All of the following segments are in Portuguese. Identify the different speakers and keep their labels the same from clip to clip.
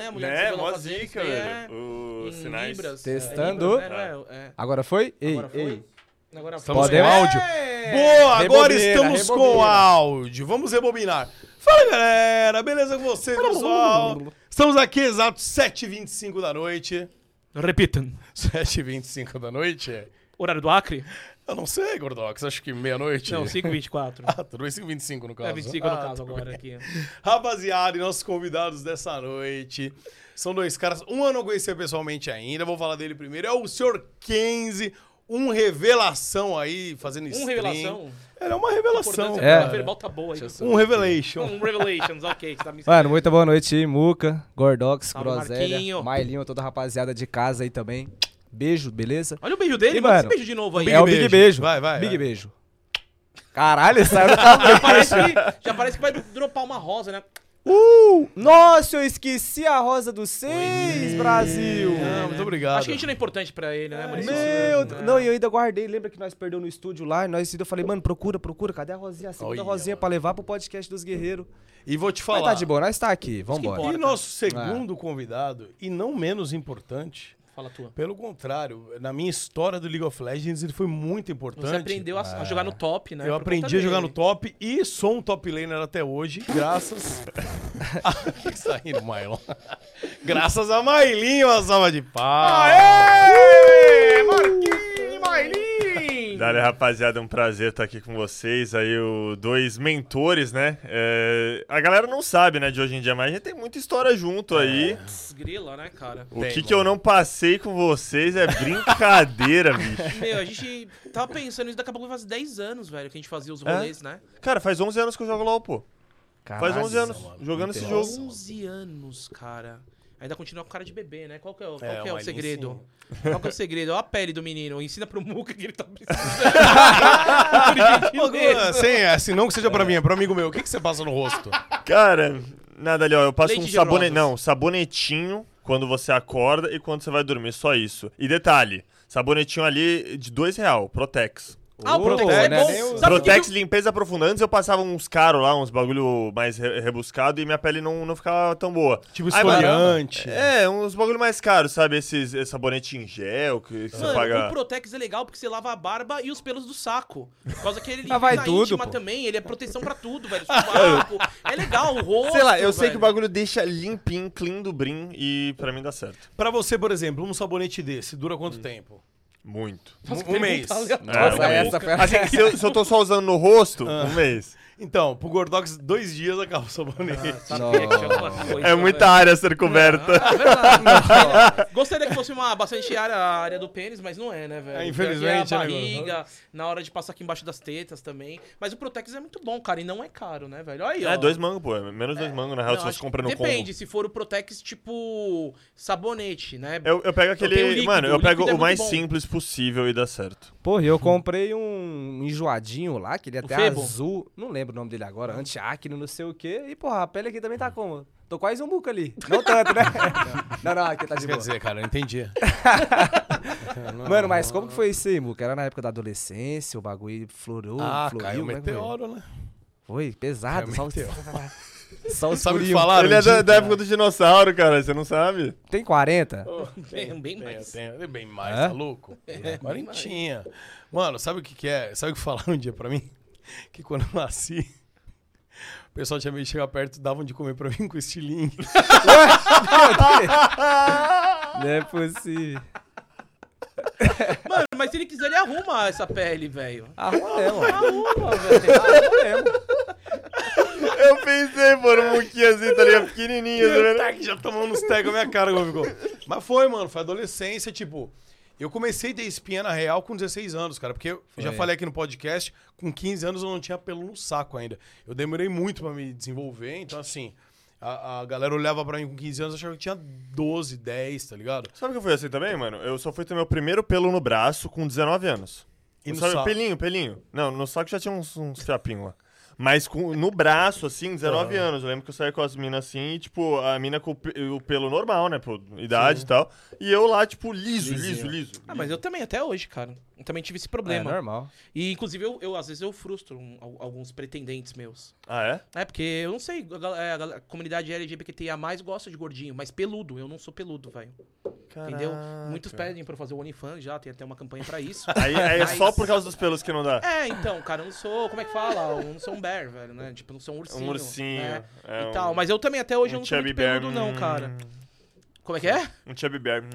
Speaker 1: né? A mulher
Speaker 2: Né?
Speaker 1: recebeu lá
Speaker 2: Mó
Speaker 1: fazendo,
Speaker 2: zica,
Speaker 1: é,
Speaker 2: velho. Os
Speaker 1: em
Speaker 2: sinais.
Speaker 1: Libras,
Speaker 3: Testando.
Speaker 1: É, em Libras, né? é,
Speaker 3: Agora foi? Ei,
Speaker 1: Agora foi?
Speaker 3: ei.
Speaker 1: é. Agora
Speaker 3: Estamos
Speaker 1: foi.
Speaker 3: com
Speaker 4: áudio.
Speaker 1: É!
Speaker 4: Boa, agora
Speaker 3: Rebobeira,
Speaker 4: estamos com
Speaker 3: rebobeira.
Speaker 4: áudio. Vamos rebobinar. Fala galera, beleza com vocês, pessoal? Estamos aqui exatos 7h25 da noite.
Speaker 1: Repitam.
Speaker 4: 7h25 da noite?
Speaker 1: Horário do Acre?
Speaker 4: Eu não sei, Gordox, acho que meia-noite.
Speaker 1: Não, 5h24.
Speaker 4: Ah, tudo bem, 5h25 no caso.
Speaker 1: É 25 no
Speaker 4: Ah,
Speaker 1: caso
Speaker 4: tudo
Speaker 1: agora
Speaker 4: bem.
Speaker 1: aqui. Um
Speaker 4: Rapaziada, e nossos convidados dessa noite são dois caras. Um eu não conhecia pessoalmente ainda, vou falar dele primeiro. É o Sr. Kenzie, um revelação aí, fazendo
Speaker 1: Um
Speaker 4: stream.
Speaker 1: revelação.
Speaker 4: Ele é uma revelação,
Speaker 1: Importância
Speaker 3: É.
Speaker 1: da
Speaker 4: cara.
Speaker 1: verbal tá boa aí.
Speaker 4: Um revelation.
Speaker 1: Um Revelations, ok. Tá me
Speaker 3: Mano, muita boa noite, Muca, Gordox,
Speaker 1: Salve,
Speaker 3: Groselha,
Speaker 1: Marquinho.
Speaker 3: Mailinho, toda a rapaziada de casa aí também. Beijo, beleza?
Speaker 1: Olha o beijo dele,
Speaker 3: E,
Speaker 1: manda
Speaker 3: mano,
Speaker 1: esse beijo de novo aí.
Speaker 3: é o Big
Speaker 4: beijo.
Speaker 3: Beijo.
Speaker 4: Vai, vai,
Speaker 3: Big
Speaker 4: vai.
Speaker 3: Beijo. Caralho, saiu do cabelo.
Speaker 1: Ah, Já parece, que, já parece que vai dropar uma rosa, né?
Speaker 3: Uh! Nossa, eu esqueci a rosa dos seis, Brasil!
Speaker 4: Ah, muito obrigado.
Speaker 1: Acho que a gente não é importante pra ele, né, Maurício?
Speaker 3: Meu
Speaker 1: É.
Speaker 3: Deus! Não, e eu ainda guardei. Lembra que nós perdeu no estúdio lá? E nós eu falei, mano, procura, procura. Cadê a rosinha? A segunda
Speaker 4: Olha,
Speaker 3: rosinha pra levar pro podcast dos guerreiros.
Speaker 4: E vou te
Speaker 3: Mas
Speaker 4: falar.
Speaker 3: tá de boa, nós tá aqui. Vambora.
Speaker 1: importa.
Speaker 4: E nosso segundo convidado, e não menos importante,
Speaker 1: Fala tua.
Speaker 4: pelo contrário, na minha história do League of Legends, ele foi muito importante.
Speaker 1: Você aprendeu a,
Speaker 3: Ah.
Speaker 1: a jogar no top, né?
Speaker 4: Eu
Speaker 1: por
Speaker 4: aprendi
Speaker 1: conta
Speaker 4: a jogar no
Speaker 1: dele.
Speaker 4: top e sou um top laner até hoje, graças. a... que está rindo, Mylon? graças a Mailinho, a salva de pau.
Speaker 2: Aê!
Speaker 1: Mailinho!
Speaker 2: Dale, rapaziada, é um prazer estar aqui com vocês. Aí, o dois mentores, né? É, a galera não sabe, né, de hoje em dia, mas a gente tem muita história junto
Speaker 1: É,
Speaker 2: aí.
Speaker 1: Grila, né, cara?
Speaker 2: O
Speaker 4: Tem,
Speaker 2: que, que eu não passei com vocês é brincadeira, bicho.
Speaker 1: Meu, a gente tava pensando isso daqui a pouco faz 10 anos, velho, que a gente fazia os rolês, né?
Speaker 2: Cara, faz 11 anos que eu jogo LOL, pô.
Speaker 3: Caralho,
Speaker 2: faz 11 anos jogando esse
Speaker 3: Nossa,
Speaker 2: jogo.
Speaker 1: 11 anos, cara. Ainda continua com cara de bebê, né? Qual que é, o- qual
Speaker 4: É,
Speaker 1: que
Speaker 2: um
Speaker 1: é o
Speaker 4: mas
Speaker 1: segredo? Qual que é o segredo? Olha a pele do menino. Ensina pro Muca que ele tá precisando.
Speaker 4: Ô, Guan, Sem, assim, não que seja pra mim, é pra amigo meu. O que, que você passa no rosto?
Speaker 2: Cara, nada ali, ó. Eu passo
Speaker 1: Leite
Speaker 2: um
Speaker 1: de
Speaker 2: sabonete.
Speaker 1: rosas.
Speaker 2: Não, sabonetinho quando você acorda e quando você vai dormir. Só isso. E detalhe: sabonetinho ali de dois real, Protex.
Speaker 1: ah, o
Speaker 3: Ô,
Speaker 1: Protex é
Speaker 3: né,
Speaker 1: bom.
Speaker 3: nem o-
Speaker 1: Sabe por que
Speaker 2: Protex
Speaker 1: que
Speaker 2: limpeza profunda. Antes eu passava uns caros lá, uns bagulho mais re- rebuscado e minha pele não, não ficava tão boa.
Speaker 4: Tipo
Speaker 2: Aí, mano,
Speaker 4: esfoliante.
Speaker 2: É, uns bagulho mais caros, sabe? Esses, esse sabonete em gel que, que você
Speaker 1: Mano,
Speaker 2: paga.
Speaker 1: o Protex é legal porque você lava a barba e os pelos do saco. Por causa que ele
Speaker 3: Ah, vai
Speaker 1: na
Speaker 3: tudo,
Speaker 1: íntima
Speaker 3: pô.
Speaker 1: também, ele é proteção pra tudo, velho. Sovaco, é legal, o rosto,
Speaker 2: Sei lá, eu sei que o
Speaker 1: velho.
Speaker 2: bagulho deixa limpinho, clean do brim e pra mim dá certo.
Speaker 4: Pra você, por exemplo, um sabonete desse dura quanto tempo?
Speaker 2: Muito.
Speaker 4: Um, um mês.
Speaker 3: Nossa,
Speaker 2: É, um
Speaker 3: essa
Speaker 2: mês.
Speaker 3: foi a-
Speaker 2: Assim, se eu, se eu tô só usando no rosto, um mês.
Speaker 4: Então, pro Gordox, dois dias acaba o sabonete.
Speaker 2: É muita área a ser coberta.
Speaker 1: Ah, é verdade. Gostaria que fosse uma bastante área, a área do pênis, mas não é, né, velho?
Speaker 4: É, infelizmente,
Speaker 1: Tem
Speaker 4: né,
Speaker 1: a barriga, na hora de passar aqui embaixo das tetas também. Mas o Protex é muito bom, cara, e não é caro, né, velho? Olha aí, ó.
Speaker 2: É, dois mangos, pô. é Menos dois mangos, na real,
Speaker 1: Não,
Speaker 2: se
Speaker 1: acho
Speaker 2: você
Speaker 1: que-
Speaker 2: compra no combo.
Speaker 1: Depende, se for o Protex tipo sabonete, né?
Speaker 2: Eu, eu pego aquele.
Speaker 1: tenho o líquido,
Speaker 2: mano, eu
Speaker 1: o líquido
Speaker 2: pego
Speaker 1: é
Speaker 2: o
Speaker 1: muito
Speaker 2: mais
Speaker 1: bom.
Speaker 2: simples possível e dá certo.
Speaker 3: Porra, eu comprei um enjoadinho lá, que ele é
Speaker 1: O
Speaker 3: até
Speaker 1: Febo?
Speaker 3: azul. Não lembro o nome dele agora, antiacne, não sei o quê. E, porra, a pele aqui também tá como? Tô quase um buco ali. Não tanto, né? não, não, aqui tá de
Speaker 4: Ah, Quer
Speaker 3: boa.
Speaker 4: dizer, cara, eu entendi.
Speaker 3: Mano, mas como que foi isso aí, Muca? Era na época da adolescência, o bagulho florou,
Speaker 4: Ah,
Speaker 3: floriu,
Speaker 4: caiu o
Speaker 3: como é que foi?
Speaker 4: meteoro, né?
Speaker 3: Foi, pesado,
Speaker 4: Caiu
Speaker 3: só os... só os
Speaker 4: Sabe o que
Speaker 3: furinhos.
Speaker 4: falaram?
Speaker 2: Ele é
Speaker 4: um
Speaker 2: da,
Speaker 4: dia?
Speaker 2: da época do dinossauro, cara, você não sabe?
Speaker 3: Tem 40?
Speaker 1: bem, bem
Speaker 4: Tem,
Speaker 1: mais.
Speaker 4: tem, tem bem mais,
Speaker 3: É?
Speaker 4: tá louco? Quarentinha. Mano, sabe o que, que é? Sabe o que falaram um dia pra mim? Que quando eu nasci, o pessoal tinha meio de chegar perto, davam de comer pra mim com estilingue.
Speaker 3: Não é possível.
Speaker 1: Mano, mas se ele quiser, ele arruma essa pele, velho.
Speaker 3: Arruma mesmo, ó.
Speaker 1: Arruma, velho.
Speaker 3: Arruma mesmo.
Speaker 2: Eu pensei, pô, um muquinho assim, tá ligado? Pequenininho, tá
Speaker 4: Eu
Speaker 2: vendo?
Speaker 4: tá que já tomou uns tecos na minha cara como ficou. Mas foi, mano, foi adolescência, tipo. Eu comecei a ter espinha na real com 16 anos, cara, porque eu já
Speaker 3: Foi.
Speaker 4: falei aqui no podcast, com 15 anos eu não tinha pelo no saco ainda. Eu demorei muito pra me desenvolver, então assim, a, a galera olhava pra mim com 15 anos e achava que eu tinha 12, 10, tá ligado?
Speaker 2: Sabe que eu fui assim também, mano? Eu só fui ter meu primeiro pelo no braço com 19 anos.
Speaker 4: E no
Speaker 2: sabe,
Speaker 4: saco?
Speaker 2: pelinho, pelinho. Não, no saco já tinha uns, uns fiapinhos lá. Mas com, no braço, assim, 19 anos. Eu lembro que eu saí com as minas assim, e, tipo, a mina com o pe- o pelo normal, né? Pô, idade e tal. E eu lá, tipo, liso, liso,
Speaker 3: Lisinho.
Speaker 2: liso.
Speaker 1: Ah, mas eu também, até hoje, cara. Eu também tive esse problema.
Speaker 3: É normal.
Speaker 1: E, inclusive, eu, eu, às vezes eu frustro um- al- alguns pretendentes meus.
Speaker 2: Ah, é?
Speaker 1: É, porque eu não sei, a, gal- é, a gal- a comunidade LGBTIA gosta de gordinho, mas peludo, eu não sou peludo, velho. Entendeu?
Speaker 2: Caraca.
Speaker 1: Muitos pedem pra eu fazer o OnlyFans já, tem até uma campanha pra isso.
Speaker 2: Aí, aí é
Speaker 1: Mas-
Speaker 2: só por causa dos pelos que não dá.
Speaker 1: É, então, cara, eu não sou, como é que fala? Eu não sou um bear, velho, né? Tipo, eu não sou um ursinho.
Speaker 2: Um ursinho.
Speaker 1: né?
Speaker 2: é
Speaker 1: e
Speaker 2: um-
Speaker 1: tal, mas eu também até hoje eu
Speaker 2: um
Speaker 1: não sou
Speaker 2: chubby
Speaker 1: muito
Speaker 2: bear.
Speaker 1: peludo não,
Speaker 2: hum,
Speaker 1: cara. Como é que é?
Speaker 2: Um chubby bear. hum.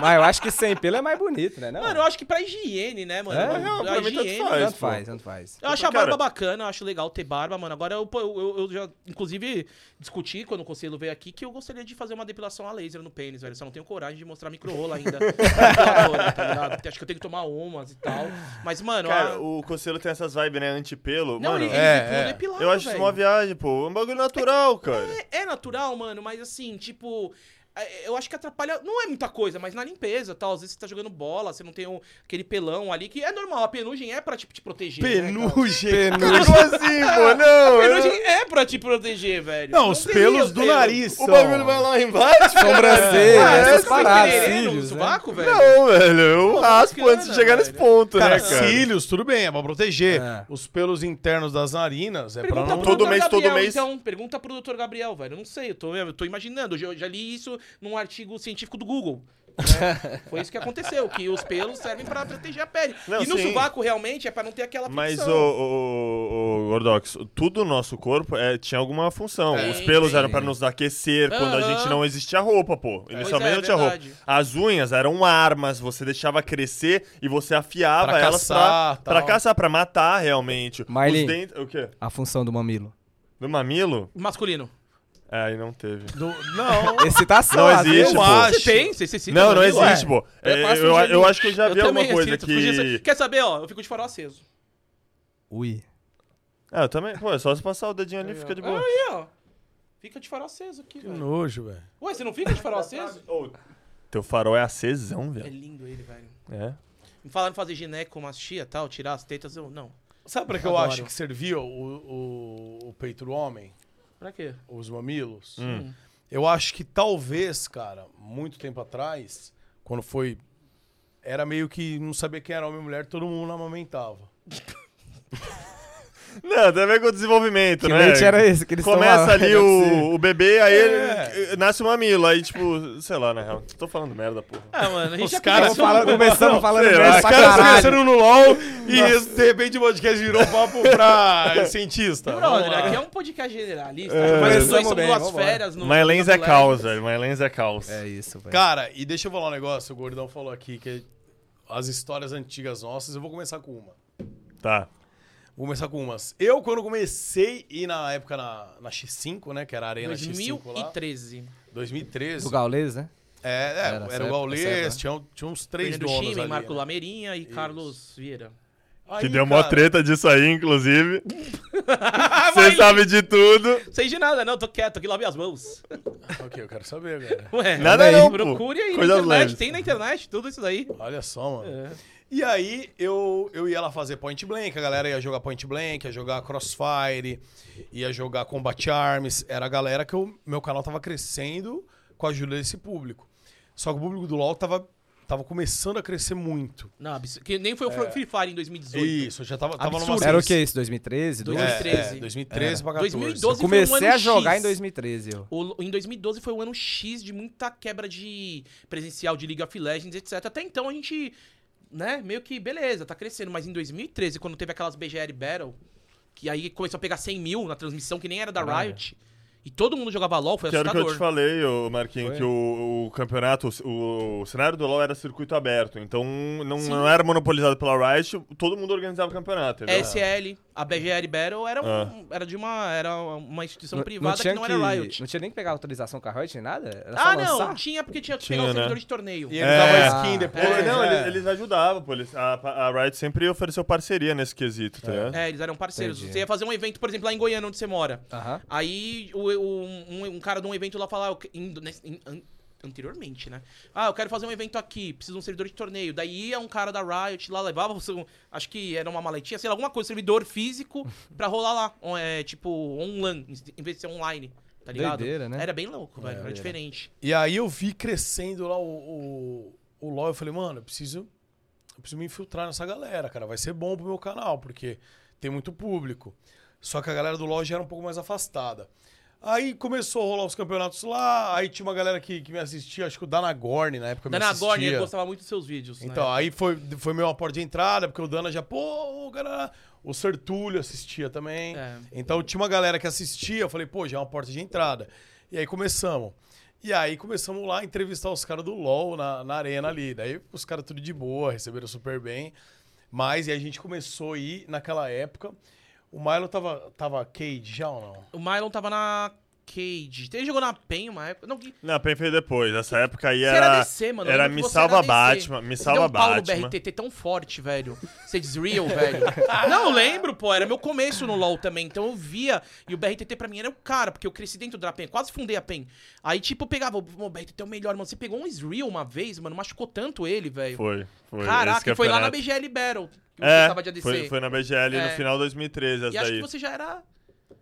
Speaker 3: Mas eu acho que sem pelo é mais bonito, né? Não,
Speaker 1: Mano, eu acho que pra higiene, né, mano?
Speaker 3: É,
Speaker 2: não,
Speaker 1: a
Speaker 2: pra mim tá tanto
Speaker 1: higiene,
Speaker 2: faz,
Speaker 3: tanto
Speaker 2: pô.
Speaker 3: faz, tanto faz.
Speaker 1: Eu acho a
Speaker 2: Cara-
Speaker 1: barba bacana, eu acho legal ter barba, mano. Agora eu, pô, eu, eu- eu já, inclusive, discuti quando o conselho veio aqui que eu gostaria de fazer uma depilação a laser no pênis, velho. Só não tenho coragem de mostrar micro-rola ainda. Agora, tá ligado? Porque Acho que eu tenho que tomar umas e tal. Mas, mano,
Speaker 2: Cara,
Speaker 1: a-
Speaker 2: o Conselho tem essas vibes, né? Anti-pelo.
Speaker 1: não,
Speaker 2: Mano,
Speaker 1: ele, ele
Speaker 4: é,
Speaker 1: ficou
Speaker 4: é.
Speaker 1: depilado,
Speaker 2: eu acho isso
Speaker 1: velho.
Speaker 2: uma viagem, pô. É um bagulho natural, cara.
Speaker 1: É, é natural, mano, mas assim, tipo. é, Eu acho que atrapalha. Não é muita coisa, mas na limpeza tal. Às vezes você tá jogando bola, você não tem um- aquele pelão ali, que é normal. A penugem é pra tipo, te proteger. né, cara?
Speaker 4: Penugem.
Speaker 2: Cara, como assim, pô?
Speaker 1: A
Speaker 2: Não! eu-
Speaker 1: penugem né? é pra te proteger, velho.
Speaker 4: Não, os
Speaker 1: teria
Speaker 4: pelos do
Speaker 1: pelo.
Speaker 4: nariz.
Speaker 2: O
Speaker 4: são-
Speaker 2: bagulho vai lá embaixo?
Speaker 3: Sobrancelha,
Speaker 1: Ah,
Speaker 2: É,
Speaker 3: um né? essas
Speaker 1: essas
Speaker 3: paradas,
Speaker 1: paradas. No
Speaker 3: cílios, né?
Speaker 1: sovaco, velho?
Speaker 2: Não, velho. Eu
Speaker 1: Pô,
Speaker 2: raspo
Speaker 1: bacana,
Speaker 2: antes de chegar nesse
Speaker 1: velho.
Speaker 2: ponto,
Speaker 4: Cara,
Speaker 2: né, cara?
Speaker 4: cílios, tudo bem, é pra proteger.
Speaker 3: É.
Speaker 4: Os pelos internos das narinas é pra
Speaker 1: Pergunta
Speaker 4: não...
Speaker 1: pro
Speaker 2: Todo
Speaker 1: doutor
Speaker 2: mês, todo
Speaker 1: Gabriel,
Speaker 2: mês.
Speaker 1: Então, pergunta pro doutor Gabriel, velho. Eu não sei, eu tô, eu tô imaginando. Eu já- eu já li isso num artigo científico do Google. né? Foi isso que aconteceu, que os pelos servem pra proteger a pele.
Speaker 2: Não,
Speaker 1: e no
Speaker 2: sim.
Speaker 1: sovaco, realmente, é pra não ter aquela
Speaker 2: Mas, ô,
Speaker 1: fricção.
Speaker 2: ô, ô, ô, Gordox, tudo no nosso corpo é, tinha alguma função.
Speaker 1: Tem,
Speaker 2: Os pelos
Speaker 1: tem.
Speaker 2: eram pra nos aquecer quando a
Speaker 1: Aham.
Speaker 2: gente não existia roupa, pô. Inicialmente
Speaker 1: é,
Speaker 2: não tinha roupa.
Speaker 1: verdade.
Speaker 2: As unhas eram armas, você deixava crescer e você afiava
Speaker 4: Pra
Speaker 2: elas
Speaker 4: caçar,
Speaker 2: pra, pra
Speaker 4: tal.
Speaker 2: caçar, pra matar realmente.
Speaker 3: Marlin.
Speaker 2: Os dentes- O quê?
Speaker 3: A função do mamilo.
Speaker 2: Do mamilo?
Speaker 1: Masculino.
Speaker 2: É, aí não teve.
Speaker 4: do- Não,
Speaker 3: Excitação,
Speaker 2: Não
Speaker 3: às vezes.
Speaker 2: existe, pô.
Speaker 4: acho.
Speaker 1: Você tem? Você, você cita
Speaker 2: Não, não
Speaker 1: mamilo?
Speaker 2: existe,
Speaker 1: É.
Speaker 2: pô. É,
Speaker 1: Prepara
Speaker 2: eu,
Speaker 1: seu
Speaker 2: eu
Speaker 1: gelinho.
Speaker 2: acho que eu já vi
Speaker 1: Eu
Speaker 2: alguma
Speaker 1: também
Speaker 2: coisa
Speaker 1: cito,
Speaker 2: que...
Speaker 1: fugiu- Quer saber, ó? Eu fico de farol aceso.
Speaker 3: Ui.
Speaker 2: Ah, eu também... Pô, é só você passar o dedinho ali e fica de boa.
Speaker 1: Aí, ó. Fica de farol aceso aqui,
Speaker 4: que
Speaker 1: velho.
Speaker 4: nojo, velho.
Speaker 1: Ué, você não fica de farol aceso?
Speaker 2: Ô, Teu farol é acesão,
Speaker 1: É
Speaker 2: velho.
Speaker 1: lindo ele, velho.
Speaker 2: É.
Speaker 1: Me falaram fazer ginecomastia e tal, tirar as tetas, eu não.
Speaker 4: Sabe pra que eu
Speaker 1: Adoro.
Speaker 4: acho que servia o, o, o peito do homem?
Speaker 1: Pra quê?
Speaker 4: Os mamilos?
Speaker 2: Hum.
Speaker 4: Eu acho que talvez, cara, muito tempo atrás, quando foi... Era meio que não sabia quem era homem e mulher, todo mundo amamentava.
Speaker 2: Não, tem a ver com o desenvolvimento,
Speaker 3: Que
Speaker 2: né?
Speaker 3: leite era esse que eles
Speaker 2: Começa
Speaker 3: tomavam?
Speaker 2: ali
Speaker 3: Não é possível.
Speaker 2: o, o bebê, aí
Speaker 4: É.
Speaker 2: ele, eh, nasce o mamilo, aí tipo, sei lá, na real. Tô falando merda, porra.
Speaker 1: Ah, mano, a gente
Speaker 4: Os
Speaker 1: já
Speaker 4: caras
Speaker 1: começou-
Speaker 4: falam-
Speaker 3: Começamos falando
Speaker 2: sei lá,
Speaker 3: merda
Speaker 4: Os
Speaker 3: pra
Speaker 4: caras
Speaker 3: caralho.
Speaker 4: cresceram no LOL e de repente o podcast virou papo pra cientista. Vamos
Speaker 1: Brother,
Speaker 4: lá.
Speaker 1: aqui é um podcast generalista.
Speaker 2: É.
Speaker 1: mas as pessoas
Speaker 3: Começamos
Speaker 1: são
Speaker 3: bem,
Speaker 1: duas
Speaker 3: vambora.
Speaker 1: feras no.
Speaker 2: Mailens
Speaker 1: na
Speaker 2: é
Speaker 1: colégio.
Speaker 2: caos, velho. Mailens é caos.
Speaker 3: É isso, velho.
Speaker 4: Cara, e deixa eu falar um negócio, o Gordão falou aqui que as histórias antigas nossas, eu vou começar com uma.
Speaker 2: Tá.
Speaker 4: Vou começar com umas. Eu, quando comecei e na época na, na X5, né, que era a Arena
Speaker 2: é
Speaker 4: X5 lá,
Speaker 1: 2013.
Speaker 4: 2013.
Speaker 3: Do Gaules, né?
Speaker 4: É, é,
Speaker 3: Era
Speaker 4: era, o
Speaker 3: essa época, essa
Speaker 4: Gaulês,
Speaker 3: época. né?
Speaker 4: tinha, um- tinha uns três
Speaker 1: Fernando
Speaker 4: donos
Speaker 1: Chimen,
Speaker 4: ali.
Speaker 1: Marco
Speaker 4: né?
Speaker 1: Lameirinha e Carlos Vieira.
Speaker 4: Aí,
Speaker 2: que deu mó
Speaker 4: cara,
Speaker 2: treta disso aí, inclusive.
Speaker 1: Ah,
Speaker 2: Você sabe de tudo.
Speaker 1: Sei de nada, não, tô quieto, aqui lave as mãos.
Speaker 4: Ok, eu quero saber, galera.
Speaker 1: Ué,
Speaker 2: Nada não, pô.
Speaker 1: procure aí
Speaker 2: Coisas
Speaker 1: na internet,
Speaker 2: leves.
Speaker 1: tem na internet tudo isso daí.
Speaker 4: Olha só, mano. E aí eu, eu ia lá fazer point blank, a galera ia jogar point blank, ia jogar crossfire, ia jogar combat arms. Era a galera que o meu canal tava crescendo com a ajuda desse público. Só que o público do LoL tava, tava começando a crescer muito.
Speaker 1: Não, abs- que nem foi o
Speaker 2: É.
Speaker 1: Free Fire em 2018.
Speaker 4: Isso, já tava, tava
Speaker 1: Absurdo.
Speaker 4: numa...
Speaker 3: Era o que isso? 2013?
Speaker 1: Dois-
Speaker 4: É,
Speaker 3: 2013?
Speaker 1: 2013.
Speaker 4: é, 2013 pra 14.
Speaker 1: 2012 foi um
Speaker 3: Comecei
Speaker 1: ano
Speaker 3: a jogar
Speaker 1: X.
Speaker 3: em 2013, eu.
Speaker 1: O- em 2012 foi o ano X de muita quebra de presencial de League of Legends, etc. Até então a gente, né, meio que beleza, tá crescendo. Mas em 2013, quando teve aquelas BGR Battle, que aí começou a pegar 100 mil na transmissão, que nem era da Riot, e todo mundo jogava LOL, foi
Speaker 2: Quero que eu
Speaker 1: assustador.
Speaker 2: te falei, ô Marquinhos,
Speaker 3: Foi?
Speaker 2: que o, o campeonato, o, o cenário do LoL era circuito aberto. Então não, não era monopolizado pela Riot, todo mundo organizava o campeonato. entendeu?
Speaker 1: SL, a BGR Battle era,
Speaker 2: Ah.
Speaker 1: um- era de uma, era uma instituição privada que não era Riot.
Speaker 3: não tinha nem que pegar autorização com a Riot nem nada? Era só
Speaker 1: ah,
Speaker 3: lançar?
Speaker 1: não, tinha porque tinha que
Speaker 2: Tinha,
Speaker 1: pegar o
Speaker 2: né?
Speaker 1: servidor de torneio.
Speaker 4: E ele dava
Speaker 2: É.
Speaker 4: skin depois.
Speaker 2: Pô, não,
Speaker 4: é.
Speaker 2: eles, eles ajudavam, pô. Eles, a, a Riot sempre ofereceu parceria nesse quesito, tá ligado?
Speaker 1: É, eles eram parceiros.
Speaker 3: Entendi.
Speaker 1: Você ia fazer um evento, por exemplo, lá em Goiânia, onde você mora.
Speaker 3: Aham.
Speaker 1: "Ah, Aí o- o- um, um cara de um evento lá falar. eu que- em- nesse- em- an- anteriormente, né? Ah, eu quero fazer um evento aqui, preciso de um servidor de torneio. Daí ia um cara da Riot lá, levava, você- acho que era uma maletinha, sei lá, alguma coisa, servidor físico pra rolar lá. On- É, tipo, online, em vez de ser online, tá ligado?
Speaker 3: Doideira, né?
Speaker 1: Era bem louco, velho, era
Speaker 3: doideira.
Speaker 1: diferente.
Speaker 4: E aí eu vi crescendo lá o, o, o LoL, eu falei, mano, eu preciso, eu preciso me infiltrar nessa galera, cara. Vai ser bom pro meu canal, porque tem muito público. Só que a galera do LoL já era um pouco mais afastada. Aí começou a rolar os campeonatos lá, aí tinha uma galera que, que me assistia, acho que o Danagorn na época me
Speaker 1: Dana
Speaker 4: assistia.
Speaker 1: Gorn, ele gostava muito dos seus vídeos. né?
Speaker 4: Então, aí foi, foi meio uma porta de entrada, porque o Dana já, pô, o cara. O Sertúlio assistia também.
Speaker 1: É.
Speaker 4: Então tinha uma galera que assistia, eu falei, pô, já é uma porta de entrada. E aí começamos. E aí começamos lá a entrevistar os caras do LOL na, na arena ali. Daí os caras tudo de boa, receberam super bem. Mas e a gente começou a ir naquela época. O Milo tava, tava cage já ou não?
Speaker 1: O Mylon tava na Cage. Ele jogou na PEN uma época. Não, que-
Speaker 2: Não, Pen veio depois. Essa época aí
Speaker 1: você
Speaker 2: era.
Speaker 1: era DC, mano. eu
Speaker 2: era
Speaker 1: lembro
Speaker 2: Me
Speaker 1: que você
Speaker 2: Salva
Speaker 1: era DC.
Speaker 2: Batman. Me
Speaker 1: Você
Speaker 2: Salva
Speaker 1: deu um pau no
Speaker 2: Batman.
Speaker 1: BRTT tão forte, velho. Você desreal, velho. Não, eu lembro, pô. Era meu começo no LoL também. Então eu via. E o BRTT pra mim era o cara, porque eu cresci dentro da PEN. Quase fundei a PEN. Aí, tipo, eu pegava. "Pô, O BRTT é o melhor, mano. Você pegou um Israel uma vez, mano. Machucou tanto ele, velho.
Speaker 2: Foi, foi.
Speaker 1: Caraca,
Speaker 2: esse
Speaker 1: e foi lá na
Speaker 2: campeonato.
Speaker 1: BGL Battle. Que você
Speaker 2: É,
Speaker 1: tava de ADC.
Speaker 2: foi, foi na BGL no
Speaker 1: É.
Speaker 2: final de 2013,
Speaker 1: E
Speaker 2: essa
Speaker 1: acho
Speaker 2: daí.
Speaker 1: que você já era.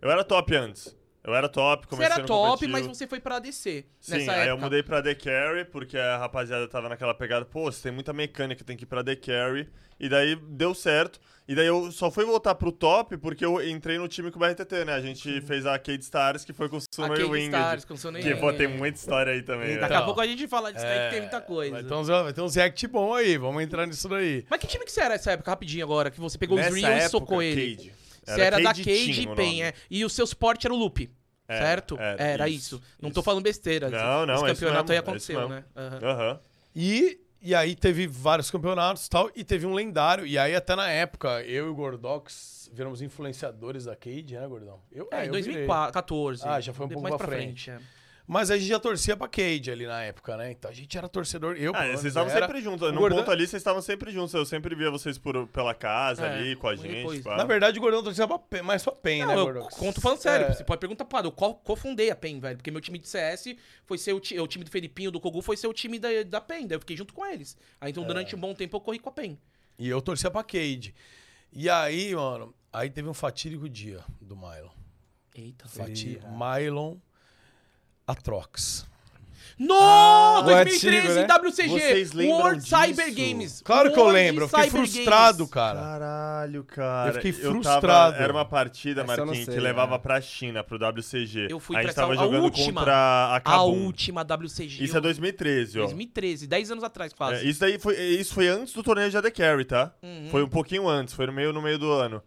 Speaker 2: Eu era top antes. Eu era top,
Speaker 1: Você
Speaker 2: comecei
Speaker 1: era
Speaker 2: no
Speaker 1: top,
Speaker 2: competitivo.
Speaker 1: mas você foi pra ADC.
Speaker 2: Sim,
Speaker 1: nessa
Speaker 2: aí
Speaker 1: época.
Speaker 2: eu mudei pra The Carry, porque a rapaziada tava naquela pegada, pô, você tem muita mecânica, tem que ir pra The Carry. E daí deu certo. E daí eu só fui voltar pro top porque eu entrei no time com o BRTT, né? A gente fez a Arcade Stars, que foi com o Summer
Speaker 1: Arcade
Speaker 2: Winged.
Speaker 1: Uhum. Stars, com É. o Sonic
Speaker 2: Que, pô,
Speaker 1: Winged.
Speaker 2: tem muita história aí também.
Speaker 1: Daqui
Speaker 2: né? É,
Speaker 1: a pouco a gente fala disso aí que tem muita coisa.
Speaker 4: É, Vai ter, uns, vai ter uns react bom aí, vamos entrar nisso daí.
Speaker 1: Mas que time que você era nessa época, rapidinho agora, que você pegou
Speaker 2: Nessa
Speaker 1: os Reels
Speaker 2: época,
Speaker 1: e socou ele?
Speaker 2: Cade.
Speaker 1: Você era da
Speaker 2: Cade
Speaker 1: Cage
Speaker 2: Team o
Speaker 1: e
Speaker 2: nome.
Speaker 1: Pen, é. E o seu suporte era o Loop,
Speaker 2: Era,
Speaker 1: certo?
Speaker 2: era,
Speaker 1: Era,
Speaker 2: isso,
Speaker 1: isso. Não
Speaker 2: isso.
Speaker 1: tô falando besteira.
Speaker 2: Não,
Speaker 1: esse-
Speaker 2: não, é isso
Speaker 1: Esse campeonato
Speaker 2: mesmo,
Speaker 1: aí
Speaker 2: é isso
Speaker 1: aconteceu,
Speaker 2: mesmo.
Speaker 1: né? Aham.
Speaker 2: Aham.
Speaker 4: E, e aí teve vários campeonatos e tal, e teve um lendário. E aí, até na época, eu e o Gordox viramos influenciadores da Cade, né, Gordão? Eu,
Speaker 1: É,
Speaker 4: eu virei.
Speaker 1: em 2014.
Speaker 4: Ah, já foi um pouco
Speaker 1: mais
Speaker 4: pra
Speaker 1: frente. é.
Speaker 4: Mas a gente já torcia pra Cade ali na época, né? Então a gente era torcedor. Eu,
Speaker 2: Ah,
Speaker 4: pelo
Speaker 2: vocês
Speaker 4: menos,
Speaker 2: estavam
Speaker 4: era.
Speaker 2: sempre juntos.
Speaker 4: O
Speaker 2: No
Speaker 4: Gordão-
Speaker 2: ponto ali, vocês estavam sempre juntos. Eu sempre via vocês por, pela casa
Speaker 1: É,
Speaker 2: ali, com a
Speaker 1: muito
Speaker 2: gente.
Speaker 1: depois.
Speaker 2: pá.
Speaker 4: Na verdade, o Gordão torcia pra Pen- mais pra PEN, né,
Speaker 1: Não, eu
Speaker 4: Gordox?
Speaker 1: conto falando sério.
Speaker 4: É.
Speaker 1: Você pode perguntar pra eu co- cofundei a PEN, velho. Porque meu time de CS foi ser o, ti- o time do Felipinho, do Kogu, foi ser o time da, da PEN. Daí eu fiquei junto com eles. Aí
Speaker 4: É.
Speaker 1: então, durante um bom tempo, eu corri com a PEN.
Speaker 4: E eu torcia pra Cade. E aí, mano, aí teve um fatídico dia do Mylon.
Speaker 1: Eita,
Speaker 4: Fati... Mylon Atrox.
Speaker 1: No!
Speaker 3: o
Speaker 1: 2013
Speaker 3: antigo, né?
Speaker 1: WCG,
Speaker 2: Vocês lembram
Speaker 1: World Cyber
Speaker 2: disso?
Speaker 1: Games.
Speaker 4: Claro que eu
Speaker 1: World
Speaker 4: lembro, eu fiquei
Speaker 1: Cyber
Speaker 4: frustrado,
Speaker 1: Games.
Speaker 4: cara.
Speaker 2: Caralho, cara.
Speaker 4: Eu fiquei
Speaker 2: tava-
Speaker 4: frustrado.
Speaker 2: era uma partida,
Speaker 3: Essa eu não
Speaker 2: Marquinhos,
Speaker 3: sei,
Speaker 2: que levava
Speaker 4: é.
Speaker 3: né?
Speaker 2: pra China, pro WCG.
Speaker 1: Eu fui
Speaker 2: a
Speaker 1: pra
Speaker 2: gente
Speaker 1: essa-
Speaker 2: tava
Speaker 1: a
Speaker 2: jogando
Speaker 1: última.
Speaker 2: contra a
Speaker 1: A
Speaker 2: Kabum.
Speaker 1: última WCG.
Speaker 2: Isso é 2013, ó.
Speaker 1: 2013, 10 anos atrás
Speaker 2: É,
Speaker 1: quase. Uhum.
Speaker 2: isso daí foi, isso foi antes do torneio de AD Carry, tá? Foi um pouquinho antes, foi no meio, no meio do ano.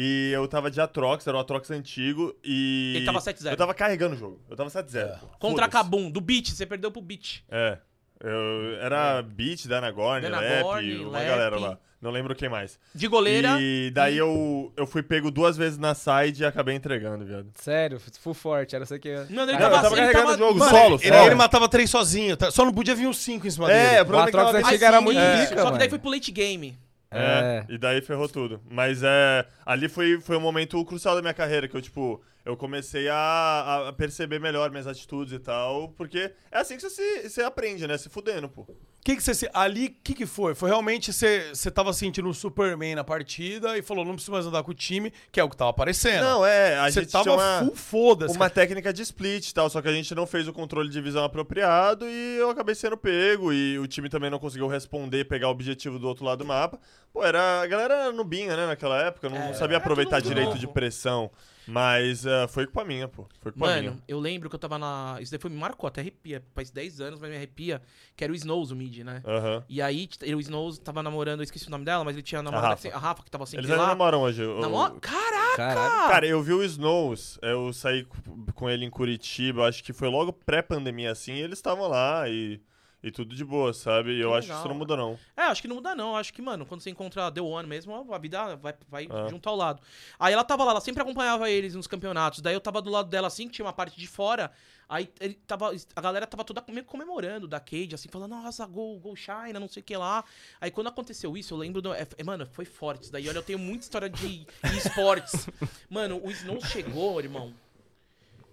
Speaker 2: E eu tava de Atrox, era o Atrox antigo e...
Speaker 1: Ele tava 7-0.
Speaker 2: Eu tava carregando o jogo, eu tava 7-0.
Speaker 1: Contra a
Speaker 2: Foda-se.
Speaker 1: Kabum, do Beat, você perdeu pro Beat.
Speaker 2: É. Eu, era Beat, Danagorn,
Speaker 1: É. Danagorn,
Speaker 2: Lep, uma
Speaker 1: Lep.
Speaker 2: galera lá. Não lembro quem mais.
Speaker 1: De goleira.
Speaker 2: E daí eu, eu fui pego duas vezes na side e acabei entregando, viado.
Speaker 3: Sério, full forte, era sei que.
Speaker 1: Mano, ele
Speaker 2: Não, eu
Speaker 1: tava,
Speaker 2: tava assim,
Speaker 1: ele
Speaker 2: carregando
Speaker 1: tava-
Speaker 2: o jogo,
Speaker 1: Mano,
Speaker 2: solo,
Speaker 4: Ele,
Speaker 2: solo.
Speaker 4: ele matava três sozinho, tá? só não podia vir os cinco em cima
Speaker 2: É, o
Speaker 4: dele.
Speaker 3: O
Speaker 2: problema é que
Speaker 3: Atrox
Speaker 2: ela
Speaker 3: antigo era muito
Speaker 1: Assim, Isso,
Speaker 3: pica,
Speaker 1: Só que daí
Speaker 3: mano.
Speaker 1: foi pro late game.
Speaker 2: É,
Speaker 3: É.
Speaker 2: e daí ferrou tudo. Mas é. Ali foi, foi um momento crucial da minha carreira, que eu, tipo, eu comecei a, a perceber melhor minhas atitudes e tal. Porque é assim que você, se, você aprende, né? Se fudendo, pô.
Speaker 4: Que que você, se- ali, o que, que foi? Foi realmente você você tava sentindo um Superman na partida e falou, não preciso mais andar com o time, que é o que tava aparecendo.
Speaker 2: Não, é. A
Speaker 4: você
Speaker 2: gente
Speaker 4: tava
Speaker 2: tinha uma,
Speaker 4: full foda-se. cara.
Speaker 2: uma técnica de split e tal, só que a gente não fez o controle de visão apropriado e eu acabei sendo pego. E o time também não conseguiu responder, pegar o objetivo do outro lado do mapa. Pô, era. A galera era nubinha, né, naquela época, não
Speaker 1: É,
Speaker 2: sabia
Speaker 1: era
Speaker 2: aproveitar
Speaker 1: tudo
Speaker 2: direito
Speaker 1: novo.
Speaker 2: de pressão. Mas é, foi culpa minha, pô. Foi culpa minha.
Speaker 1: Mano, eu lembro que eu tava na. Isso daí foi, me marcou, até arrepia. Faz 10 anos, mas me arrepia. Que era o Snows, o mid, né?
Speaker 2: Aham.
Speaker 1: E aí, t- o Snows tava namorando, eu esqueci o nome dela, mas ele tinha namorado.
Speaker 2: Rafa.
Speaker 1: A Rafa, que tava sempre
Speaker 2: Eles ainda
Speaker 1: lá.
Speaker 2: namoram hoje. o-
Speaker 1: Namora? Caraca!
Speaker 3: Caralho.
Speaker 2: Cara, eu vi o Snows, eu saí c- com ele em Curitiba, acho que foi logo pré-pandemia assim, e eles estavam lá e, e tudo de boa, sabe? E eu
Speaker 1: Que
Speaker 2: acho que isso
Speaker 1: legal,
Speaker 2: não muda, não.
Speaker 1: É, acho que não muda não. Acho que, mano, quando você encontra The One mesmo, a vida vai, vai
Speaker 2: É.
Speaker 1: junto ao lado. Aí ela tava lá, ela sempre acompanhava eles nos campeonatos. Daí eu tava do lado dela assim, que tinha uma parte de fora. Aí ele tava, a galera tava toda meio que comemorando da Cade, assim, falando, nossa, gol, gol China, não sei o que lá. Aí quando aconteceu isso, eu lembro do. é, é, mano, foi forte isso daí. Olha, eu tenho muita história de esportes. mano, o Snow chegou, irmão.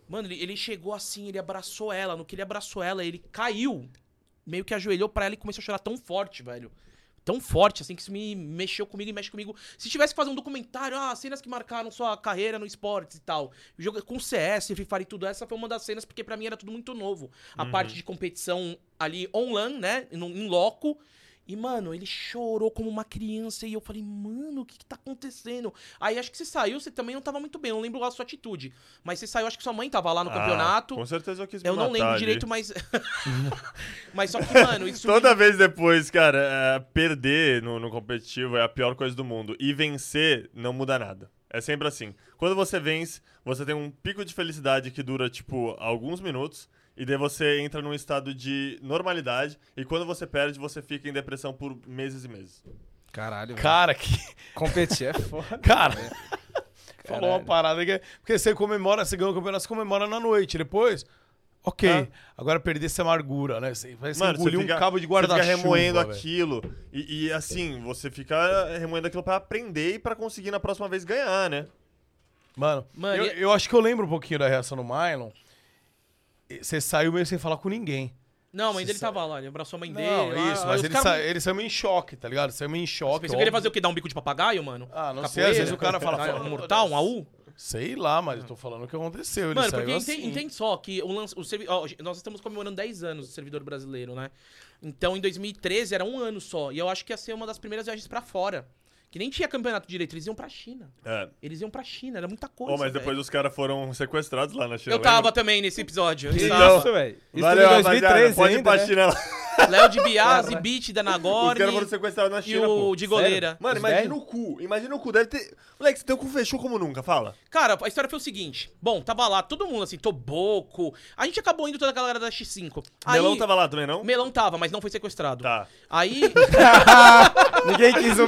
Speaker 1: Mano, ele, ele chegou assim, ele abraçou ela. No que ele abraçou ela, ele caiu. Meio que ajoelhou pra ela e começou a chorar tão forte, velho. Tão forte, assim, que isso me mexeu comigo e mexe comigo. Se tivesse que fazer um documentário, ah, cenas que marcaram sua carreira no esporte e tal. Jogo com CS, Free Fire e tudo, essa foi uma das cenas, porque pra mim era tudo muito novo. A
Speaker 2: Uhum.
Speaker 1: parte de competição ali online, né? no- Em loco. E, mano, ele chorou como uma criança e eu falei, mano, o que, que tá acontecendo? Aí acho que você saiu, você também não tava muito bem, eu não lembro a sua atitude. Mas você saiu, acho que sua mãe tava lá no
Speaker 2: Ah,
Speaker 1: campeonato.
Speaker 2: Com certeza eu quis me
Speaker 1: Eu não
Speaker 2: matar
Speaker 1: lembro
Speaker 2: ali.
Speaker 1: direito, mas. mas só que, mano, isso.
Speaker 2: Toda vez depois, cara, é, perder no, no competitivo é a pior coisa do mundo. E vencer não muda nada. É sempre assim. Quando você vence, você tem um pico de felicidade que dura, tipo, alguns minutos. E daí você entra num estado de normalidade. E quando você perde, você fica em depressão por meses e meses.
Speaker 3: Caralho, velho.
Speaker 4: Cara, que.
Speaker 3: Competir é foda.
Speaker 4: Cara. Falou uma
Speaker 3: Caralho.
Speaker 4: parada que. é- Porque você comemora, você ganha o campeonato, você comemora na noite. Depois. Ok.
Speaker 2: Ah.
Speaker 4: Agora perder essa amargura, né? Você parece que
Speaker 2: Mano, você
Speaker 4: engoliu
Speaker 2: fica,
Speaker 4: um cabo de
Speaker 2: você
Speaker 4: guarda-chuva.
Speaker 2: fica remoendo
Speaker 4: velho.
Speaker 2: aquilo. E, e, assim, você fica remoendo aquilo pra aprender e pra conseguir na próxima vez ganhar, né?
Speaker 4: Mano,
Speaker 1: Mano,
Speaker 4: eu,
Speaker 1: e-
Speaker 4: eu acho que eu lembro um pouquinho da reação do Mylon. E Você saiu meio sem falar com ninguém.
Speaker 1: Não, a mãe dele tava lá, ele abraçou a mãe dele.
Speaker 4: não,
Speaker 1: lá,
Speaker 4: isso,
Speaker 1: aí
Speaker 4: mas
Speaker 1: os
Speaker 4: ele,
Speaker 1: caras-
Speaker 4: sa- ele saiu meio em choque, tá ligado? Saiu meio em choque.
Speaker 1: Pensei que ele ia
Speaker 4: óbvio.
Speaker 1: fazer o quê? Dar um bico de papagaio, mano?
Speaker 4: Ah, não sei,
Speaker 1: Capoeira?
Speaker 4: às vezes o cara fala,
Speaker 1: Dar Um
Speaker 4: "Foda-se."
Speaker 1: mortal, um AU?
Speaker 4: Sei lá, mas eu tô falando o que aconteceu. Ele
Speaker 1: Hum. Mano,
Speaker 4: saiu
Speaker 1: porque ente-
Speaker 4: assim.
Speaker 1: entende, só que o lance, o servi- ó, nós estamos comemorando 10 anos do servidor brasileiro, né? Então, em 2013 era um ano só. E eu acho que ia ser uma das primeiras viagens pra fora. Que nem tinha campeonato direito, eles iam pra China.
Speaker 2: É.
Speaker 1: Eles iam pra China, era muita coisa.
Speaker 2: Pô, mas
Speaker 1: é velho.
Speaker 2: depois os caras foram sequestrados lá na China.
Speaker 1: Eu tava também nesse episódio. Eu
Speaker 3: Que
Speaker 1: estava.
Speaker 3: isso, velho. Isso
Speaker 2: Valeu,
Speaker 3: em
Speaker 2: rapaziada.
Speaker 3: 2013
Speaker 2: Pode ir
Speaker 3: ainda,
Speaker 2: pra
Speaker 3: né?
Speaker 2: China lá.
Speaker 1: Léo de Biase,
Speaker 3: Caralho.
Speaker 1: Beat da
Speaker 2: Os caras foram
Speaker 1: Nagorny
Speaker 2: sequestrados na
Speaker 1: e
Speaker 2: China, pô.
Speaker 1: o de goleira.
Speaker 2: Mano,
Speaker 3: Os
Speaker 2: imagina
Speaker 3: velhos?
Speaker 2: o cu. Imagina o cu. Deve ter... Moleque, você teu cu fechou como nunca, fala.
Speaker 1: Cara, a história foi o seguinte. Bom, tava lá todo mundo assim, Toboco. A gente acabou indo toda a galera da X5. Aí,
Speaker 2: Melão tava lá também, não?
Speaker 1: Melão tava, mas não foi sequestrado.
Speaker 2: Tá.
Speaker 1: Aí,
Speaker 3: Ninguém quis o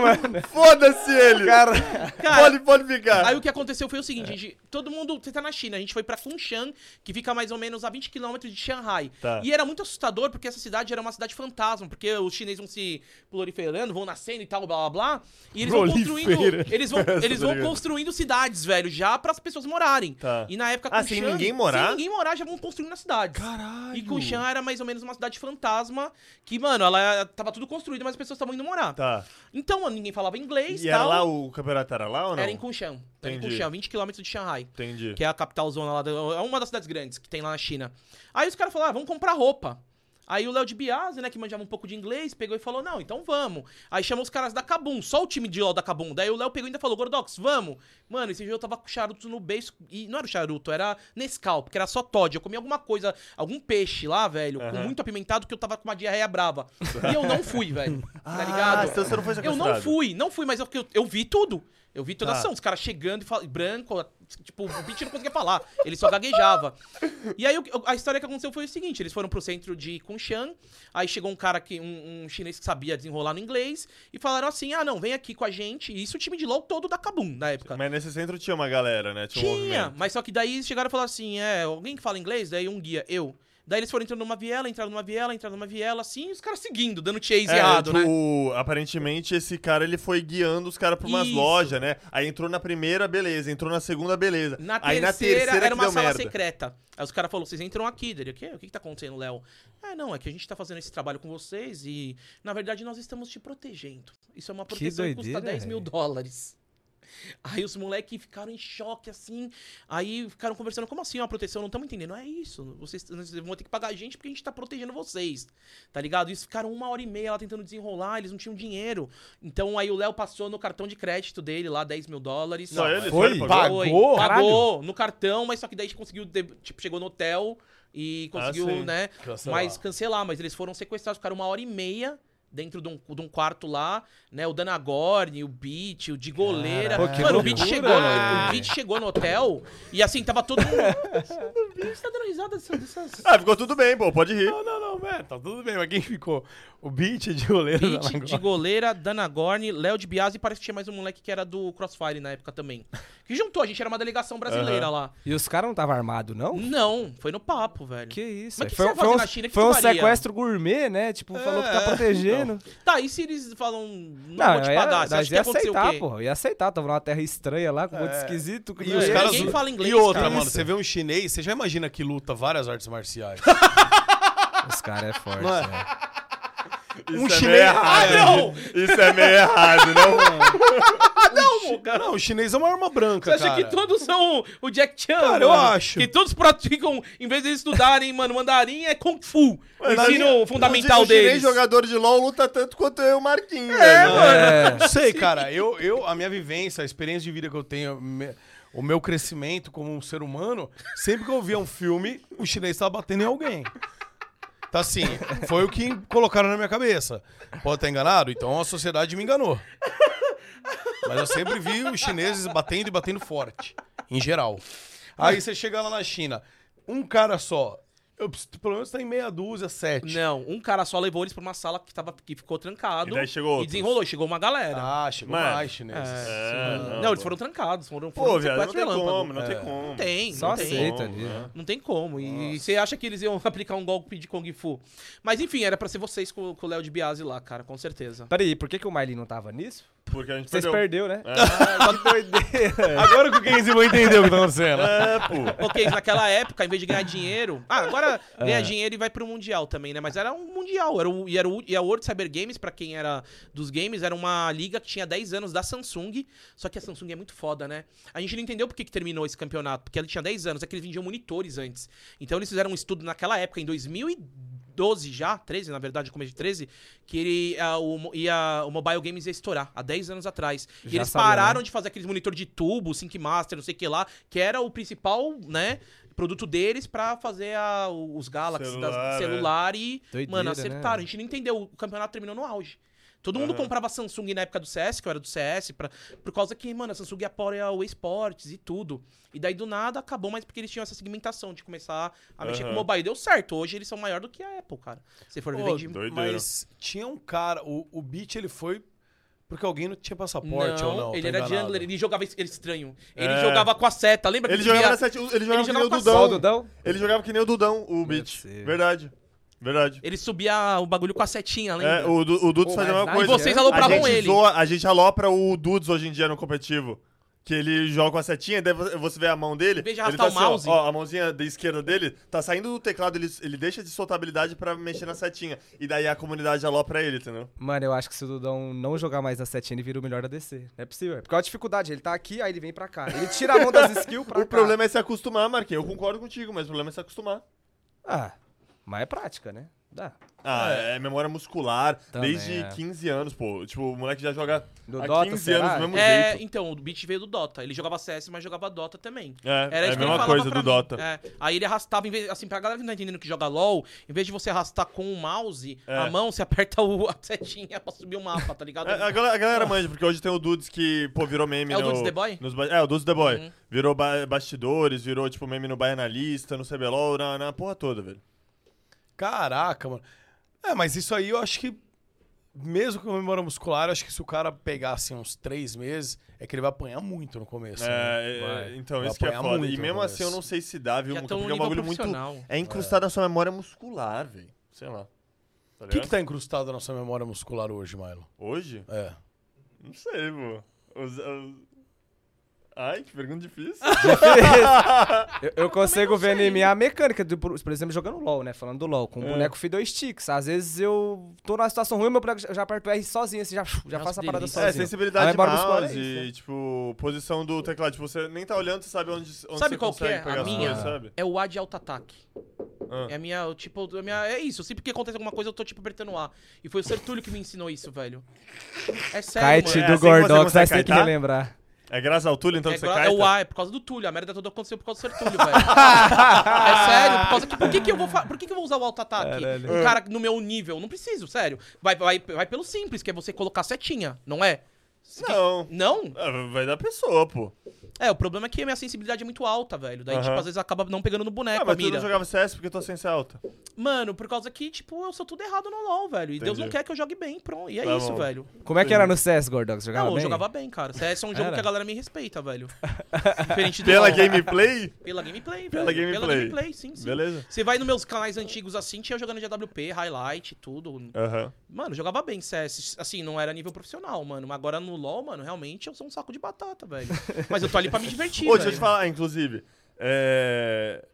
Speaker 3: melão, mano.
Speaker 2: Foda-se ele!
Speaker 3: Cara,
Speaker 1: cara,
Speaker 2: Pode, pode ficar.
Speaker 1: Aí o que aconteceu foi o seguinte, gente, todo mundo, você tá na China, a gente foi pra Kunshan, que fica mais ou menos a 20 quilômetros de Xangai.
Speaker 2: Tá.
Speaker 1: E era muito assustador, porque essa cidade era uma cidade fantasma, porque os chineses vão se proliferando, vão nascendo e tal, blá blá blá. E eles vão
Speaker 4: Prolifera.
Speaker 1: construindo, eles vão, eles vão
Speaker 2: Tá ligado.
Speaker 1: construindo cidades, velho, já pras pessoas morarem.
Speaker 2: Tá.
Speaker 1: E na época
Speaker 2: Ah, sem
Speaker 1: Kunshan-
Speaker 2: ninguém morar?
Speaker 1: Sem ninguém morar, já vão construindo as cidades.
Speaker 2: Caralho.
Speaker 1: E Kunshan era mais ou menos uma cidade fantasma, que, mano, ela tava tudo construída, mas as pessoas estavam indo morar.
Speaker 2: Tá.
Speaker 1: Então, mano, ninguém falava inglês
Speaker 2: E
Speaker 1: tal.
Speaker 2: era lá o campeonato? Era lá ou não?
Speaker 1: Era em Kunshan. Era em
Speaker 2: Entendi.
Speaker 1: Kunshan, 20 km de Xangai.
Speaker 2: Entendi.
Speaker 1: Que é a capital zona lá, da- é uma das cidades grandes que tem lá na China. Aí os caras falaram, ah, vamos comprar roupa. Aí o Léo de Biase, né, que manjava um pouco de inglês, pegou e falou, não, então vamos. Aí chamou os caras da Kabum, só o time de LOL da Kabum. Daí o Léo pegou e ainda falou, Gordox, vamos. Mano, esse dia eu tava com charuto no beijo, e não era o charuto, era Nescau, porque era só Todd. Eu comi alguma coisa, algum peixe lá, velho, com
Speaker 2: Aham.
Speaker 1: muito apimentado, que eu tava com uma diarreia brava. E eu não fui, velho, tá ligado?
Speaker 2: Ah, então você não foi
Speaker 1: Eu
Speaker 2: sequestrado.
Speaker 1: não fui, não fui, mas é eu, eu, eu vi tudo. Eu vi toda a
Speaker 2: Tá.
Speaker 1: ação, os caras chegando e fal- branco, tipo, o Pete não conseguia falar, ele só gaguejava. E aí o que- a história que aconteceu foi o seguinte: eles foram pro centro de Kunshan, aí chegou um cara que, um, um chinês que sabia desenrolar no inglês, e falaram assim: ah, não, vem aqui com a gente. E isso o time de LOL todo da Kabum na época.
Speaker 2: Mas nesse centro tinha uma galera, né? Tinha, um
Speaker 1: Tinha,
Speaker 2: movimento.
Speaker 1: mas só que daí chegaram e falaram assim: é, alguém que fala inglês? Daí um guia, eu. Daí eles foram entrando numa viela, entraram numa viela, entraram numa viela, assim, e os caras seguindo, dando chase errado, né?
Speaker 2: É, tipo, aparentemente esse cara ele foi guiando os caras pra umas
Speaker 1: Isso.
Speaker 2: lojas, né? Aí entrou na primeira, beleza. Entrou na segunda, beleza.
Speaker 1: Na
Speaker 2: Aí
Speaker 1: terceira,
Speaker 2: na terceira
Speaker 1: era
Speaker 2: que
Speaker 1: uma
Speaker 2: deu
Speaker 1: sala
Speaker 2: merda.
Speaker 1: secreta. Aí os caras falaram, vocês entram aqui, dele, o quê? O que, que tá acontecendo, Léo? É, não, é que a gente tá fazendo esse trabalho com vocês e, na verdade, nós estamos te protegendo. Isso é uma
Speaker 3: Que
Speaker 1: proteção que,
Speaker 3: doideira,
Speaker 1: custa 10 mil
Speaker 3: velho.
Speaker 1: dólares. Aí os moleques ficaram em choque, assim. Aí ficaram conversando, como assim, uma proteção? Não estamos entendendo. É isso, vocês, vocês vão ter que pagar a gente porque a gente tá protegendo vocês. Tá ligado? Isso ficaram uma hora e meia lá tentando desenrolar, eles não tinham dinheiro. Então aí o Léo passou no cartão de crédito dele lá, 10 mil dólares.
Speaker 2: Só
Speaker 1: Não,
Speaker 2: ele?
Speaker 3: foi?
Speaker 2: Só ele
Speaker 4: Pá.
Speaker 2: pagou?
Speaker 1: Pagou,
Speaker 3: Pagou?
Speaker 1: pagou no cartão, mas só que daí a gente conseguiu, de- tipo, chegou no hotel e
Speaker 2: Ah,
Speaker 1: conseguiu,
Speaker 2: sim.
Speaker 1: né,
Speaker 4: Cancelar.
Speaker 1: mas cancelar, mas eles foram sequestrados, ficaram uma hora e meia dentro de um, de um quarto lá, né, o Danagorn, o Beat, o de goleira.
Speaker 3: Caraca,
Speaker 1: Mano, o
Speaker 3: que
Speaker 1: Beat
Speaker 3: loucura, né?
Speaker 1: chegou, no-
Speaker 3: velho.
Speaker 1: o Beat chegou no hotel e assim tava todo mundo Por que você tá dando risada dessas. dessas...
Speaker 2: Ah, ficou tudo bem, pô, pode rir.
Speaker 4: Não, não, não, velho, tá tudo bem, mas quem ficou? O beat de goleiro da
Speaker 1: Pitch de
Speaker 4: Lagoa.
Speaker 1: goleira, Dana Gorne, Léo de Biasi e parece que tinha mais um moleque que era do Crossfire na época também. Que juntou, a gente era uma delegação brasileira
Speaker 2: Aham.
Speaker 1: lá.
Speaker 3: E os caras não estavam armados, não?
Speaker 1: Não, foi no papo, velho.
Speaker 3: Que isso?
Speaker 1: Mas
Speaker 3: velho.
Speaker 1: que você ia fazer
Speaker 3: um,
Speaker 1: na China que
Speaker 3: foi um
Speaker 1: faria?
Speaker 3: sequestro gourmet, né? Tipo, falou que tá protegendo.
Speaker 1: Tá, e se eles falam. Não, vou te
Speaker 3: eu ia-
Speaker 1: pagar, você
Speaker 3: nós
Speaker 1: acha que
Speaker 3: é, ia
Speaker 1: ia acontecer o
Speaker 3: aceitar,
Speaker 1: quê?
Speaker 3: porra. Eu Ia aceitar, tava numa terra estranha lá, com um monte de esquisito.
Speaker 4: E os
Speaker 1: É,
Speaker 4: caras
Speaker 1: ninguém
Speaker 4: lutam-
Speaker 1: fala inglês,
Speaker 4: E outra,
Speaker 1: cara.
Speaker 4: mano, você vê um chinês, você já imagina que luta várias artes marciais.
Speaker 3: Os caras é forte,
Speaker 4: Mano.
Speaker 3: velho.
Speaker 1: Um
Speaker 2: Isso é meio
Speaker 4: chinês-
Speaker 2: errado.
Speaker 4: Ah, não!
Speaker 2: Isso é meio errado, não?
Speaker 1: Não, cara.
Speaker 4: Não, o chinês é uma arma branca,
Speaker 1: Você acha
Speaker 4: cara.
Speaker 1: que todos são o Jack Chan?
Speaker 4: Cara, eu
Speaker 1: mano?
Speaker 4: acho.
Speaker 1: Que todos praticam, em vez de eles estudarem, mano, mandarim é Kung Fu. O ensino fundamental
Speaker 2: Inclusive, o chinês
Speaker 1: deles. É,
Speaker 2: jogador de LoL luta tanto quanto eu e o Marquinhos. velho.
Speaker 4: Não sei, cara. Eu, eu, a minha vivência, a experiência de vida que eu tenho, me- o meu crescimento como um ser humano, sempre que eu via um filme, o chinês tava batendo em alguém. Tá assim, foi o que colocaram na minha cabeça. Pode estar enganado? Então a sociedade me enganou. Mas eu sempre vi os chineses batendo e batendo forte, em geral. Aí você chega lá na China, um cara só, eu, pelo menos tá em meia dúzia, sete.
Speaker 1: Não, um cara só levou eles pra uma sala que, tava, que ficou trancado.
Speaker 2: E daí chegou outros.
Speaker 1: desenrolou, chegou uma galera.
Speaker 4: Ah, chegou
Speaker 2: Mano.
Speaker 4: mais chineses.
Speaker 2: É,
Speaker 1: não,
Speaker 2: pô.
Speaker 1: eles foram trancados, foram, foram
Speaker 2: Pô, viado, não
Speaker 1: sequestro
Speaker 2: tem
Speaker 1: relâmpago.
Speaker 2: como, não tem como.
Speaker 1: Não tem,
Speaker 3: Só
Speaker 1: não tem.
Speaker 3: aceita ali.
Speaker 2: né?
Speaker 1: Não tem como. E você acha que eles iam aplicar um golpe de Kung Fu. Mas enfim, era pra ser vocês com, com o Léo de Biasi lá, cara, com certeza.
Speaker 3: Peraí, por que, que o Miley não tava nisso?
Speaker 2: Porque a gente
Speaker 3: Vocês
Speaker 2: perdeu.
Speaker 3: perdeu, né?
Speaker 2: É,
Speaker 3: Que doideira.
Speaker 4: Agora que o Kenzie vai entender o que tá acontecendo.
Speaker 2: é, pô.
Speaker 1: Ok, naquela época, em vez de ganhar dinheiro. Ah, agora ganha dinheiro e vai pro Mundial também, né? Mas era um Mundial. Era o, e, era o, e a World Cyber Games, pra quem era dos games, era uma liga que tinha 10 anos da Samsung. Só que a Samsung é muito foda, né? A gente não entendeu por que, que terminou esse campeonato, porque ela tinha 10 anos, é que eles vendiam monitores antes. Então eles fizeram um estudo naquela época, em 2012 já, 13 na verdade, começo de 13, que ele, ah, o, mo- ia, o Mobile Games ia estourar, há 10 anos atrás. E
Speaker 3: Já
Speaker 1: eles
Speaker 3: sabia,
Speaker 1: pararam
Speaker 3: né?
Speaker 1: de fazer aqueles monitor de tubo, Sync Master, não sei o que lá, que era o principal, né, produto deles pra fazer a- os Galaxy
Speaker 2: Celular,
Speaker 1: das-
Speaker 2: né?
Speaker 1: celular e,
Speaker 3: Doideira,
Speaker 1: mano, acertaram.
Speaker 3: né?
Speaker 1: A gente não entendeu, o campeonato terminou no auge. Todo mundo
Speaker 2: Aham.
Speaker 1: comprava Samsung na época do CS, que eu era do CS, pra, por causa que, mano, a Samsung apoia o esportes e tudo. E daí do nada acabou, mas porque eles tinham essa segmentação de começar a mexer com o
Speaker 2: Aham.
Speaker 1: mobile. E Deu certo, hoje eles são maior do que a Apple, cara. Se for ver,
Speaker 4: Pô,
Speaker 1: vende-
Speaker 2: Doideira.
Speaker 4: Mas tinha um cara, o, o Beat ele foi porque alguém não tinha passaporte ou não.
Speaker 1: ele
Speaker 4: tô
Speaker 1: era
Speaker 4: enganado.
Speaker 1: jungler, ele jogava es- ele estranho. Ele
Speaker 2: É.
Speaker 1: jogava com a seta, lembra? que
Speaker 2: Ele jogava
Speaker 1: via-
Speaker 2: na sete, ele jogava que nem
Speaker 1: jogava
Speaker 2: o
Speaker 1: com a tá
Speaker 2: Dudão.
Speaker 3: Só o Dudão?
Speaker 2: Ele jogava que nem o Dudão, o Beat.
Speaker 3: ser.
Speaker 2: Verdade. Verdade.
Speaker 1: Ele subia o bagulho com a setinha, lembra?
Speaker 2: É, o, Du- o Dudes
Speaker 3: Pô,
Speaker 2: fazia a
Speaker 3: mas aí
Speaker 2: mesma
Speaker 1: E
Speaker 2: coisa.
Speaker 1: vocês
Speaker 3: A
Speaker 2: a
Speaker 1: alopravam
Speaker 2: gente
Speaker 1: ele.
Speaker 2: zoa- a gente alopra o Dudes hoje em dia no competitivo. Que ele joga com a setinha, daí vo- você vê a mão dele.
Speaker 1: Em vez de
Speaker 2: ele tá assim,
Speaker 1: arrastar o
Speaker 2: ó,
Speaker 1: mouse.
Speaker 2: ó, a mãozinha da esquerda dele tá saindo do teclado, ele, ele deixa de soltar a habilidade pra mexer na setinha. E daí a comunidade alopra ele, entendeu?
Speaker 3: Mano, eu acho que se o Dudão não jogar mais na setinha, ele vira o melhor da DC. Não é possível. É porque é a dificuldade. Ele tá aqui, aí ele vem pra cá. Ele tira a mão das skills pra
Speaker 2: o problema é se acostumar, Marquinhos. Eu concordo contigo, mas o problema é se acostumar.
Speaker 3: Ah, mas é prática, né? Dá.
Speaker 2: Ah, é, memória muscular,
Speaker 3: Também,
Speaker 2: desde
Speaker 3: é.
Speaker 2: 15 anos, pô. Tipo, o moleque já joga
Speaker 3: No
Speaker 2: há
Speaker 3: Dota,
Speaker 2: 15
Speaker 3: será?
Speaker 2: anos do mesmo
Speaker 1: É,
Speaker 2: jeito.
Speaker 1: então, o Beat veio do Dota. Ele jogava CS, mas jogava Dota também.
Speaker 2: É,
Speaker 1: Era isso
Speaker 2: é a
Speaker 1: que ele
Speaker 2: mesma
Speaker 1: falava
Speaker 2: coisa
Speaker 1: pra mim.
Speaker 2: do Dota.
Speaker 1: É, Aí ele arrastava, em vez, assim, pra galera que não tá entendendo que joga LOL, em vez de você arrastar com o mouse,
Speaker 2: É.
Speaker 1: a mão, você aperta o, a setinha pra subir o mapa, tá ligado?
Speaker 2: A, a galera, a galera manja, porque hoje tem o Dudes que, pô, virou meme.
Speaker 1: É o
Speaker 2: no-
Speaker 1: Dudes The Boy?
Speaker 2: nos ba- é, o Dudes The Boy.
Speaker 1: Uhum.
Speaker 2: Virou ba- bastidores, virou, tipo, meme no Baianalista, no CBLOL, na, na porra toda, velho.
Speaker 4: Caraca, mano. É, mas isso aí eu acho que mesmo com memória muscular, eu acho que se o cara pegar assim uns três meses, é que ele vai apanhar muito no começo. né?
Speaker 2: É, é,
Speaker 3: Vai.
Speaker 2: então,
Speaker 4: Vai
Speaker 2: isso que é
Speaker 4: apanhar
Speaker 2: foda.
Speaker 4: muito
Speaker 2: E
Speaker 4: no
Speaker 2: mesmo
Speaker 4: começo.
Speaker 2: assim eu não sei se dá, viu,
Speaker 1: Já
Speaker 2: Muca?
Speaker 1: tão
Speaker 2: Porque
Speaker 1: um
Speaker 2: é um
Speaker 1: nível
Speaker 2: bagulho muito...
Speaker 1: profissional.
Speaker 2: É incrustado na sua memória muscular, velho. Sei lá.
Speaker 4: O
Speaker 2: Tá
Speaker 4: que, que
Speaker 2: ligado?
Speaker 4: tá incrustado na nossa memória muscular hoje, Milo?
Speaker 2: Hoje?
Speaker 4: É.
Speaker 2: Não sei, pô. Os- os- Ai, que pergunta difícil.
Speaker 1: Ah,
Speaker 3: Eu, eu consigo
Speaker 1: não
Speaker 3: ver
Speaker 1: sei.
Speaker 3: em mim a mecânica, do, por por exemplo, jogando LOL, né? Falando do LOL, com o boneco Fiddle Sticks. Às vezes eu tô numa situação ruim, meu boneco já- já aperto o R sozinho, assim, já, já
Speaker 1: Nossa,
Speaker 3: faço a
Speaker 1: que
Speaker 3: parada
Speaker 1: delícia.
Speaker 2: É,
Speaker 3: sozinho.
Speaker 2: sensibilidade
Speaker 3: Aí,
Speaker 2: de
Speaker 3: bora buscar,
Speaker 2: mouse
Speaker 3: é isso,
Speaker 2: e, tipo, posição do teclado. Tipo, você nem tá olhando, você sabe onde, onde
Speaker 1: Sabe
Speaker 2: você
Speaker 1: qual que
Speaker 2: consegue
Speaker 1: é?
Speaker 2: pegar
Speaker 1: A
Speaker 2: as
Speaker 1: minha?
Speaker 2: coisas, sabe?
Speaker 1: É o A de alto ataque.
Speaker 2: Ah.
Speaker 1: É a minha, eu, tipo, a minha, é isso. Sempre que acontece alguma coisa, eu tô, tipo, apertando o A. E foi o Sertúlio que me ensinou isso, velho. É sério,
Speaker 3: Kite
Speaker 1: mano.
Speaker 3: do
Speaker 2: É assim que você
Speaker 3: Gordox,
Speaker 2: consegue
Speaker 3: nós tem que
Speaker 2: kitar?
Speaker 3: relembrar.
Speaker 2: É graças ao Túlio, então,
Speaker 1: É,
Speaker 2: que você
Speaker 1: agora-
Speaker 2: cai?
Speaker 1: é o
Speaker 2: tá?
Speaker 1: A, é por causa do Túlio. A merda toda aconteceu por causa do Sertúlio, velho. é sério, por causa que. Por que, que eu vou fa- Por que, que eu vou usar o auto-ataque? Um cara no meu nível, não preciso, sério. Vai, vai, vai pelo simples, que é você colocar setinha, não é?
Speaker 2: Não.
Speaker 1: Não?
Speaker 2: Ah, Vai da pessoa, pô.
Speaker 1: É, o problema é que a minha sensibilidade é muito alta, velho. Daí, tipo,
Speaker 2: Aham.
Speaker 1: às vezes acaba não pegando no boneco
Speaker 2: ah,
Speaker 1: a
Speaker 2: mas tu
Speaker 1: mira.
Speaker 2: não jogava CS porque tua ciência é alta.
Speaker 1: Mano, por causa que, tipo, eu sou tudo errado no LoL, velho. E Deus não
Speaker 2: Entendi.
Speaker 1: quer que eu jogue bem, pronto. E é
Speaker 2: Tá
Speaker 1: isso,
Speaker 2: bom.
Speaker 1: velho.
Speaker 3: Como é que era no CS, Gordox? Jogava
Speaker 1: não, eu
Speaker 3: bem?
Speaker 1: jogava bem, cara. CS é um jogo
Speaker 3: Era?
Speaker 1: que a galera me respeita, velho. Diferente do
Speaker 2: Pela
Speaker 1: LoL. né?
Speaker 2: gameplay?
Speaker 1: Pela gameplay,
Speaker 2: Pela
Speaker 1: velho. Pela
Speaker 2: gameplay.
Speaker 1: gameplay, sim, sim.
Speaker 2: Beleza.
Speaker 1: Você vai nos meus canais antigos assim, tinha eu jogando de AWP, highlight, tudo.
Speaker 2: Aham.
Speaker 1: Mano, eu jogava bem CS. Assim, não era nível profissional, mano. Mas Agora no LoL, mano, realmente eu sou um saco de batata, velho. Mas eu tô ali pra me divertir.
Speaker 2: Ô, deixa eu te
Speaker 1: velho.
Speaker 2: falar, inclusive. É...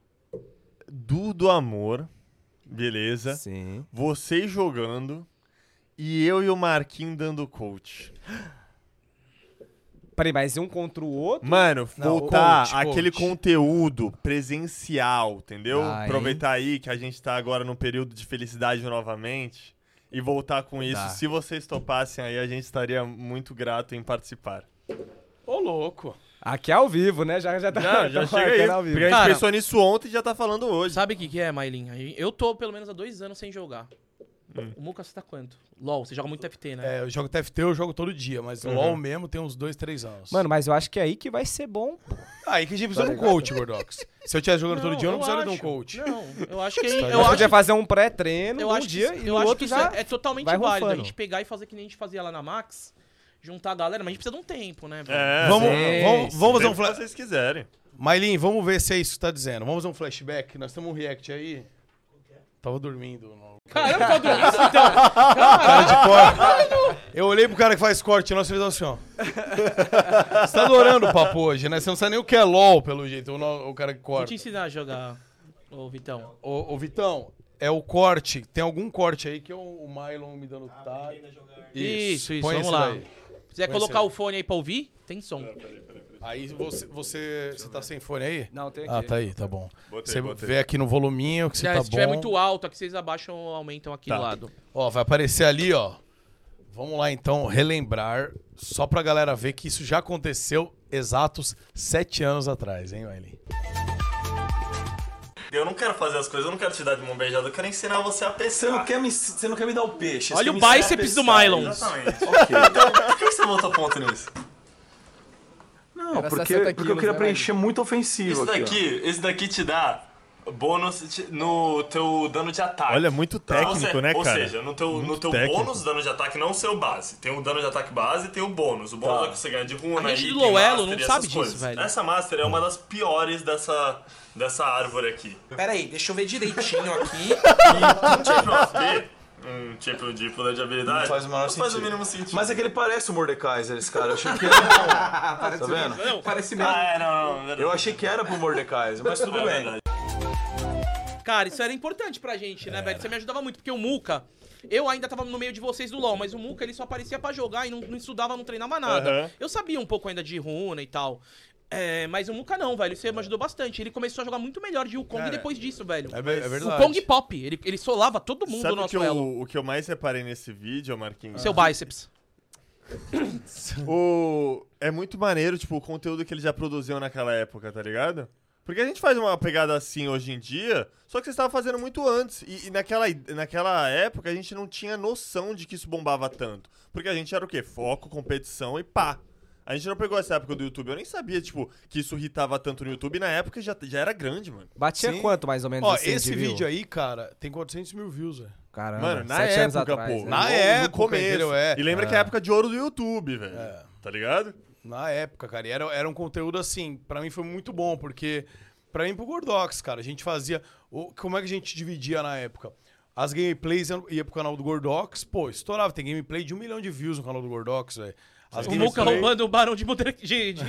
Speaker 2: Du do Amor, beleza.
Speaker 3: Sim.
Speaker 2: Vocês jogando e eu e o Marquinhos dando coach.
Speaker 3: Peraí, mas um contra o outro?
Speaker 2: Mano,
Speaker 4: Não,
Speaker 2: voltar
Speaker 4: coach,
Speaker 2: aquele
Speaker 4: coach.
Speaker 2: conteúdo presencial, entendeu?
Speaker 3: Dá, hein?
Speaker 2: Aproveitar aí que a gente tá agora num período de felicidade novamente e voltar com isso.
Speaker 3: Dá.
Speaker 2: Se vocês topassem aí, a gente estaria muito grato em participar.
Speaker 4: Ô, louco.
Speaker 3: Aqui é ao vivo, né? Já, já tá
Speaker 1: Então
Speaker 2: Já, já
Speaker 3: tá
Speaker 2: chega
Speaker 3: marcando
Speaker 2: aí.
Speaker 3: ao
Speaker 2: Porque
Speaker 3: vivo.
Speaker 2: a gente
Speaker 1: Cara-
Speaker 2: pensou nisso ontem e já tá falando hoje.
Speaker 1: Sabe o que, que é, Mailin? Eu tô pelo menos há dois anos sem jogar.
Speaker 3: Hum.
Speaker 1: O Muca, você tá quanto? LOL, você joga muito FT, né?
Speaker 4: É, eu jogo TFT, eu jogo todo dia, mas
Speaker 2: Uhum.
Speaker 4: LOL mesmo tem uns dois, três anos.
Speaker 3: Mano, mas eu acho que é aí que vai ser bom.
Speaker 4: aí que a gente precisa
Speaker 2: tá
Speaker 4: de um coach, Gordox. Se eu tivesse jogando todo dia, eu não precisaria de um
Speaker 1: acho.
Speaker 4: coach.
Speaker 1: Não, eu acho que.
Speaker 4: Tá
Speaker 1: Eu
Speaker 3: Eu
Speaker 1: acho
Speaker 3: podia fazer um pré-treino
Speaker 1: Eu
Speaker 3: um
Speaker 1: acho
Speaker 3: dia
Speaker 1: que, isso-
Speaker 3: e
Speaker 1: eu
Speaker 3: no
Speaker 1: acho
Speaker 3: outro
Speaker 1: que isso
Speaker 3: já...
Speaker 1: é, é totalmente
Speaker 3: vai
Speaker 1: válido. A
Speaker 3: rufando.
Speaker 1: gente pegar e fazer que nem a gente fazia lá na Max, juntar a galera, mas a gente precisa de um tempo, né? velho?
Speaker 2: É,
Speaker 4: Vamos,
Speaker 3: sim,
Speaker 4: vamos, vamos
Speaker 2: sim.
Speaker 4: fazer um
Speaker 2: Tempo que
Speaker 4: flash.
Speaker 2: vocês quiserem.
Speaker 4: Mailin, vamos ver se é isso que tá dizendo. Vamos fazer um flashback. Nós temos um react aí. Tava dormindo. não.
Speaker 1: Caramba, qual é isso então?
Speaker 4: Eu olhei pro cara que faz corte e nós fizemos assim, ó. Você tá adorando o papo hoje, né? Você não sabe nem o que é LOL, pelo jeito, o, no- o cara que
Speaker 1: Vou
Speaker 4: corta.
Speaker 1: te ensinar a jogar, ô Vitão.
Speaker 4: Ô, ô, Vitão, é o corte. Tem algum corte aí que é o, o Mylon me dando tá.
Speaker 1: Ah, Isso, isso,
Speaker 4: Põe
Speaker 1: vamos
Speaker 4: esse
Speaker 1: lá.
Speaker 4: daí.
Speaker 1: Se quiser
Speaker 4: Põe
Speaker 1: colocar
Speaker 4: esse
Speaker 1: o fone aí pra ouvir, tem som.
Speaker 4: Aí você, você, você tá sem fone aí?
Speaker 3: Não, tem aqui.
Speaker 4: Ah, tá aí, tá bom.
Speaker 2: Botei,
Speaker 4: você
Speaker 2: botei.
Speaker 4: vê aqui no voluminho que
Speaker 1: Se,
Speaker 4: você tá
Speaker 1: se
Speaker 4: bom.
Speaker 1: tiver muito alto, aqui vocês abaixam ou aumentam aqui
Speaker 2: Tá.
Speaker 1: do lado.
Speaker 4: Ó, vai aparecer ali, ó. Vamos lá então relembrar, só pra galera ver que isso já aconteceu exatos sete anos atrás, hein, Wiley?
Speaker 2: Eu não quero fazer as coisas, eu não quero te dar de mão beijada, eu quero ensinar você a
Speaker 5: Você não
Speaker 2: pensar.
Speaker 5: quer me, você não quer me dar o peixe.
Speaker 1: Olha
Speaker 5: você
Speaker 1: o
Speaker 5: me ensina a
Speaker 1: bíceps do
Speaker 5: pescar.
Speaker 2: Ah,
Speaker 1: Mylon.
Speaker 2: Exatamente.
Speaker 5: Ok, então por que você botou ponto nisso? Não,
Speaker 3: Era 60 quilos, né,
Speaker 5: muito ofensivo
Speaker 6: Esse
Speaker 5: aqui, ó.
Speaker 6: daqui, esse daqui te dá bônus de- no teu dano de ataque.
Speaker 2: Olha, é muito
Speaker 6: Pra
Speaker 2: técnico,
Speaker 6: você-
Speaker 2: né,
Speaker 6: ou
Speaker 2: cara?
Speaker 6: Ou seja, no teu, no
Speaker 2: Muito
Speaker 6: teu
Speaker 2: técnico.
Speaker 6: bônus dano de ataque, não é o seu base. Tem o dano de ataque base e tem o bônus. O bônus
Speaker 5: Tá.
Speaker 6: é que você ganha de runa,
Speaker 1: A gente
Speaker 6: item,
Speaker 1: do Loelo
Speaker 6: master
Speaker 1: não
Speaker 6: e essas
Speaker 1: sabe disso,
Speaker 6: coisas.
Speaker 1: velho.
Speaker 6: Essa master
Speaker 2: Hum.
Speaker 6: é uma das piores dessa, dessa árvore aqui.
Speaker 7: Pera aí, deixa eu ver direitinho aqui.
Speaker 6: Tipo, AP, um tipo de poder de habilidade.
Speaker 5: Não faz o menor
Speaker 6: não faz o
Speaker 5: sentido.
Speaker 6: mínimo sentido.
Speaker 5: Mas é que ele parece o Mordecaiser, esse cara. Eu achei que era. tá vendo?
Speaker 7: Parece mesmo.
Speaker 6: Ah, é, não, não, é verdade.
Speaker 5: Eu achei que era pro Mordecaiser, mas tudo
Speaker 6: É verdade.
Speaker 5: bem.
Speaker 1: Cara, isso era importante pra gente, né, velho? Você me ajudava muito, porque o Muca. Eu ainda tava no meio de vocês do LoL, mas o Muca ele só aparecia pra jogar e não, não estudava, não treinava nada.
Speaker 2: Aham.
Speaker 1: Eu sabia um pouco ainda de runa e tal. É, mas o Muca não, velho. Você me ajudou bastante. Ele começou a jogar muito melhor de Wukong
Speaker 4: Cara,
Speaker 1: depois disso, velho.
Speaker 4: É, ve- é
Speaker 1: o
Speaker 4: verdade.
Speaker 1: Kong Pop. Ele, ele solava todo mundo
Speaker 2: Sabe
Speaker 1: no
Speaker 2: o que,
Speaker 1: nosso elo.
Speaker 2: eu, o que eu mais reparei nesse vídeo, Marquinhos?
Speaker 1: Seu bíceps.
Speaker 2: O... É muito maneiro, tipo, o conteúdo que ele já produziu naquela época, tá ligado? Porque a gente faz uma pegada assim hoje em dia, só que vocês estavam fazendo muito antes. E, e naquela, naquela época a gente não tinha noção de que isso bombava tanto. Porque a gente era o quê? Foco, competição e pá. A gente não pegou essa época do YouTube. Eu nem sabia, tipo, que isso irritava tanto no YouTube. E na época já, já era grande, mano.
Speaker 3: Batia
Speaker 4: Sim.
Speaker 3: quanto, mais ou menos,
Speaker 4: Ó,
Speaker 3: assim, de
Speaker 4: esse
Speaker 3: view?
Speaker 4: vídeo aí, cara, tem 400 mil views, velho.
Speaker 3: Caramba,
Speaker 2: Mano, na
Speaker 3: sete anos
Speaker 2: época,
Speaker 3: atrás,
Speaker 2: pô.
Speaker 3: né?
Speaker 4: Na
Speaker 2: No-
Speaker 4: época,
Speaker 2: no começo.
Speaker 4: entendeu? É.
Speaker 2: E lembra que é a época de ouro do YouTube, velho. Tá ligado?
Speaker 4: Na época, cara. E era, era um conteúdo assim, pra mim foi muito bom, porque. Pra mim, e pro Gordox, cara, a gente fazia. o- como é que a gente dividia na época? As gameplays iam- ia pro canal do Gordox, pô, estourava. Tem gameplay de um milhão de views no canal do Gordox, velho. As
Speaker 1: O Muca
Speaker 4: gameplay-
Speaker 1: roubando o Barão de Monte... De, de...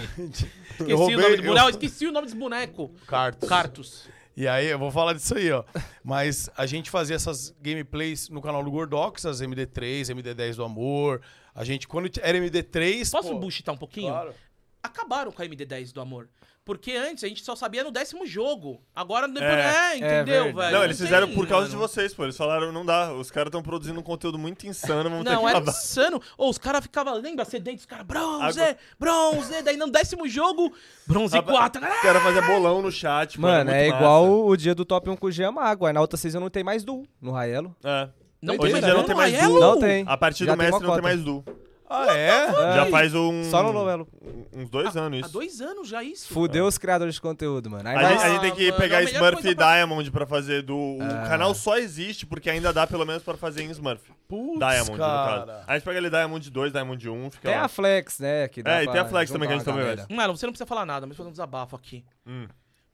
Speaker 1: Esqueci
Speaker 4: roubei-
Speaker 1: o nome do
Speaker 4: eu-
Speaker 1: boneco. Eu... Esqueci o nome desse boneco.
Speaker 4: Cartos.
Speaker 1: Cartus.
Speaker 4: E aí, eu vou falar disso aí, ó. Mas a gente fazia essas gameplays no canal do Gordox, as MD3, MD10 do Amor. A gente, quando era MD3.
Speaker 1: Posso
Speaker 4: pô,
Speaker 1: buchitar um pouquinho?
Speaker 4: Claro.
Speaker 1: acabaram com a MD10 do amor. Porque antes a gente só sabia no décimo jogo. Agora depois.
Speaker 2: É.
Speaker 1: É, entendeu,
Speaker 3: verdade.
Speaker 1: velho?
Speaker 2: Não, eles
Speaker 1: tem,
Speaker 2: fizeram por causa de
Speaker 1: mano.
Speaker 2: vocês, pô. Eles falaram, não dá. Os caras estão produzindo um conteúdo muito insano, vamos ter
Speaker 1: Não, é era
Speaker 2: que acabar.
Speaker 1: insano. Ou os caras ficavam, lembra, sedento, os caras, bronze,
Speaker 2: Agora-
Speaker 1: bronze, daí no décimo jogo, bronze 4.
Speaker 2: Os caras faziam bolão no chat, pô,
Speaker 3: Mano,
Speaker 2: era
Speaker 3: é
Speaker 2: muito
Speaker 3: igual
Speaker 2: massa.
Speaker 3: o dia do top 1 com o Giamago. Aí na outra season não tem mais duo no Raelo.
Speaker 2: É.
Speaker 1: Não
Speaker 2: Hoje em
Speaker 1: tem mais
Speaker 2: dia não
Speaker 1: duo,
Speaker 2: tem mais
Speaker 1: Maelo?
Speaker 2: duo.
Speaker 3: Não tem.
Speaker 2: A partir
Speaker 3: Já
Speaker 2: do
Speaker 3: tem
Speaker 2: mestre
Speaker 3: uma
Speaker 2: não tem
Speaker 3: cota.
Speaker 2: mais duo.
Speaker 4: Ah, é?
Speaker 2: Já faz um.
Speaker 3: Só no novelo.
Speaker 2: um- Uns dois anos
Speaker 1: Ah, Há
Speaker 2: isso.
Speaker 1: dois anos já isso?
Speaker 3: Fudeu os criadores de conteúdo, mano. Aí
Speaker 2: A,
Speaker 3: vai-
Speaker 2: gente, a gente tem que
Speaker 1: Ah, mano, é
Speaker 2: pegar
Speaker 1: a melhor
Speaker 2: Smurf
Speaker 1: coisa
Speaker 2: e
Speaker 1: pra-
Speaker 2: Diamond pra fazer do. O
Speaker 3: Ah.
Speaker 2: canal só existe porque ainda dá pelo menos pra fazer em Smurf.
Speaker 4: Putz,
Speaker 2: Diamond, no
Speaker 4: cara.
Speaker 2: caso. A gente pega ali Diamond 2, Diamond 1, fica
Speaker 3: Tem
Speaker 2: lá.
Speaker 3: a Flex, né? Que dá
Speaker 2: É, e
Speaker 3: pra
Speaker 2: tem a Flex também, que a gente
Speaker 3: juntar uma
Speaker 2: também
Speaker 3: galera.
Speaker 1: Mano, você não precisa falar nada, mas vou fazer um desabafo aqui.
Speaker 2: Hum.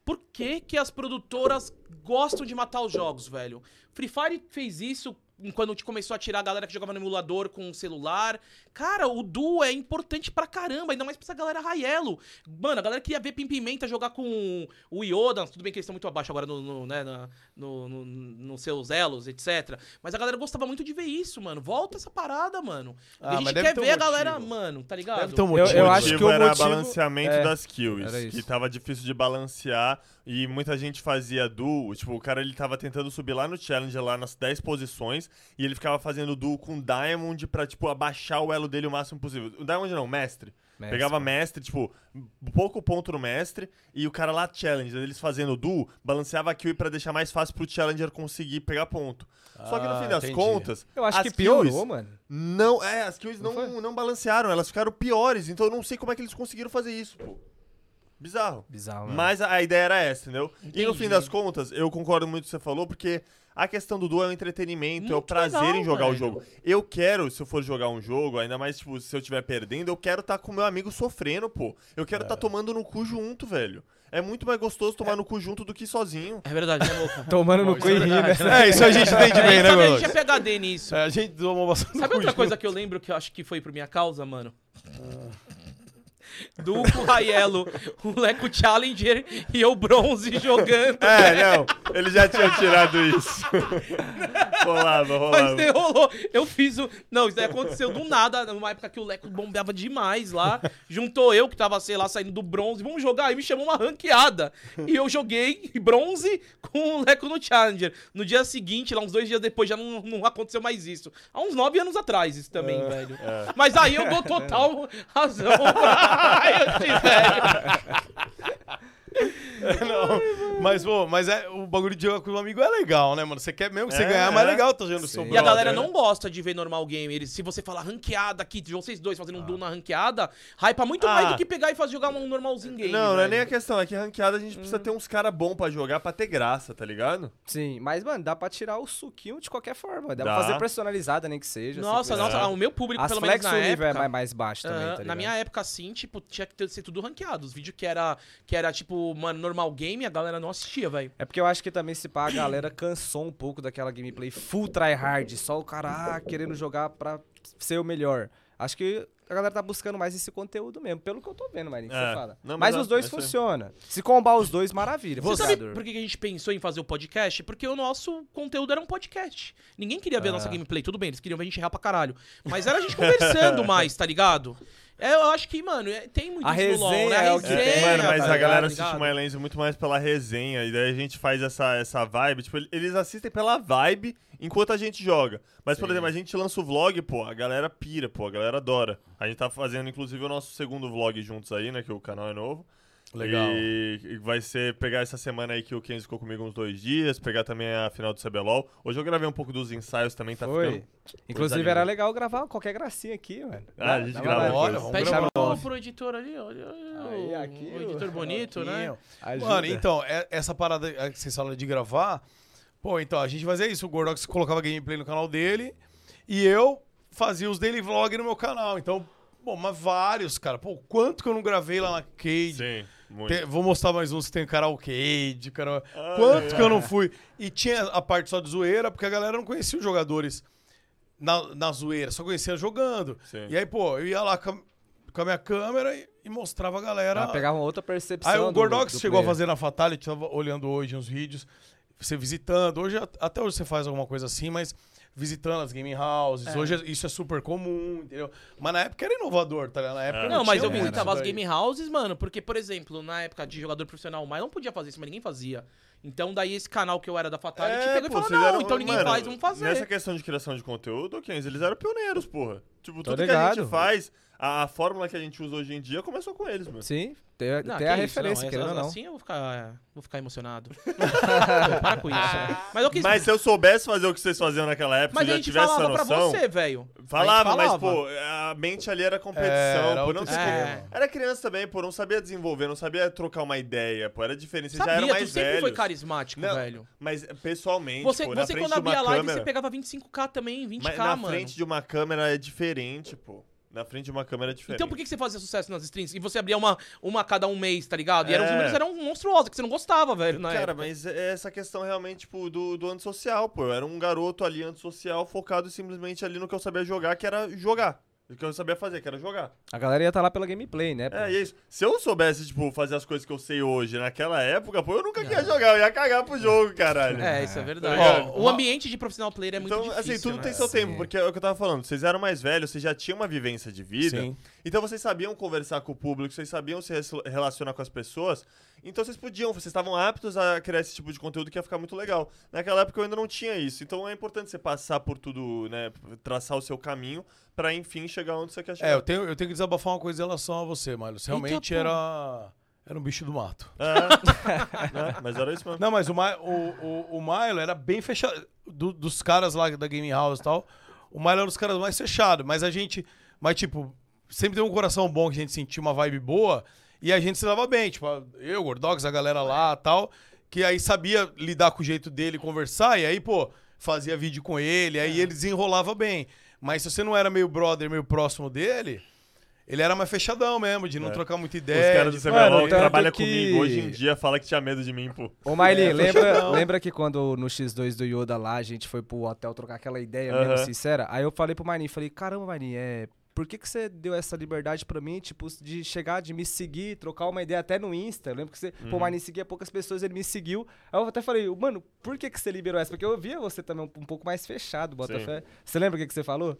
Speaker 1: Por que, que as produtoras gostam de matar os jogos, velho? Free Fire fez isso quando começou a tirar a galera que jogava no emulador com o celular. Cara, o Duo é importante pra caramba, ainda mais pra essa galera Raielo. Mano, a galera queria ver Pimpimenta jogar com o Yoda. Tudo bem que eles estão muito abaixo agora no, no, né, na- no, no- nos seus elos, etc. Mas a galera gostava muito de ver isso, mano. Volta essa parada, mano.
Speaker 4: Ah,
Speaker 1: a gente
Speaker 4: mas deve
Speaker 1: quer
Speaker 4: ter um
Speaker 1: ver a galera,
Speaker 4: motivo.
Speaker 1: mano, tá ligado?
Speaker 4: Deve ter um
Speaker 3: Eu-
Speaker 4: motivo.
Speaker 3: eu
Speaker 2: O
Speaker 3: acho
Speaker 2: motivo
Speaker 3: que o
Speaker 2: era
Speaker 3: motivo-
Speaker 2: balanceamento
Speaker 3: é,
Speaker 2: das kills,
Speaker 3: era isso.
Speaker 2: que tava difícil de balancear e muita gente fazia duo, tipo, o cara ele tava tentando subir lá no challenger lá nas 10 posições e ele ficava fazendo duo com diamond pra tipo abaixar o elo dele o máximo possível. O diamond não, mestre.
Speaker 3: Mestre.
Speaker 2: Pegava mestre, tipo, pouco ponto no mestre e o cara lá challenger, eles fazendo duo, balanceava a kill pra deixar mais fácil pro challenger conseguir pegar ponto. Só que no
Speaker 4: Ah,
Speaker 2: fim das
Speaker 4: entendi.
Speaker 2: contas,
Speaker 3: Eu acho
Speaker 2: as
Speaker 3: que piorou,
Speaker 2: kills-
Speaker 3: mano.
Speaker 2: não, é, as kills
Speaker 3: Não
Speaker 2: não,
Speaker 3: foi?
Speaker 2: não, balancearam, elas ficaram piores, então eu não sei como é que eles conseguiram fazer isso, pô. Bizarro. né?
Speaker 3: Bizarro, mano.
Speaker 2: Mas a a ideia era essa, entendeu? E no fim das contas, eu concordo muito com o que você falou, porque a questão do duo é o entretenimento, é o
Speaker 1: Muito
Speaker 2: prazer
Speaker 1: legal,
Speaker 2: em jogar o
Speaker 1: velho.
Speaker 2: jogo. Eu quero, se eu for jogar um jogo, ainda mais tipo, se eu estiver perdendo, eu quero estar com meu amigo sofrendo, pô. Eu quero estar tomando no cu junto, velho. É muito mais gostoso tomar no cu junto do que sozinho.
Speaker 1: É verdade, é louco.
Speaker 3: Tomando no cu e rindo. né?
Speaker 4: É, isso a gente entende bem,
Speaker 1: É,
Speaker 4: né,
Speaker 1: sabe, a gente é
Speaker 4: Gordox?
Speaker 1: PHD nisso.
Speaker 4: É, A gente tomou bastante
Speaker 1: Sabe outra coisa que eu lembro que eu acho que foi por minha causa, mano? Duco, Raiello, o Leco Challenger e eu bronze jogando.
Speaker 2: É, não, eles já tinham tirado isso. rolava, rolava.
Speaker 1: Mas derrolou. Eu fiz o. Não, isso daí aconteceu do nada, numa época que o Leco bombeava demais lá. Juntou eu, que tava, sei lá, saindo do bronze. Vamos jogar. Aí me chamou uma ranqueada. E eu joguei bronze com o Leco no Challenger. No dia seguinte, lá uns dois dias depois, já não, não aconteceu mais isso. Há uns nove anos atrás, isso também, velho. Mas aí eu dou total razão pra IoT, velho.
Speaker 4: Não, mas, pô, mas é, o bagulho de jogar com um amigo é legal, né, mano? Você quer mesmo que você ganhar, mas é legal tá jogando o seu
Speaker 1: E a
Speaker 4: brother,
Speaker 3: é.
Speaker 1: galera
Speaker 4: né?
Speaker 1: não gosta de ver normal game. Eles, se você falar ranqueada aqui, de vocês dois
Speaker 3: Ah.
Speaker 1: fazendo um duo na ranqueada, hypa muito mais
Speaker 2: Ah.
Speaker 1: do que pegar e fazer jogar um normalzinho game.
Speaker 2: Não, não é
Speaker 1: velho. Hum.
Speaker 2: nem a questão. É que ranqueada a gente precisa ter uns caras bons pra jogar pra ter graça, tá ligado?
Speaker 3: Sim, mas, mano, dá pra tirar o suquinho de qualquer forma. Dá,
Speaker 2: Dá.
Speaker 3: pra fazer personalizada, nem que seja.
Speaker 1: Nossa,
Speaker 3: assim,
Speaker 1: nossa,
Speaker 3: coisa.
Speaker 1: ah, o meu público,
Speaker 3: As
Speaker 1: pelo menos
Speaker 3: Flex
Speaker 1: na
Speaker 3: o nível
Speaker 1: época.
Speaker 3: é mais- mais baixo também,
Speaker 1: aham,
Speaker 3: tá ligado?
Speaker 1: na minha época, assim, tipo, tinha que ter, ser tudo ranqueado. Os vídeos que era, que era, tipo, mano, normal game, a galera não assistia, velho.
Speaker 3: É porque eu acho que também se pá, a galera cansou um pouco daquela gameplay full tryhard, só o cara ah, querendo jogar pra ser o melhor. Acho que a galera tá buscando mais esse conteúdo mesmo, pelo que eu tô vendo, Marinho, que
Speaker 2: É.
Speaker 3: você fala.
Speaker 2: Não,
Speaker 3: mas
Speaker 2: mas é-
Speaker 3: os dois
Speaker 2: é isso aí.
Speaker 3: funciona. Se combar os dois, maravilha.
Speaker 1: Você
Speaker 3: pro
Speaker 1: sabe
Speaker 3: jogador.
Speaker 1: por que que a gente pensou em fazer o podcast? Porque o nosso conteúdo era um podcast. Ninguém queria ver a
Speaker 3: É.
Speaker 1: nossa gameplay. Tudo bem, eles queriam ver a gente errar pra caralho. Mas era a gente conversando mais, tá ligado? É, eu acho que, mano, é- tem muito
Speaker 3: A
Speaker 1: isso no LoL,
Speaker 3: resenha
Speaker 1: né?
Speaker 3: é o que tem, É,
Speaker 2: Tipo, Mano,
Speaker 3: tá
Speaker 2: mas
Speaker 1: tá
Speaker 2: a galera
Speaker 1: ligado?
Speaker 2: assiste My Lens muito mais pela resenha. E daí a gente faz essa, essa vibe. Tipo, eles assistem pela vibe enquanto a gente joga. Mas, por exemplo, a gente lança o vlog, pô, a galera pira, pô, a galera adora. A gente tá fazendo, inclusive, o nosso segundo vlog juntos aí, né? Que o canal é novo.
Speaker 4: Legal.
Speaker 2: E e vai ser pegar essa semana aí que o Kenzie ficou comigo uns dois dias, pegar também a final do CBLOL. Hoje eu gravei um pouco dos ensaios também, tá
Speaker 3: Foi.
Speaker 2: ficando.
Speaker 3: Inclusive,
Speaker 2: Coisa
Speaker 3: era
Speaker 2: linda.
Speaker 3: legal gravar qualquer gracinha aqui, mano.
Speaker 2: Ah, a
Speaker 3: Dá-
Speaker 2: gente
Speaker 3: dá
Speaker 2: grava
Speaker 3: uma-
Speaker 2: depois.
Speaker 4: Olha, vamos
Speaker 1: Pede
Speaker 4: gravar.
Speaker 1: pro, pro editor ali, olha.
Speaker 3: Aí,
Speaker 1: olha
Speaker 3: aqui,
Speaker 1: o editor
Speaker 3: ó,
Speaker 1: bonito, né?
Speaker 3: Ajuda.
Speaker 4: Mano, então, é- essa parada aí que vocês falaram de gravar. Pô, então, a gente fazia isso. O Gordox colocava gameplay no canal dele e eu fazia os daily vlog no meu canal. Então, bom, mas vários, cara. Pô, quanto que eu não gravei lá na Cade?
Speaker 2: Sim, muito. Ah,
Speaker 4: Tem- vou mostrar mais uns que tem karaokê, de cara. Quanto que eu
Speaker 2: é.
Speaker 4: não fui? E tinha a parte só de zoeira, porque a galera não conhecia os jogadores na, na zoeira, só conhecia jogando.
Speaker 2: Sim.
Speaker 4: E aí, pô, eu ia lá com a, com a minha câmera e, e mostrava a galera.
Speaker 3: Ah, pegava uma outra percepção.
Speaker 4: aí o
Speaker 3: do-
Speaker 4: Gordox
Speaker 3: do
Speaker 4: chegou a
Speaker 3: player.
Speaker 4: fazer na Fatality, tava olhando hoje uns vídeos, você visitando. Hoje, a- até hoje você faz alguma coisa assim, mas visitando as gaming houses. Hoje é- isso é super comum, entendeu? Mas na época era inovador, tá ligado? Na
Speaker 3: É.
Speaker 4: época
Speaker 1: Não, mas
Speaker 4: tinha
Speaker 1: eu
Speaker 3: um
Speaker 4: muito
Speaker 1: visitava
Speaker 4: isso
Speaker 1: as
Speaker 4: daí.
Speaker 1: game houses, mano, porque, por exemplo, na época de jogador profissional, mas não podia fazer isso, mas ninguém fazia. Então, daí esse canal que eu era da
Speaker 3: É,
Speaker 1: Fatality pegou e
Speaker 2: É, pô,
Speaker 1: falou:
Speaker 2: vocês
Speaker 1: não,
Speaker 2: eram-
Speaker 1: então ninguém
Speaker 2: mano,
Speaker 1: faz, vamos fazer.
Speaker 2: Nessa questão de criação de conteúdo, Kenzie, eles eram pioneiros, porra. Tipo,
Speaker 3: Tô
Speaker 2: tudo que a
Speaker 3: ligado.
Speaker 2: gente faz, a, a fórmula que a gente usa hoje em dia começou com eles, mano.
Speaker 3: Sim, tem,
Speaker 1: Não, que
Speaker 3: tem a
Speaker 1: isso,
Speaker 3: referência,
Speaker 1: não,
Speaker 3: querendo ou não.
Speaker 1: Assim eu vou ficar, vou ficar emocionado. Pô, para com isso. Mas eu quis.
Speaker 2: Mas se eu soubesse fazer o que vocês faziam naquela época,
Speaker 1: mas a
Speaker 2: se eu já
Speaker 1: gente
Speaker 2: tivesse essa
Speaker 1: falava pra
Speaker 2: noção.
Speaker 1: você, velho.
Speaker 2: Falava,
Speaker 1: A gente
Speaker 2: mas, pô, a mente ali era competição.
Speaker 4: É, era
Speaker 2: pô, não
Speaker 4: outro
Speaker 2: sabia-
Speaker 1: esquema.
Speaker 2: Era criança também, pô, não sabia desenvolver, não sabia trocar uma ideia, pô, era diferente. Vocês
Speaker 1: Sabia,
Speaker 2: já eram
Speaker 1: tu
Speaker 2: mais
Speaker 1: sempre
Speaker 2: velhos.
Speaker 1: foi carismático,
Speaker 2: Não,
Speaker 1: velho.
Speaker 2: Mas pessoalmente,
Speaker 1: Você,
Speaker 2: pô, na
Speaker 1: você
Speaker 2: frente
Speaker 1: quando
Speaker 2: de uma
Speaker 1: abria a live,
Speaker 2: câmera.
Speaker 1: você pegava 25k também, 20k,
Speaker 2: Mas na
Speaker 1: mano.
Speaker 2: frente de uma câmera é diferente, pô. Na frente de uma câmera é diferente.
Speaker 1: Então por que, que você fazia sucesso nas streams? E você abria uma, uma a cada um mês, tá ligado? E eram, os
Speaker 2: É.
Speaker 1: números eram monstruosos, que você não gostava, velho, na
Speaker 2: Cara,
Speaker 1: época.
Speaker 2: mas é essa questão realmente, tipo, do, do antissocial, pô. Eu era um garoto ali antissocial focado simplesmente ali no que eu sabia jogar, que era jogar. O que eu sabia fazer, que era jogar.
Speaker 3: A galera ia estar lá pela gameplay, né? pô?
Speaker 2: É, e é isso. Se eu soubesse, tipo, fazer as coisas que eu sei hoje naquela época, pô, eu nunca queria jogar, eu ia cagar pro jogo, caralho.
Speaker 1: É, isso é verdade.
Speaker 2: Ó,
Speaker 1: o
Speaker 4: uma-
Speaker 1: ambiente de profissional player é muito
Speaker 2: Tá Então,
Speaker 1: difícil,
Speaker 2: assim, tudo
Speaker 1: né?
Speaker 2: tem seu tempo, porque é o que eu tava falando, vocês eram mais velhos, vocês já tinham uma vivência de vida,
Speaker 4: Sim.
Speaker 2: então vocês sabiam conversar com o público, vocês sabiam se res- relacionar com as pessoas, então vocês podiam, vocês estavam aptos a criar esse tipo de conteúdo que ia ficar muito legal. Naquela época eu ainda não tinha isso, então é importante você passar por tudo, né, traçar o seu caminho pra enfim chegar onde você quer chegar.
Speaker 4: É, eu tenho, eu tenho que desabafar uma coisa em relação a você, Mário. Você realmente
Speaker 1: porra.
Speaker 4: era, era um bicho do mato.
Speaker 2: É, né, mas era isso mesmo.
Speaker 4: Não, mas o, Ma- o, o, o Milo era bem fechado. do- dos caras lá da Game House e tal, o Milo era um dos caras mais fechados. Mas a gente. Mas, tipo, sempre tem um coração bom que a gente sentia uma vibe boa e a gente se dava bem. Tipo, eu, o Gordox, a galera lá e tal, que aí sabia lidar com o jeito dele conversar e aí, pô, fazia vídeo com ele, aí ele desenrolava bem. Mas se você não era meio brother, meio próximo dele. Ele era mais fechadão mesmo, de não trocar muita ideia.
Speaker 2: É. Os caras
Speaker 4: de-
Speaker 2: do CBLOL
Speaker 3: é, mano,
Speaker 2: que
Speaker 3: tanto
Speaker 2: trabalham
Speaker 3: que-
Speaker 2: comigo hoje em dia fala que tinha medo de mim, pô.
Speaker 3: Ô, Miley, lembra, lembra que quando no X2 do Yoda lá, a gente foi pro hotel trocar aquela ideia
Speaker 2: Aham.
Speaker 3: mesmo sincera? Aí eu falei pro Marinho, falei, caramba, Marinho, é... Por que, que você deu essa liberdade pra mim, tipo, de chegar, de me seguir, trocar uma ideia até no Insta? Eu lembro que você,
Speaker 2: Uhum.
Speaker 3: pô, o Marinho seguia poucas pessoas, ele me seguiu. Aí eu até falei, mano, por que, que você liberou essa? Porque eu via você também um, um pouco mais fechado, Botafé. Você lembra o que, que você falou?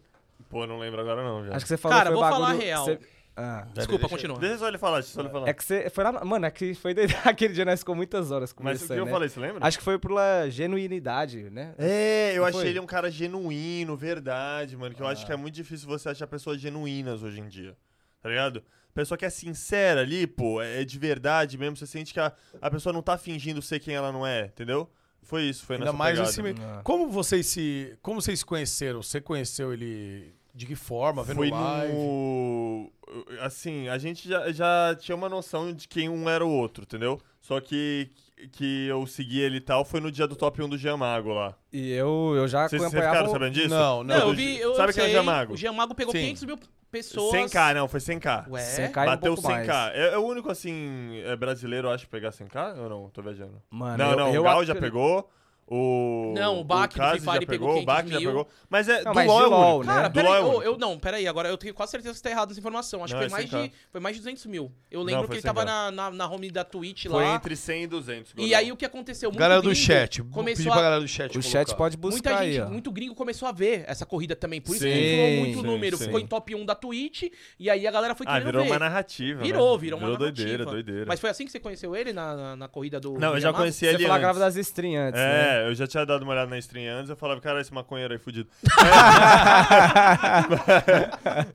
Speaker 2: Pô, não lembro agora não, velho.
Speaker 3: Acho que você falou
Speaker 1: Cara,
Speaker 3: foi o
Speaker 1: vou falar
Speaker 3: bagulho-
Speaker 1: a real.
Speaker 3: você- Ah.
Speaker 1: Desculpa, continua.
Speaker 2: Deixa só ele falar, deixa só ele falar.
Speaker 3: É que você. Foi lá. Mano, é que foi doido. Aquele dia nós ficou muitas horas
Speaker 2: Mas
Speaker 3: conversando.
Speaker 2: o que eu
Speaker 3: né?
Speaker 2: falei, você lembra?
Speaker 3: Acho que foi pela genuinidade, né?
Speaker 2: É, eu
Speaker 3: Não
Speaker 2: achei
Speaker 3: foi?
Speaker 2: ele um cara genuíno, verdade, mano. Que eu
Speaker 4: Ah.
Speaker 2: acho que é muito difícil você achar pessoas genuínas hoje em dia. Tá ligado? Pessoa que é sincera ali, pô, é de verdade mesmo. Você sente que a, a pessoa não tá fingindo ser quem ela não é, entendeu? Foi isso, foi
Speaker 4: Ainda
Speaker 2: nessa
Speaker 4: mais
Speaker 2: pegada.
Speaker 4: nesse meio. Como vocês se. Como vocês se conheceram? Você conheceu ele de que forma? Vendo
Speaker 2: Foi
Speaker 4: live?
Speaker 2: no. Assim, a gente já, já tinha uma noção de quem um era o outro, entendeu? Só que que eu segui ele e tal foi no dia do top 1 do Giamago lá.
Speaker 3: E eu, eu já
Speaker 2: Vocês vocês
Speaker 3: acompanhava.
Speaker 2: ficaram
Speaker 3: o-
Speaker 2: sabendo disso?
Speaker 4: Não,
Speaker 1: Não, eu
Speaker 2: Do-
Speaker 1: vi. Eu
Speaker 2: Sabe
Speaker 1: sei,
Speaker 2: quem é o Giamago?
Speaker 1: O Giamago pegou
Speaker 4: Sim.
Speaker 1: 500 mil pessoas.
Speaker 2: 100k, não, foi 100k.
Speaker 1: Ué,
Speaker 3: 100K e um
Speaker 2: Bateu
Speaker 3: pouco
Speaker 2: 100k.
Speaker 3: mais.
Speaker 2: É, é o único, assim, é brasileiro, eu acho, pegar 100k ou não? Tô viajando.
Speaker 3: Mano,
Speaker 2: não,
Speaker 3: eu-
Speaker 2: não,
Speaker 3: eu
Speaker 2: o Gal
Speaker 3: acre-
Speaker 2: já pegou. O.
Speaker 1: Não, o Bach do
Speaker 2: Kazi
Speaker 1: Free Fire
Speaker 2: já
Speaker 1: pegou
Speaker 2: pegou, o Bach
Speaker 1: 500
Speaker 2: já
Speaker 1: mil.
Speaker 2: pegou. Mas é.
Speaker 3: Não,
Speaker 2: do
Speaker 3: mas
Speaker 2: LOL
Speaker 3: de
Speaker 2: é o
Speaker 3: LOL,
Speaker 2: único.
Speaker 3: né?
Speaker 1: Cara,
Speaker 2: do
Speaker 1: peraí,
Speaker 2: LOL é
Speaker 1: eu,
Speaker 2: único.
Speaker 1: eu- não, peraí, agora eu tenho quase certeza que você tá errado nessa informação. Acho
Speaker 2: Não,
Speaker 1: que
Speaker 2: é
Speaker 1: foi mais,
Speaker 2: 100K.
Speaker 1: de, foi mais de 200 mil. Eu lembro
Speaker 2: Não,
Speaker 1: que
Speaker 2: foi
Speaker 1: ele tava
Speaker 2: 100K.
Speaker 1: na, na, na home da Twitch
Speaker 2: Foi
Speaker 1: lá.
Speaker 2: entre 100 e 200.
Speaker 1: E aí o que aconteceu? Muito
Speaker 4: Galera do
Speaker 1: gringo
Speaker 4: chat. Vou pedir
Speaker 1: Começou
Speaker 4: pra
Speaker 1: a
Speaker 4: galera do chat.
Speaker 2: tipo,
Speaker 3: O chat
Speaker 4: colocar.
Speaker 3: pode buscar
Speaker 1: Muita
Speaker 3: aí,
Speaker 1: gente,
Speaker 3: ó.
Speaker 1: muito gringo começou a ver essa corrida também. Por isso que
Speaker 3: Sim,
Speaker 1: inflou muito o
Speaker 3: sim,
Speaker 1: número.
Speaker 2: sim.
Speaker 1: Ficou em top 1 da Twitch. E aí a galera foi
Speaker 2: Ah,
Speaker 1: querendo
Speaker 2: virou
Speaker 1: ver.
Speaker 2: uma narrativa.
Speaker 1: Virou,
Speaker 2: né?
Speaker 1: virou uma
Speaker 2: Virou
Speaker 1: narrativa.
Speaker 2: doideira, doideira.
Speaker 1: Mas foi assim que você conheceu ele na, na, na corrida do.
Speaker 2: Não, eu já
Speaker 1: Yamaha?
Speaker 2: conheci
Speaker 3: Você
Speaker 2: ele
Speaker 3: falou a grava
Speaker 2: antes.
Speaker 3: das streams antes, né?
Speaker 2: É, eu já tinha dado uma olhada na stream antes, eu falava, cara, esse maconheiro aí é fudido.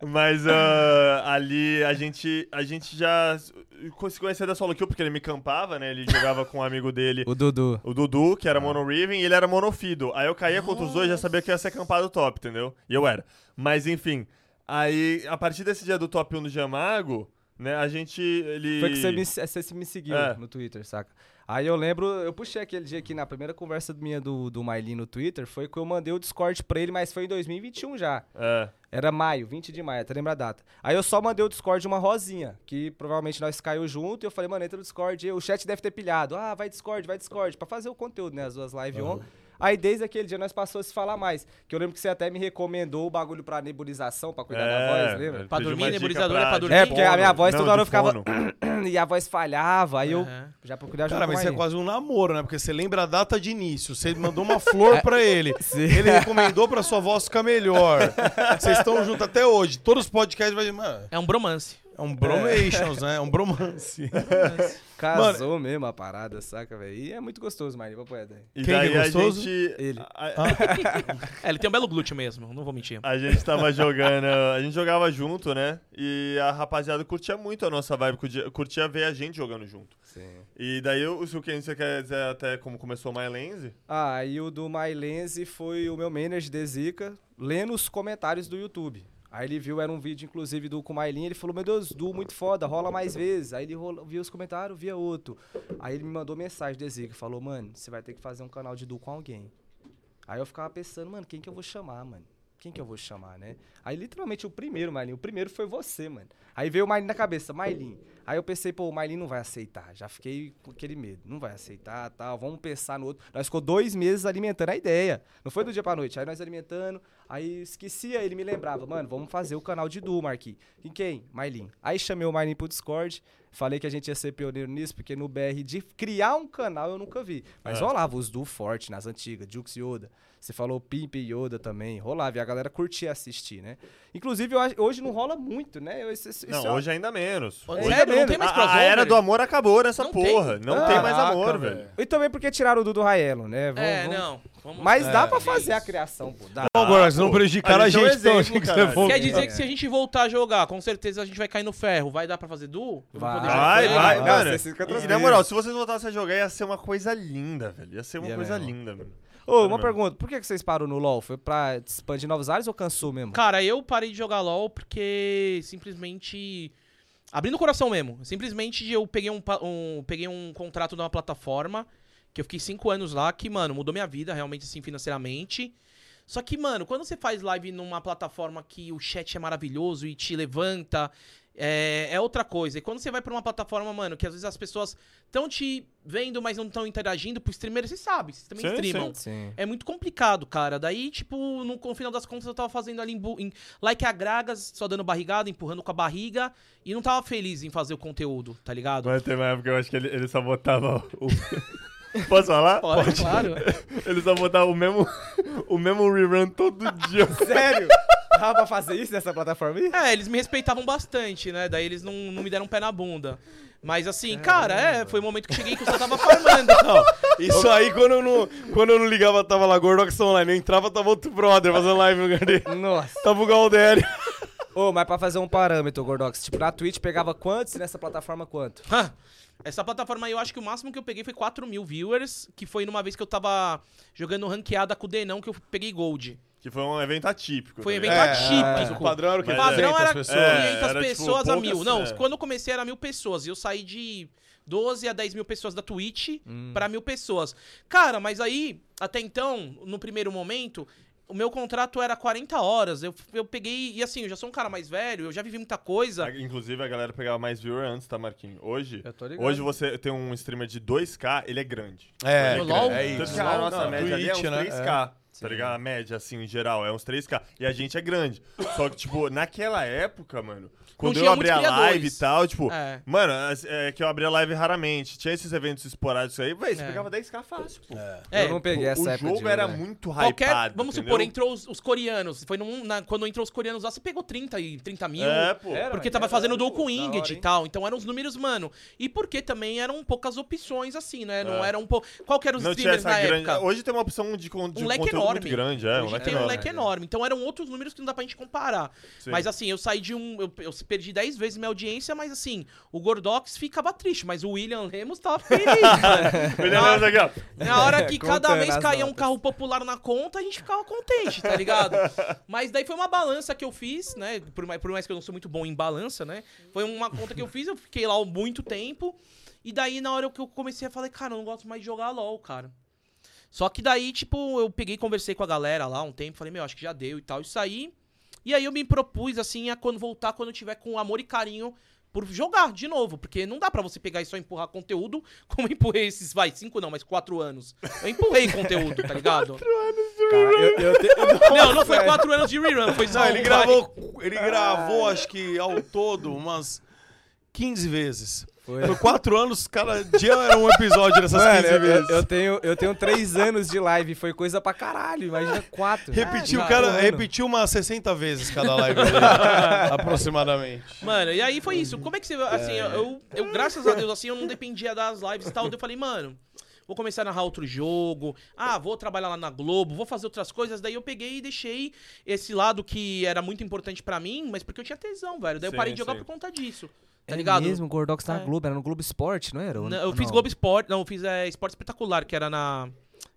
Speaker 2: Mas ah, ali a gente, a gente já se conhecia da solo kill, porque ele me campava, né? Ele jogava com um amigo dele,
Speaker 3: O Dudu.
Speaker 2: o Dudu,
Speaker 3: Ah.
Speaker 2: que era mono Riven, e ele era monofido. Aí eu caía contra os dois, já sabia que ia ser campado top, entendeu? E eu era. Mas enfim, aí a partir desse dia do top 1 do Jamago, né, a gente. Ele...
Speaker 3: Foi que você me, você se me seguiu
Speaker 2: É.
Speaker 3: no Twitter, saca? Aí eu lembro, eu puxei aquele dia aqui na primeira conversa minha do, do Mailin no Twitter, foi que eu mandei o Discord pra ele, mas foi em 2021 já.
Speaker 2: É.
Speaker 3: Era maio, 20 de maio, até lembra a data. Aí eu só mandei o Discord uma rosinha, que provavelmente nós caiu junto, e eu falei, mano, entra no Discord, e o chat deve ter pilhado. Ah, vai Discord, vai Discord, pra fazer o conteúdo, né, as duas lives on. Aí desde aquele dia nós passou a se falar mais, que eu lembro que você até me recomendou o bagulho pra nebulização, pra cuidar
Speaker 4: É,
Speaker 3: da voz, lembra?
Speaker 2: ele
Speaker 1: Pra
Speaker 2: pediu
Speaker 1: dormir,
Speaker 2: uma dica
Speaker 1: nebulizador é pra
Speaker 2: de
Speaker 1: dormir?
Speaker 3: É, porque a
Speaker 2: fono.
Speaker 3: minha voz
Speaker 2: Não,
Speaker 3: toda hora eu
Speaker 2: de
Speaker 3: ficava...
Speaker 2: fono.
Speaker 3: e a voz falhava, aí eu
Speaker 1: Aham.
Speaker 3: já procurei ajudar
Speaker 4: Cara, mas
Speaker 3: com
Speaker 4: isso é
Speaker 3: ele.
Speaker 4: quase um namoro, né? Porque você lembra a data de início. Você mandou uma flor pra ele. Ele recomendou pra sua voz ficar melhor. Vocês estão juntos até hoje. Todos os podcasts vai. Mano,
Speaker 1: É um bromance.
Speaker 4: É um bromations, né? É um bromance.
Speaker 3: Casou mesmo a parada, saca, velho? E é muito gostoso, Marley. Vou pôr daí.
Speaker 2: E
Speaker 4: Quem que é
Speaker 2: daí a
Speaker 4: gostoso?
Speaker 2: gente.
Speaker 3: Ele.
Speaker 2: a-
Speaker 1: É, ele tem um belo glúteo mesmo, não vou mentir.
Speaker 2: A gente tava jogando, a gente jogava junto, né? E a rapaziada curtia muito a nossa vibe, curtia, curtia ver a gente jogando junto.
Speaker 3: Sim.
Speaker 2: E daí o Suken, você quer dizer até como começou o MyLens?
Speaker 3: Ah, e o do MyLense foi o meu manager de Zica, lendo os comentários do YouTube. Aí ele viu, era um vídeo, inclusive, do com o Mailin, ele falou, meu Deus, Du, muito foda, rola mais vezes. Aí ele rola, via os comentários, via outro. Aí ele me mandou mensagem de Zica, falou, mano, você vai ter que fazer um canal de Du com alguém. Aí eu ficava pensando, mano, quem que eu vou chamar, mano? Quem que eu vou chamar, né? Aí literalmente o primeiro, Mailin, o primeiro foi você, mano. Aí veio o Mailin na cabeça, Mailin. Aí eu pensei, pô, o Mailin não vai aceitar. Já fiquei com aquele medo, não vai aceitar, tal, vamos pensar no outro. Nós ficou dois meses alimentando a ideia. Não foi do dia pra noite. Aí nós alimentando, aí esquecia, ele me lembrava, mano, vamos fazer o canal de Du, Marquinhos. E quem? Mailin. Aí chamei o Mailin pro Discord, falei que a gente ia ser pioneiro nisso, porque no BR de criar um canal eu nunca vi.
Speaker 2: É.
Speaker 3: Mas rolava os Du forte nas antigas, Jux Yoda. Você falou Pimp e Yoda também. Rolava, e a galera curtia assistir, né? Inclusive, eu acho- hoje não rola muito, né? Eu- Isso, isso-
Speaker 2: Não,
Speaker 3: isso é-
Speaker 2: hoje ainda menos. Hoje-
Speaker 1: Sério, não tem mais
Speaker 2: é a, a
Speaker 1: crossover?
Speaker 2: era do amor acabou nessa
Speaker 1: Não tem.
Speaker 2: porra. Não tem mais
Speaker 3: Caraca,
Speaker 2: amor, velho.
Speaker 3: E também porque tiraram o Dudu Raelo, né? Vamos-
Speaker 1: É,
Speaker 3: vamos-
Speaker 1: não. vamos-
Speaker 3: Mas dá
Speaker 1: É,
Speaker 3: pra
Speaker 1: que
Speaker 3: fazer a
Speaker 1: isso.
Speaker 3: criação, pô. Dá.
Speaker 4: Pô, Gorgas, não
Speaker 2: pô.
Speaker 4: prejudicaram
Speaker 2: A
Speaker 4: a
Speaker 2: gente é um
Speaker 4: gente, então.
Speaker 2: exemplo,
Speaker 4: achei que você
Speaker 2: caralho.
Speaker 4: for-
Speaker 1: Quer dizer
Speaker 3: É.
Speaker 1: que se a gente voltar a jogar, com certeza a gente vai cair no ferro. Vai dar pra fazer duo? Eu vou
Speaker 3: Vai.
Speaker 1: poder jogar
Speaker 2: Vai,
Speaker 1: com
Speaker 2: vai,
Speaker 1: ele?
Speaker 3: Não,
Speaker 2: cara.
Speaker 3: você se encontra
Speaker 2: E,
Speaker 3: outra
Speaker 2: na
Speaker 3: vez.
Speaker 2: moral, se vocês voltassem a jogar, ia ser uma coisa linda, velho. Ia ser uma
Speaker 3: Ia
Speaker 2: coisa
Speaker 3: mesmo.
Speaker 2: linda, mano.
Speaker 3: Ô, uma pergunta. Por que que vocês pararam no LoL? Foi pra expandir novos áreas ou cansou mesmo?
Speaker 1: Cara, eu parei de jogar LoL porque simplesmente. Abrindo o coração mesmo. Simplesmente eu peguei um, pa- um- peguei um contrato de uma plataforma que eu fiquei cinco anos lá, que, mano, mudou minha vida realmente, assim, financeiramente. Só que, mano, quando você faz live numa plataforma que o chat é maravilhoso e te levanta, é, é outra coisa. E quando você vai pra uma plataforma, mano, que às vezes as pessoas estão te vendo, mas não estão interagindo, pro streamer, você sabe, vocês também
Speaker 2: Sim,
Speaker 1: streamam.
Speaker 3: Sim.
Speaker 1: É muito complicado, cara. Daí, tipo, no, no final das contas, eu tava fazendo ali em, bu- em like a Gragas, só dando barrigada, empurrando com a barriga, e não tava feliz em fazer o conteúdo, tá ligado?
Speaker 2: Mas tem uma época que eu acho que ele, ele sabotava o. Posso falar?
Speaker 1: Fora, é claro.
Speaker 2: Ele sabotava o mesmo, o mesmo rerun todo dia.
Speaker 3: Sério? Dá pra fazer isso nessa plataforma aí?
Speaker 1: É, eles me respeitavam bastante, né? Daí eles não, não me deram pé na bunda. Mas assim, cara, é, foi o momento que eu cheguei que eu só tava farmando.
Speaker 4: Isso aí, quando eu não, quando eu não ligava, tava lá Gordox Online. Eu entrava, tava outro brother fazendo live no lugar dele.
Speaker 3: Nossa.
Speaker 4: Tava o Galdério.
Speaker 3: Ô, mas pra fazer um parâmetro, Gordox, tipo, na Twitch pegava quantos e nessa plataforma quanto?
Speaker 1: Hã? Essa plataforma aí, eu acho que o máximo que eu peguei foi 4 mil viewers, que foi numa vez que eu tava jogando ranqueada com o Denão, que eu peguei gold.
Speaker 2: Que foi um evento atípico.
Speaker 1: Foi um
Speaker 2: tá
Speaker 1: evento
Speaker 2: ligado?
Speaker 1: atípico.
Speaker 4: O padrão era o quê?
Speaker 2: Mas
Speaker 1: O padrão
Speaker 4: 200
Speaker 1: era
Speaker 4: pessoas.
Speaker 2: É.
Speaker 1: 500
Speaker 2: era, tipo,
Speaker 1: pessoas a
Speaker 2: poucas,
Speaker 1: mil. Não,
Speaker 2: é.
Speaker 1: quando eu comecei era mil pessoas. E eu saí de 12 a 10 mil pessoas da Twitch
Speaker 2: Hum.
Speaker 1: pra mil pessoas. Cara, mas aí, até então, no primeiro momento, o meu contrato era 40 horas. Eu, eu peguei. E assim, eu já sou um cara mais velho, eu já vivi muita coisa.
Speaker 2: A- É, Inclusive, a galera pegava mais viewer antes, tá, Marquinhos? Hoje,
Speaker 3: Eu tô ligado.
Speaker 2: hoje você tem um streamer de 2K, ele é grande.
Speaker 4: É,
Speaker 1: No LOL?
Speaker 4: é
Speaker 2: Tanto
Speaker 4: isso.
Speaker 2: que a nossa
Speaker 4: Não,
Speaker 2: média ali é uns
Speaker 4: Twitch, né?
Speaker 2: 3K.
Speaker 1: É.
Speaker 2: Tá ligado? A média, assim, em geral, é uns 3K. E a gente é grande. Só que, tipo, naquela época, mano, quando eu
Speaker 1: tinha
Speaker 2: abri a
Speaker 1: muitos
Speaker 2: live e
Speaker 1: criadores.
Speaker 2: tal, tipo,
Speaker 1: É.
Speaker 2: mano, as- é que eu abri a live raramente. Tinha esses eventos esporádicos aí, véi, você
Speaker 1: É.
Speaker 2: pegava 10K fácil, pô.
Speaker 1: É,
Speaker 3: eu não peguei essa
Speaker 2: o
Speaker 3: época
Speaker 2: jogo
Speaker 3: de
Speaker 2: era
Speaker 3: né?
Speaker 2: muito hypado.
Speaker 1: Qualquer, vamos
Speaker 2: entendeu?
Speaker 1: supor, entrou os, os coreanos. Foi num, na- quando entrou os coreanos lá, você pegou 30 e 30 mil.
Speaker 2: É, pô.
Speaker 3: Era,
Speaker 1: Porque
Speaker 3: mas
Speaker 1: tava
Speaker 3: era,
Speaker 1: fazendo duo
Speaker 3: pô,
Speaker 1: com
Speaker 3: da hora,
Speaker 1: Inget e
Speaker 3: hein?
Speaker 1: tal. Então eram os números, mano. E porque também eram poucas opções, assim, né? Não
Speaker 3: É.
Speaker 1: eram um pouco. Qual que eram os
Speaker 2: Não tinha
Speaker 1: streamers
Speaker 2: essa
Speaker 1: na
Speaker 2: grande.
Speaker 1: época?
Speaker 2: Hoje tem uma opção de, con- de
Speaker 1: um leque
Speaker 2: conteúdo muito
Speaker 1: enorme.
Speaker 2: grande,
Speaker 3: né?
Speaker 2: é, um
Speaker 1: Hoje
Speaker 2: leque
Speaker 1: tem
Speaker 2: enorme.
Speaker 1: um leque enorme. Então eram outros números que não dá pra gente comparar.
Speaker 2: Sim.
Speaker 1: Mas assim, eu saí de um. Eu, eu perdi 10 vezes minha audiência, mas assim, o Gordox ficava triste, mas o William Lemos tava feliz, mano.
Speaker 2: Ele lembra daqui, ó.
Speaker 1: Na hora que cada
Speaker 3: Contando
Speaker 1: vez
Speaker 3: as
Speaker 1: caía um
Speaker 3: notas.
Speaker 1: carro popular na conta, a gente ficava contente, tá ligado? Mas daí foi uma balança que eu fiz, né? Por mais, por mais que eu não sou muito bom em balança, né? Foi uma conta que eu fiz, eu fiquei lá há muito tempo. E daí, na hora que eu comecei a falar, cara, eu não gosto mais de jogar LOL, cara. Só que daí, tipo, eu peguei e conversei com a galera lá um tempo, falei, meu, acho que já deu e tal, e saí. E aí eu me propus, assim, a quando voltar, quando eu tiver com amor e carinho por jogar de novo, porque não dá pra você pegar e só empurrar conteúdo, como eu empurrei esses, vai, cinco não, mas quatro anos. Eu empurrei conteúdo, tá ligado?
Speaker 3: Cara, eu, eu te-
Speaker 1: não, não foi quatro anos de rerun, foi só
Speaker 4: Não,
Speaker 1: um,
Speaker 4: ele
Speaker 1: vai.
Speaker 4: gravou, ele gravou acho que ao todo umas 15 vezes.
Speaker 3: Foi. né,
Speaker 4: Por quatro anos, cada dia era um episódio nessas
Speaker 3: Mano,
Speaker 4: 15
Speaker 3: eu,
Speaker 4: vezes.
Speaker 3: eu- eu tenho, eu tenho três anos de live, foi coisa pra caralho, imagina quatro.
Speaker 4: Repetiu,
Speaker 3: Ah,
Speaker 4: cara,
Speaker 3: mano.
Speaker 4: repetiu umas 60 vezes cada live dele, aproximadamente.
Speaker 1: Mano, e aí foi isso. Como é que você. Assim, eu, eu, graças a Deus, assim, eu não dependia das lives e tal. Eu falei, mano, vou começar a narrar outro jogo. Ah, vou trabalhar lá na Globo, vou fazer outras coisas. Daí eu peguei e deixei esse lado que era muito importante pra mim, mas porque eu tinha tesão, velho. Daí eu
Speaker 2: Sim,
Speaker 1: parei de jogar
Speaker 2: sim.
Speaker 1: por conta disso. Tá
Speaker 3: É
Speaker 1: ligado?
Speaker 3: mesmo, o Gordox tá na
Speaker 1: É.
Speaker 3: Globo, era no Globo Esporte, não era? Ou
Speaker 1: Não,
Speaker 3: não-
Speaker 1: eu fiz
Speaker 3: não?
Speaker 1: Globo Esporte, não, eu fiz é, Esporte Espetacular, que era na.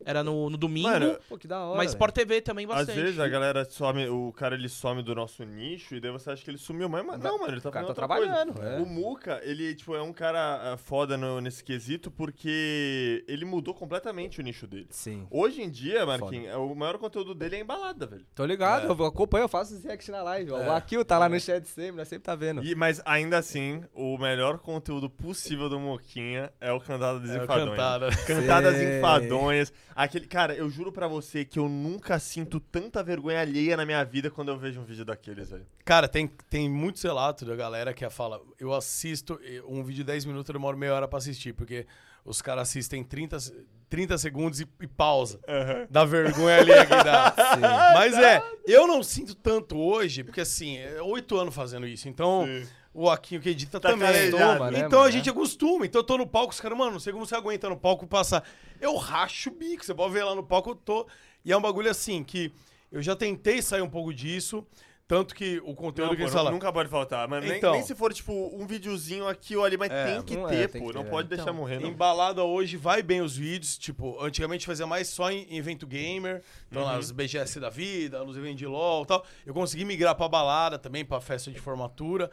Speaker 1: Era no, no domingo.
Speaker 2: Mano,
Speaker 3: Pô, que da hora.
Speaker 1: mas Sport TV também
Speaker 2: Às
Speaker 1: bastante.
Speaker 2: vezes a galera some, o cara ele some do nosso nicho e daí você acha que ele sumiu, mas mas não, mano, ele tá,
Speaker 3: O cara
Speaker 2: fazendo
Speaker 3: tá
Speaker 2: outra coisa.
Speaker 3: trabalhando, é.
Speaker 2: O Muca, ele tipo é um cara ah, foda no- nesse quesito porque ele mudou completamente o nicho dele.
Speaker 3: Sim.
Speaker 2: Hoje em dia, Marquinhos, é, o maior conteúdo dele é embalada, velho.
Speaker 3: Tô ligado,
Speaker 1: É.
Speaker 3: eu acompanho, eu faço os react na live. ó. O Akil tá lá no chat sempre, nós sempre tá vendo.
Speaker 2: E- mas ainda assim, o melhor conteúdo possível do Moquinha é o Cantada
Speaker 4: É,
Speaker 2: Desenfadonha.
Speaker 4: cantada.
Speaker 2: Cantadas
Speaker 3: Sei.
Speaker 2: enfadonhas. Aquele, cara, eu juro pra você que eu nunca sinto tanta vergonha alheia na minha vida quando eu vejo um vídeo daqueles, velho.
Speaker 4: Cara, tem, tem muitos relatos da galera que fala, eu assisto eh, um vídeo de 10 minutos, eu demoro meia hora pra assistir, porque os caras assistem 30, se- 30 segundos e, e pausa. Dá vergonha ali é que dá. Mas é, eu não sinto tanto hoje, porque assim, é oito anos fazendo isso, então... O Aquinho que edita
Speaker 2: Tá
Speaker 4: também.
Speaker 2: calejado.
Speaker 4: Toma,
Speaker 3: né,
Speaker 4: então
Speaker 3: mano,
Speaker 4: a gente acostuma. Então eu tô no palco, os caras, mano, não sei como você aguenta no palco passar. Eu racho o bico, você pode ver lá no palco, eu tô. E é um bagulho assim, que eu já tentei sair um pouco disso, tanto que o conteúdo que
Speaker 2: Não, pô,
Speaker 4: eles
Speaker 2: nu-
Speaker 4: falam.
Speaker 2: Nunca pode faltar, mano. Nem-
Speaker 4: Então.
Speaker 2: nem, se for, tipo, um videozinho aqui ou ali, mas
Speaker 4: É,
Speaker 2: tem que
Speaker 3: não é,
Speaker 2: ter,
Speaker 3: tem
Speaker 2: pô.
Speaker 3: que
Speaker 2: não
Speaker 3: ter, é.
Speaker 2: pode
Speaker 1: Então,
Speaker 2: deixar morrer, não.
Speaker 4: Embalada hoje vai bem os vídeos, tipo, antigamente fazia mais só em evento gamer, então
Speaker 1: Uhum.
Speaker 4: lá nos BGS da vida, nos eventos de LOL e tal. Eu consegui migrar pra balada também, pra festa de formatura.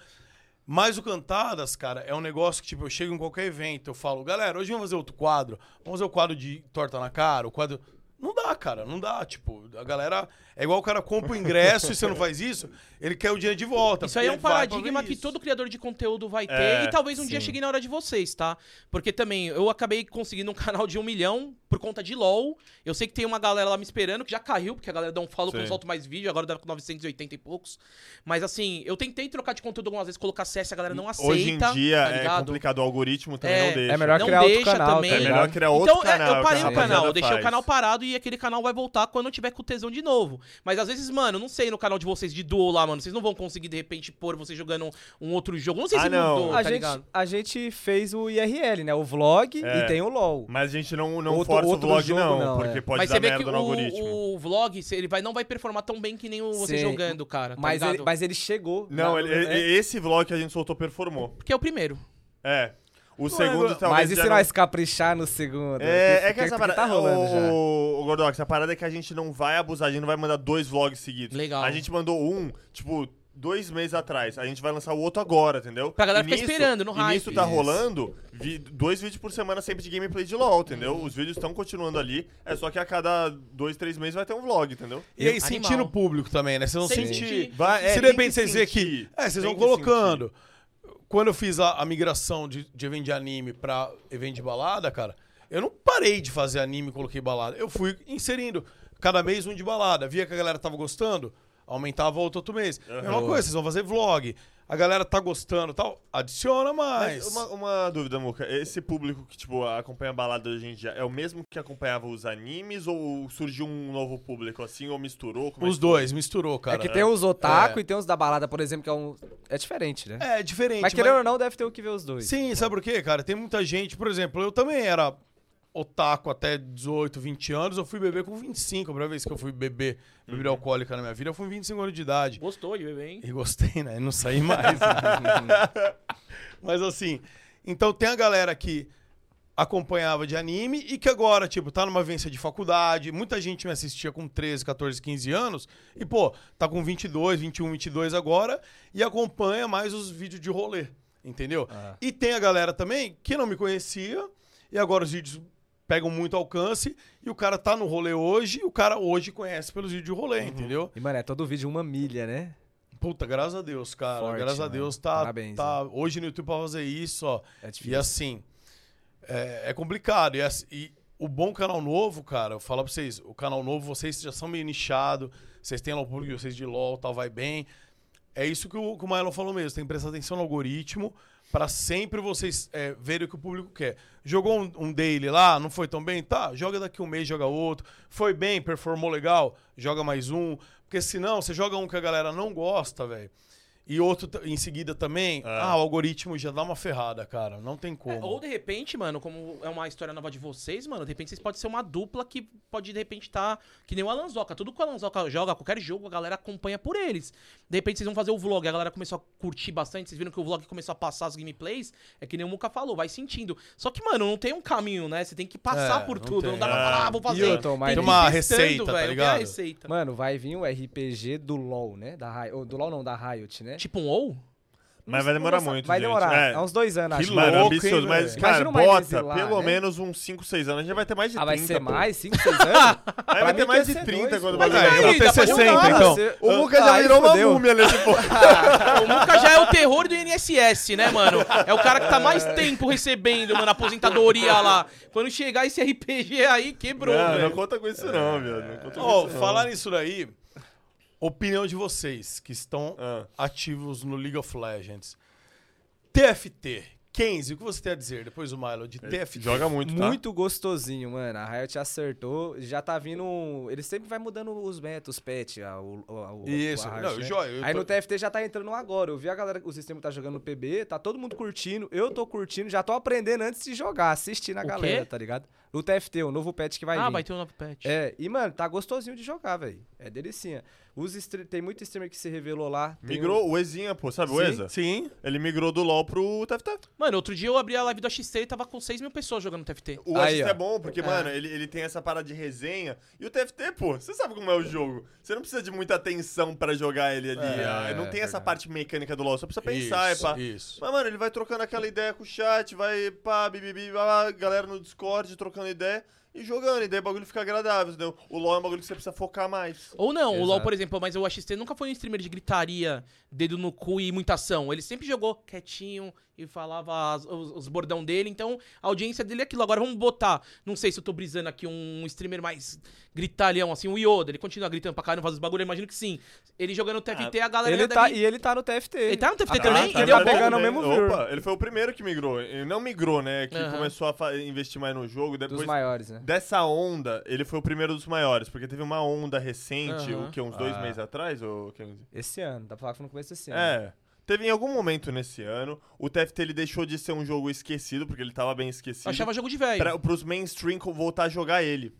Speaker 4: Mas o Cantadas, cara, é um negócio que, tipo, eu chego em qualquer evento, eu falo, galera, hoje vamos fazer outro quadro, vamos fazer o quadro de torta na cara, o quadro. Não dá, cara, não dá. Tipo, a galera. É igual o cara compra o ingresso e você não faz isso, ele quer o dinheiro de
Speaker 2: tá
Speaker 4: volta.
Speaker 1: Isso aí é um
Speaker 4: porque ele vai pra ver
Speaker 1: paradigma que
Speaker 4: isso.
Speaker 1: todo criador de conteúdo vai ter.
Speaker 2: É,
Speaker 1: e talvez um dia chegue na hora de vocês, tá? Porque também eu acabei conseguindo um canal de um milhão por conta de LOL. Eu sei que tem uma galera lá me esperando, que já caiu, porque a galera dá um follow que eu não
Speaker 2: Sim.
Speaker 1: solto mais vídeo, agora dá com 980 e poucos. Mas assim, eu tentei trocar de conteúdo algumas vezes, colocar CS, a galera não aceita.
Speaker 2: Hoje em dia
Speaker 1: tá
Speaker 2: é
Speaker 1: ligado?
Speaker 2: complicado, o algoritmo também
Speaker 1: É,
Speaker 2: não deixa.
Speaker 3: é melhor
Speaker 1: não
Speaker 3: criar outro
Speaker 1: deixa
Speaker 3: canal,
Speaker 1: também.
Speaker 3: tá
Speaker 2: É
Speaker 3: ligado?
Speaker 2: melhor criar outro
Speaker 1: então, é,
Speaker 2: canal.
Speaker 1: eu parei o
Speaker 2: rapaziada
Speaker 1: canal, eu deixei
Speaker 2: faz.
Speaker 1: o canal parado e aquele canal vai voltar quando eu tiver com o tesão de novo. Mas às vezes, mano, não sei no canal de vocês de duo lá, mano, vocês não vão conseguir de repente pôr vocês jogando um outro jogo. Não sei
Speaker 2: Ah,
Speaker 1: se
Speaker 2: não.
Speaker 1: mudou,
Speaker 3: a,
Speaker 1: tá
Speaker 3: gente,
Speaker 1: ligado?
Speaker 3: a gente fez o IRL, né? O vlog
Speaker 2: É.
Speaker 3: e tem o LOL.
Speaker 2: Mas a gente não, não
Speaker 3: Outro-
Speaker 2: força
Speaker 3: outro
Speaker 2: o vlog,
Speaker 3: jogo
Speaker 2: não,
Speaker 3: não,
Speaker 2: porque
Speaker 3: é.
Speaker 2: pode
Speaker 1: mas
Speaker 2: dar
Speaker 1: você vê
Speaker 2: merda
Speaker 1: que
Speaker 2: no algoritmo.
Speaker 1: o, o vlog, cê- ele vai, não vai performar tão bem que nem o- você
Speaker 3: Sim.
Speaker 1: jogando, cara. tá
Speaker 3: Mas, ele,
Speaker 1: ligado?
Speaker 3: mas ele chegou.
Speaker 2: Não,
Speaker 3: na-
Speaker 2: ele-
Speaker 3: né?
Speaker 2: e- esse vlog que a gente soltou performou.
Speaker 1: Porque é o primeiro.
Speaker 2: É. O segundo talvez.
Speaker 3: Mas e
Speaker 2: já
Speaker 3: se
Speaker 2: não-
Speaker 3: nós caprichar no segundo?
Speaker 2: tá É, é que
Speaker 3: tá
Speaker 2: essa parada.
Speaker 3: rolando
Speaker 2: o,
Speaker 3: já.
Speaker 2: o Gordox, a parada é que a gente não vai abusar, a gente não vai mandar dois vlogs seguidos.
Speaker 1: Legal.
Speaker 2: A gente mandou um, tipo, dois meses atrás. A gente vai lançar o outro agora, entendeu?
Speaker 1: Pra galera
Speaker 2: E
Speaker 1: ficar esperando, no
Speaker 2: e
Speaker 1: hype.
Speaker 2: nisso tá
Speaker 1: Isso.
Speaker 2: rolando vi- dois vídeos por semana sempre de gameplay de LOL, entendeu? Os vídeos estão continuando ali. É só que a cada dois, três meses vai ter um vlog, entendeu?
Speaker 4: E aí,
Speaker 1: Animal.
Speaker 4: sentindo o público também, né? Você não
Speaker 1: Sem
Speaker 4: sente.
Speaker 1: sentir.
Speaker 2: Vai- é,
Speaker 4: se de
Speaker 2: tem
Speaker 4: repente
Speaker 2: que
Speaker 4: vocês verem que.
Speaker 2: sentir.
Speaker 4: É, vocês
Speaker 2: Tem
Speaker 4: vão
Speaker 2: que
Speaker 4: colocando. Quando eu fiz a, a migração de, de evento de anime pra evento de balada, cara, eu não parei de fazer anime e coloquei balada. Eu fui inserindo cada mês um de balada. Via que a galera tava gostando, aumentava outro outro mês. Mesma coisa, vocês vão fazer vlog. A galera tá gostando e tal, adiciona mais.
Speaker 2: Mas uma, uma dúvida, Muca. Esse público que, tipo, acompanha a balada hoje em dia é o mesmo que acompanhava os animes ou surgiu um novo público assim, ou misturou? Como é
Speaker 4: Os dois, misturou, cara.
Speaker 3: É que tem os otaku
Speaker 4: É.
Speaker 3: e tem os da balada, por exemplo, que é um. É diferente, né?
Speaker 4: É, diferente.
Speaker 3: mas querendo ou não, deve ter o que ver os dois.
Speaker 4: Sim, sabe por quê, cara? Tem muita gente, por exemplo, eu também era otaku até 18, 20 anos, eu fui beber com 25, a primeira vez que eu fui beber bebida alcoólica na minha vida, eu fui com 25 anos de idade.
Speaker 1: Gostou de bebê, hein?
Speaker 4: E gostei, né? Não saí mais. Mas assim, então tem a galera que acompanhava de anime e que agora, tipo, tá numa vivência de faculdade, muita gente me assistia com 13, 14, 15 anos e, pô, tá com 22, 21, 22 agora e acompanha mais os vídeos de rolê, entendeu?
Speaker 3: Ah.
Speaker 4: E tem a galera também que não me conhecia e agora os vídeos pegam muito alcance e o cara tá no rolê hoje e o cara hoje conhece pelos vídeos de rolê, entendeu?
Speaker 3: E, mano, é todo vídeo uma milha, né?
Speaker 4: Puta, graças a Deus, cara.
Speaker 3: Forte,
Speaker 4: graças a
Speaker 3: mano.
Speaker 4: Deus tá,
Speaker 3: Parabéns,
Speaker 4: tá hoje no YouTube pra fazer isso, ó.
Speaker 3: É
Speaker 4: E
Speaker 3: difícil.
Speaker 4: assim, é, é complicado. E, assim, e o bom canal novo, cara, eu falo pra vocês, o canal novo, vocês já são meio nichados, vocês têm lá o público de vocês de LOL, tal, vai bem. É isso que o, que o Mylon falou mesmo, tem que prestar atenção no algoritmo, pra sempre vocês é, verem o que o público quer. Jogou um, um daily lá, não foi tão bem? Tá, joga daqui um mês, joga outro. Foi bem, performou legal, joga mais um. Porque senão, você joga um que a galera não gosta, velho. E outro t- em seguida também, ah, o algoritmo já dá uma ferrada, cara. Não tem como.
Speaker 1: É, ou de repente, mano, como é uma história nova de vocês, mano, de repente vocês podem ser uma dupla que pode de repente tá que nem o Alanzoca. Tudo que o Alanzoca joga, qualquer jogo, a galera acompanha por eles. De repente vocês vão fazer o vlog, a galera começou a curtir bastante, vocês viram que o vlog começou a passar as gameplays. É que nem o Muka falou, vai sentindo. Só que, mano, não tem um caminho, né? Você tem que passar
Speaker 4: É,
Speaker 1: por
Speaker 4: não
Speaker 1: tudo.
Speaker 4: tem.
Speaker 1: Não dá pra falar, ah, vou fazer.
Speaker 3: Hilton, mas-
Speaker 1: que ir
Speaker 4: Tem uma
Speaker 1: testando,
Speaker 4: receita, tá
Speaker 1: velho, não tem
Speaker 4: ligado?
Speaker 1: a receita.
Speaker 3: Mano, vai vir um o RPG do LoL, né? Da Riot, do LoL não, da Riot, né?
Speaker 1: Tipo um ou?
Speaker 2: Mas vai demorar muito,
Speaker 3: Vai
Speaker 2: gente.
Speaker 3: demorar,
Speaker 2: É.
Speaker 3: há uns dois anos,
Speaker 2: Que
Speaker 3: acho. né?
Speaker 2: mano,
Speaker 4: louco,
Speaker 2: ambicioso.
Speaker 4: hein,
Speaker 2: mas,
Speaker 4: velho?
Speaker 2: cara,
Speaker 3: Imagina uma
Speaker 2: bota
Speaker 3: Inês lá,
Speaker 2: pelo
Speaker 3: né?
Speaker 2: menos uns 5, 6 anos. A gente vai ter mais de
Speaker 3: Ah,
Speaker 2: 30.
Speaker 3: vai ser
Speaker 2: pô.
Speaker 3: mais? 5, 6 anos?
Speaker 2: Aí
Speaker 3: Pra
Speaker 2: vai
Speaker 3: mim
Speaker 2: ter
Speaker 3: tem
Speaker 2: mais
Speaker 3: que
Speaker 2: de
Speaker 3: ser
Speaker 2: 30
Speaker 3: dois,
Speaker 2: quando o
Speaker 3: pô.
Speaker 2: bagulho
Speaker 1: Mas
Speaker 2: acabar.
Speaker 1: aí, dá pra mudar,
Speaker 4: então.
Speaker 3: você-
Speaker 2: O Muca já
Speaker 3: Ah, aí
Speaker 2: virou uma
Speaker 3: fudeu.
Speaker 2: múmia tipo, nesse ponto.
Speaker 1: O Muca já é o terror do INSS, né, mano? É o cara que tá mais tempo recebendo, mano, a aposentadoria lá. Quando chegar esse RPG aí, quebrou,
Speaker 2: Não, né? não
Speaker 1: velho.
Speaker 2: conta com isso não, viado. Não conta com
Speaker 4: Ó,
Speaker 2: isso não.
Speaker 4: falar nisso daí, opinião de vocês que estão
Speaker 2: Ah.
Speaker 4: ativos no League of Legends. TFT, Kenzie, o que você tem a dizer depois o Milo de TFT?
Speaker 2: Joga muito, tá?
Speaker 3: Muito gostosinho, mano. A Riot acertou. Já tá vindo. um- Ele sempre vai mudando os metas, os pet. A, o, o- o-
Speaker 4: Isso.
Speaker 3: a Riot,
Speaker 4: Não, eu
Speaker 3: né?
Speaker 4: joia, eu
Speaker 3: Aí
Speaker 4: tô-
Speaker 3: no TFT já tá entrando um agora. Eu vi a galera, o sistema tá jogando no PB, tá todo mundo curtindo. Eu tô curtindo, já tô aprendendo antes de jogar, assistindo a
Speaker 1: O
Speaker 3: galera,
Speaker 1: quê?
Speaker 3: tá ligado? No TFT, o novo pet que vai
Speaker 1: Ah,
Speaker 3: vir.
Speaker 1: vai ter um novo patch.
Speaker 3: É, e mano, tá gostosinho de jogar, velho. É delicinha. Os stre- Tem muito streamer que se revelou lá. Tem um-
Speaker 2: Migrou o Ezinha, pô. Sabe o
Speaker 3: Sim,
Speaker 2: Eza?
Speaker 4: Sim.
Speaker 2: Ele migrou do LoL pro TFT.
Speaker 1: Mano, outro dia eu abri a live do XT e tava com 6 mil pessoas jogando TFT.
Speaker 2: O
Speaker 3: Aí,
Speaker 2: Aí,
Speaker 3: ó.
Speaker 2: é bom, porque, mano, ele, ele tem essa parada de resenha. E o TFT, pô, você sabe como é o jogo. Você não precisa de muita atenção pra jogar ele ali. Ah, não tem essa parte mecânica do LoL, só precisa pensar,
Speaker 4: Isso,
Speaker 2: é pá.
Speaker 4: isso.
Speaker 2: Mas, mano, ele vai trocando aquela ideia com o chat, vai, pá, bibibi, blá, blá, galera no Discord trocando ideia e jogando. E daí o bagulho fica agradável, entendeu? O LoL é um bagulho que você precisa focar mais.
Speaker 1: Ou não, o LoL,
Speaker 3: Exato.
Speaker 1: por exemplo, mas o XT nunca foi um streamer de gritaria, dedo no cu e muita ação. Ele sempre jogou quietinho e falava as- os, os bordão dele, então a audiência dele é aquilo. Agora vamos botar, não sei se eu tô brisando aqui, um streamer mais gritalhão, assim, o Yoda, ele continua gritando pra caralho, não faz os bagulho, eu imagino que sim. Ele jogando TFT, a galera
Speaker 3: Ele
Speaker 1: já
Speaker 3: tá,
Speaker 1: deve-
Speaker 3: e ele tá no TFT.
Speaker 1: Ele tá no TFT
Speaker 2: Ah,
Speaker 1: também?
Speaker 2: tá
Speaker 1: e deu
Speaker 2: ligado?
Speaker 1: bom?
Speaker 3: pegando o mesmo viewer.
Speaker 2: Opa, ele foi o primeiro que migrou. Ele não migrou, né? Que
Speaker 1: Aham.
Speaker 2: começou a fa- investir mais no jogo.
Speaker 3: Dos
Speaker 2: Depois
Speaker 3: maiores, né?
Speaker 2: Dessa onda, ele foi o primeiro dos maiores, porque teve uma onda recente,
Speaker 1: Aham.
Speaker 2: o que, uns dois
Speaker 3: Ah.
Speaker 2: meses atrás, ou Kenzie?
Speaker 3: Esse ano, dá pra falar que foi no começo desse ano.
Speaker 2: É. Teve em algum momento nesse ano, o TFT ele deixou de ser um jogo esquecido, porque ele tava bem esquecido,
Speaker 1: Eu achava jogo de velho.
Speaker 2: pra, pros mainstream co- voltar a jogar ele.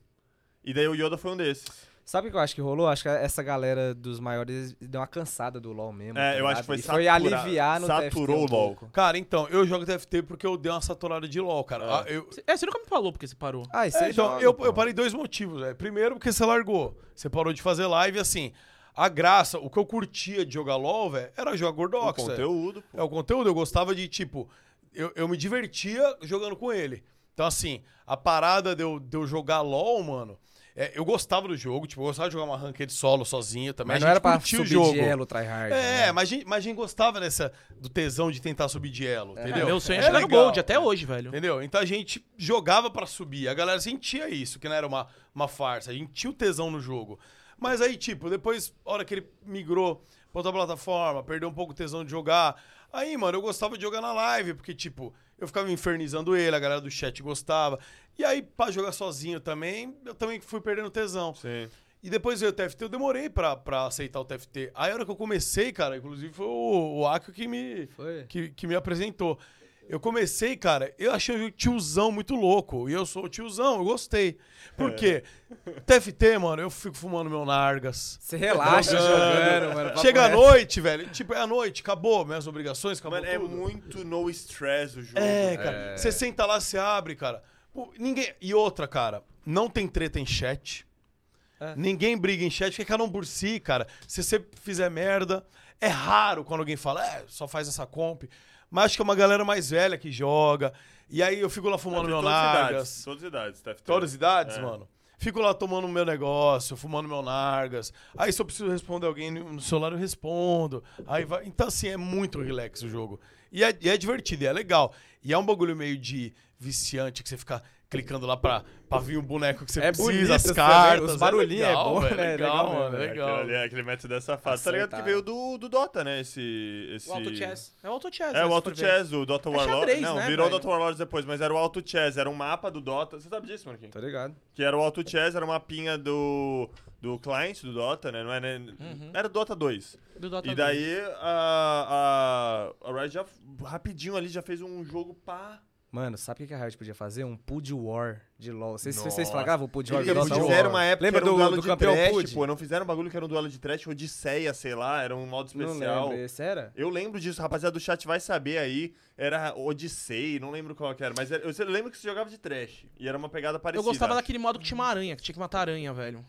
Speaker 2: E daí o Yoda foi um desses.
Speaker 3: Sabe o que eu acho que rolou? Acho que essa galera dos maiores deu uma cansada do LoL mesmo.
Speaker 2: É,
Speaker 3: tá
Speaker 2: eu acho
Speaker 3: ligado?
Speaker 2: que foi
Speaker 3: E foi
Speaker 2: satura-
Speaker 3: aliviar no TFT
Speaker 2: saturou
Speaker 3: um
Speaker 2: o LoL.
Speaker 3: pouco.
Speaker 4: Cara, então, eu jogo TFT porque eu dei uma saturada de LOL, cara. Ah, eu,
Speaker 1: É, você nunca me falou porque você parou.
Speaker 3: Ah, isso
Speaker 4: É,
Speaker 3: aí
Speaker 4: então,
Speaker 3: joga,
Speaker 4: eu,
Speaker 3: pô.
Speaker 4: eu parei dois motivos. velho. Primeiro, porque você largou. Você parou de fazer live, assim. A graça, o que eu curtia de jogar LOL, velho, era jogar
Speaker 2: O
Speaker 4: Gordox. velho.
Speaker 2: conteúdo, pô.
Speaker 4: É o conteúdo, eu gostava de, tipo, eu, eu me divertia jogando com ele. Então, assim, a parada de eu, de eu jogar LOL, mano, é, eu gostava do jogo, tipo, eu gostava de jogar uma ranked solo sozinho também.
Speaker 3: Mas
Speaker 4: a
Speaker 3: não era
Speaker 4: gente
Speaker 3: pra
Speaker 4: curtia
Speaker 3: subir
Speaker 4: o jogo.
Speaker 3: de elo, tryhard.
Speaker 4: É,
Speaker 3: né?
Speaker 4: mas a, gente, mas a gente gostava dessa, do tesão de tentar subir de elo, entendeu?
Speaker 1: Meu sonho é
Speaker 4: Era
Speaker 1: chegar no
Speaker 4: legal.
Speaker 1: Gold até hoje, velho.
Speaker 4: Entendeu? Então a gente jogava pra subir. A galera sentia isso, que não era uma, uma farsa. A gente tinha o tesão no jogo. Mas aí, tipo, depois, a hora que ele migrou pra outra plataforma, perdeu um pouco o tesão de jogar. Aí, mano, eu gostava de jogar na live, porque, tipo, eu ficava infernizando ele, a galera do chat gostava. E aí, pra jogar sozinho também, eu também fui perdendo tesão.
Speaker 2: Sim.
Speaker 4: E depois veio o TFT, eu demorei pra, pra aceitar o TFT. Aí a hora que eu comecei, cara, inclusive foi o, o Akio que me,
Speaker 3: Foi.
Speaker 4: que, que me apresentou. Eu comecei, cara, eu achei o tiozão muito louco. E eu sou o tiozão, eu gostei. Por quê? TFT, mano, eu fico fumando meu Nargas.
Speaker 3: Você relaxa jogando, mano. papo
Speaker 4: Chega à
Speaker 3: reto.
Speaker 4: noite, velho. Tipo, é à noite, acabou minhas obrigações, acabou
Speaker 2: Mano, é
Speaker 4: tudo.
Speaker 2: muito no stress o jogo.
Speaker 4: É, cara. Você senta lá, você abre, cara. Pô, ninguém... E outra, cara, não tem treta em chat.
Speaker 2: É.
Speaker 4: Ninguém briga em chat, porque cada um por si, cara. Se você fizer merda, é raro quando alguém fala, é, só faz essa comp. Mas acho que é uma galera mais velha que joga. E aí eu fico lá
Speaker 2: Mano,
Speaker 4: fumando
Speaker 2: É de
Speaker 4: meu
Speaker 2: todas as idades,
Speaker 4: Nargas.
Speaker 2: todas as idades, TFT.
Speaker 4: Todas as idades,
Speaker 2: É.
Speaker 4: mano. Fico lá tomando meu negócio, fumando meu Nargas. Aí se eu preciso responder alguém no no celular, eu respondo. Aí vai... Então, assim, é muito relax o jogo. E é, e é divertido, e é legal. E é um bagulho meio de viciante, que você fica clicando lá pra, pra vir o boneco que você
Speaker 3: É
Speaker 4: precisa,
Speaker 3: bonito
Speaker 4: as
Speaker 3: isso
Speaker 4: cartas.
Speaker 3: também, os barulhinhos é
Speaker 4: legal,
Speaker 3: bom,
Speaker 4: velho,
Speaker 3: né? É
Speaker 4: Legal,
Speaker 3: legal
Speaker 4: mano,
Speaker 3: mesmo,
Speaker 2: Aquele,
Speaker 4: legal.
Speaker 2: ali, é aquele método dessa fase. Tá ligado que
Speaker 3: Acertaram.
Speaker 2: veio do, do Dota, né? Esse, esse...
Speaker 1: O Auto Chess. É o Auto Chess. né,
Speaker 2: É,
Speaker 1: se
Speaker 2: o
Speaker 1: for
Speaker 2: Auto
Speaker 1: ver.
Speaker 2: Chess, o Dota Warlord.
Speaker 1: xadrez,
Speaker 2: não,
Speaker 1: né,
Speaker 2: virou
Speaker 1: velho?
Speaker 2: Dota Warlord depois, mas era o Auto Chess, era um mapa do Dota. Você sabe disso, Marquinhos?
Speaker 3: Tá ligado?
Speaker 2: Que era o Auto Chess, era uma pinha do, do client do Dota, né? Não era, era o Dota 2.
Speaker 1: Do Dota
Speaker 2: e
Speaker 1: 2.
Speaker 2: daí a, a, a Riot já, rapidinho ali já fez um jogo pá.
Speaker 3: Mano, sabe o que a Riot podia fazer? Um Pud War de LoL. Vocês,
Speaker 2: Nossa.
Speaker 3: vocês pagavam o Pud War
Speaker 2: Porque
Speaker 3: de
Speaker 2: eles
Speaker 3: LoL? Não.
Speaker 2: fizeram uma época
Speaker 3: Lembra
Speaker 2: que era um
Speaker 3: do,
Speaker 2: duelo
Speaker 3: do
Speaker 2: de
Speaker 3: campeão
Speaker 2: trash,
Speaker 3: Pud?
Speaker 2: pô. Não fizeram um bagulho que era um duelo de trash, Odisseia, sei lá, era um modo
Speaker 3: Não
Speaker 2: especial.
Speaker 3: lembro, esse era?
Speaker 2: Eu lembro disso, rapaziada do chat vai saber aí. Era Odyssey, não lembro qual que era, mas era- eu sei- lembro que se jogava de trash. E era uma pegada parecida.
Speaker 1: Eu gostava
Speaker 2: acho.
Speaker 1: daquele modo que tinha uma aranha, que tinha que matar a aranha, velho.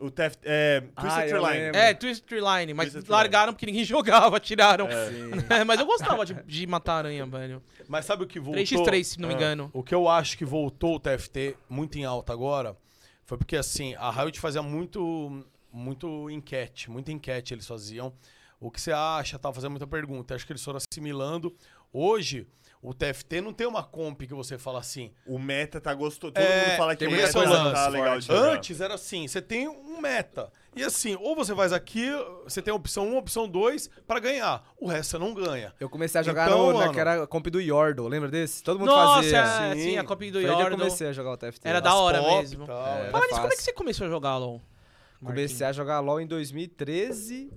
Speaker 2: O Theft. É, Twisted
Speaker 3: Ah, eu
Speaker 2: Tree Line.
Speaker 3: lembro.
Speaker 1: É, Twisted Line, mas
Speaker 2: Twisted Tree
Speaker 1: largaram porque ninguém jogava, tiraram.
Speaker 3: Sim.
Speaker 1: É, mas eu gostava de, de matar aranha, velho.
Speaker 3: é
Speaker 4: Mas sabe o que voltou?
Speaker 1: 3x3, se não me
Speaker 4: É.
Speaker 1: engano.
Speaker 4: O que eu acho que voltou o TFT muito em alta agora foi porque, assim, a Riot fazia muito, muito enquete, muita enquete eles faziam. O que você acha, tal, fazia muita pergunta. Acho que eles foram assimilando. Hoje, o TFT não tem uma comp que você fala assim...
Speaker 2: O meta tá gostoso. Todo
Speaker 4: É,
Speaker 2: mundo fala que
Speaker 4: tem
Speaker 2: o
Speaker 4: muita
Speaker 2: meta
Speaker 4: coisa
Speaker 2: tá
Speaker 4: antes,
Speaker 2: legal de jogar.
Speaker 4: Antes era assim, você tem um meta. E assim, ou você faz aqui, você tem a opção 1, opção 2 pra ganhar. O resto você não ganha.
Speaker 3: Eu comecei a jogar
Speaker 4: Então,
Speaker 3: no,
Speaker 4: mano-
Speaker 3: na que era a comp do Yordle, lembra desse? Todo mundo
Speaker 1: Nossa,
Speaker 3: fazia.
Speaker 1: é, sim, a copinha do
Speaker 3: Foi aí que eu
Speaker 1: Yordle.
Speaker 3: comecei a jogar o TFT.
Speaker 1: Era
Speaker 3: Nossa,
Speaker 1: da hora
Speaker 4: pop e
Speaker 1: mesmo.
Speaker 4: tal,
Speaker 3: É.
Speaker 4: é.
Speaker 1: Fala nisso,
Speaker 3: fácil.
Speaker 1: como é que você começou a jogar, LOL?
Speaker 3: Comecei a jogar LoL em 2013,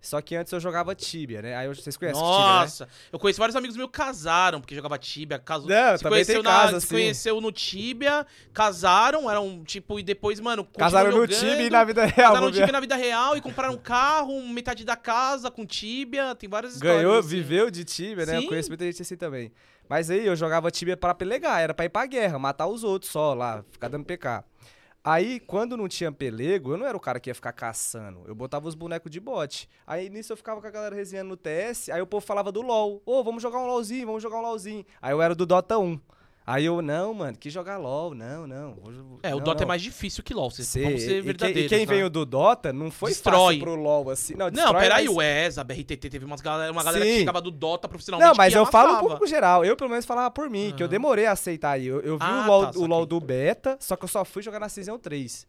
Speaker 3: só que antes eu jogava Tibia, né? Aí eu- vocês conhecem né?
Speaker 1: Nossa, eu conheço vários amigos meus que casaram, porque jogava Tibia, casou,
Speaker 3: Não,
Speaker 1: se
Speaker 3: também tem
Speaker 1: conheceu,
Speaker 3: casa,
Speaker 1: se
Speaker 3: assim.
Speaker 1: conheceu no Tibia, casaram, eram tipo, e depois, mano, continuam
Speaker 3: Casaram no
Speaker 1: jogando,
Speaker 3: Tibia e na vida real,
Speaker 1: Casaram no
Speaker 3: vamos ver.
Speaker 1: Tibia e na vida real e compraram um carro, metade da casa com Tibia, tem várias
Speaker 3: Tibia, né?
Speaker 1: histórias.
Speaker 3: Ganhou,
Speaker 1: assim.
Speaker 3: viveu de Tibia, né?
Speaker 1: Sim.
Speaker 3: Eu conheço muita gente assim também. Mas aí eu jogava Tibia pra pelegar, era pra ir pra guerra, matar os outros só lá, ficar dando PK. Aí, quando não tinha pelego, eu não era o cara que ia ficar caçando. Eu botava os bonecos de bote. Aí, nisso, eu ficava com a galera resenhando no TS. Aí, o povo falava do LoL. Ô, vamos jogar um LoLzinho, vamos jogar um LoLzinho. Aí, eu era do Dota 1. Aí, eu, não, mano, que jogar LoL, não, não. vou jo-
Speaker 1: É, o
Speaker 3: não,
Speaker 1: Dota é
Speaker 3: não."
Speaker 1: mais difícil que LoL, vocês
Speaker 3: Cê-
Speaker 1: vamos
Speaker 3: e
Speaker 1: ser
Speaker 3: quem-
Speaker 1: verdadeiros.
Speaker 3: E quem
Speaker 1: né?
Speaker 3: veio do Dota não foi
Speaker 1: Destrói.
Speaker 3: fácil pro LoL, assim. Não,
Speaker 1: Não,
Speaker 3: destrói,
Speaker 1: peraí,
Speaker 3: mas-
Speaker 1: o ESA, BRTT, teve umas galera, uma galera que
Speaker 3: Sim.
Speaker 1: chegava do Dota profissionalmente
Speaker 3: Não, mas
Speaker 1: que
Speaker 3: eu falo um
Speaker 1: amassava.
Speaker 3: pouco geral. Eu, pelo menos, falava por mim, que eu demorei a aceitar aí. Eu, eu vi
Speaker 1: Ah,
Speaker 3: o, LoL,
Speaker 1: tá,
Speaker 3: o LoL
Speaker 1: saquei.
Speaker 3: do beta, só que eu só fui jogar na Season 3.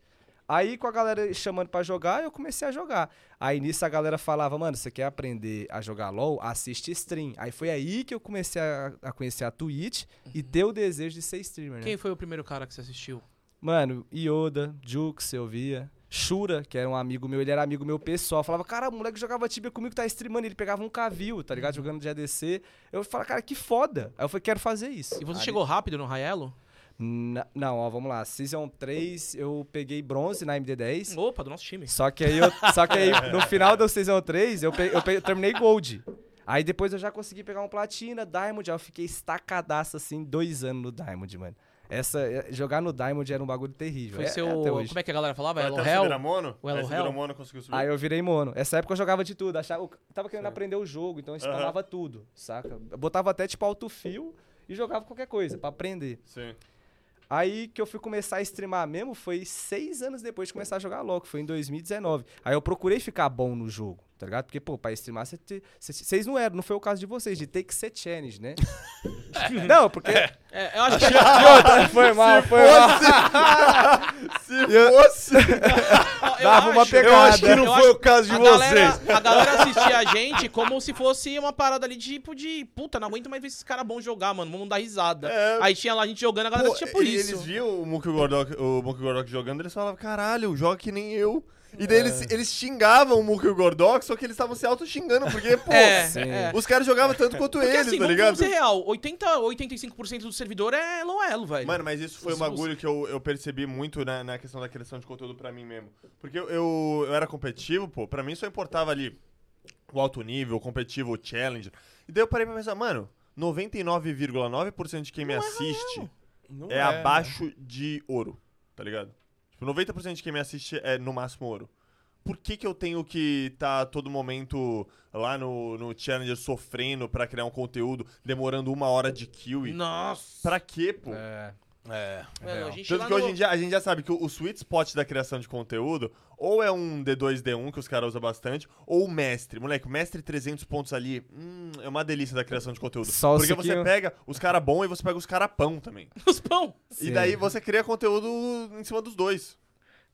Speaker 3: Aí, com a galera chamando pra jogar, eu comecei a jogar. Aí, nisso, a galera falava, mano, você quer aprender a jogar LoL? Assiste stream. Aí, foi aí que eu comecei a, a conhecer a Twitch e ter o desejo de ser streamer, né?
Speaker 1: Uhum. Quem foi o primeiro cara que você assistiu?
Speaker 3: Mano, Yoda, Jux, eu via. Shura, que era um amigo meu, ele era amigo meu pessoal. Falava, cara, o moleque jogava Tibia comigo, tá streamando. Ele pegava um cavil, tá
Speaker 1: Uhum.
Speaker 3: ligado? Jogando de ADC. Eu falava, cara, que foda. Aí eu falei, quero fazer isso.
Speaker 1: E você
Speaker 3: Aí-
Speaker 1: chegou rápido no Raelo?
Speaker 3: Na- não, ó, vamos lá. Season 3, eu peguei bronze na MD10.
Speaker 1: Hum, Opa, do nosso time.
Speaker 3: Só que aí, eu, só que aí no final do Season 3, eu, pe- eu pe- eu terminei Gold. Aí depois eu já consegui pegar um Platina, Diamond. Aí eu fiquei estacadaço, assim, dois anos no Diamond, mano. Essa, eh, jogar no Diamond era um bagulho terrível.
Speaker 1: Foi
Speaker 3: é,
Speaker 1: seu.
Speaker 3: é até hoje.
Speaker 1: Como é que a galera falava?
Speaker 2: Vai
Speaker 1: Elon
Speaker 2: até o
Speaker 1: Hell?
Speaker 2: Viramono?
Speaker 1: O Elo
Speaker 2: Esse
Speaker 1: Hell?
Speaker 2: Viramono conseguiu subir.
Speaker 3: Aí eu virei mono. Essa época eu jogava de tudo. Achava, eu tava querendo aprender o jogo, então eu spamava tudo, saca? Eu botava até tipo alto fio e jogava qualquer coisa pra aprender.
Speaker 2: Sim.
Speaker 3: Aí que eu fui começar a streamar mesmo foi seis anos depois de começar a jogar LOL, que foi em 2019. Aí eu procurei ficar bom no jogo, tá ligado? Porque, pô, pra streamar, cê te- cê- vocês não eram, não foi o caso de vocês, de ter que ser challenge, né? não, porque.
Speaker 1: É, eu acho que.
Speaker 3: foi mal, foi mal.
Speaker 2: Se fosse...
Speaker 1: eu
Speaker 3: Dava uma
Speaker 1: acho-
Speaker 3: pegada.
Speaker 2: Eu acho que não
Speaker 1: Eu
Speaker 2: foi
Speaker 1: acho-
Speaker 2: o caso de
Speaker 1: a
Speaker 2: vocês.
Speaker 1: galera, a galera assistia a gente como se fosse uma parada ali tipo de puta, não aguento mais ver esses caras bons jogar, mano. Vamos dar risada.
Speaker 2: É.
Speaker 1: Aí tinha lá a gente jogando, a galera
Speaker 2: Pô,
Speaker 1: assistia por
Speaker 2: e
Speaker 1: tipo isso.
Speaker 2: Eles viam o Monkey Gordok, o Monkey Gordok jogando, eles falavam, caralho, joga que nem eu. E daí eles, eles xingavam o Monkey Gordok, só que eles estavam se auto-xingando, porque, pô,
Speaker 1: É,
Speaker 3: Sim.
Speaker 1: é.
Speaker 2: os caras jogavam tanto quanto
Speaker 1: Porque
Speaker 2: eles,
Speaker 1: assim,
Speaker 2: tá
Speaker 1: vamos,
Speaker 2: ligado?
Speaker 1: vamos ser real, 80, 85% do servidor é Loelo, velho.
Speaker 2: Mano, mas isso foi um
Speaker 1: Os- os-
Speaker 2: bagulho que eu, eu percebi muito né, na, na questão da criação de conteúdo pra mim mesmo. Porque eu, eu, eu era competitivo, pô, pra mim só importava ali o alto nível, o competitivo, o challenge. E daí eu parei pra pensar, mano, 99,9% de quem me assiste
Speaker 4: Não
Speaker 2: é, abaixo de ouro, tá ligado? Tipo, 90% de quem me assiste é no máximo ouro. Por que, que eu tenho que estar tá a todo momento lá no, no Challenger sofrendo pra criar um conteúdo, demorando uma hora de kill? E...
Speaker 1: Nossa.
Speaker 2: Pra quê, pô?
Speaker 3: É.
Speaker 4: É.
Speaker 1: Mano, a gente
Speaker 2: Tanto
Speaker 1: lá
Speaker 2: que hoje
Speaker 1: no-
Speaker 2: em dia a gente já sabe que o, o sweet spot da criação de conteúdo ou é um D2D1 que os caras usam bastante, ou o mestre. Moleque, o mestre 300 pontos ali, hum, é uma delícia da criação de conteúdo.
Speaker 3: Só o
Speaker 2: Porque você
Speaker 3: suquinho.
Speaker 2: pega os caras bons e você pega os caras pão também.
Speaker 1: Os pão.
Speaker 2: E
Speaker 3: Sim.
Speaker 2: daí você cria conteúdo em cima dos dois.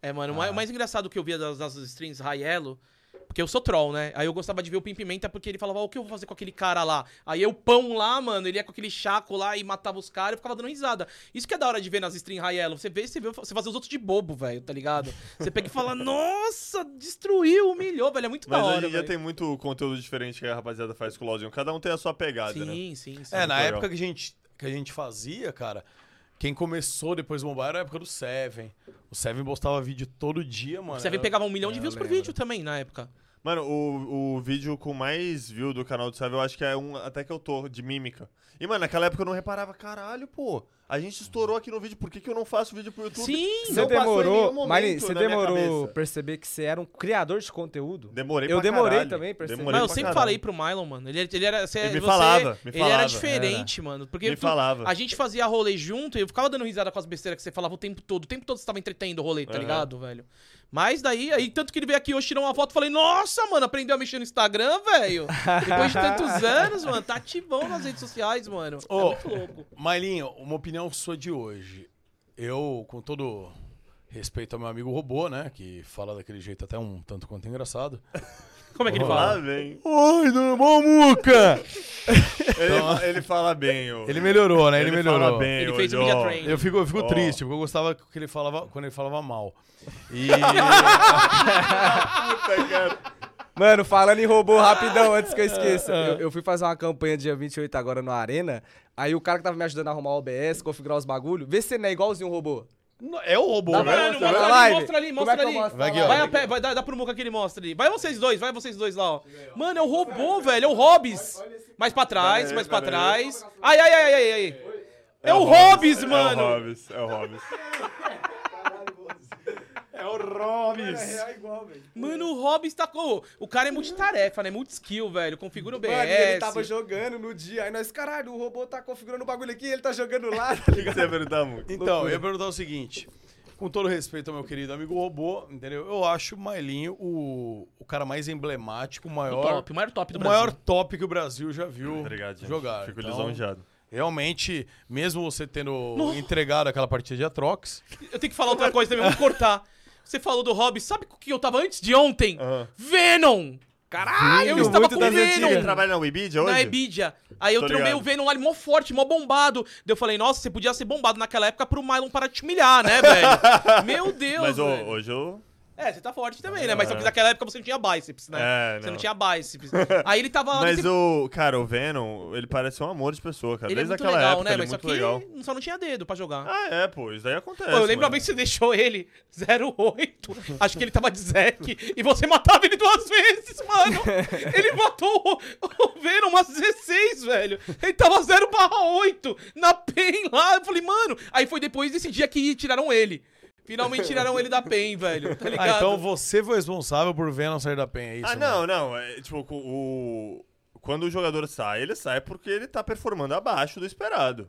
Speaker 1: É, mano,
Speaker 2: Ah.
Speaker 1: o mais- o mais engraçado que eu via das, das streams Raielo, porque eu sou troll, né? Aí eu gostava de ver o Pim Pimenta porque ele falava, "Ó, o que eu vou fazer com aquele cara lá? Aí eu pão lá, mano, ele ia com aquele chaco lá e matava os caras, eu ficava dando risada. Isso que é da hora de ver nas streams Raielo. Você vê, você vê, você faz os outros de bobo, velho, tá ligado? Você pega e fala, nossa, destruiu, humilhou, velho, é muito
Speaker 2: Mas
Speaker 1: da
Speaker 2: hoje
Speaker 1: hora,
Speaker 2: em dia
Speaker 1: velho.
Speaker 2: tem muito conteúdo diferente que a rapaziada faz com o LoLzinho. Cada um tem a sua pegada, né?
Speaker 1: Sim, sim, sim.
Speaker 4: É, na
Speaker 2: legal.
Speaker 4: época que a, gente, que a gente fazia, cara, quem começou depois do mobile era a época do Seven. O Seven postava vídeo todo dia, mano.
Speaker 1: Você vê,
Speaker 4: Era-
Speaker 1: pegava um milhão de
Speaker 3: Eu
Speaker 1: views por
Speaker 3: lembro.
Speaker 1: vídeo também na época.
Speaker 2: Mano, o, o vídeo com mais view do canal do Sávio, eu acho que é um até que eu tô, de mímica. E, mano, naquela época eu não reparava, caralho, pô. A gente estourou aqui no vídeo, por que, que eu não faço vídeo pro YouTube?
Speaker 1: Sim!
Speaker 2: Não
Speaker 3: Você
Speaker 2: passou em nenhum
Speaker 3: demorou,
Speaker 2: momento
Speaker 3: Mari, você
Speaker 2: na minha
Speaker 3: demorou
Speaker 2: cabeça.
Speaker 3: perceber que você era um criador de conteúdo?
Speaker 2: Demorei
Speaker 3: Eu
Speaker 2: pra
Speaker 3: demorei
Speaker 2: caralho.
Speaker 3: também, percebi.
Speaker 1: Mas
Speaker 2: Demorei
Speaker 1: eu
Speaker 2: pra
Speaker 1: sempre
Speaker 2: caralho.
Speaker 1: falei pro Mylon, mano. Ele, ele era. Você,
Speaker 2: Ele me
Speaker 1: você-
Speaker 2: falava, me
Speaker 1: ele
Speaker 2: falava.
Speaker 1: era diferente, mano. Porque
Speaker 2: Me
Speaker 1: tu-
Speaker 2: falava.
Speaker 1: a gente fazia rolê junto e eu ficava dando risada com as besteiras que você falava o tempo todo. O tempo todo você tava entretendo o rolê, tá
Speaker 2: Aham.
Speaker 1: ligado, velho? Mas daí, aí, tanto que ele veio aqui hoje, tirou uma foto e falei, nossa, mano, aprendeu a mexer no Instagram, velho. Depois de tantos anos, mano, tá ativão nas redes sociais, mano. É
Speaker 4: Ô.
Speaker 1: muito louco.
Speaker 4: Mailinho, uma opinião sua de hoje. Eu, com todo respeito ao meu amigo robô, né? Que fala daquele jeito até um tanto quanto engraçado.
Speaker 1: Como é que ele
Speaker 2: Fala
Speaker 1: fala?
Speaker 2: bem.
Speaker 4: Oi, tudo bom, Muca?
Speaker 2: Ele, ele fala bem, ô.
Speaker 4: Ele melhorou, né? Ele,
Speaker 2: Ele
Speaker 4: melhorou.
Speaker 2: fala
Speaker 1: Então,
Speaker 2: bem,
Speaker 1: Ele
Speaker 2: ô,
Speaker 1: fez o
Speaker 2: Jô.
Speaker 1: media training.
Speaker 4: Eu fico, eu fico
Speaker 2: Ó.
Speaker 4: triste, porque eu gostava que ele falava, quando ele falava mal. E
Speaker 2: Puta, é
Speaker 1: Tá
Speaker 2: cara.
Speaker 3: Mano, falando em robô rapidão, antes que eu esqueça. Eu, eu fui fazer uma campanha dia 28 agora no Arena. Aí o cara que tava me ajudando a arrumar o OBS, configurar os bagulho, vê se não é igualzinho um robô.
Speaker 4: é o robô,
Speaker 1: Mano,
Speaker 4: né?
Speaker 3: mostrar
Speaker 1: mostra
Speaker 3: na
Speaker 1: ali,
Speaker 3: live?
Speaker 1: mostra ali,
Speaker 3: Como é
Speaker 1: mostra
Speaker 3: que eu
Speaker 1: ali.
Speaker 3: mostro
Speaker 4: na
Speaker 1: Vai,
Speaker 4: live?
Speaker 1: a pé, vai, dá, dá pro Muca que ele mostra ali. Vai vocês dois, vai vocês dois lá, ó. Mano, é o robô, velho, é o Hobbs. Mais pra trás, mais pra
Speaker 2: Pera aí.
Speaker 1: trás. Ai, ai, ai, ai, ai. É o Hobbs,
Speaker 2: É o
Speaker 1: mano.
Speaker 2: Hobbs, é o Hobbs.
Speaker 3: É,
Speaker 1: Mano, o Hobbs tá com... O cara é multitarefa, né? Multiskill, velho. Configura o BS.
Speaker 3: Mano, e ele tava jogando no dia. Aí nós, caralho, o robô tá configurando o bagulho aqui, ele tá jogando lá. tá
Speaker 2: O que, que
Speaker 3: ligado?
Speaker 2: você ia perguntar, Muca?
Speaker 4: Então, eu ia perguntar o seguinte. Com todo respeito ao meu querido amigo robô, entendeu? Eu acho o Mailinho o, o cara mais emblemático, o
Speaker 1: O
Speaker 4: maior,
Speaker 1: top, o maior top do
Speaker 4: o
Speaker 1: Brasil.
Speaker 4: maior top que o Brasil já viu
Speaker 2: Obrigado, gente.
Speaker 4: jogar.
Speaker 2: Fico
Speaker 4: Então,
Speaker 2: lisonjeado.
Speaker 4: Realmente, mesmo você tendo entregado aquela partida de Atrox, ah,
Speaker 1: Eu tenho que falar outra coisa também, vamos cortar. Você falou do Hobbs, sabe com que eu tava antes de ontem?
Speaker 2: Aham.
Speaker 1: Venom! Caralho, eu estava com Venom!
Speaker 2: Ele trabalha na Webidia hoje?
Speaker 1: Na Ebidia. Aí eu
Speaker 2: Tô
Speaker 1: trombei
Speaker 2: ligado.
Speaker 1: o Venom ali mó forte, mó bombado. Daí eu falei, nossa, você podia ser bombado naquela época pro Mylon parar de te humilhar, né, velho? Meu Deus,
Speaker 2: Mas ô,
Speaker 1: velho.
Speaker 2: hoje eu...
Speaker 1: É, você tá forte também, né? Mas só que naquela época você não tinha bíceps, né?
Speaker 2: É,
Speaker 1: Você não
Speaker 2: não.
Speaker 1: tinha bíceps. Aí ele tava... lá
Speaker 2: Mas
Speaker 1: nesse-
Speaker 2: o... Cara, o Venom, ele parece um amor de pessoa, cara.
Speaker 1: Ele é
Speaker 2: Desde
Speaker 1: muito
Speaker 2: aquela
Speaker 1: legal,
Speaker 2: época,
Speaker 1: né?
Speaker 2: ele é
Speaker 1: Mas só
Speaker 2: muito
Speaker 1: que
Speaker 2: legal.
Speaker 1: só não tinha dedo pra jogar.
Speaker 2: Ah, é, pô. Isso daí acontece.
Speaker 1: Pô, eu lembro uma
Speaker 2: mano.
Speaker 1: vez que você deixou ele 08, acho que ele tava de Zek, e você matava ele duas vezes, mano. Ele matou o, o Venom umas 16, velho. Ele tava 0 8 na PEN lá. Eu falei, mano. Aí foi depois desse dia que tiraram ele. Finalmente tiraram ele da PEN, velho. Tá ligado?
Speaker 4: ah, então você foi responsável por Venom sair da penha, é isso?
Speaker 2: Ah,
Speaker 4: mano?
Speaker 2: não, não. É, tipo, co- o... Quando o jogador sai, ele sai porque ele tá performando abaixo do esperado.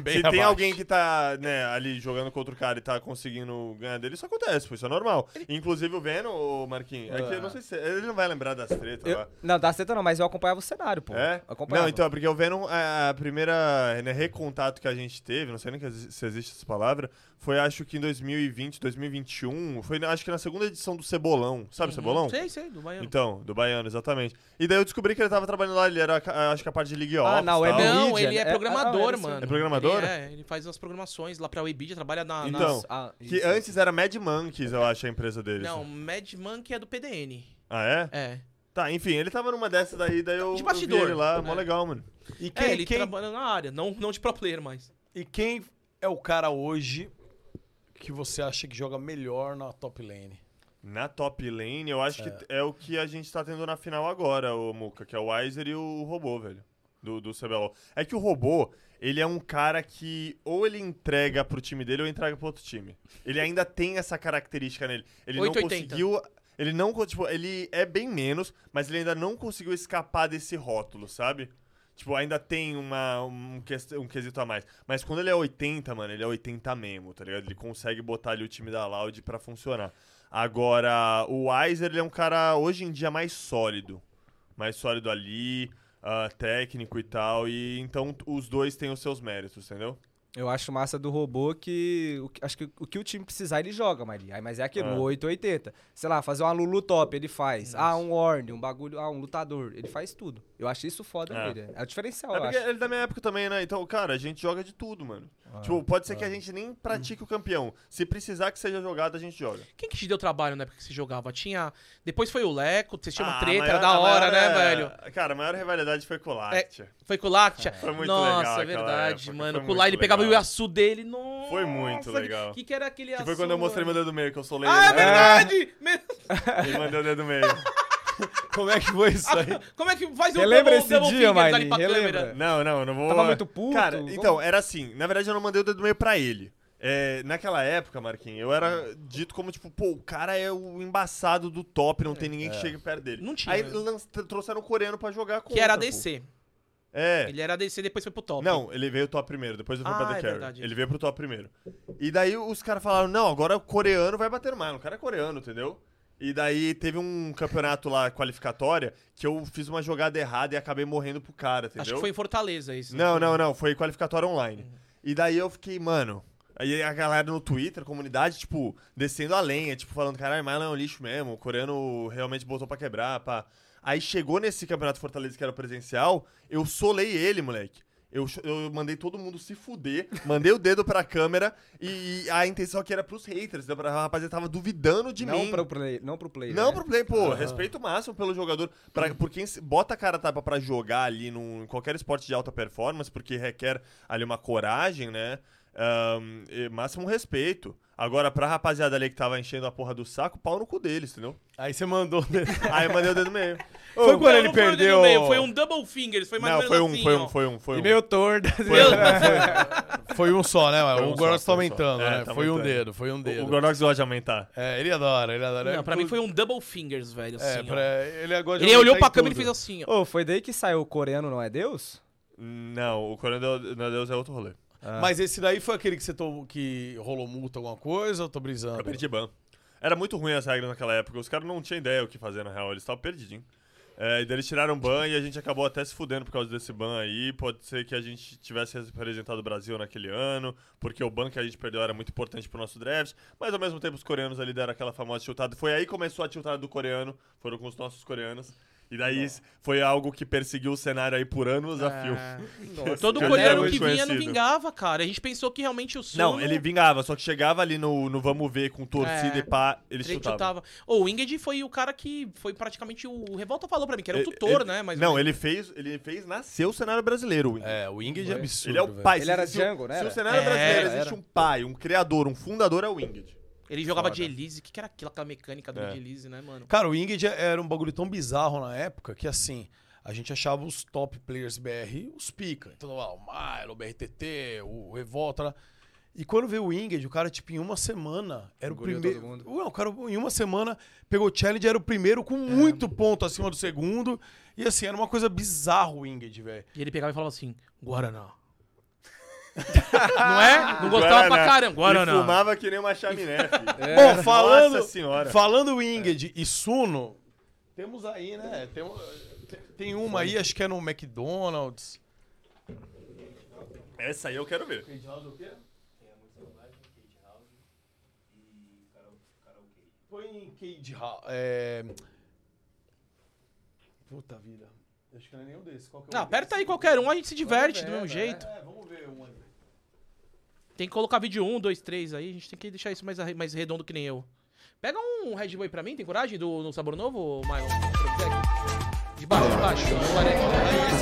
Speaker 4: Bem
Speaker 2: Se tem
Speaker 4: abaixo.
Speaker 2: alguém que tá, né, ali jogando contra o cara e tá conseguindo ganhar dele, isso acontece, pô, isso é normal. Inclusive o Venom, ô Marquinhos, é que eu
Speaker 1: Ah.
Speaker 2: não sei se. Ele não vai lembrar das tretas
Speaker 3: Eu-
Speaker 2: lá.
Speaker 3: não, dá seta não, mas eu acompanhava o cenário, pô.
Speaker 2: É?
Speaker 3: Eu Acompanhava.
Speaker 2: Não, então, é porque o Venom, a, a primeira né, recontato que a gente teve, não sei nem que exi- se existe essa palavra, foi acho que em 2020, 2021, foi na- acho que na segunda edição do Cebolão. Sabe
Speaker 3: Uhum.
Speaker 2: o Cebolão?
Speaker 1: Sei, sei, do Baiano.
Speaker 2: Então, do Baiano, exatamente. E daí eu descobri que ele tava trabalhando lá, ele era, ca- acho que a parte de League of
Speaker 3: Ah, na web
Speaker 2: tal.
Speaker 3: mesmo.
Speaker 1: Não,
Speaker 3: Webidia,
Speaker 1: ele é
Speaker 3: né? Ah,
Speaker 1: programador,
Speaker 3: era isso.
Speaker 1: mano.
Speaker 2: É programador?
Speaker 1: Ele é, ele faz as programações lá pra Webidia, trabalha na... nas-
Speaker 2: Então,
Speaker 3: Ah,
Speaker 2: que
Speaker 3: isso.
Speaker 2: antes era Mad Monkeys, eu acho, a empresa deles.
Speaker 1: Não, Mad Monkey é do PDN.
Speaker 2: Ah, é?
Speaker 1: É.
Speaker 2: Tá, enfim, ele tava numa dessa daí,
Speaker 3: Tá,
Speaker 2: daí eu,
Speaker 1: De
Speaker 2: eu vi
Speaker 1: bastidor,
Speaker 2: ele lá, mó
Speaker 1: né?
Speaker 2: legal, mano.
Speaker 4: E quem,
Speaker 1: É, ele
Speaker 4: quem-
Speaker 1: trabalha na área, não, não de pro player mais.
Speaker 4: e quem é o cara hoje que você acha que joga melhor na top lane?
Speaker 2: Na top lane, eu acho que é o que a gente tá tendo na final agora, o Muca, que é o Weiser e o robô, velho, do, do CBLOL. É que o robô, ele é um cara que ou ele entrega pro time dele ou entrega pro outro time. Ele ainda tem essa característica nele. Ele
Speaker 1: 880.
Speaker 2: não conseguiu... Ele não, co- tipo, ele é bem menos, mas ele ainda não conseguiu escapar desse rótulo, sabe? Tipo, ainda tem uma, um, ques- um quesito a mais. Mas quando ele é 80, mano, ele é 80 mesmo, tá ligado? Ele consegue botar ali o time da Loud pra funcionar. Agora, o Weiser, ele é um cara, hoje em dia, mais sólido. Mais sólido ali, ah, técnico e tal. E então os dois têm os seus méritos, entendeu?
Speaker 3: Eu acho massa do robô que. o que- acho que o que o time precisar, ele joga, Maria. Aí, Mas é aquilo,
Speaker 2: Ah.
Speaker 3: no 880. Sei lá, fazer uma Lulu top, ele faz. Ah, um Orne, um bagulho, ah, um lutador. Ele faz tudo. Eu acho isso foda
Speaker 2: É.
Speaker 3: nele. É o diferencial,
Speaker 2: É
Speaker 3: eu
Speaker 2: porque
Speaker 3: acho.
Speaker 2: ele é da minha época também, né? Então, cara, a gente joga de tudo, mano.
Speaker 1: Ah,
Speaker 2: tipo, pode
Speaker 1: é.
Speaker 2: ser que a gente nem pratique o campeão. Se precisar que seja jogado, a gente joga.
Speaker 1: Quem que te deu trabalho na época que você jogava? Tinha. Depois foi o Leco, vocês tinham uma
Speaker 2: Ah,
Speaker 1: treta,
Speaker 2: a
Speaker 1: era
Speaker 2: maior-
Speaker 1: da
Speaker 2: a
Speaker 1: hora,
Speaker 2: maior
Speaker 1: né,
Speaker 2: é-
Speaker 1: velho? É.
Speaker 2: Cara, a maior rivalidade foi com o Láctea.
Speaker 1: Foi com o Láctea?
Speaker 2: Foi muito legal
Speaker 1: Nossa,
Speaker 2: aquela
Speaker 1: é verdade,
Speaker 2: época,
Speaker 1: mano.
Speaker 2: foi
Speaker 1: Com o
Speaker 2: muito
Speaker 1: Lá ele pegava o
Speaker 2: legal.
Speaker 1: Yasu dele, nossa.
Speaker 2: Foi muito
Speaker 1: que-
Speaker 2: legal.
Speaker 1: Que que era aquele
Speaker 2: Que
Speaker 1: Yasu?
Speaker 2: foi quando eu mostrei meu
Speaker 1: mano?
Speaker 2: dedo meio, que eu sou leigo.
Speaker 1: Ah, é
Speaker 2: né?
Speaker 1: verdade! Me-
Speaker 2: Ele mandou o dedo meio.
Speaker 4: Como é que foi isso aí?
Speaker 1: Como é que faz o
Speaker 3: Relembra
Speaker 1: double-
Speaker 3: esse
Speaker 1: double
Speaker 3: dia,
Speaker 1: fingers ali
Speaker 3: Marinho,
Speaker 1: pra câmera?
Speaker 3: relembra.
Speaker 2: Não, não, eu não vou.
Speaker 3: Tava muito puto,
Speaker 2: Cara,
Speaker 3: como-
Speaker 2: então, era assim. Na verdade, eu não mandei o dedo meio pra ele. É, naquela época, Marquinhos, eu era dito como, tipo, pô, o cara é o embaçado do top, não tem ninguém que chegue perto dele.
Speaker 1: Não tinha,
Speaker 2: Aí
Speaker 1: né?
Speaker 2: lan- trouxeram o coreano pra jogar com
Speaker 1: Que era
Speaker 2: pô.
Speaker 1: ADC.
Speaker 2: É.
Speaker 1: Ele era ADC, depois foi pro top.
Speaker 2: Não, ele veio top primeiro, depois eu fui
Speaker 1: Ah,
Speaker 2: pra The
Speaker 1: é
Speaker 2: Carry.
Speaker 1: verdade.
Speaker 2: Ele veio pro top primeiro. E daí os caras falaram: não, agora o coreano vai bater mais. O cara é coreano, entendeu? E daí teve um campeonato lá qualificatória que eu fiz uma jogada errada e acabei morrendo pro cara, entendeu?
Speaker 1: Acho que foi em Fortaleza isso. né?
Speaker 2: Não, não, não. Foi qualificatória online. E daí eu fiquei, mano. Aí a galera no Twitter, a comunidade, tipo, descendo a lenha, tipo, falando, caralho, Marlon é um lixo mesmo, o coreano realmente botou pra quebrar, pá. Aí chegou nesse campeonato Fortaleza que era o presencial, eu solei ele, moleque. Eu, cho- eu mandei todo mundo se fuder, mandei o dedo pra câmera e, e a intenção aqui era pros haters, né? Pra- a rapaziada tava duvidando de
Speaker 3: não,
Speaker 2: mim.
Speaker 3: pro play, não pro player.
Speaker 2: Não, é um
Speaker 3: né?
Speaker 2: problema, pô. Respeito máximo pelo jogador. Pra, por quem se- bota a cara a tapa pra jogar ali num, em qualquer esporte de alta performance, porque requer ali uma coragem, né? Ahn, e máximo respeito. Agora, pra rapaziada ali que tava enchendo a porra do saco, pau no cu deles, entendeu?
Speaker 4: Aí você mandou. né?
Speaker 2: Aí eu mandei o dedo no meio.
Speaker 4: Foi quando
Speaker 1: Não,
Speaker 4: ele
Speaker 1: não foi o dedo
Speaker 4: perdeu.
Speaker 1: no meio, foi um double fingers, foi mais
Speaker 2: Não,
Speaker 1: ou
Speaker 2: foi
Speaker 1: menos
Speaker 2: um,
Speaker 1: assim,
Speaker 2: foi
Speaker 1: ó.
Speaker 2: um, foi um, foi um.
Speaker 3: E meio torto. assim.
Speaker 1: Foi um-
Speaker 4: Foi um só, né?
Speaker 2: Foi um
Speaker 4: mano? o Gordox
Speaker 2: só,
Speaker 4: tá
Speaker 2: foi um só.
Speaker 4: aumentando,
Speaker 2: É,
Speaker 4: né?
Speaker 2: tá
Speaker 4: foi um
Speaker 2: aumentando.
Speaker 4: dedo, foi um
Speaker 2: O, o
Speaker 4: dedo.
Speaker 2: Gordox gosta de aumentar.
Speaker 4: É, ele adora, ele adora.
Speaker 1: Não, pra mim foi um double fingers, velho, assim,
Speaker 4: É,
Speaker 1: ó.
Speaker 4: pra... ele agora já
Speaker 1: Ele olhou
Speaker 4: tá em
Speaker 1: pra câmera e
Speaker 4: tudo.
Speaker 1: fez assim, ó.
Speaker 3: Ô, foi daí que saiu o coreano, não é Deus?
Speaker 2: Não, o Coronel Deus é outro rolê.
Speaker 1: "Ah."
Speaker 4: Mas esse daí foi aquele que você tomou, que rolou multa, alguma coisa, ou tô brisando?
Speaker 2: Eu perdi ban. Era muito ruim as regras naquela época. Os caras não tinham ideia o que fazer, na real. Eles estavam perdidinhos. É, e daí eles tiraram ban e a gente acabou até se fudendo por causa desse ban aí. Pode ser que a gente tivesse representado o Brasil naquele ano, porque o ban que a gente perdeu era muito importante pro nosso draft. Mas ao mesmo tempo os coreanos ali deram aquela famosa tiltada. Foi aí que começou a tiltada do coreano. Foram com os nossos coreanos. E daí foi algo que perseguiu o cenário aí por anos a fio.
Speaker 1: Todo
Speaker 2: Ele era
Speaker 1: coreano
Speaker 2: muito
Speaker 1: que vinha não
Speaker 2: conhecido.
Speaker 1: vingava, cara. A gente pensou que realmente o Sul
Speaker 2: Não, ele vingava, só que chegava ali no, no Vamos Ver com torcida
Speaker 1: É.
Speaker 2: e pá, ele
Speaker 1: Ele
Speaker 2: chutava.
Speaker 1: chutava. Ô, o Winged foi o cara que foi praticamente o o Revolta falou pra mim, que era o tutor,
Speaker 2: É, ele,
Speaker 1: né? Mas
Speaker 2: não, ele fez, ele fez nascer o cenário brasileiro. o Whindersson.
Speaker 4: É, o Ingrid é absurdo.
Speaker 2: ele é o
Speaker 4: velho.
Speaker 2: pai.
Speaker 3: Ele
Speaker 2: Se-
Speaker 3: era
Speaker 2: se, o-
Speaker 3: Django, né,
Speaker 2: Se o
Speaker 3: era?
Speaker 2: cenário
Speaker 1: É,
Speaker 2: brasileiro
Speaker 3: era.
Speaker 2: existe um pai, um criador, um fundador é o Winged.
Speaker 1: ele jogava de
Speaker 2: Foda.
Speaker 1: Elise. O que que era aquilo, aquela mecânica do
Speaker 2: É.
Speaker 1: de Elise, né, mano?
Speaker 4: Cara, o Ingrid era um bagulho tão bizarro na época que assim. A gente achava os top players BR os pica. Então, lá, o Milo, o BRTT, o Revolta. lá. E quando veio o Ingrid, o cara, tipo, em uma semana, era o
Speaker 3: Engoliu
Speaker 4: primeiro.
Speaker 3: todo mundo. É.
Speaker 4: Ué, o cara, em uma semana, pegou o challenge, era o primeiro com muito ponto acima do segundo. E assim, era uma coisa bizarro o Ingrid, velho.
Speaker 1: E ele pegava e falava assim, Guaraná. não é? Não gostava pra
Speaker 2: Guaraná.
Speaker 1: caramba. É. Guaraná.
Speaker 2: Ele fumava que nem uma chaminé, filho.
Speaker 3: É.
Speaker 4: Bom, falando,
Speaker 2: Nossa senhora.
Speaker 4: falando Winged e Suno, temos aí, né? Tem, tem uma aí, acho que é no McDonald's.
Speaker 2: Essa aí eu quero ver.
Speaker 4: é Foi em Cage House. É... Puta vida. Acho que não é nenhum desses. Qual que é o
Speaker 1: Não, Ah, aperta aí qualquer um, a gente se diverte do mesmo jeito.
Speaker 4: É, vamos ver um aí.
Speaker 1: Tem que colocar vídeo 1, 2, 3 aí. A gente tem que deixar isso mais, arre- mais redondo que nem eu. Pega um Red Bull aí pra mim, tem coragem? Do no sabor novo, Maio? De baixo, de baixo. de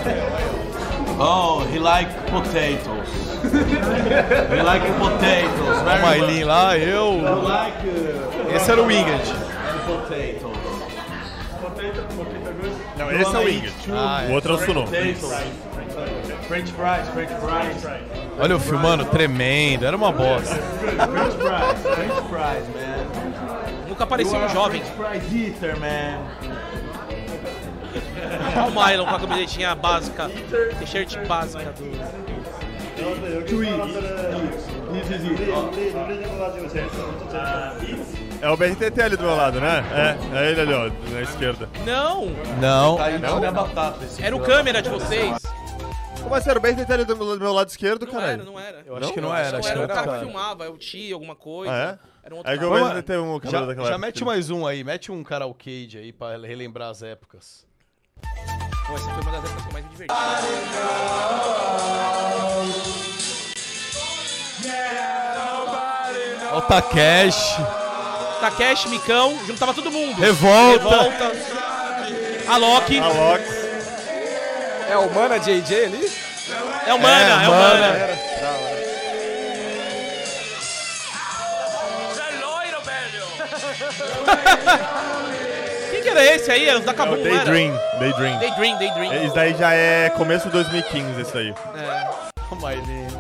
Speaker 1: baixo.
Speaker 7: Oh, he like potatoes. he like potatoes.
Speaker 4: O Mailin lá, eu.
Speaker 7: like uh,
Speaker 4: Esse era o Winged.
Speaker 7: potatoes.
Speaker 2: Não, esse é o Winged. o outro é o Suno.
Speaker 7: Ah, French fries, French fries. French
Speaker 4: Olha eu filmando, tremendo. Era uma bosta.
Speaker 7: fries, French fries, man.
Speaker 1: Nunca apareceu um jovem.
Speaker 7: French fries eater, man.
Speaker 1: Olha o Mylon com a camisetinha básica, t-shirt básica do.
Speaker 2: É o BRTT ali do meu lado, né? É, é ele ali, ó, na esquerda.
Speaker 1: Não!
Speaker 4: Não.
Speaker 7: Tá indo comer a batata. esse
Speaker 1: Era o
Speaker 7: filho da
Speaker 1: câmera de vocês.
Speaker 2: Como assim, era o BRTT ali do meu, do meu lado esquerdo,
Speaker 1: Não
Speaker 2: caralho?
Speaker 1: era, não era.
Speaker 4: Eu acho que não era.
Speaker 1: Não
Speaker 4: Acho
Speaker 1: era o
Speaker 4: que
Speaker 1: cara
Speaker 4: não
Speaker 1: que
Speaker 4: era.
Speaker 1: filmava, é o Ti, alguma coisa.
Speaker 2: Ah, é?
Speaker 1: Era um outro
Speaker 2: É que o
Speaker 1: cara.
Speaker 4: Vamos lá.
Speaker 2: BRTT um cabelo
Speaker 4: Já,
Speaker 2: daquela
Speaker 4: já
Speaker 2: época.
Speaker 4: mete mais um aí, mete um karaokê aí pra relembrar as épocas.
Speaker 1: Pô, Essa foi uma das épocas que eu mais me diverti.
Speaker 4: Ó o Takeshi.
Speaker 1: Takeshi, Micão, juntava todo mundo.
Speaker 4: Revolta.
Speaker 1: Revolta. Alok.
Speaker 2: Alox.
Speaker 3: É o Mana JJ ali?
Speaker 1: É humana, é,
Speaker 4: É,
Speaker 1: humana.
Speaker 4: Mana.
Speaker 1: Quem que era esse aí? Era os da
Speaker 2: É
Speaker 1: Kabum,
Speaker 2: o
Speaker 1: não era?
Speaker 2: Daydream. Daydream.
Speaker 1: Daydream, Daydream.
Speaker 2: É, Isso daí já é começo de 2015, isso aí.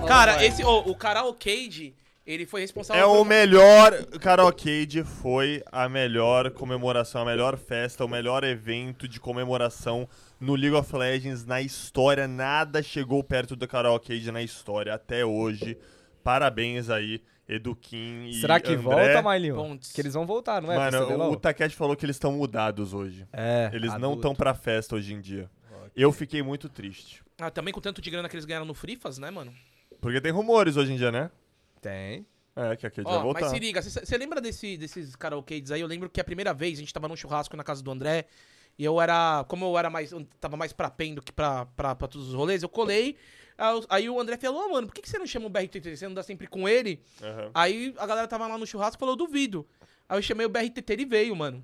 Speaker 1: Cara, esse, ô, o Karaokeide, ele foi responsável
Speaker 2: É o
Speaker 1: por-
Speaker 2: melhor. Karaokeide foi a melhor comemoração, a melhor festa, o melhor evento de comemoração no League of Legends na história. Nada chegou perto do Karaokeide na história até hoje. Parabéns aí, Eduquim e
Speaker 3: Será que
Speaker 2: André.
Speaker 3: volta, Mailinho?
Speaker 1: Pontes.
Speaker 3: Que eles vão voltar, não é? pra saber
Speaker 2: Mano,
Speaker 3: logo?
Speaker 2: o Takeshi falou que eles estão mudados hoje.
Speaker 3: É,
Speaker 2: Eles não
Speaker 3: adulto.
Speaker 2: estão pra festa hoje em dia. Eu fiquei muito triste.
Speaker 1: Ah, também com tanto de grana que eles ganharam no Frifas, né, mano?
Speaker 2: Porque tem rumores hoje em dia, né?
Speaker 3: Tem.
Speaker 2: É, que a Kate vai
Speaker 1: Ó,
Speaker 2: voltar.
Speaker 1: mas se liga, você lembra desse, desses karaokeides aí? Eu lembro que a primeira vez a gente tava num churrasco na casa do André. E eu era. Como eu era mais. Eu tava mais pra PEN do que pra, pra, pra todos os rolês, eu colei. aí o- Aí o André falou, "Ô, mano, por que, que você não chama o BRTT? Você não dá sempre com ele?
Speaker 2: Aham.
Speaker 1: Aí a galera tava lá no churrasco e falou, duvido. Aí eu chamei o BRTT, ele veio, mano.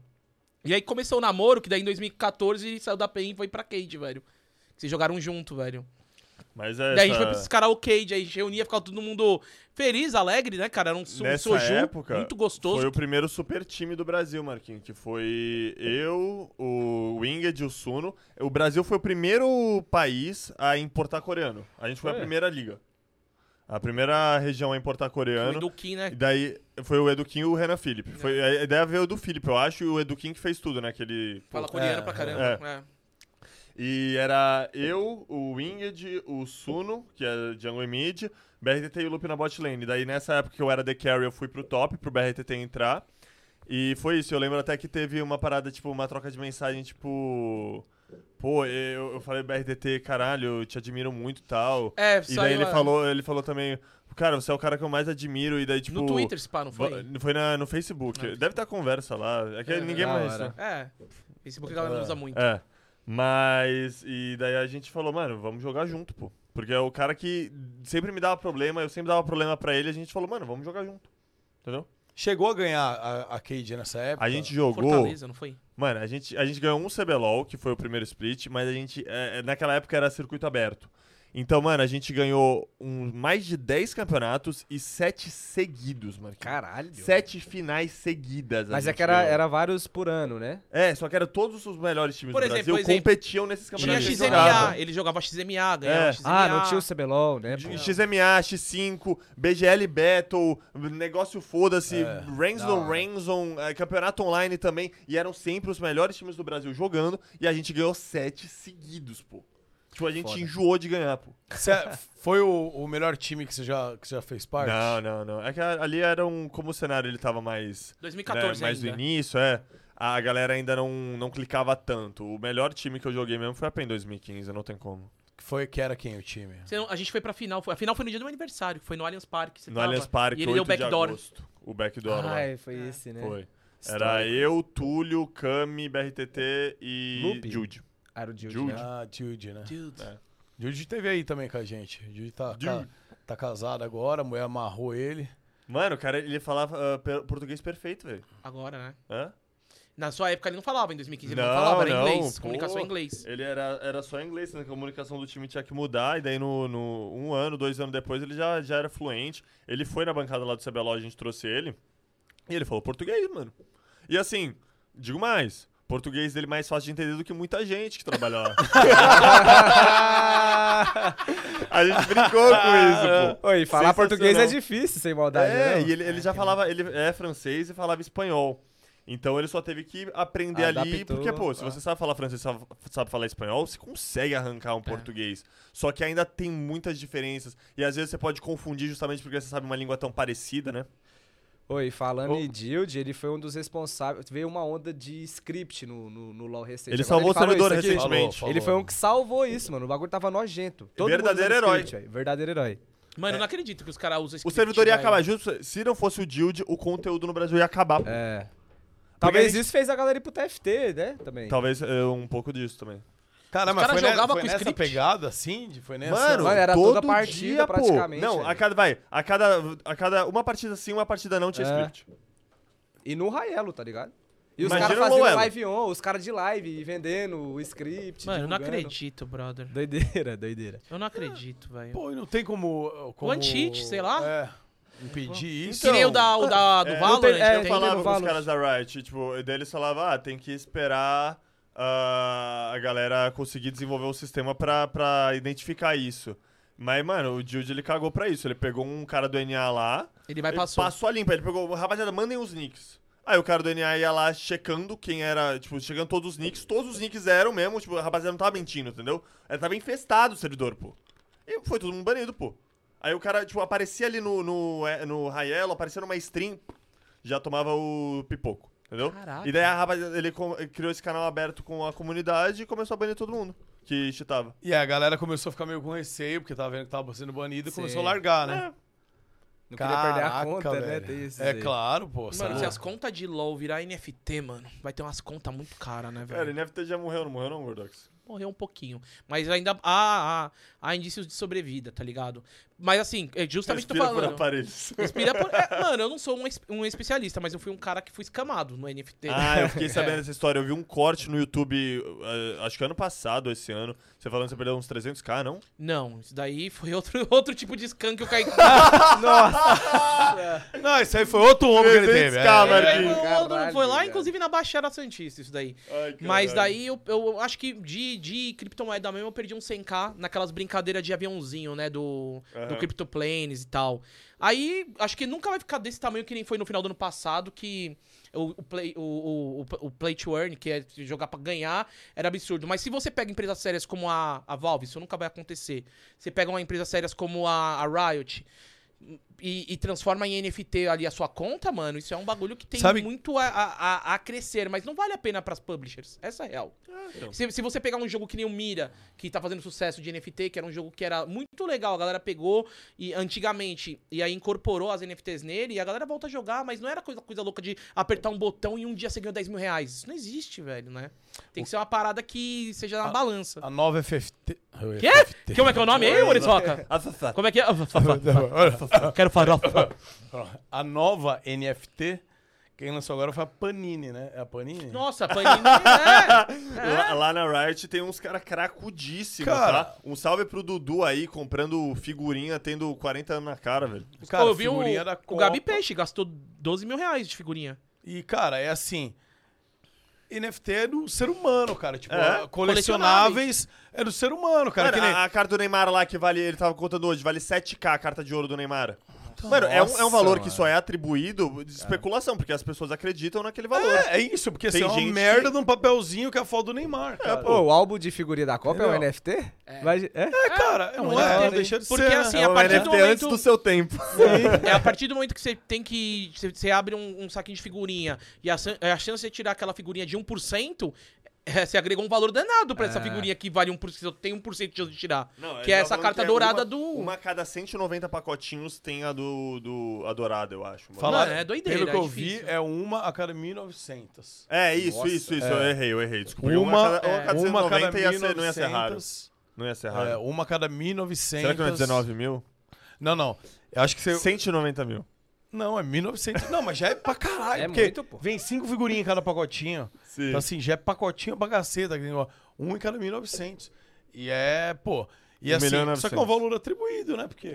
Speaker 1: E aí começou o namoro, que daí em 2014 ele saiu da PEN e foi pra Cade, velho. Vocês jogaram junto, velho.
Speaker 2: Mas é.
Speaker 1: Daí a gente foi pra esses karaokê, aí a gente reunia, ficava todo mundo feliz, alegre, né, cara? Era um, su- um
Speaker 2: Nessa
Speaker 1: soju
Speaker 2: época,
Speaker 1: muito gostoso.
Speaker 2: Foi o primeiro super time do Brasil, Marquinhos, que foi eu, o Winged, o Suno. O Brasil foi o primeiro país a importar coreano. A gente foi, a primeira liga. A primeira região a importar
Speaker 1: O
Speaker 2: coreano.
Speaker 1: Eduquim, né?
Speaker 2: E tipo, daí foi o Eduquim e o Renan Felipe. Foi,
Speaker 1: É.
Speaker 2: a ideia veio do Felipe, eu acho, e o Eduquim que fez tudo, né? Que ele-
Speaker 1: Fala coreano pra caramba. É.
Speaker 2: E era eu, o Winged, o Suno, que é Django e Mid, BRTT e o Loop na bot lane. Daí nessa época que eu era The Carry, eu fui pro top, pro BRTT entrar. E foi isso, eu lembro até que teve uma parada, tipo, uma troca de mensagem, tipo... Pô, eu, eu falei BRTT, caralho, eu te admiro muito e tal.
Speaker 1: É,
Speaker 2: e daí
Speaker 1: saiu
Speaker 2: ele
Speaker 1: a-
Speaker 2: falou, ele falou também, cara, você é o cara que eu mais admiro, e daí tipo...
Speaker 1: No Twitter, se pá, não foi?
Speaker 2: Va- Foi na- no Facebook. Deve ter conversa lá. É que
Speaker 1: É,
Speaker 2: ninguém
Speaker 3: da
Speaker 2: mais.
Speaker 3: hora.
Speaker 2: né?
Speaker 1: É. Facebook a galera não usa muito.
Speaker 2: É. Mas. E daí a gente falou, mano, vamos jogar junto, pô. Porque é o cara que sempre me dava problema, eu sempre dava problema pra ele, a gente falou, mano, vamos jogar junto. Entendeu?
Speaker 4: Chegou a ganhar a, a Cade nessa época?
Speaker 2: A gente jogou.
Speaker 1: Fortaleza, não foi?
Speaker 2: Mano, a gente, a gente ganhou um CBLOL, que foi o primeiro split, mas a gente. é, é, naquela época era circuito aberto. Então, mano, a gente ganhou um, mais de 10 campeonatos e 7 seguidos, mano.
Speaker 3: Caralho.
Speaker 2: 7 finais seguidas. a
Speaker 3: Mas é
Speaker 2: gente
Speaker 3: que era,
Speaker 2: ganhou.
Speaker 3: era vários por ano, né?
Speaker 2: É, só que era todos os melhores times
Speaker 1: Por
Speaker 2: do
Speaker 1: exemplo,
Speaker 2: Brasil
Speaker 1: por exemplo,
Speaker 2: competiam nesses
Speaker 1: Tinha
Speaker 2: campeonatos. que eles jogavam.
Speaker 1: XMA, ele jogava XMA, ganhava
Speaker 2: É.
Speaker 1: XMA.
Speaker 3: Ah, não tinha o CBLOL, né? pô?
Speaker 2: XMA, X5, BGL Battle, negócio foda-se,
Speaker 4: É, da
Speaker 2: Ransom,
Speaker 4: hora.
Speaker 2: Ransom, eh, campeonato online também, e eram sempre os melhores times do Brasil jogando, e a gente ganhou sete seguidos, pô. Tipo, a gente enjoou de ganhar, pô.
Speaker 4: Cê- é, foi o, o melhor time que você já, que você já fez parte?
Speaker 2: Não, não, não. É que a- ali era um. Como o cenário ele tava mais.
Speaker 1: 2014
Speaker 2: né, mais
Speaker 1: ainda.
Speaker 2: do início, é. A galera ainda não, não clicava tanto. O melhor time que eu joguei mesmo foi a PEN 2015, não tem como.
Speaker 4: Que Foi que era quem o time?
Speaker 1: Você não- A gente foi pra final. foi- A final foi no dia do meu aniversário, foi no Allianz Parque. você
Speaker 2: No
Speaker 1: tava.
Speaker 2: Allianz Parque,
Speaker 1: E ele deu
Speaker 2: 8 de
Speaker 1: backdoor. Ah, é.
Speaker 2: agosto. O backdoor lá.
Speaker 3: Ai, foi esse, né?
Speaker 2: Foi. Era
Speaker 3: Histórico.
Speaker 2: eu, Túlio, Cami, BRTT e
Speaker 3: Lupe?
Speaker 2: Jude.
Speaker 3: Era o Jude,
Speaker 2: Jude.
Speaker 3: né?
Speaker 4: Ah, Jude, né?
Speaker 1: Dude.
Speaker 2: É.
Speaker 4: Jude teve aí também com a gente. Jude tá,
Speaker 2: Jude.
Speaker 4: Tá, tá casado agora, a mulher amarrou ele.
Speaker 2: Mano, o cara, ele falava ah, per- português perfeito, velho.
Speaker 1: Agora, né?
Speaker 2: Hã?
Speaker 1: Na sua época ele não falava, em 2015 ele não,
Speaker 2: Não,
Speaker 1: falava, era
Speaker 2: não,
Speaker 1: inglês.
Speaker 2: pô.
Speaker 1: Comunicação em inglês.
Speaker 2: Ele era, era só inglês, né? A comunicação do time tinha que mudar, e daí no, no- um ano, dois anos depois, ele já, já era fluente. Ele foi na bancada lá do CBLOL, a gente trouxe ele, e ele falou português, mano. E assim, digo mais, português dele é mais fácil de entender do que muita gente que trabalha lá. a gente brincou com é isso,
Speaker 3: Ah,
Speaker 2: pô.
Speaker 3: Oi, falar português é
Speaker 2: Sensacional.
Speaker 3: difícil, sem maldade,
Speaker 2: É,
Speaker 3: né?
Speaker 2: e ele, ele já falava, ele é francês e falava espanhol. Então ele só teve que aprender ali,
Speaker 3: Adaptou,
Speaker 2: porque, pô, se
Speaker 3: ah.
Speaker 2: você sabe falar francês, sabe, sabe falar espanhol, você consegue arrancar
Speaker 3: É.
Speaker 2: um português. Só que ainda tem muitas diferenças. E às vezes você pode confundir justamente porque você sabe uma língua tão parecida, né?
Speaker 3: Oi, falando
Speaker 2: Ô.
Speaker 3: em Dilde, ele foi um dos responsáveis. Veio uma onda de script no, no, no LoL recente.
Speaker 2: Ele
Speaker 3: Agora
Speaker 2: salvou o
Speaker 3: falou
Speaker 2: servidor
Speaker 3: isso aqui.
Speaker 2: recentemente.
Speaker 4: Falou,
Speaker 3: Ele foi um que salvou isso, mano. O bagulho tava nojento. Todo mundo
Speaker 2: Verdadeiro
Speaker 3: usando
Speaker 2: herói.
Speaker 3: script, velho. Verdadeiro herói.
Speaker 1: Mano, eu não acredito que os caras usam
Speaker 2: É. O
Speaker 1: script,
Speaker 2: servidor ia
Speaker 1: velho.
Speaker 2: acabar justo. Se não fosse o Guild, o conteúdo no Brasil ia acabar. pô.
Speaker 3: É. Talvez
Speaker 2: a gente-
Speaker 3: isso fez a galera ir pro TFT, né? Também.
Speaker 2: Talvez é, um pouco disso também.
Speaker 4: Caramba,
Speaker 1: Os cara
Speaker 4: foi, ne-
Speaker 1: jogava
Speaker 4: foi
Speaker 1: com
Speaker 4: nessa
Speaker 1: script?
Speaker 4: pegada assim? De- Foi nessa?
Speaker 2: Mano,
Speaker 3: Mano, É, era
Speaker 2: todo
Speaker 3: toda partida,
Speaker 2: dia, pô.
Speaker 3: praticamente, é.
Speaker 2: Não,
Speaker 3: velho.
Speaker 2: a cada. Vai, a cada. A cada. Uma partida sim, uma partida não tinha
Speaker 3: É.
Speaker 2: script.
Speaker 3: E no Raelo, tá ligado? E os
Speaker 2: Imagina
Speaker 3: caras
Speaker 2: o
Speaker 3: fazendo
Speaker 2: Raelo.
Speaker 3: live on, os caras de live vendendo o script.
Speaker 2: tá
Speaker 1: Mano, eu não
Speaker 3: divulgando.
Speaker 1: acredito, brother.
Speaker 3: Doideira, doideira.
Speaker 1: Eu não acredito, velho.
Speaker 4: Pô, e não tem como. como...
Speaker 1: anti-cheat, sei lá.
Speaker 4: É. Impedir isso. Então,
Speaker 1: Que nem o da, o da, do
Speaker 2: é,
Speaker 1: Valorant,
Speaker 3: não tem- é,
Speaker 1: não
Speaker 2: Eu
Speaker 1: tem?
Speaker 2: falava
Speaker 3: no
Speaker 2: com os
Speaker 3: Valorant.
Speaker 2: caras da Riot, tipo, e daí eles falavam, ah, tem que esperar ah, a galera conseguir desenvolver um sistema pra, pra identificar isso. Mas, mano, o Jude ele cagou pra isso. Ele pegou um cara do NA lá,
Speaker 1: Ele vai
Speaker 2: ele
Speaker 1: passou.
Speaker 2: a limpa. Ele pegou, rapaziada, mandem os nicks. Aí o cara do NA ia lá checando quem era, tipo, chegando todos os nicks. Todos os nicks eram mesmo, tipo, a rapaziada não tava mentindo, entendeu? Ela tava infestado o servidor, pô. E foi todo mundo banido, pô. Aí o cara, tipo, aparecia ali no, no, é, no Raelo, aparecia numa stream, já tomava o pipoco, entendeu?
Speaker 1: Caraca.
Speaker 2: E daí a rapaziada, ele com- criou esse canal aberto com a comunidade e começou a banir todo mundo que cheatava.
Speaker 4: E a galera começou a ficar meio com receio, porque tava vendo que tava sendo banido e
Speaker 3: Sim.
Speaker 4: começou a largar,
Speaker 1: É,
Speaker 4: né?
Speaker 3: Não queria perder a conta, né?
Speaker 4: velho.
Speaker 3: Tem isso
Speaker 4: é
Speaker 3: aí.
Speaker 4: claro, pô.
Speaker 1: Mano,
Speaker 4: sabe?
Speaker 1: se as contas de LoL virar NFT, mano, vai ter umas contas muito caras, né,
Speaker 2: Cara,
Speaker 1: velho?
Speaker 2: o NFT já morreu, não morreu não, Gordox?
Speaker 1: Morreu um pouquinho. Mas ainda há, há, há indícios de sobrevida, tá ligado? Mas assim, é justamente tô
Speaker 2: Respira por
Speaker 1: falando.
Speaker 2: aparelhos.
Speaker 1: Respira por... é, mano, eu não sou um, es- um especialista, mas eu fui um cara que fui escamado no NFT.
Speaker 2: Ah, eu fiquei sabendo
Speaker 1: É.
Speaker 2: dessa história. Eu vi um corte no YouTube, eh, acho que ano passado, esse ano. Você falando que você perdeu uns 300k, não?
Speaker 1: Não, isso daí foi outro, outro tipo de scam que eu caí.
Speaker 4: Não, isso aí foi outro ombro que ele teve.
Speaker 2: 300k,
Speaker 4: É.
Speaker 2: mano.
Speaker 1: Foi um outro-
Speaker 3: Caralho,
Speaker 1: foi lá,
Speaker 3: velho.
Speaker 1: inclusive, na Baixada Santista, isso daí. Mas daí eu, eu acho que de, de criptomoeda mesmo eu perdi um 100k naquelas brincadeiras de aviãozinho, né? Do, do
Speaker 2: Aham.
Speaker 1: CryptoPlanes e tal. Aí acho que nunca vai ficar desse tamanho que nem foi no final do ano passado, que o, o play, o, o, o- o play to earn, que é jogar pra ganhar, era absurdo. Mas se você pega empresas sérias como a, a Valve, isso nunca vai acontecer. Você pega uma empresa sérias como a, a Riot. E, e transforma em NFT ali a sua conta, mano. Isso é um bagulho que tem
Speaker 4: Sabe-
Speaker 1: muito a, a, a- a crescer, mas não vale a pena pras publishers. Essa é a real. Se, se você pegar um jogo que nem o Mira, que tá fazendo sucesso de NFT, que era um jogo que era muito legal, a galera pegou e antigamente e aí incorporou as NFTs nele e a galera volta a jogar, mas não era coisa, coisa louca de apertar um botão e um dia você ganhou 10 mil reais. Isso não existe, velho, né? Tem que ser uma parada que seja na balança.
Speaker 4: A nova FFT.
Speaker 1: Quê? Como é que é o nome aí, Morisoca?
Speaker 2: Ah,
Speaker 1: Como é que é? Quero farofa.
Speaker 4: A nova NFT, quem lançou agora foi a Panini, né? É a Panini?
Speaker 1: Nossa, Panini é.
Speaker 2: Lá, lá na Riot tem uns caras cracudíssimos,
Speaker 4: Cara.
Speaker 2: tá? Um salve pro Dudu aí, comprando figurinha, tendo 40 anos na cara, velho.
Speaker 4: Cara,
Speaker 1: eu vi o,
Speaker 4: figurinha da
Speaker 1: o Gabi
Speaker 4: Copa.
Speaker 1: Peixe, gastou 12 mil reais de figurinha.
Speaker 4: E, cara, é assim. NFT é do ser humano, cara. Tipo,
Speaker 2: É.
Speaker 4: colecionáveis, é do ser humano, cara.
Speaker 2: Mano,
Speaker 4: que nem-
Speaker 2: a, a carta do Neymar lá que vale, ele tava contando hoje, vale 7k a carta de ouro do Neymar. Mano, é um, é um valor que
Speaker 3: mano.
Speaker 2: só é atribuído de especulação, porque as pessoas acreditam naquele valor.
Speaker 4: É, é isso, porque assim,
Speaker 2: Tem
Speaker 4: é uma
Speaker 2: gente
Speaker 4: merda
Speaker 2: que-
Speaker 4: de um papelzinho que é a foto do Neymar. Cara.
Speaker 3: Pô, o álbum de figurinha da Copa é um
Speaker 4: Entendeu?
Speaker 3: NFT? Mas- É?
Speaker 4: É, cara, não,
Speaker 3: é,
Speaker 4: é,
Speaker 3: tem-
Speaker 4: não deixa de
Speaker 1: né? Porque
Speaker 4: ser.
Speaker 1: assim,
Speaker 2: É
Speaker 1: a
Speaker 2: um
Speaker 1: partir do
Speaker 2: NFT antes
Speaker 1: momento.
Speaker 2: do seu tempo.
Speaker 1: É a partir do momento que você tem que. Você, você abre um, um saquinho de figurinha e a, san- a chance de tirar aquela figurinha de 1%. É, você agregou um valor danado pra essa figurinha que vale 1%, só tem 1% de chance de tirar.
Speaker 2: Não,
Speaker 1: que
Speaker 2: ele
Speaker 1: é
Speaker 2: tá
Speaker 1: essa
Speaker 2: falando
Speaker 1: carta
Speaker 2: que é
Speaker 1: dourada
Speaker 2: uma-
Speaker 1: do.
Speaker 2: Uma a cada 190 pacotinhos tem a do, do a dourada, eu acho. mano.
Speaker 1: Fala- Mano, é doideira,
Speaker 4: Pelo que
Speaker 1: é
Speaker 4: eu vi,
Speaker 1: difícil.
Speaker 4: é uma a cada 1900.
Speaker 2: É, isso, isso, isso. Eu errei, eu errei. Desculpa.
Speaker 4: Uma,
Speaker 2: a cada-
Speaker 4: é,
Speaker 2: uma a cada 190 ia ser,
Speaker 4: 1900,
Speaker 2: não ia ser raro. Não ia ser raro.
Speaker 4: É, uma a cada 1900.
Speaker 2: Será que não é 19 mil?
Speaker 4: Não, não. Eu acho que você.
Speaker 2: 190 mil.
Speaker 4: Não, é 1900. Não, mas já é pra caralho.
Speaker 3: É
Speaker 4: porque
Speaker 3: muito, pô.
Speaker 4: Vem cinco figurinhas em cada pacotinho.
Speaker 2: Sim.
Speaker 4: Então, assim, já é pacotinho pra caceta. que tem, ó, Um em cada 1900. E é, pô. E
Speaker 2: Um
Speaker 4: assim,
Speaker 2: milhão e
Speaker 4: só que é um
Speaker 2: 900.
Speaker 4: valor atribuído, né? porque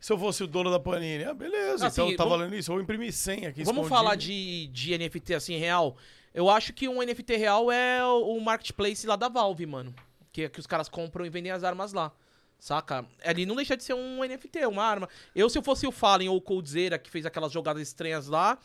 Speaker 4: Se eu fosse o dono da Panini, ah, beleza,
Speaker 1: É. Assim,
Speaker 4: então tá
Speaker 1: vamos-
Speaker 4: valendo isso. Eu vou imprimir 100 aqui.
Speaker 1: Vamos
Speaker 4: escondido.
Speaker 1: falar de, de NFT assim real? Eu acho que um NFT real é o o marketplace lá da Valve, mano. Que, que os caras compram e vendem as armas lá. Saca? Ali não deixa de ser um NFT, uma arma. Eu, se eu fosse o Fallen ou o Coldzera, que fez aquelas jogadas estranhas lá,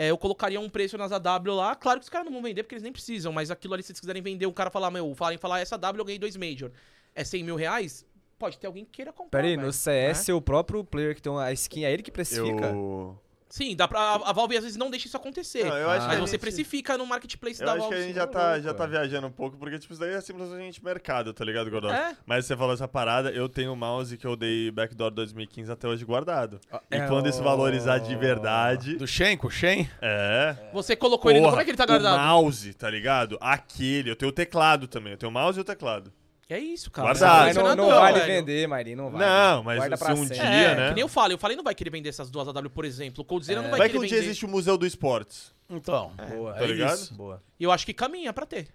Speaker 1: É, eu colocaria um preço nas AW lá. Claro que os caras não vão vender porque eles nem precisam, mas aquilo ali, se eles quiserem vender, um cara falar, meu, falarem falar, essa AW eu ganhei dois Major. É 100 mil reais? Pode ter alguém que queira comprar.
Speaker 3: Pera aí,
Speaker 1: velho,
Speaker 3: no CS,
Speaker 1: né?
Speaker 3: o próprio player que tem a skin, é ele que precifica?
Speaker 2: Eu...
Speaker 1: Sim, dá pra. A a Valve às vezes não deixa isso acontecer.
Speaker 2: Não, eu acho
Speaker 1: Ah, mas
Speaker 2: que a
Speaker 1: você
Speaker 2: gente-
Speaker 1: precifica no marketplace
Speaker 2: Eu
Speaker 1: da
Speaker 2: acho
Speaker 1: Valve.
Speaker 2: que a gente
Speaker 1: sim.
Speaker 2: já tá, já
Speaker 3: louco,
Speaker 2: tá
Speaker 3: é.
Speaker 2: viajando um pouco, porque, tipo, isso daí é simplesmente mercado, tá ligado, Gordon?
Speaker 1: É.
Speaker 2: Mas você falou essa parada, eu tenho um mouse que eu dei Backdoor 2015 até hoje guardado. e quando isso valorizar de verdade...
Speaker 4: Ah, é Do Shenko, Shen?
Speaker 2: É...
Speaker 1: Você colocou ele no.
Speaker 2: Porra,
Speaker 1: Como é que ele tá
Speaker 2: O
Speaker 1: guardado?
Speaker 2: mouse, tá ligado? Aquele. Eu tenho o teclado também. Eu tenho o mouse e o teclado.
Speaker 1: É isso, cara.
Speaker 2: Guardado.
Speaker 1: É
Speaker 3: Mas não, não
Speaker 1: colecionador,
Speaker 3: vale
Speaker 1: velho.
Speaker 3: vender, Marinho, não vale.
Speaker 2: Não, mas
Speaker 3: Guarda
Speaker 2: se
Speaker 3: pra
Speaker 2: um
Speaker 3: sempre.
Speaker 2: dia-
Speaker 1: É,
Speaker 2: né?
Speaker 1: que nem eu falo. Eu falei, não vai querer vender essas duas AW, por exemplo. O Coldzera não vai,
Speaker 2: Vai que
Speaker 1: querer
Speaker 2: um dia
Speaker 1: vender.
Speaker 2: existe o Museu do Esportes.
Speaker 4: Então.
Speaker 3: Boa,
Speaker 2: Tá
Speaker 3: é
Speaker 2: ligado?
Speaker 3: isso. Boa.
Speaker 1: E eu acho que caminha pra ter.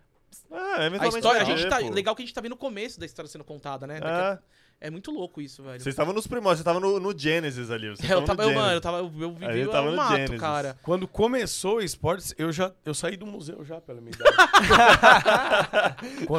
Speaker 2: É,
Speaker 1: A
Speaker 2: eventualmente.
Speaker 1: história, a
Speaker 2: vai
Speaker 1: gente
Speaker 2: ter,
Speaker 1: tá.
Speaker 2: pô.
Speaker 1: Legal que a gente tá vendo o começo da história sendo contada, né?
Speaker 2: É.
Speaker 1: É muito louco isso, velho.
Speaker 2: Vocês estavam nos primórdios, você tava no, no Genesis ali. Você
Speaker 1: É, eu tava,
Speaker 2: no
Speaker 1: eu, mano, eu
Speaker 2: Genesis.
Speaker 1: tava, eu, eu vivi
Speaker 2: Aí eu
Speaker 1: eu
Speaker 2: tava no
Speaker 1: mato,
Speaker 2: Genesis.
Speaker 1: cara.
Speaker 4: Quando começou o esportes, eu já eu saí do museu já, pela minha idade.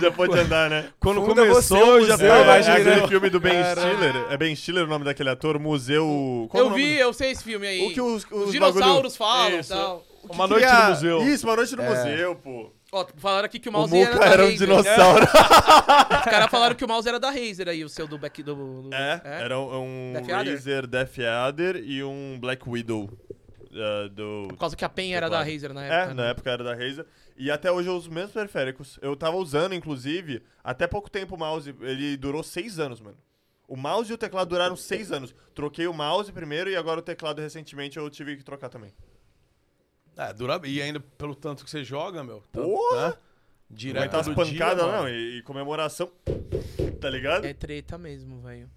Speaker 2: Já pode andar, né?
Speaker 4: Quando
Speaker 3: Funda
Speaker 4: começou,
Speaker 3: você o
Speaker 4: eu já
Speaker 2: É,
Speaker 3: museu,
Speaker 4: tava
Speaker 2: é
Speaker 3: imagina.
Speaker 2: aquele filme do Ben Stiller. É Ben Stiller o nome daquele ator? Museu. qual é o
Speaker 1: eu
Speaker 2: nome
Speaker 1: vi, eu sei esse filme aí.
Speaker 2: do- O que os, os
Speaker 1: Os dinossauros falam e
Speaker 2: Isso.
Speaker 1: tal.
Speaker 4: Uma
Speaker 2: bagulho-
Speaker 4: noite
Speaker 2: Cria-
Speaker 4: no museu. É.
Speaker 2: Isso, uma noite no museu, pô.
Speaker 1: Ó, falaram aqui que o
Speaker 2: O
Speaker 1: mouse
Speaker 2: Muca
Speaker 1: da
Speaker 2: era um
Speaker 1: Razer.
Speaker 2: dinossauro.
Speaker 1: Os caras falaram que o mouse era da Razer aí, o seu do back do. do-
Speaker 2: É, era um, um
Speaker 1: Death Adder?
Speaker 2: Razer Death Adder e um Black Widow eh, do...
Speaker 1: Por causa que a PEN era da
Speaker 2: Teclado.
Speaker 1: Razer na época.
Speaker 2: É,
Speaker 1: né?
Speaker 2: na época era da Razer. E até hoje eu uso os mesmos periféricos. Eu tava usando, inclusive, até pouco tempo o mouse. Ele durou seis anos, mano. O mouse e o teclado duraram seis anos. Troquei o mouse primeiro e agora o teclado recentemente eu tive que trocar também.
Speaker 4: É, dura... E ainda pelo tanto que você joga, meu. Tanto,
Speaker 2: Porra!
Speaker 4: né?
Speaker 2: Vai
Speaker 4: Direto
Speaker 2: estar tá as
Speaker 4: do
Speaker 2: pancadas,
Speaker 4: dia, mano.
Speaker 2: não, e, e comemoração. Tá ligado?
Speaker 1: É treta mesmo, velho.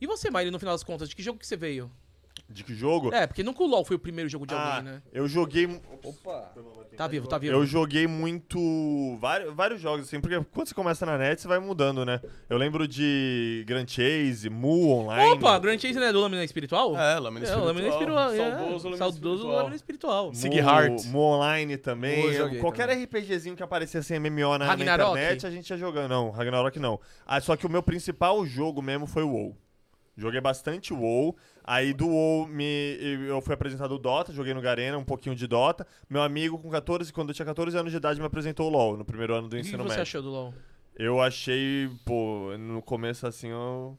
Speaker 1: E você, Maíra, no final das contas, de que jogo que você veio?
Speaker 2: De que jogo?
Speaker 1: É, porque nunca o LoL foi o primeiro jogo de
Speaker 2: ah,
Speaker 1: alguém, né?
Speaker 2: eu joguei. mu-
Speaker 3: Opa.
Speaker 1: Tá vivo, tá vivo.
Speaker 2: Eu joguei muito. Vários, vários jogos, assim, porque quando você começa na net, você vai mudando, né? Eu lembro de Grand Chase, Mu Online.
Speaker 1: Opa, Grand Chase não é do Lâmina Espiritual?
Speaker 4: É, Lâmina
Speaker 1: É, o Lâmina Espiritual.
Speaker 4: Espiritual. Saudoso
Speaker 1: é.
Speaker 4: Lâmina
Speaker 1: Saudoso
Speaker 4: Espiritual.
Speaker 1: Lâmina Espiritual.
Speaker 2: Mu-
Speaker 4: Sig Heart.
Speaker 2: Mu Online também.
Speaker 3: Mu eu joguei
Speaker 2: Qualquer RPGzinho que assim, aparecesse em MMO na, na
Speaker 1: Ragnarok?
Speaker 2: internet, a gente ia jogando. Não, Ragnarok não. Ah, só que o meu principal jogo mesmo foi o WoW. Joguei bastante WoW. Aí do WoW me, eu fui apresentado o Dota, joguei no Garena, um pouquinho de Dota. Meu amigo, com 14, quando eu tinha 14 anos de idade, me apresentou o LoL no primeiro ano do
Speaker 1: O que
Speaker 2: ensino
Speaker 1: você
Speaker 2: médio.
Speaker 1: achou do LoL?
Speaker 2: Eu achei, pô, no começo assim, eu.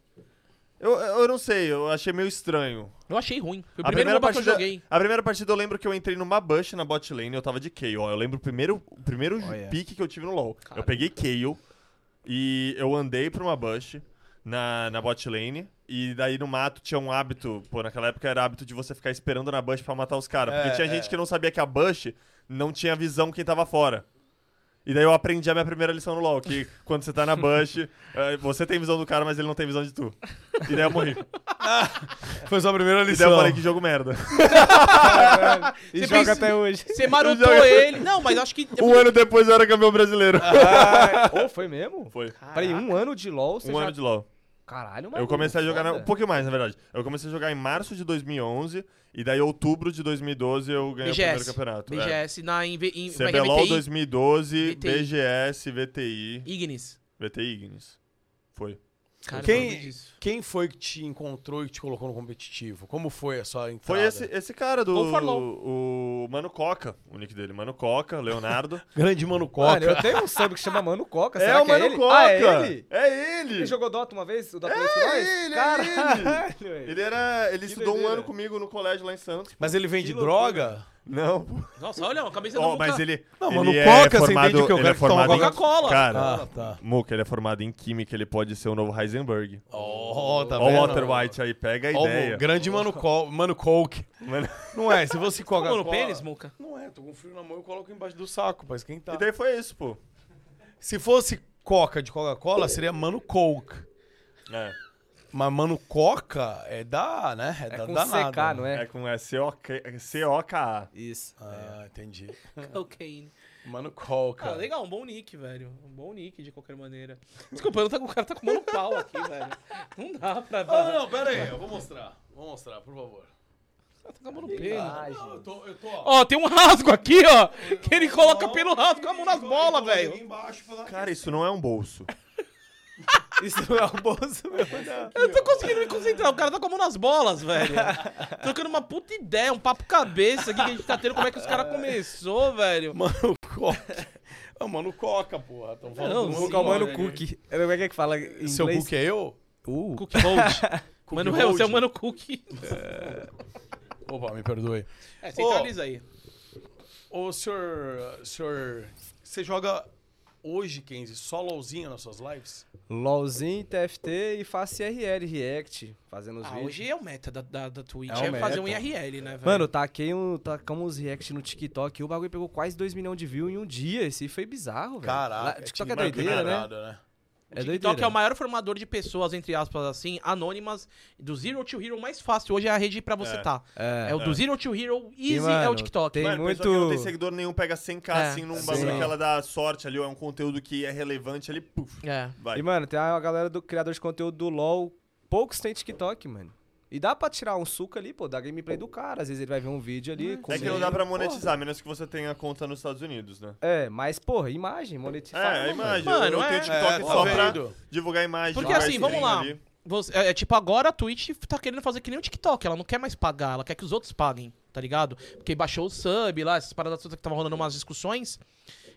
Speaker 2: Eu, eu não sei, eu achei meio estranho.
Speaker 1: Eu achei ruim. Foi o primeiro MOBA que eu joguei.
Speaker 2: a primeira partida eu lembro que eu entrei numa bush na bot lane, eu tava de Kayle. ó. Eu lembro o primeiro, o primeiro
Speaker 3: Olha.
Speaker 2: pique que eu tive no LoL.
Speaker 1: Caramba.
Speaker 2: Eu peguei Kayle e eu andei pra uma bush na, na bot lane. E daí no mato tinha um hábito, pô, naquela época era hábito de você ficar esperando na bush pra matar os caras. Porque
Speaker 4: É,
Speaker 2: tinha
Speaker 4: é.
Speaker 2: gente que não sabia que a bush não tinha visão quem tava fora. E daí eu aprendi a minha primeira lição no LoL, que quando você tá na bush, eh, você tem visão do cara, mas ele não tem visão de tu. E daí eu morri.
Speaker 4: Foi sua primeira
Speaker 2: E daí
Speaker 4: lição.
Speaker 2: eu falei que jogo merda.
Speaker 3: E
Speaker 1: Você
Speaker 3: joga
Speaker 1: pensa-
Speaker 3: até hoje.
Speaker 1: Você marotou
Speaker 2: Eu joguei-
Speaker 1: ele. Não, mas acho que.
Speaker 2: Um ano depois eu era campeão brasileiro.
Speaker 3: Ou foi mesmo?
Speaker 2: Ah, Foi.
Speaker 3: Peraí, um ano de LoL, você
Speaker 2: Um
Speaker 3: já...
Speaker 2: ano de LoL.
Speaker 3: Caralho, mano.
Speaker 2: Eu comecei a jogar, na- um pouquinho mais, na verdade. Eu comecei a jogar em março de 2011 e daí outubro de 2012 eu ganhei o primeiro
Speaker 1: BGS.
Speaker 2: campeonato. É.
Speaker 1: BGS na em, em, como é que é?
Speaker 2: CBLOL
Speaker 1: VTI?
Speaker 2: 2012,
Speaker 1: VTI.
Speaker 2: BGS, VTI,
Speaker 1: Ignis.
Speaker 2: VTI Ignis. Foi.
Speaker 1: Cara, eu
Speaker 4: Quem-
Speaker 1: lembro disso.
Speaker 4: Quem foi que te encontrou e que te colocou no competitivo? Como foi a sua entrada?
Speaker 2: Foi esse, esse cara do.
Speaker 1: Go for
Speaker 2: O Mano Coca, o nick dele. Mano Coca, Leonardo.
Speaker 4: Grande Mano
Speaker 3: Mano,
Speaker 4: Coca.
Speaker 3: eu tenho um sub que chama Mano Coca, Tá, será que é ele? Ah,
Speaker 2: É
Speaker 3: é ele?
Speaker 2: ele? É ele!
Speaker 3: Ele jogou Dota uma vez? O Dota
Speaker 2: É
Speaker 3: 2 com nós?
Speaker 2: ele, é
Speaker 3: Caralho, velho.
Speaker 2: Ele era. Ele estudou um
Speaker 3: doideira.
Speaker 2: ano comigo no colégio lá em Santos.
Speaker 4: Mas ele vende
Speaker 3: Que loucura.
Speaker 4: droga?
Speaker 2: Não, pô.
Speaker 1: Nossa, olha, a cabeça do
Speaker 2: Ó,
Speaker 1: Muca.
Speaker 2: mas ele.
Speaker 4: Não,
Speaker 2: ele
Speaker 4: mano,
Speaker 2: é
Speaker 4: Coca, você
Speaker 2: formado,
Speaker 4: entende o que eu
Speaker 2: ele é
Speaker 4: quero que toma
Speaker 2: formado em-
Speaker 1: Coca-Cola.
Speaker 2: Cara,
Speaker 4: Ah, tá.
Speaker 2: Muca, ele é formado em química, ele pode ser o novo Heisenberg.
Speaker 4: Ó, tá
Speaker 2: Ó, o
Speaker 4: vendo?
Speaker 2: Walter White aí, pega a
Speaker 4: Ó, o
Speaker 2: ideia.
Speaker 4: grande Mano, Col Mano Coke.
Speaker 2: Mano,
Speaker 4: Não é, se você coca
Speaker 1: Como no pênis, Muca?
Speaker 4: Não é, tô com frio na mão e coloco embaixo do saco pra esquentar.
Speaker 2: E daí foi isso, pô.
Speaker 4: Se fosse Coca de Coca-Cola, seria Mano Coke.
Speaker 2: É,
Speaker 4: Mas Mano Coca é da, né? É,
Speaker 3: É
Speaker 2: tá
Speaker 4: da
Speaker 3: com
Speaker 4: danada.
Speaker 3: CK, não é?
Speaker 2: é com é C-O-K- é C-O-K-A.
Speaker 3: Isso.
Speaker 4: Ah, entendi.
Speaker 1: Cocaine.
Speaker 4: Mano
Speaker 1: Ah,
Speaker 4: Coca.
Speaker 1: legal, um bom nick, velho. Um bom nick, de qualquer maneira. Desculpa, eu não tá, o cara tá comendo pau aqui, velho. Não dá pra...
Speaker 4: Ah,
Speaker 1: Tá
Speaker 4: não, pera aí, eu vou mostrar. Vou mostrar, por favor.
Speaker 1: comendo pênis.
Speaker 3: Ah,
Speaker 4: Não,
Speaker 3: gente.
Speaker 4: eu tô, eu tô, ó.
Speaker 1: Ó, tem um rasgo aqui, ó. Que ele coloca pelo rasgo a mão nas bolas, velho.
Speaker 4: Embaixo, pra dar-
Speaker 2: Cara, isso não é um bolso.
Speaker 3: Isso não é o bolso mesmo,
Speaker 4: é.
Speaker 3: não.
Speaker 1: Eu tô conseguindo me concentrar. O cara tá com a mão nas bolas, velho. Trocando uma puta ideia, um papo cabeça aqui que a gente tá tendo. Como é que os caras começou, velho?
Speaker 4: Mano, coca. Ah, mano, coca, porra. Tão falando
Speaker 1: Não, sim,
Speaker 4: do Mano
Speaker 3: Vou colocar o mano
Speaker 1: olha.
Speaker 3: cookie. Eu não- Como é que é que fala em
Speaker 4: Cook.
Speaker 3: inglês?
Speaker 4: Seu book é eu?
Speaker 3: Uh,
Speaker 1: Cook Hold. Mano,
Speaker 4: Hold.
Speaker 1: você é o Mano Cook.
Speaker 4: Opa, me perdoe.
Speaker 1: É, centraliza aí.
Speaker 4: Ô, senhor. senhor você joga hoje, Kenzie, só LOLzinho nas suas lives?
Speaker 3: LOLzinho, TFT e faço IRL, React, fazendo os
Speaker 1: Ah,
Speaker 3: vídeos.
Speaker 1: hoje é o meta da, da, da Twitch.
Speaker 3: É o
Speaker 1: É, fazer um
Speaker 3: meta.
Speaker 1: IRL, né, velho?
Speaker 3: Mano, taquei um, tacamos os react no TikTok e o bagulho pegou quase 2 milhões de views em um dia. Esse foi bizarro, velho. Lá-
Speaker 4: Caraca,
Speaker 3: TikTok é
Speaker 4: time
Speaker 3: doideira, né?
Speaker 4: caralho, né?
Speaker 3: É
Speaker 1: TikTok
Speaker 3: doideira.
Speaker 1: é o maior formador de pessoas, entre aspas, assim, anônimas. Do Zero to Hero, mais fácil hoje é a rede pra você
Speaker 2: É.
Speaker 1: tá. É, o do Zero to Hero, easy é o
Speaker 3: mano,
Speaker 1: TikTok.
Speaker 3: tem-
Speaker 2: Mano,
Speaker 3: muito-
Speaker 2: pessoa que não tem seguidor nenhum, pega 100k
Speaker 1: É,
Speaker 2: assim num
Speaker 3: sim.
Speaker 2: bagulho que ela dá sorte ali, ou é um conteúdo que é relevante ali, puf,
Speaker 1: É.
Speaker 2: vai.
Speaker 3: E, mano, tem a galera do criador de conteúdo do LoL. Poucos tem TikTok, mano. E dá pra tirar um suco ali, pô, da gameplay do cara. Às vezes ele vai ver um vídeo ali.
Speaker 2: É
Speaker 3: comendo.
Speaker 2: que não dá pra monetizar, a menos que você tenha conta nos Estados Unidos, né?
Speaker 3: É, mas, porra, imagem, monetizar.
Speaker 2: É, a imagem.
Speaker 1: Mano,
Speaker 2: eu, eu
Speaker 1: é.
Speaker 2: tenho TikTok
Speaker 4: É,
Speaker 2: só
Speaker 4: tá
Speaker 2: pra
Speaker 4: vendo?
Speaker 2: divulgar a imagem.
Speaker 1: Porque
Speaker 2: divulgar
Speaker 1: assim,
Speaker 2: esse
Speaker 1: vamos
Speaker 2: treino
Speaker 1: lá.
Speaker 2: ali.
Speaker 1: Você- é, é tipo, agora a Twitch tá querendo fazer que nem o TikTok. Ela não quer mais pagar, ela quer que os outros paguem, tá ligado? Porque baixou o sub lá, essas paradas todas que tava rolando umas discussões.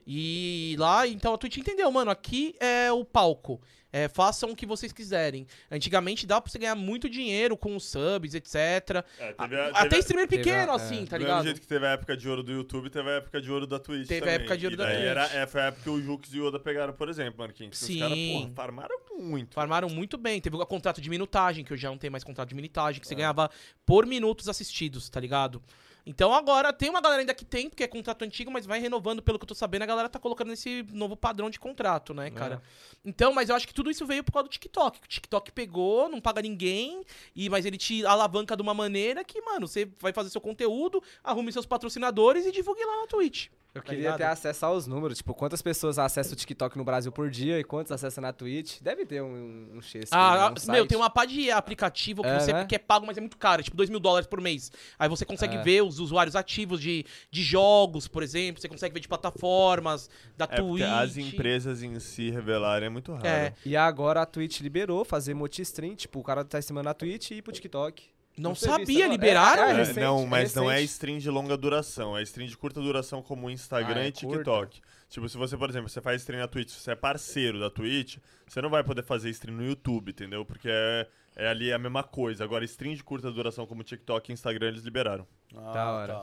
Speaker 1: E lá, então a Twitch entendeu, mano, aqui é o palco. É, façam o que vocês quiserem. Antigamente dá pra você ganhar muito dinheiro com os subs, etc.
Speaker 2: É, teve a-
Speaker 1: A-
Speaker 2: teve
Speaker 1: Ah, Até
Speaker 2: a-
Speaker 1: streamer
Speaker 3: teve a-
Speaker 1: pequeno,
Speaker 3: é.
Speaker 1: assim, tá
Speaker 2: Do
Speaker 1: ligado?
Speaker 2: mesmo jeito que teve a época de ouro do YouTube, teve a época de ouro da Twitch.
Speaker 1: Teve a
Speaker 2: também.
Speaker 1: época de ouro
Speaker 2: E
Speaker 1: da
Speaker 2: daí
Speaker 1: Twitch.
Speaker 2: Era, é, foi a época que o Jux e o Oda pegaram, por exemplo, Marquinhos. Que Os caras,
Speaker 1: Sim.
Speaker 2: porra, farmaram muito.
Speaker 1: Farmaram muito bem. Teve o contrato de minutagem, que eu já não tenho mais contrato de minutagem, que
Speaker 2: É.
Speaker 1: você ganhava por minutos assistidos, tá ligado? Então agora tem uma galera ainda que tem, porque é contrato antigo, mas vai renovando, pelo que eu tô sabendo, a galera tá colocando esse novo padrão de contrato,
Speaker 2: É.
Speaker 1: né, cara? Então, mas eu acho que tudo isso veio por causa do TikTok. que O TikTok pegou, não paga ninguém, e mas ele te alavanca de uma maneira que, mano, você vai fazer seu conteúdo, arrume seus patrocinadores e divulgue lá na Twitch.
Speaker 3: Eu
Speaker 1: Tá
Speaker 3: queria
Speaker 1: ligado?
Speaker 3: ter acesso aos números, tipo, quantas pessoas acessam o TikTok no Brasil por dia e quantas acessam na Twitch. Deve ter um, um X.
Speaker 1: Ah,
Speaker 3: um
Speaker 1: meu,
Speaker 3: site.
Speaker 1: tem uma pá de aplicativo que
Speaker 3: É,
Speaker 1: você
Speaker 3: né?
Speaker 1: que é pago, mas é muito caro, é tipo 2 mil dólares por mês. Aí você consegue
Speaker 2: É.
Speaker 1: ver os usuários ativos de, de jogos, por exemplo, você consegue ver de plataformas, da
Speaker 2: É, porque
Speaker 1: Twitch.
Speaker 2: as empresas em si revelarem é muito raro.
Speaker 1: É,
Speaker 3: E agora a Twitch liberou fazer multi-stream, tipo, o cara tá streamando na Twitch e ir pro TikTok.
Speaker 1: não
Speaker 3: Não sei disso
Speaker 1: sabia,
Speaker 3: agora.
Speaker 1: liberaram?
Speaker 3: É,
Speaker 2: É,
Speaker 3: recente,
Speaker 2: não,
Speaker 3: é
Speaker 2: mas não é
Speaker 3: recente.
Speaker 2: stream de longa duração, é stream de curta duração como o Instagram
Speaker 3: Ah, é
Speaker 2: e TikTok. Tipo, se você, por exemplo, você faz stream na Twitch, se você é parceiro da Twitch, você não vai poder fazer stream no YouTube, entendeu? Porque é, é ali a mesma coisa. Agora, stream de curta duração como TikTok e Instagram, eles liberaram.
Speaker 4: Ah,
Speaker 3: Da hora.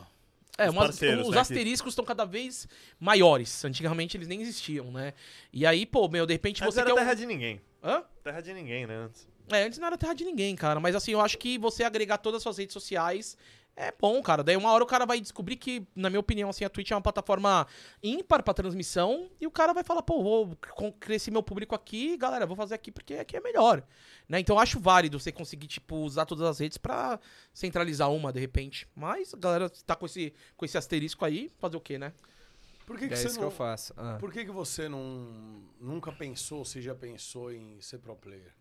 Speaker 1: É,
Speaker 2: Os
Speaker 1: umas-
Speaker 2: parceiros,
Speaker 1: os
Speaker 2: né, que-
Speaker 1: asteriscos estão cada vez maiores. Antigamente eles nem existiam, né? E aí, pô, meu, de repente
Speaker 2: Antes
Speaker 1: você
Speaker 2: era
Speaker 1: quer um-
Speaker 2: terra de ninguém.
Speaker 1: Hã?
Speaker 2: Terra de ninguém, né? Antes.
Speaker 1: É, antes não era terra de ninguém, cara. Mas assim, eu acho que você agregar todas as suas redes sociais é bom, cara. Daí uma hora o cara vai descobrir que, na minha opinião, assim, a Twitch é uma plataforma ímpar pra transmissão. E o cara vai falar, pô, vou con- crescer meu público aqui, galera, vou fazer aqui porque aqui é melhor. Né? Então eu acho válido você conseguir, tipo, usar todas as redes pra centralizar uma, de repente. Mas a galera tá com esse, com esse asterisco aí, fazer o quê, né?
Speaker 4: Por que, que
Speaker 3: é
Speaker 4: você
Speaker 3: isso que
Speaker 4: não.
Speaker 3: eu faço. Ah.
Speaker 4: por que, que você não nunca pensou, se já pensou em ser pro player?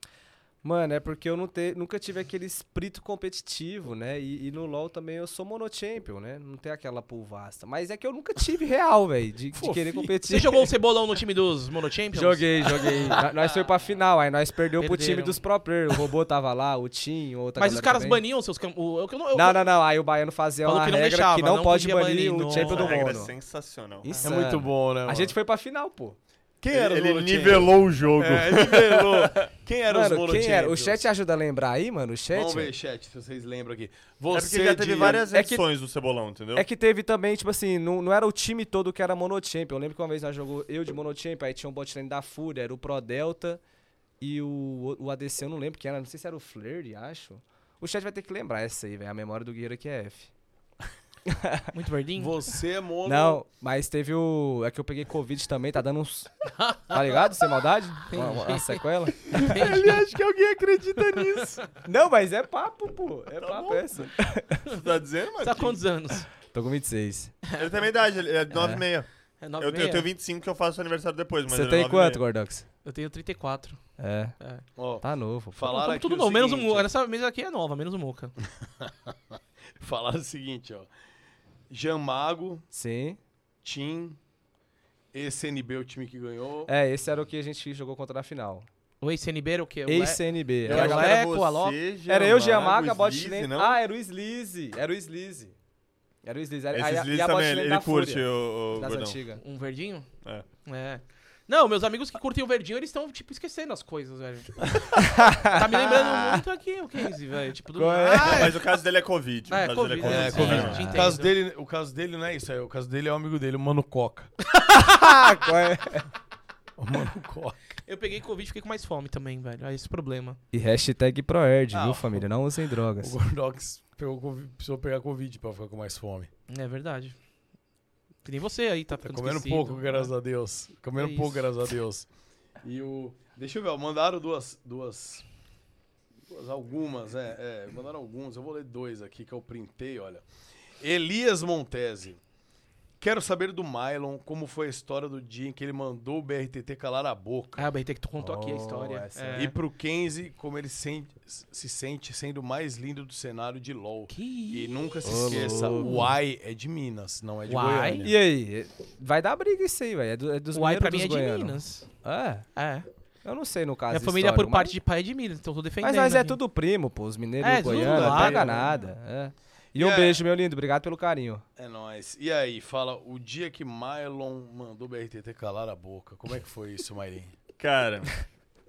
Speaker 3: Mano, é porque eu não te- nunca tive aquele espírito competitivo, né? E, e no LoL também eu sou monochampion, né? Não tem aquela pool vasta. Mas é que eu nunca tive real, velho, de, de querer
Speaker 1: Você
Speaker 3: competir.
Speaker 1: jogou o cebolão no time dos Mono Champions?
Speaker 3: Joguei, joguei. Nó- nós foi pra final, aí nós perdeu pro time
Speaker 1: Perderam.
Speaker 3: dos pro player. O robô tava lá, o Tim, outra
Speaker 1: Mas os
Speaker 3: tá, galera
Speaker 1: caras
Speaker 3: também.
Speaker 1: baniam seus... cam- o- eu- eu- eu-
Speaker 3: Não, não, não. Aí o baiano fazia
Speaker 1: Falou
Speaker 3: uma
Speaker 1: que não
Speaker 3: regra
Speaker 1: deixava,
Speaker 3: que não,
Speaker 1: não
Speaker 3: pode
Speaker 1: podia
Speaker 3: banir
Speaker 1: banir,
Speaker 3: o
Speaker 1: nossa.
Speaker 3: champion
Speaker 2: Essa
Speaker 3: do
Speaker 2: regra é
Speaker 3: mundo.
Speaker 2: sensacional.
Speaker 3: Isso é.
Speaker 4: bom, né?
Speaker 3: A gente foi pra final, pô.
Speaker 4: Quem era
Speaker 2: Ele,
Speaker 4: o
Speaker 2: ele nivelou o jogo.
Speaker 4: É, nivelou. Quem era os
Speaker 3: Mano,
Speaker 4: Molo
Speaker 3: quem era? O
Speaker 4: Champions?
Speaker 3: chat ajuda a lembrar aí, mano? O chat?
Speaker 4: Vamos ver, chat, se vocês lembram aqui.
Speaker 2: É
Speaker 4: Você
Speaker 2: porque já teve
Speaker 4: de-
Speaker 2: várias
Speaker 3: é que-
Speaker 2: edições do Cebolão, entendeu?
Speaker 3: É que teve também, tipo assim, não, não era o time todo que era monochampion. Eu lembro que uma vez nós jogou eu de monochampion, aí tinha um botlane da Fúria, era o Pro Delta e o, o ADC, eu não lembro quem era, não sei se era o Flirt, acho. O chat vai ter que lembrar essa aí, velho. A memória do guerreiro aqui é F.
Speaker 1: Muito verdinho?
Speaker 4: Você é mono.
Speaker 3: Não, mas teve o. É que eu peguei Covid também, tá dando uns. Tá ligado? Sem maldade? Uma, uma sequela?
Speaker 1: Entendi.
Speaker 3: Acho que alguém acredita nisso. Não, mas é papo, pô. É papo essa.
Speaker 2: Você tá
Speaker 1: Você
Speaker 2: dizendo,
Speaker 1: tá
Speaker 2: Marquinhos?
Speaker 1: com quantos anos?
Speaker 3: Tô com 26.
Speaker 2: Ele tem a minha idade, ele é 9 e meia.
Speaker 1: É nove e
Speaker 2: Eu, tenho- eu
Speaker 1: meia?
Speaker 2: tenho 25 que eu faço aniversário depois, mas
Speaker 3: Você
Speaker 2: ele é
Speaker 3: tem
Speaker 2: 9 e meia.
Speaker 3: quanto, Gordox?
Speaker 1: Eu tenho 34.
Speaker 3: É.
Speaker 4: Ó,
Speaker 3: Tá novo. pô.
Speaker 4: falaram
Speaker 1: Tamo
Speaker 4: aqui
Speaker 1: tudo
Speaker 4: o
Speaker 1: novo, menos o
Speaker 4: seguinte,
Speaker 1: Muca. Essa mesa aqui é nova, menos o Muca.
Speaker 4: Falaram o seguinte, ó. Jamago,
Speaker 3: Sim.
Speaker 4: Tim, ECNB, o time que ganhou.
Speaker 3: É, esse era o que a gente jogou contra na final.
Speaker 1: O ex-CNB era o quê? O Le-
Speaker 3: Ex-CNB.
Speaker 1: Eu acho
Speaker 3: Era, o
Speaker 1: que
Speaker 4: é
Speaker 1: era
Speaker 3: Leco,
Speaker 2: você,
Speaker 3: é a Lopes.
Speaker 2: Giamar,
Speaker 3: Era eu,
Speaker 2: o
Speaker 3: Giamaca,
Speaker 2: Slizy,
Speaker 3: a Botlane.
Speaker 2: não?
Speaker 3: Ah, era o Slizy. Era o Slizy. Era o Slizy. Era,
Speaker 2: Esse
Speaker 3: aí a- e
Speaker 2: Sliz
Speaker 3: a
Speaker 2: também,
Speaker 3: Botlane
Speaker 2: ele
Speaker 3: da
Speaker 2: ele curte
Speaker 3: Fúria,
Speaker 2: o, o
Speaker 3: das
Speaker 2: Gordão.
Speaker 3: antigas.
Speaker 1: Um verdinho?
Speaker 2: É.
Speaker 1: É. Não, meus amigos que curtem o verdinho, eles estão, tipo, esquecendo as coisas, velho. tá me lembrando muito aqui o Casey, velho. Tipo, do...
Speaker 3: Qual é?
Speaker 1: Ah,
Speaker 2: Mas o caso dele é Covid.
Speaker 1: Ah,
Speaker 2: o
Speaker 1: é
Speaker 2: caso dele
Speaker 1: Covid,
Speaker 4: É,
Speaker 1: é,
Speaker 2: Covid.
Speaker 1: Covid.
Speaker 2: É.
Speaker 1: Te
Speaker 4: Covid. O
Speaker 1: entendo.
Speaker 4: caso, dele, o caso dele não é isso aí. O caso dele é o amigo dele, o Mano Coca.
Speaker 3: Ah, qual é?
Speaker 4: O Mano Coca.
Speaker 1: Eu peguei Covid e fiquei com mais fome também, velho. É esse o problema.
Speaker 3: E hashtag ProErd,
Speaker 4: Ah,
Speaker 3: viu,
Speaker 4: o-
Speaker 3: família? Não usem
Speaker 4: O
Speaker 3: drogas.
Speaker 4: Gordox pegou Covid- precisou pegar Covid pra ficar com mais fome.
Speaker 1: É verdade. Que nem você aí, tá
Speaker 4: Tá
Speaker 1: ficando
Speaker 4: comendo
Speaker 1: esquecido.
Speaker 4: pouco, graças a Deus. Comendo
Speaker 1: É
Speaker 4: pouco,
Speaker 1: isso.
Speaker 4: graças a Deus. E o. Deixa eu ver, ó, mandaram duas. Duas. duas algumas, é, é. Mandaram alguns. Eu vou ler dois aqui que eu printei, olha. Elias Montese. Quero saber do Mylon como foi a história do dia em que ele mandou o BRTT calar a boca. Então,
Speaker 1: Ah, o BRT que tu contou aqui a
Speaker 3: Oh,
Speaker 1: história.
Speaker 3: essa
Speaker 1: É.
Speaker 4: E pro Kenzie, como ele sen- se sente sendo o mais lindo do cenário de LOL.
Speaker 1: Que
Speaker 4: E nunca se
Speaker 3: Ô,
Speaker 4: esqueça, o
Speaker 3: louco.
Speaker 4: Uai é de Minas, não é de
Speaker 1: Uai?
Speaker 4: Goiânia.
Speaker 3: E aí? Vai dar briga isso aí, velho. É, do, é dos
Speaker 1: Uai
Speaker 3: mineiros
Speaker 1: pra mim
Speaker 3: dos
Speaker 1: é de
Speaker 3: goianos.
Speaker 1: Minas.
Speaker 3: É,
Speaker 1: É.
Speaker 3: eu não sei no caso
Speaker 1: Minha família por
Speaker 3: histórico,
Speaker 1: parte de pai é de Minas, então eu tô defendendo.
Speaker 3: Mas nós é
Speaker 1: aqui.
Speaker 3: tudo primo, pô. Os mineiros
Speaker 1: É,
Speaker 3: e o
Speaker 1: tudo
Speaker 3: goiano, não
Speaker 1: lá,
Speaker 3: paga
Speaker 1: né?
Speaker 3: nada. é. E
Speaker 4: E
Speaker 3: um
Speaker 4: é-
Speaker 3: beijo, meu lindo. Obrigado pelo carinho.
Speaker 4: É nóis. E aí, fala, o dia que Mylon mandou o BRTT calar a boca, como é que foi isso, Mairim?
Speaker 2: Cara,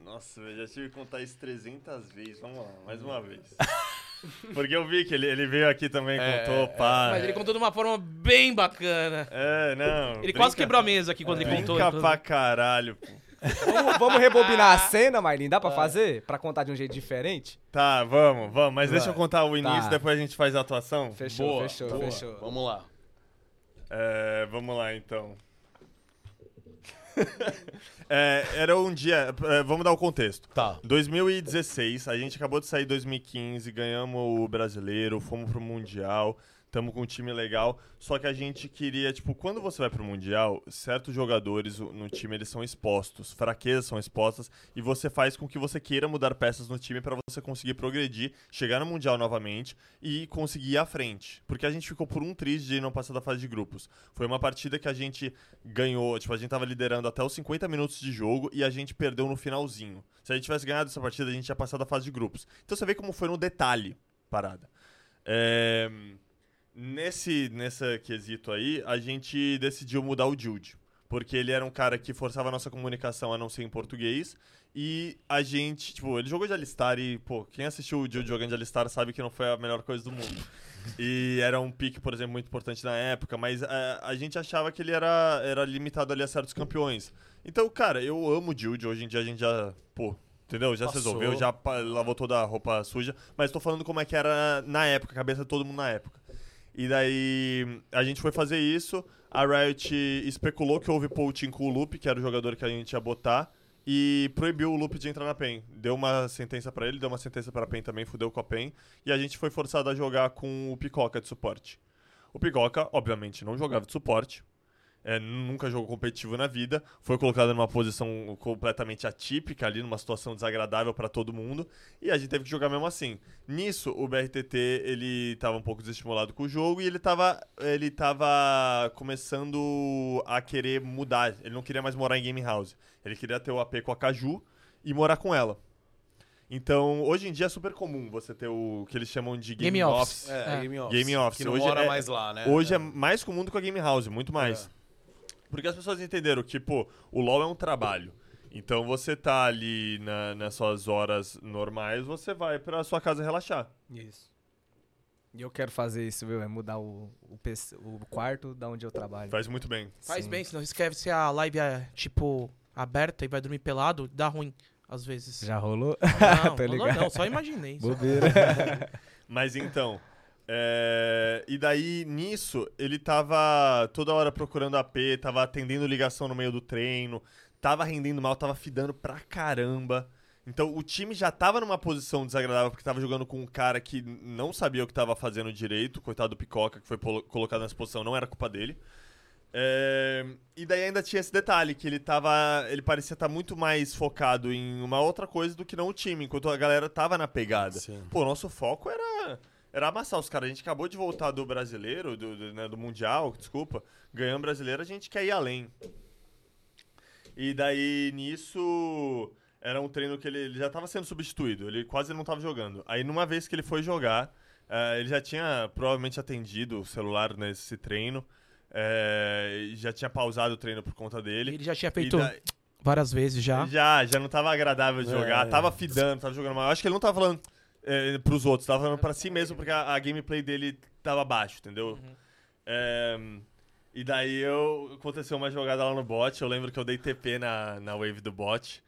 Speaker 2: nossa, eu já tive que contar isso 300 vezes. Vamos lá, mais uma vez. Porque eu vi que ele, ele veio aqui também, contou, pá.
Speaker 1: Mas ele contou de uma forma bem bacana.
Speaker 2: É, não.
Speaker 1: Ele quase
Speaker 2: brinca-
Speaker 1: quebrou a mesa aqui quando ele contou. então.
Speaker 2: Brinca pra caralho, pô.
Speaker 3: Vamos, vamos rebobinar a cena, Marlin? Dá pra fazer? Pra contar de um jeito diferente?
Speaker 2: Tá, vamos, vamos. Mas deixa eu contar o início,
Speaker 3: Tá.
Speaker 2: depois a gente faz a atuação.
Speaker 3: Fechou, fechou,
Speaker 4: boa.
Speaker 3: fechou.
Speaker 4: Vamos lá.
Speaker 2: É, vamos lá então. É, era um dia. é, vamos dar o contexto.
Speaker 4: Tá.
Speaker 2: 2016, a gente acabou de sair 2015, ganhamos o brasileiro, fomos pro Mundial, tamo com um time legal. Só que a gente queria, tipo, quando você vai pro Mundial, certos jogadores o- no time eles são expostos, fraquezas são expostas, e você faz com que você queira mudar peças no time pra você conseguir progredir, chegar no Mundial novamente e conseguir ir à frente. Porque a gente ficou por um triz de não passar da fase de grupos. Foi uma partida que a gente ganhou, tipo, a gente tava liderando até os 50 minutos de jogo e a gente perdeu no finalzinho. Se a gente tivesse ganhado essa partida, a gente tinha passado da fase de grupos. Então você vê como foi no detalhe a parada. É, Nesse, nessa quesito aí, a gente decidiu mudar o Jude. Porque ele era um cara que forçava a nossa comunicação a não ser em português. E a gente, tipo, ele jogou de Alistar e, pô, quem assistiu o Jude jogando de Alistar sabe que não foi a melhor coisa do mundo. E era um pique, por exemplo, muito importante na época, mas é, a, a gente achava que ele era, era limitado ali a certos campeões. Então, cara, eu amo o Jude, hoje em dia a gente já, pô, entendeu? Já se
Speaker 4: Passou.
Speaker 2: resolveu, já pa- lavou toda a roupa suja, mas tô falando como é que era na época, a cabeça de todo mundo na época. E daí a gente foi fazer isso, a Riot especulou que houve poaching com o Loop, que era o jogador que a gente ia botar, e proibiu o Loop de entrar na PEN. Deu uma sentença pra ele, deu uma sentença pra PEN também, fudeu com a PEN, e a gente foi forçado a jogar com o Picoca de suporte. O Picoca, obviamente, não jogava de suporte, é, nunca jogou competitivo na vida, foi colocado numa posição completamente atípica ali, numa situação desagradável pra todo mundo, e a gente teve que jogar mesmo assim. Nisso, o BRTT, ele tava um pouco desestimulado com o jogo e ele tava, ele tava começando a querer mudar, ele não queria mais morar em Game House, ele queria ter o AP com a Caju e morar com ela. Então, hoje em dia é super comum você ter o que eles chamam de Game,
Speaker 1: Game Office.
Speaker 2: office.
Speaker 4: É,
Speaker 1: É.
Speaker 4: Game Office.
Speaker 2: Game Office.
Speaker 4: Que não
Speaker 2: Hoje
Speaker 4: mora
Speaker 2: é-
Speaker 4: mais lá, né?
Speaker 2: Hoje é mais comum do que a Game House, muito mais. Porque as pessoas entenderam que, pô, o LoL é um trabalho. Então você tá ali na- nas suas horas normais, você vai pra sua casa relaxar.
Speaker 3: Isso. E eu quero fazer isso, viu? É mudar o, o, PC o quarto da onde eu trabalho.
Speaker 2: Faz muito bem.
Speaker 1: Faz
Speaker 3: Sim.
Speaker 1: bem, senão escreve se a live é, tipo, aberta e vai dormir pelado, dá ruim, às vezes.
Speaker 3: Já rolou?
Speaker 1: Não,
Speaker 2: tá
Speaker 3: Tô
Speaker 1: não, não,
Speaker 3: ligado.
Speaker 1: não, só imaginei. só.
Speaker 3: Bobeira.
Speaker 2: Mas então. é, E daí, nisso, ele tava toda hora procurando AP, tava atendendo ligação no meio do treino, tava rendendo mal, tava fidando pra caramba. Então o time já tava numa posição desagradável, porque tava jogando com um cara que n- não sabia o que tava fazendo direito, coitado do Picoca, que foi polo- colocado nessa posição, não era culpa dele. É, e daí ainda tinha esse detalhe, que ele tava. Ele parecia estar muito mais focado em uma outra coisa do que não o time, enquanto a galera tava na pegada.
Speaker 4: Sim.
Speaker 2: Pô, nosso foco era, era amassar os caras. A gente acabou de voltar do brasileiro, do, do, né, do Mundial, desculpa. Ganhamos brasileiro, a gente quer ir além. E daí, nisso. era um treino que ele, ele já estava sendo substituído, ele quase não estava jogando. Aí numa vez que ele foi jogar, eh, ele já tinha provavelmente atendido o celular nesse treino, eh, e já tinha pausado o treino por conta dele.
Speaker 1: Ele tá? já tinha
Speaker 2: E
Speaker 1: feito
Speaker 2: da-
Speaker 1: várias vezes já.
Speaker 2: já, já não tava agradável de jogar.
Speaker 4: é.
Speaker 2: Tava fidando, tava jogando mal. Eu acho que ele não tava falando é, pros outros, tava falando pra si mesmo, porque a, a gameplay dele tava baixo, entendeu? É, e daí eu aconteceu uma jogada lá no bot. Eu lembro que eu dei TP na, na wave do bot.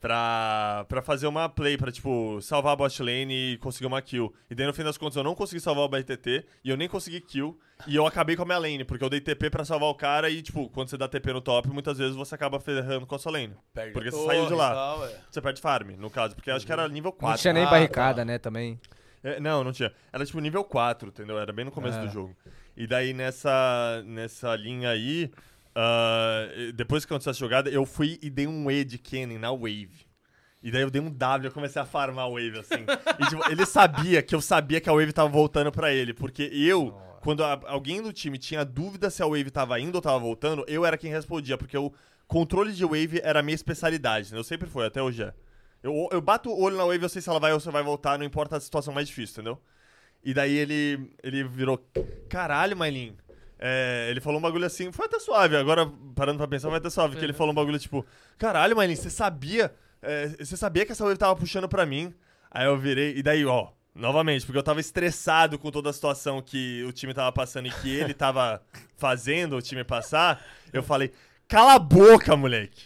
Speaker 2: Pra, pra fazer uma play, pra, tipo, salvar a bot lane e conseguir uma kill. E daí, no fim das contas, eu não consegui salvar o BRTT, e eu nem consegui kill, e eu acabei com a minha lane, porque eu dei TP pra salvar o cara, e, tipo, quando você dá TP no top, muitas vezes você acaba ferrando com a sua lane.
Speaker 4: Perde
Speaker 2: porque
Speaker 4: a
Speaker 2: você
Speaker 4: torre
Speaker 2: saiu de
Speaker 4: e
Speaker 2: lá.
Speaker 4: tal, é.
Speaker 2: Você perde farm, no caso, porque acho que era nível 4.
Speaker 3: Não tinha nem
Speaker 4: Ah,
Speaker 1: tá.
Speaker 3: barricada, né, também.
Speaker 2: É, não, não tinha. Era tipo nível 4, entendeu? Era bem no começo do jogo. E daí nessa, nessa linha aí, ah, e depois que aconteceu essa jogada, eu fui e dei um E de Kenny na wave. E daí eu dei um W, eu comecei a farmar a wave, assim. E, tipo, ele sabia que eu sabia que a wave tava voltando pra ele, porque eu, quando a- alguém do time tinha dúvida se a wave tava indo ou tava voltando, eu era quem respondia, porque o controle de wave era a minha especialidade, né? Eu sempre fui, até hoje é. Eu, eu bato o olho na wave, eu sei se ela vai ou se vai voltar, não importa a situação mais difícil, entendeu? E daí ele, ele virou, caralho, Mailin. É, ele falou um bagulho assim, foi até suave, agora parando pra pensar, foi até suave, que ele falou um bagulho tipo, caralho, Mailin, você sabia, é, você sabia que essa wave tava puxando pra mim? Aí eu virei, e daí, ó, novamente, porque eu tava estressado com toda a situação que o time tava passando e que ele tava fazendo o time passar, eu falei, cala a boca, moleque.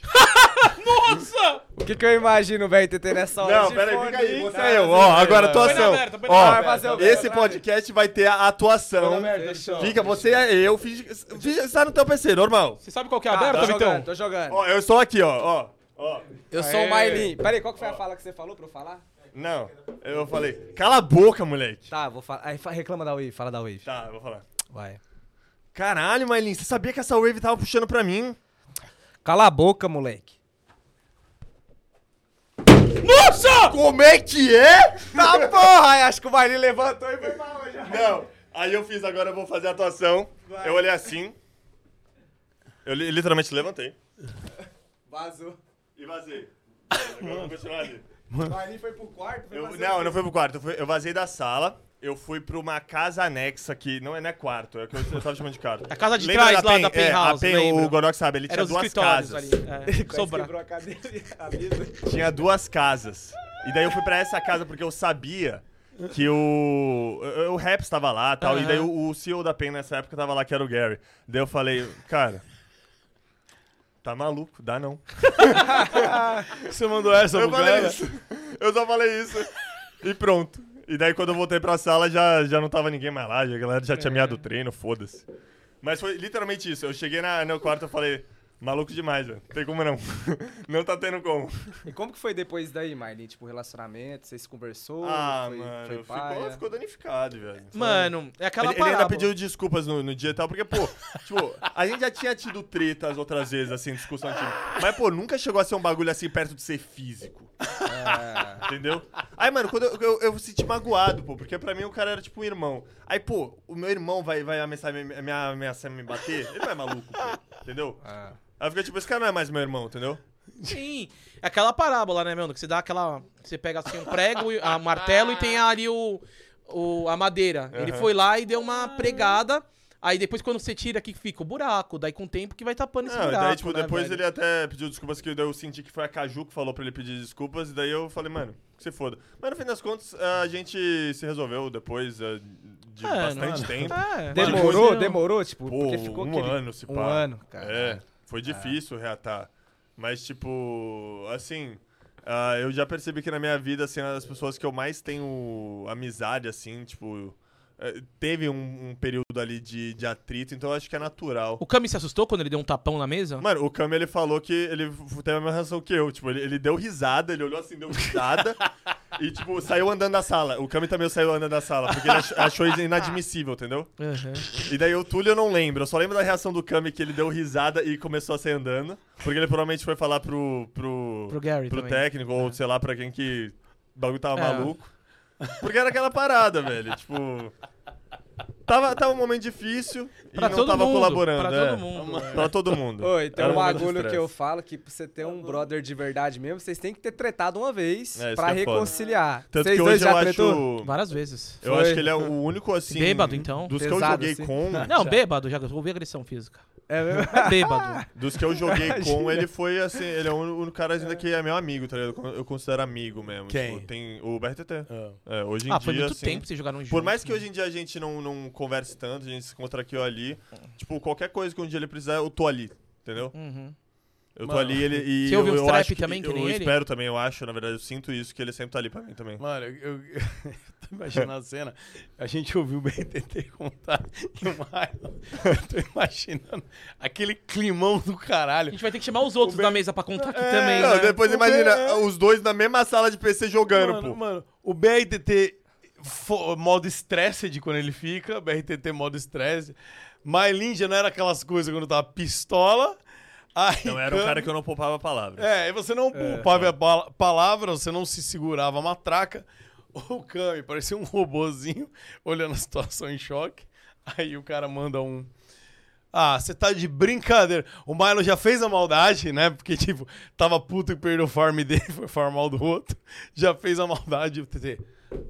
Speaker 1: Nossa!
Speaker 3: O que que eu imagino, velho, TT nessa hora?
Speaker 2: Não,
Speaker 3: de
Speaker 2: peraí,
Speaker 3: fone?
Speaker 2: fica aí. Você é eu, ó, agora
Speaker 3: tô
Speaker 1: Põe na
Speaker 2: atuação.
Speaker 1: merda, põe na
Speaker 2: Ó,
Speaker 1: merda,
Speaker 3: vai, vai, vai,
Speaker 2: esse
Speaker 3: vai.
Speaker 2: podcast vai ter a atuação.
Speaker 3: Fechou.
Speaker 2: Fica, você é eu, finge, finge que você tá no teu PC, normal.
Speaker 1: Você sabe qual que é a
Speaker 3: Tá,
Speaker 1: aberta,
Speaker 3: tô
Speaker 1: Vitão?
Speaker 3: jogando, tô jogando.
Speaker 2: Ó, eu estou aqui, ó, ó, ó.
Speaker 3: Eu sou
Speaker 1: Aê.
Speaker 3: o Mailin. Peraí, qual que foi a fala que você falou pra eu falar?
Speaker 2: Não, eu falei, cala a boca, moleque.
Speaker 3: Tá, vou falar. Aí fa- reclama da Wave, fala da Wave.
Speaker 2: Tá, eu vou falar.
Speaker 3: Vai.
Speaker 2: Caralho, Mailin, você sabia que essa wave tava puxando pra mim?
Speaker 3: Cala a boca, moleque.
Speaker 1: Nossa!
Speaker 2: Como é que é?
Speaker 3: Tá porra! Aí acho que o Mailin levantou e foi mal já.
Speaker 2: Não, aí eu fiz, agora eu vou fazer a atuação. Eu olhei assim. Eu li- literalmente levantei.
Speaker 3: Vazou.
Speaker 2: E vazei. Agora eu vou continuar ali.
Speaker 3: O Mailin foi pro quarto, foi
Speaker 2: Eu-
Speaker 3: fazer
Speaker 2: não,
Speaker 3: o
Speaker 2: eu não fui pro quarto. Eu, fui- eu vazei da sala. Eu fui pra uma casa anexa que não é, não é quarto, é o que eu, eu tava chamando de quarto.
Speaker 1: A casa de
Speaker 2: Lembra
Speaker 1: trás lá
Speaker 2: Pen?
Speaker 1: da Pen
Speaker 2: É,
Speaker 1: House,
Speaker 2: a Pen,
Speaker 1: lembro.
Speaker 2: o Godox sabe, ele
Speaker 1: Era
Speaker 2: tinha
Speaker 1: os
Speaker 2: duas
Speaker 1: escritórios
Speaker 2: casas.
Speaker 1: ali. É,
Speaker 3: quase
Speaker 1: sobra.
Speaker 3: quebrou a cadeira e a mesa.
Speaker 2: Tinha duas casas. E daí eu fui pra essa casa porque eu sabia que o. O, o Raps tava lá e tal. E daí o, o CEO da Pen nessa época tava lá, que era o Gary. Daí eu falei, cara. Tá maluco, dá não.
Speaker 4: Você mandou essa
Speaker 2: Eu
Speaker 4: pro
Speaker 2: falei
Speaker 4: cara?
Speaker 2: isso. Eu só falei isso. E pronto. E daí quando eu voltei pra sala já, já não tava ninguém mais lá, já, a galera já tinha
Speaker 4: É.
Speaker 2: meado o treino, foda-se. Mas foi literalmente isso. Eu cheguei na, no quarto e falei, maluco demais, velho. Não tem como não. não tá tendo como.
Speaker 3: E como que foi depois daí, Mailin? Tipo, relacionamento, vocês conversou?
Speaker 2: ah,
Speaker 3: foi,
Speaker 2: mano,
Speaker 3: foi
Speaker 2: ficou,
Speaker 3: paia?
Speaker 2: ficou danificado, velho.
Speaker 1: Mano, é aquela
Speaker 2: Ele, ele ainda
Speaker 1: parada.
Speaker 2: pediu desculpas no, no dia e tal, porque, pô, tipo, a gente já tinha tido treta as outras vezes, assim, discussão de time. Mas, pô, nunca chegou a ser um bagulho assim perto de ser físico. Entendeu? Aí, mano, quando eu, eu, eu senti magoado, pô, porque pra mim o cara era tipo um irmão. Aí, pô, o meu irmão vai, vai ameaçar, me, me, ameaçar me bater? Ele não é maluco, pô, entendeu? Aí fica tipo, esse cara não é mais meu irmão, entendeu?
Speaker 1: Sim, é aquela parábola, né, meu? Que você dá aquela. Você pega assim um prego, e- a martelo e tem ali o, o, a madeira. Ele foi lá e deu uma pregada. Aí depois, quando você tira aqui, fica o buraco. Daí com o tempo que vai tapando esse
Speaker 2: Não, e
Speaker 1: buraco.
Speaker 2: daí, tipo,
Speaker 1: né,
Speaker 2: depois
Speaker 1: velho?
Speaker 2: ele até pediu desculpas, que daí eu senti que foi a Caju que falou pra ele pedir desculpas, e daí eu falei, mano, que se foda. Mas no fim das contas, a gente se resolveu depois eh, de
Speaker 1: É,
Speaker 2: bastante
Speaker 1: mano.
Speaker 2: tempo. Tipo,
Speaker 1: É.
Speaker 3: Demorou,
Speaker 2: um
Speaker 1: Não.
Speaker 3: demorou, tipo,
Speaker 2: Pô,
Speaker 3: porque ficou
Speaker 2: um
Speaker 3: aquele...
Speaker 2: ano, se
Speaker 3: Um
Speaker 2: pá.
Speaker 3: ano, cara.
Speaker 2: É, foi difícil reatar. Mas, tipo, assim, ah, eu já percebi que na minha vida, assim, as pessoas que eu mais tenho amizade, assim, tipo, eh, teve um, um período ali de, de atrito, então eu acho que é natural.
Speaker 1: O Kami se assustou quando ele deu um tapão na mesa?
Speaker 2: Mano, o Kami, ele falou que ele f- teve a mesma reação que eu. Tipo, ele, ele deu risada, ele olhou assim, deu risada. e, tipo, saiu andando da sala. O Kami também saiu andando da sala, porque ele ach- achou isso inadmissível, entendeu?
Speaker 1: Aham.
Speaker 2: E daí o Túlio eu não lembro. Eu só lembro da reação do Kami que ele deu risada e começou a sair andando. Porque ele provavelmente foi falar pro. pro,
Speaker 1: Pro Gary
Speaker 2: pro
Speaker 1: também.
Speaker 2: técnico, ou sei lá, pra quem que. O bagulho
Speaker 1: É.
Speaker 2: tava maluco. Porque era aquela parada, velho. Tipo. Tava, tava um momento difícil e
Speaker 1: Pra
Speaker 2: não
Speaker 1: todo
Speaker 2: tava
Speaker 1: mundo,
Speaker 2: colaborando.
Speaker 1: pra
Speaker 2: é.
Speaker 1: todo mundo, é.
Speaker 2: Pra todo mundo.
Speaker 3: Oi, tem
Speaker 2: Era
Speaker 3: um
Speaker 2: momento de
Speaker 3: bagulho que eu
Speaker 2: estresse.
Speaker 3: falo que pra você ter um brother de verdade mesmo, vocês têm que ter tretado uma vez
Speaker 2: É, isso
Speaker 3: pra
Speaker 2: que é foda.
Speaker 3: reconciliar.
Speaker 2: Tanto
Speaker 3: vocês
Speaker 2: que
Speaker 3: dois
Speaker 2: hoje eu
Speaker 3: já
Speaker 2: acho.
Speaker 3: tretou?
Speaker 1: Várias vezes.
Speaker 2: Eu
Speaker 3: Foi.
Speaker 2: acho que ele é o único, assim.
Speaker 1: Bêbado, então?
Speaker 2: Dos que eu
Speaker 3: Pesado,
Speaker 2: joguei
Speaker 3: assim.
Speaker 2: com.
Speaker 1: Não, bêbado, já houve agressão física.
Speaker 3: É mesmo?
Speaker 1: É bêbado.
Speaker 2: Dos que eu joguei com, ele foi assim. Ele é o único cara ainda que é meu amigo, tá ligado? Eu considero amigo mesmo.
Speaker 4: Quem?
Speaker 2: Tipo, tem o BRTT.
Speaker 4: Ah.
Speaker 2: É, hoje em
Speaker 1: ah, foi
Speaker 2: dia,
Speaker 1: muito
Speaker 2: assim.
Speaker 1: tempo que vocês jogaram junto.
Speaker 2: Por mais que hoje em dia a gente não, não converse tanto, a gente se encontra aqui ou ali. Tipo, qualquer coisa que um dia ele precisar, eu tô ali. Entendeu?
Speaker 1: Uhum.
Speaker 2: Eu tô
Speaker 4: Mano.
Speaker 2: ali ele, e.
Speaker 1: Você ouve
Speaker 2: eu,
Speaker 1: uns
Speaker 2: eu
Speaker 1: trap
Speaker 2: acho que,
Speaker 1: também, que
Speaker 2: Eu
Speaker 1: nem ele?
Speaker 2: espero também, eu acho. Na verdade, eu sinto isso, que ele sempre tá ali pra mim também.
Speaker 4: Mano, eu, eu, eu tô imaginando a cena. A gente ouviu o BTT contar e o Marlon. Eu tô imaginando aquele climão do
Speaker 1: A
Speaker 4: caralho.
Speaker 1: gente vai ter que chamar os outros da mesa pra contar aqui também,
Speaker 2: É. Não,
Speaker 1: né?
Speaker 2: depois
Speaker 4: O
Speaker 2: imagina
Speaker 4: Ben-
Speaker 2: os dois na mesma sala de PC jogando,
Speaker 4: Mano,
Speaker 2: pô.
Speaker 4: mano, o BRTT fo- modo stressed quando ele fica, BRTT modo stress. Mylin já não era aquelas coisas quando tava pistola. Aí
Speaker 2: Não,
Speaker 1: um
Speaker 2: era o cara que eu não poupava a palavra.
Speaker 4: É, e você não poupava a pala- palavra, você não se segurava a matraca. O Kami parecia um robozinho olhando a situação em choque. Aí o cara manda um. Ah, você tá de brincadeira. O Milo já fez a maldade, né? Porque, tipo, tava puto e perdeu o farm dele, foi farmar o do outro. Já fez a maldade. O TT.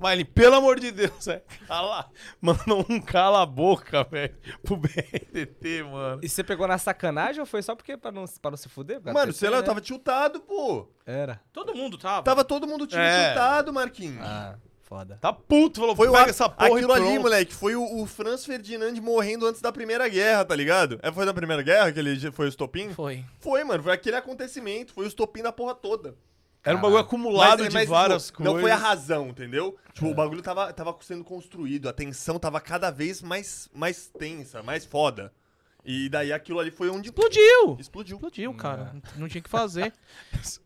Speaker 4: Miley, pelo amor de Deus, é. Cala. Mano, um cala a boca, velho. Pro BRTT, mano.
Speaker 3: E você pegou na sacanagem ou foi só porque pra não, pra não se fuder? Pra
Speaker 2: Mano,
Speaker 3: tretar,
Speaker 2: sei lá, eu
Speaker 3: né?
Speaker 2: tava tiltado, pô.
Speaker 3: Era.
Speaker 1: Todo mundo tava.
Speaker 2: Tava todo mundo time
Speaker 4: É.
Speaker 2: tiltado, Marquinhos.
Speaker 3: Ah, foda.
Speaker 4: Tá puto, falou,
Speaker 2: Foi o
Speaker 4: pega essa porra
Speaker 2: aquilo
Speaker 4: e
Speaker 2: ali,
Speaker 4: pronto.
Speaker 2: moleque. Foi o, o Franz Ferdinand morrendo antes da Primeira Guerra, tá ligado? É, foi na Primeira Guerra que ele foi o estopim?
Speaker 1: Foi.
Speaker 2: Foi, mano. Foi aquele acontecimento. Foi o estopim da porra toda.
Speaker 4: Era um bagulho acumulado de várias
Speaker 2: tipo,
Speaker 4: coisas.
Speaker 2: Não foi a razão, entendeu? Tipo,
Speaker 1: É.
Speaker 2: o bagulho tava, tava sendo construído, a tensão tava cada vez mais, mais tensa, mais foda. E daí aquilo ali foi onde
Speaker 1: Explodiu!
Speaker 2: explodiu.
Speaker 1: Explodiu, cara. Não tinha o que fazer.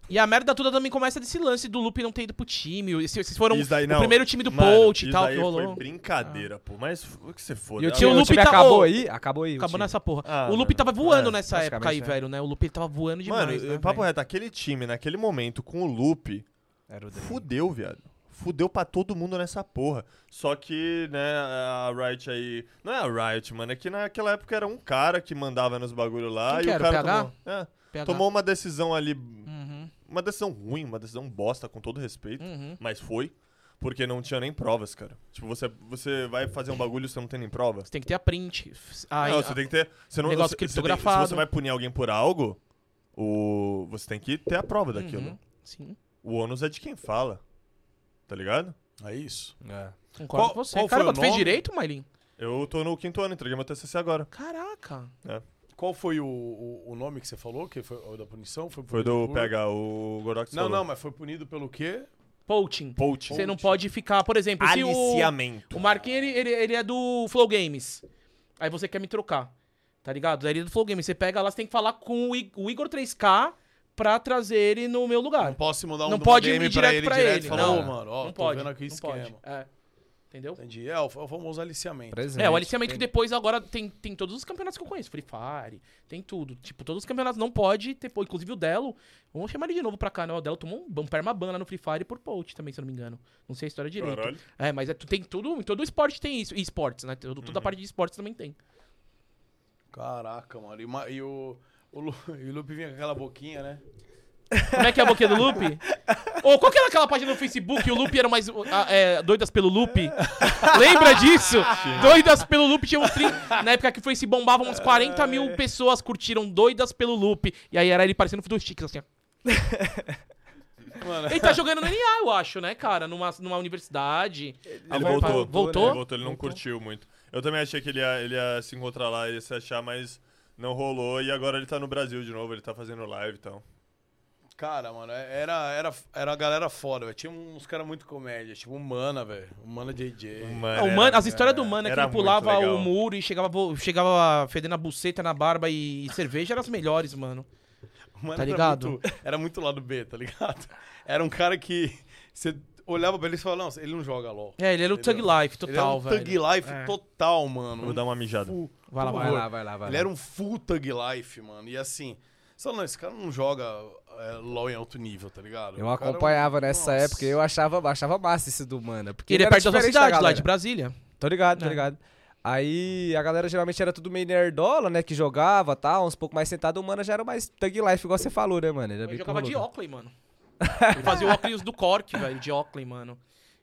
Speaker 1: E a merda toda também começa desse lance do Lupe não ter ido pro time. Esse- Vocês foram
Speaker 2: Isso daí,
Speaker 1: o
Speaker 2: não.
Speaker 1: primeiro time do
Speaker 2: Mano,
Speaker 1: Polt e
Speaker 2: isso
Speaker 1: tal
Speaker 2: daí
Speaker 1: que rolou.
Speaker 2: foi brincadeira, pô. Mas f- o que você foda?
Speaker 3: E o
Speaker 2: Ah,
Speaker 3: time,
Speaker 1: o
Speaker 3: o
Speaker 1: Lupe
Speaker 3: time
Speaker 1: tá-
Speaker 3: acabou
Speaker 1: ô,
Speaker 3: aí? Acabou aí. o
Speaker 1: Acabou
Speaker 3: time.
Speaker 1: nessa porra.
Speaker 2: Ah,
Speaker 1: o Lupe
Speaker 2: mano. é.
Speaker 1: tava voando nessa
Speaker 3: basicamente,
Speaker 1: época aí,
Speaker 3: né?
Speaker 1: velho, né? O Lupe ele tava voando demais,
Speaker 2: Mano,
Speaker 1: né,
Speaker 2: papo
Speaker 1: velho?
Speaker 2: reto, aquele time naquele momento com o Lupe,
Speaker 3: Era o Drake.
Speaker 2: fudeu, viado. Fudeu pra todo mundo nessa porra. Só que, né, a Riot aí. Não é a Riot, mano. É que naquela época era um cara que mandava nos bagulho lá
Speaker 1: Quem
Speaker 2: e
Speaker 1: que era?
Speaker 2: o cara
Speaker 1: O PH?
Speaker 2: tomou. é,
Speaker 1: PH.
Speaker 2: tomou uma decisão ali.
Speaker 1: Uhum,
Speaker 2: Uma decisão ruim, uma decisão bosta, com todo respeito.
Speaker 1: uhum.
Speaker 2: Mas foi. Porque não tinha nem provas, cara. Tipo, você, você vai fazer um bagulho e você não tem nem prova.
Speaker 1: Você tem que ter a print. Aí, ah,
Speaker 2: não, você tem que ter. Você não,
Speaker 1: negócio
Speaker 2: você- você tem-
Speaker 1: criptografado.
Speaker 2: se você vai punir alguém por algo, o, você tem que ter a prova daquilo.
Speaker 1: Uhum, Sim,
Speaker 2: O ônus é de quem fala. Tá ligado?
Speaker 4: É isso.
Speaker 1: concordo
Speaker 4: Qual-
Speaker 1: com você.
Speaker 4: qual foi
Speaker 1: Caramba,
Speaker 4: o
Speaker 1: tu fez
Speaker 4: nome?
Speaker 1: direito, Mailin?
Speaker 2: Eu tô no quinto ano, entreguei meu TCC agora.
Speaker 1: Caraca.
Speaker 4: Qual foi o, o, o nome que você falou? Que foi o da punição? Foi,
Speaker 2: Foi
Speaker 4: punido
Speaker 2: do
Speaker 4: por-
Speaker 2: PH, o Gorox
Speaker 4: Não,
Speaker 2: falou.
Speaker 4: não, mas foi punido pelo quê?
Speaker 1: Poaching.
Speaker 2: Poaching.
Speaker 1: Você não pode ficar, por exemplo, se o,
Speaker 2: Aliciamento.
Speaker 1: o Marquinhos ele, ele, ele é do Flow Games. Aí você quer me trocar. Tá ligado? Daí ele é do Flow Games. Você pega lá, você tem que falar com o I- o Igor 3K pra trazer ele no meu
Speaker 4: Não
Speaker 1: lugar.
Speaker 4: posso mandar um
Speaker 1: Não
Speaker 4: uma
Speaker 1: pode
Speaker 4: DM
Speaker 1: ir direto
Speaker 4: ele
Speaker 1: pra
Speaker 4: direto
Speaker 1: ele,
Speaker 4: e falar,
Speaker 1: não.
Speaker 4: ô, mano, ó,
Speaker 1: não
Speaker 4: tô
Speaker 1: pode.
Speaker 4: vendo aqui o
Speaker 1: não
Speaker 4: esquema.
Speaker 1: pode. É. Entendeu?
Speaker 4: Entendi. É, o, é o famoso aliciamento.
Speaker 3: Presente.
Speaker 1: É, o aliciamento que
Speaker 3: Tem-
Speaker 1: depois agora tem, tem todos os campeonatos que eu conheço. Free Fire, tem tudo. Tipo, todos os campeonatos não pode ter, pô, inclusive o Delo. Vamos chamar ele de novo pra cá, né? O Delo tomou um, ban- um permaban lá no Free Fire por poach também, se eu não me engano. Não sei a história direito.
Speaker 2: Caralho.
Speaker 1: É, mas é, tu tem tudo, em todo esporte tem isso. E esportes, né? Todo- Toda a parte de esportes também tem.
Speaker 4: Caraca, mano. E, ma- e o, o, Lu, e o Lupe vinha com aquela boquinha, né?
Speaker 1: Como é que é a boquinha do Lupe? Ou qual que era aquela página no Facebook? O Lupe era mais. ah, é, doidas pelo Lupe? Lembra disso? Doidas pelo Lupe tinha uns 30. Na época que foi se bombava, uns 40
Speaker 2: É.
Speaker 1: mil pessoas curtiram Doidas pelo Lupe. E aí era ele parecendo o Fiddlesticks, assim, ó.
Speaker 4: Mano,
Speaker 1: Ele tá jogando no NA, eu acho, né, cara? Numa, numa universidade.
Speaker 2: Ele
Speaker 1: Vai-
Speaker 2: voltou.
Speaker 1: Voltou?
Speaker 2: Ele voltou, ele não curtiu muito. Eu também achei que ele ia, ele ia se encontrar lá, ia se achar, mas não rolou. E agora ele tá no Brasil de novo, ele tá fazendo live e tal.
Speaker 4: cara, mano, é, era, era, era a galera foda, velho. Tinha uns caras muito comédia, tipo o Mana, velho. O Mana JJ.
Speaker 1: Ah, o
Speaker 2: era-
Speaker 1: Mano- as histórias do Mano é que
Speaker 2: era
Speaker 1: ele pulava
Speaker 2: muito legal.
Speaker 1: o muro e chegava, vo- chegava fedendo a buceta na barba e, cerveja eram as melhores, mano.
Speaker 4: Mano,
Speaker 1: Tá
Speaker 4: era
Speaker 1: ligado?
Speaker 4: muito- Era muito, lado B, tá ligado? Era um cara que você olhava pra ele e falava, não, ele não joga LOL.
Speaker 1: É, ele era o Thug
Speaker 4: Entendeu?
Speaker 1: Life
Speaker 4: ele era
Speaker 1: total,
Speaker 4: um Thug
Speaker 1: velho.
Speaker 4: Life
Speaker 1: É.
Speaker 4: total, mano.
Speaker 2: Vou dar uma mijada.
Speaker 4: Full-
Speaker 1: Vai lá,
Speaker 4: por
Speaker 3: Vai
Speaker 4: favor.
Speaker 3: lá, vai lá, vai
Speaker 4: Ele
Speaker 3: lá.
Speaker 4: era um full Thug Life, mano. E assim, só não, esse cara não joga é, LOL em alto nível, tá ligado?
Speaker 3: Eu
Speaker 4: O cara é um-
Speaker 3: acompanhava nessa
Speaker 4: Nossa.
Speaker 3: época e eu achava, achava massa esse do Mana. Porque
Speaker 1: Ele é
Speaker 3: era
Speaker 1: perto da sua
Speaker 3: diferente da
Speaker 1: cidade, lá tipo,
Speaker 3: galera.
Speaker 1: de Brasília.
Speaker 3: Tô ligado, tô
Speaker 1: É.
Speaker 3: ligado. Aí a galera geralmente era tudo meio nerdola, né? Que jogava tal, uns pouco mais sentado. O mano já era mais thug life, igual você falou, né, mano? Ele era
Speaker 1: Eu
Speaker 3: bem
Speaker 1: jogava de
Speaker 3: porra louca.
Speaker 1: Oakley, mano. Ele fazia o Oakley do Cork, velho, de Oakley, mano.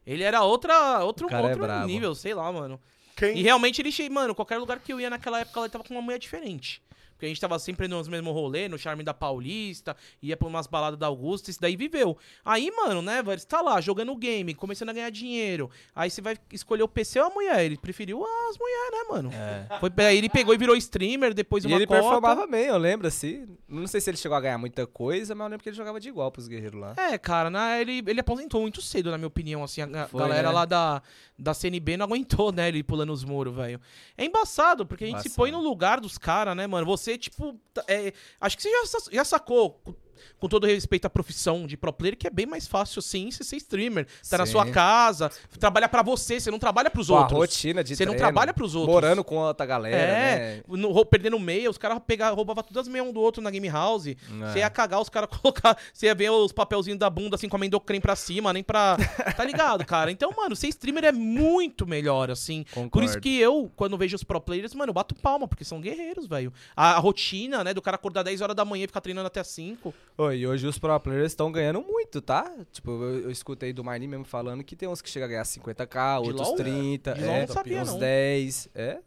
Speaker 1: Ele era outra, outro,
Speaker 3: O cara é
Speaker 1: outro
Speaker 3: brabo.
Speaker 1: nível, sei lá, mano.
Speaker 2: Quem-
Speaker 1: E realmente ele, che- mano, qualquer lugar que eu ia naquela época, ela tava com uma mulher diferente. Porque a gente tava sempre nos mesmos rolê, no Charme da Paulista, ia pra umas baladas da Augusta, isso daí viveu. Aí, mano, né, velho, você tá lá jogando o game, começando a ganhar dinheiro. Aí você vai escolher o PC ou a mulher. Ele preferiu as mulheres, né, mano? Foi, aí ele pegou e virou streamer, depois
Speaker 3: E
Speaker 1: uma
Speaker 3: ele
Speaker 1: cota.
Speaker 3: performava bem, eu lembro, assim. Não sei se ele chegou a ganhar muita coisa, mas eu lembro que ele jogava de igual pros guerreiros lá.
Speaker 1: É, cara, né, ele, ele aposentou muito cedo, na minha opinião, assim, a ga-
Speaker 3: Foi,
Speaker 1: galera
Speaker 3: né?
Speaker 1: lá da, da CNB não aguentou, né, ele pulando os muros, velho. É embaçado, porque a gente se põe no
Speaker 3: Embaçado.
Speaker 1: lugar dos caras, né, mano, você, tipo, tá- é, acho que você já, sa- já sacou, com- com todo respeito à profissão de pro player, que é bem mais fácil, sim, você ser streamer, tá na
Speaker 3: Sim.
Speaker 1: sua casa, trabalha pra você, você não trabalha pros
Speaker 3: Com a
Speaker 1: outros.
Speaker 3: rotina de
Speaker 1: Você não
Speaker 3: treino,
Speaker 1: trabalha pros outros.
Speaker 3: Morando com outra galera,
Speaker 1: É,
Speaker 3: né?
Speaker 1: no- rou- perdendo meia, os caras pega- roubavam todas as meias um do outro na Game House.
Speaker 3: É.
Speaker 1: Você ia cagar, os caras colocar, você ia ver os papelzinhos da bunda assim com amendou creme pra cima, nem pra. Tá ligado, cara? Então, mano, ser streamer é muito melhor, assim. Por isso
Speaker 3: Concordo.
Speaker 1: que eu, quando vejo os pro players, mano, eu bato palma, porque são guerreiros, velho. A, a rotina, né, do cara acordar 10 horas da manhã e ficar treinando até 5.
Speaker 3: Ô, e hoje os pro players estão ganhando muito, tá? Tipo, eu, eu escutei do Marni mesmo falando que tem uns que chegam a ganhar 50k,
Speaker 1: De
Speaker 3: outros
Speaker 1: LOL?
Speaker 3: 30,
Speaker 1: De LOL eu não
Speaker 3: é,
Speaker 1: sabia,
Speaker 3: uns
Speaker 1: não.
Speaker 3: 10, é?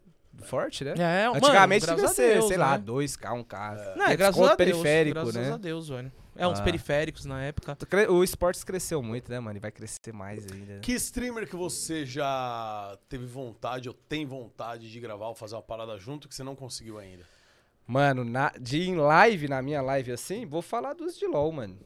Speaker 3: Forte, né?
Speaker 1: É, mano,
Speaker 3: Antigamente
Speaker 1: graças
Speaker 3: devia
Speaker 1: a
Speaker 3: ser,
Speaker 1: Deus,
Speaker 3: sei lá,
Speaker 1: né?
Speaker 3: 2k, 1k.
Speaker 1: Não, é, graças
Speaker 3: Tem desconto
Speaker 1: a Deus.
Speaker 3: periférico,
Speaker 1: graças
Speaker 3: né?
Speaker 1: a Deus, velho. É, uns
Speaker 3: Ah.
Speaker 1: periféricos na época.
Speaker 3: Cre- O esportes cresceu muito, né, mano? E vai crescer mais ainda. né?
Speaker 4: Que streamer que você já teve vontade ou tem vontade de gravar ou fazer uma parada junto que você não conseguiu ainda?
Speaker 3: Mano, na, de em live, na minha live assim, vou falar dos de LOL, mano.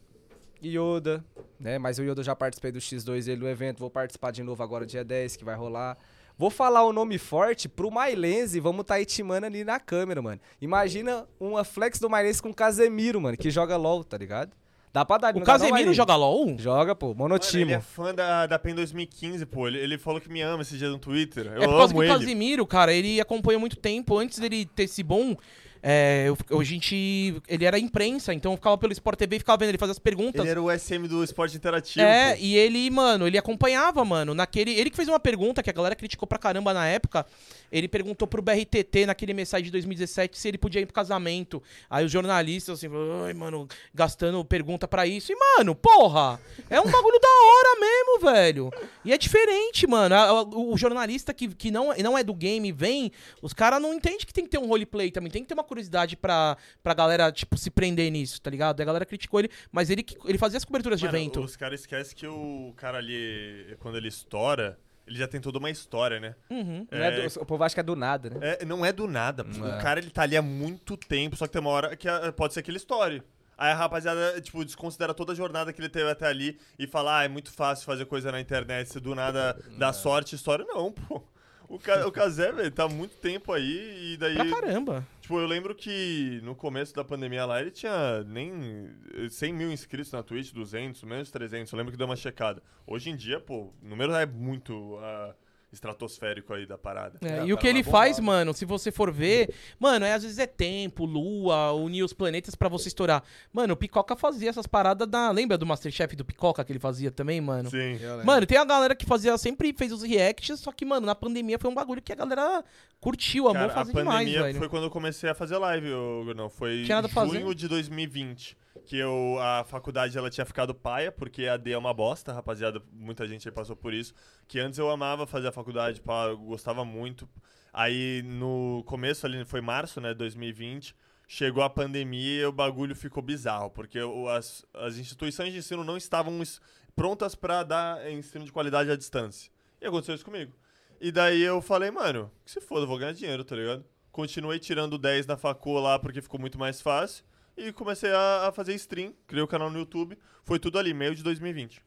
Speaker 3: Yoda, né? Mas o Yoda eu já participei do X2 dele do evento, vou participar de novo agora dia 10, que vai rolar. Vou falar o nome forte pro Mailense e vamos tá itimando ali na câmera, mano. Imagina uma flex do Mailense com o Casemiro, mano, que joga LOL, tá ligado? Dá pra dar
Speaker 1: O
Speaker 3: não dá não,
Speaker 1: Casemiro
Speaker 3: Mailense?
Speaker 1: joga LOL?
Speaker 3: Joga, pô,
Speaker 2: Mano, ele
Speaker 3: monotimo.
Speaker 2: é fã da, da PEN 2015, pô. Ele, ele falou que me ama esse dia no Twitter. Eu
Speaker 1: é por causa
Speaker 2: amo
Speaker 1: que o
Speaker 2: ele.
Speaker 1: Casimiro, cara, ele acompanha muito tempo. Antes dele ter esse bom, é, eu, eu- a gente. Ele era imprensa, então eu ficava pelo Sport TV e ficava vendo ele fazer as perguntas.
Speaker 2: Ele era o SM do esporte interativo.
Speaker 1: É,
Speaker 2: pô.
Speaker 1: e ele, mano, ele acompanhava, mano, naquele... Ele que fez uma pergunta que a galera criticou pra caramba na época. Ele perguntou pro BRTT, naquele mensagem de 2017, se ele podia ir pro casamento. Aí os jornalistas, assim, falaram, ai, mano, gastando pergunta pra isso. E, mano, porra, é um bagulho da hora mesmo, velho. E é diferente, mano. A- a- O jornalista que, que não, não é do game vem, os caras não entendem que tem que ter um roleplay também. Tem que ter uma curiosidade pra, pra galera, tipo, se prender nisso, tá ligado? A galera criticou ele, mas ele, que- ele fazia as coberturas
Speaker 2: Mano,
Speaker 1: de evento.
Speaker 2: Os caras esquecem que o cara ali, quando ele estoura, ele já tem toda uma história, né?
Speaker 1: Uhum.
Speaker 3: Não é do- o povo acha que é do nada, né?
Speaker 2: É, não é do nada. pô.
Speaker 3: É.
Speaker 2: O cara, ele tá ali há muito tempo, só que tem uma hora que ah, pode ser que ele estoure. Aí a rapaziada, tipo, desconsidera toda a jornada que ele teve até ali e fala, ah, é muito fácil fazer coisa na internet, se do nada dá sorte, estoura. Não, pô. O, ca o Kazé, velho, tá há muito tempo aí e daí...
Speaker 1: Pra caramba.
Speaker 2: Tipo, eu lembro que no começo da pandemia lá, ele tinha nem eh, 100 mil inscritos na Twitch, 200, menos 300. Eu lembro que deu uma checada. Hoje em dia, pô, o número é muito ah, estratosférico aí da parada.
Speaker 1: É,
Speaker 4: É,
Speaker 1: e o
Speaker 4: tá
Speaker 1: que
Speaker 4: lá
Speaker 1: ele
Speaker 4: bombado.
Speaker 1: faz, mano, se você for ver, mano, é, às vezes é tempo, lua, unir os planetas pra você estourar. Mano, o Picoca fazia essas paradas da. Lembra do Masterchef do Picoca que ele fazia também, mano?
Speaker 2: Sim.
Speaker 1: Mano, tem a galera que fazia, sempre fez os reacts, só que, mano, na pandemia foi um bagulho que a galera curtiu, amou
Speaker 2: Cara, a
Speaker 1: fazer
Speaker 2: pandemia
Speaker 1: demais, velho.
Speaker 2: foi quando eu comecei a fazer live, eu, não. Foi
Speaker 1: Tinha nada
Speaker 2: em
Speaker 1: pra fazer.
Speaker 2: junho de 2020. Que eu, a faculdade ela tinha ficado paia, porque a D é uma bosta, rapaziada. Muita gente aí passou por isso. Que antes eu amava fazer a faculdade, pá, eu gostava muito. Aí no começo ali, foi março, né, 2020. Chegou a pandemia e o bagulho ficou bizarro, porque o- as, as instituições de ensino não estavam es- prontas pra dar eh, ensino de qualidade à distância. E aconteceu isso comigo. E daí eu falei, mano, que se foda, eu vou ganhar dinheiro, tá ligado? Continuei tirando 10 na facô lá porque ficou muito mais fácil. E comecei a, a fazer stream, criei o canal no YouTube. Foi tudo ali, meio de 2020.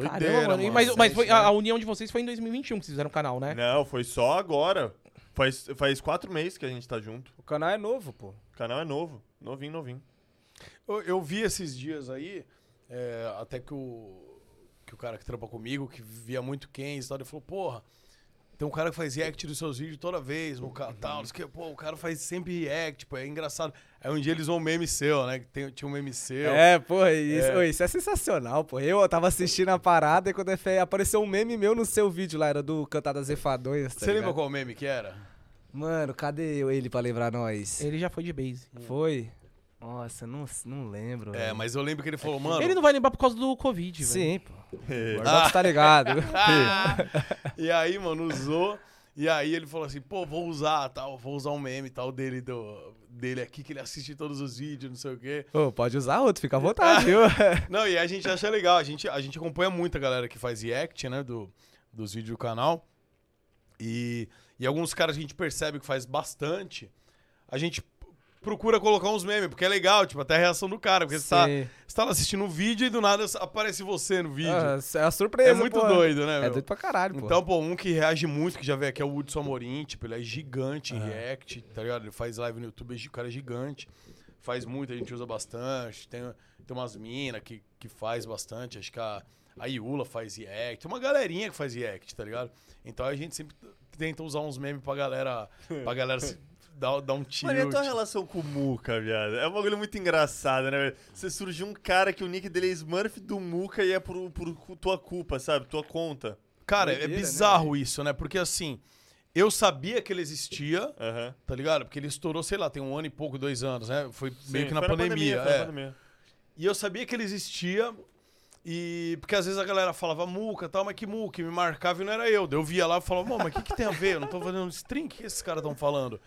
Speaker 1: Caramba, mano. e- Mas, mas foi- a, a união de vocês foi em 2021 que vocês fizeram o canal, né?
Speaker 4: É?
Speaker 2: Não, foi só agora. Faz, faz quatro meses que a gente tá junto.
Speaker 3: O canal é novo, pô.
Speaker 2: O canal é novo. Novinho, novinho.
Speaker 4: Eu, eu vi esses dias aí, é, até que o, que o cara que trampa comigo, que via muito Keynes e tal, ele falou, porra, Tem um cara que faz react dos seus vídeos toda vez, o cara, tal, não sei o quê. pô, o cara faz sempre react, pô, é engraçado. Aí um dia eles vão um meme seu, né? que tem- tinha um meme seu.
Speaker 3: É, pô, isso, ô, isso é sensacional, pô. Eu tava assistindo a parada e quando eu falei, apareceu um meme meu no seu vídeo lá, era do Cantadas Efadonhas.
Speaker 4: Você lembra qual meme que era?
Speaker 3: tá Mano, cadê eu ele pra lembrar nós?
Speaker 1: Ele já foi de base.
Speaker 3: Foi? Nossa, não, não lembro.
Speaker 4: É,
Speaker 3: velho.
Speaker 4: mas eu lembro que ele falou, mano.
Speaker 1: Ele não vai lembrar por causa do Covid, velho.
Speaker 3: Sim, pô.
Speaker 4: É.
Speaker 3: O Ordox tá ligado.
Speaker 4: Ah. E aí, mano, usou. E aí ele falou assim, pô, vou usar, tal, vou usar um meme tal dele do dele aqui que ele assiste todos os vídeos, não sei o quê.
Speaker 3: Ô, pode usar outro, fica à
Speaker 4: Ah,
Speaker 3: vontade, viu?
Speaker 4: Não, e a gente acha legal, a gente a gente acompanha muito a galera que faz react, né, do dos vídeos do canal. E e alguns caras que a gente percebe que faz bastante. A gente p- procura colocar uns memes, porque é legal, tipo, até a reação do cara, porque você tá,
Speaker 3: Sim.
Speaker 4: você tá lá assistindo um vídeo e do nada aparece você no vídeo.
Speaker 3: Ah, é uma surpresa,
Speaker 4: é muito
Speaker 3: pô.
Speaker 4: doido, né,
Speaker 3: É
Speaker 4: meu?
Speaker 3: doido pra caralho, pô.
Speaker 4: Então, pô, um que reage muito, que já veio aqui, é o Hudson Amorim, tipo, ele é gigante em react, tá ligado? Ele faz live no YouTube, o cara é gigante. Faz muito, a gente usa bastante. Tem, tem umas minas que, que faz bastante, acho que a, a Iula faz react. Tem uma galerinha que faz react, tá ligado? Então a gente sempre tenta usar uns memes pra galera, pra galera se dar, dar um tiro.
Speaker 2: Mano, e a tua relação com o Muca, viado? É um bagulho muito engraçado, né, velho? Você surgiu um cara que o nick dele é Smurf do Muca e é por, por cu- tua culpa, sabe? Tua conta.
Speaker 4: Cara, é
Speaker 3: Doideira, né,
Speaker 4: bizarro isso, né? Porque assim, eu sabia que ele existia,
Speaker 2: Aham.
Speaker 4: tá ligado? Porque ele estourou, sei lá, tem um ano e pouco, dois anos, né? Foi meio
Speaker 2: Sim,
Speaker 4: que na
Speaker 2: foi
Speaker 4: pandemia.
Speaker 2: foi na
Speaker 4: é.
Speaker 2: pandemia.
Speaker 4: E eu sabia que ele existia. E porque às vezes a galera falava muca tal, mas que muca, e me marcava e não era eu. Daí eu via lá e falava, "Mô, mas o que, que tem a ver? Eu não tô fazendo stream, o que esses caras estão falando?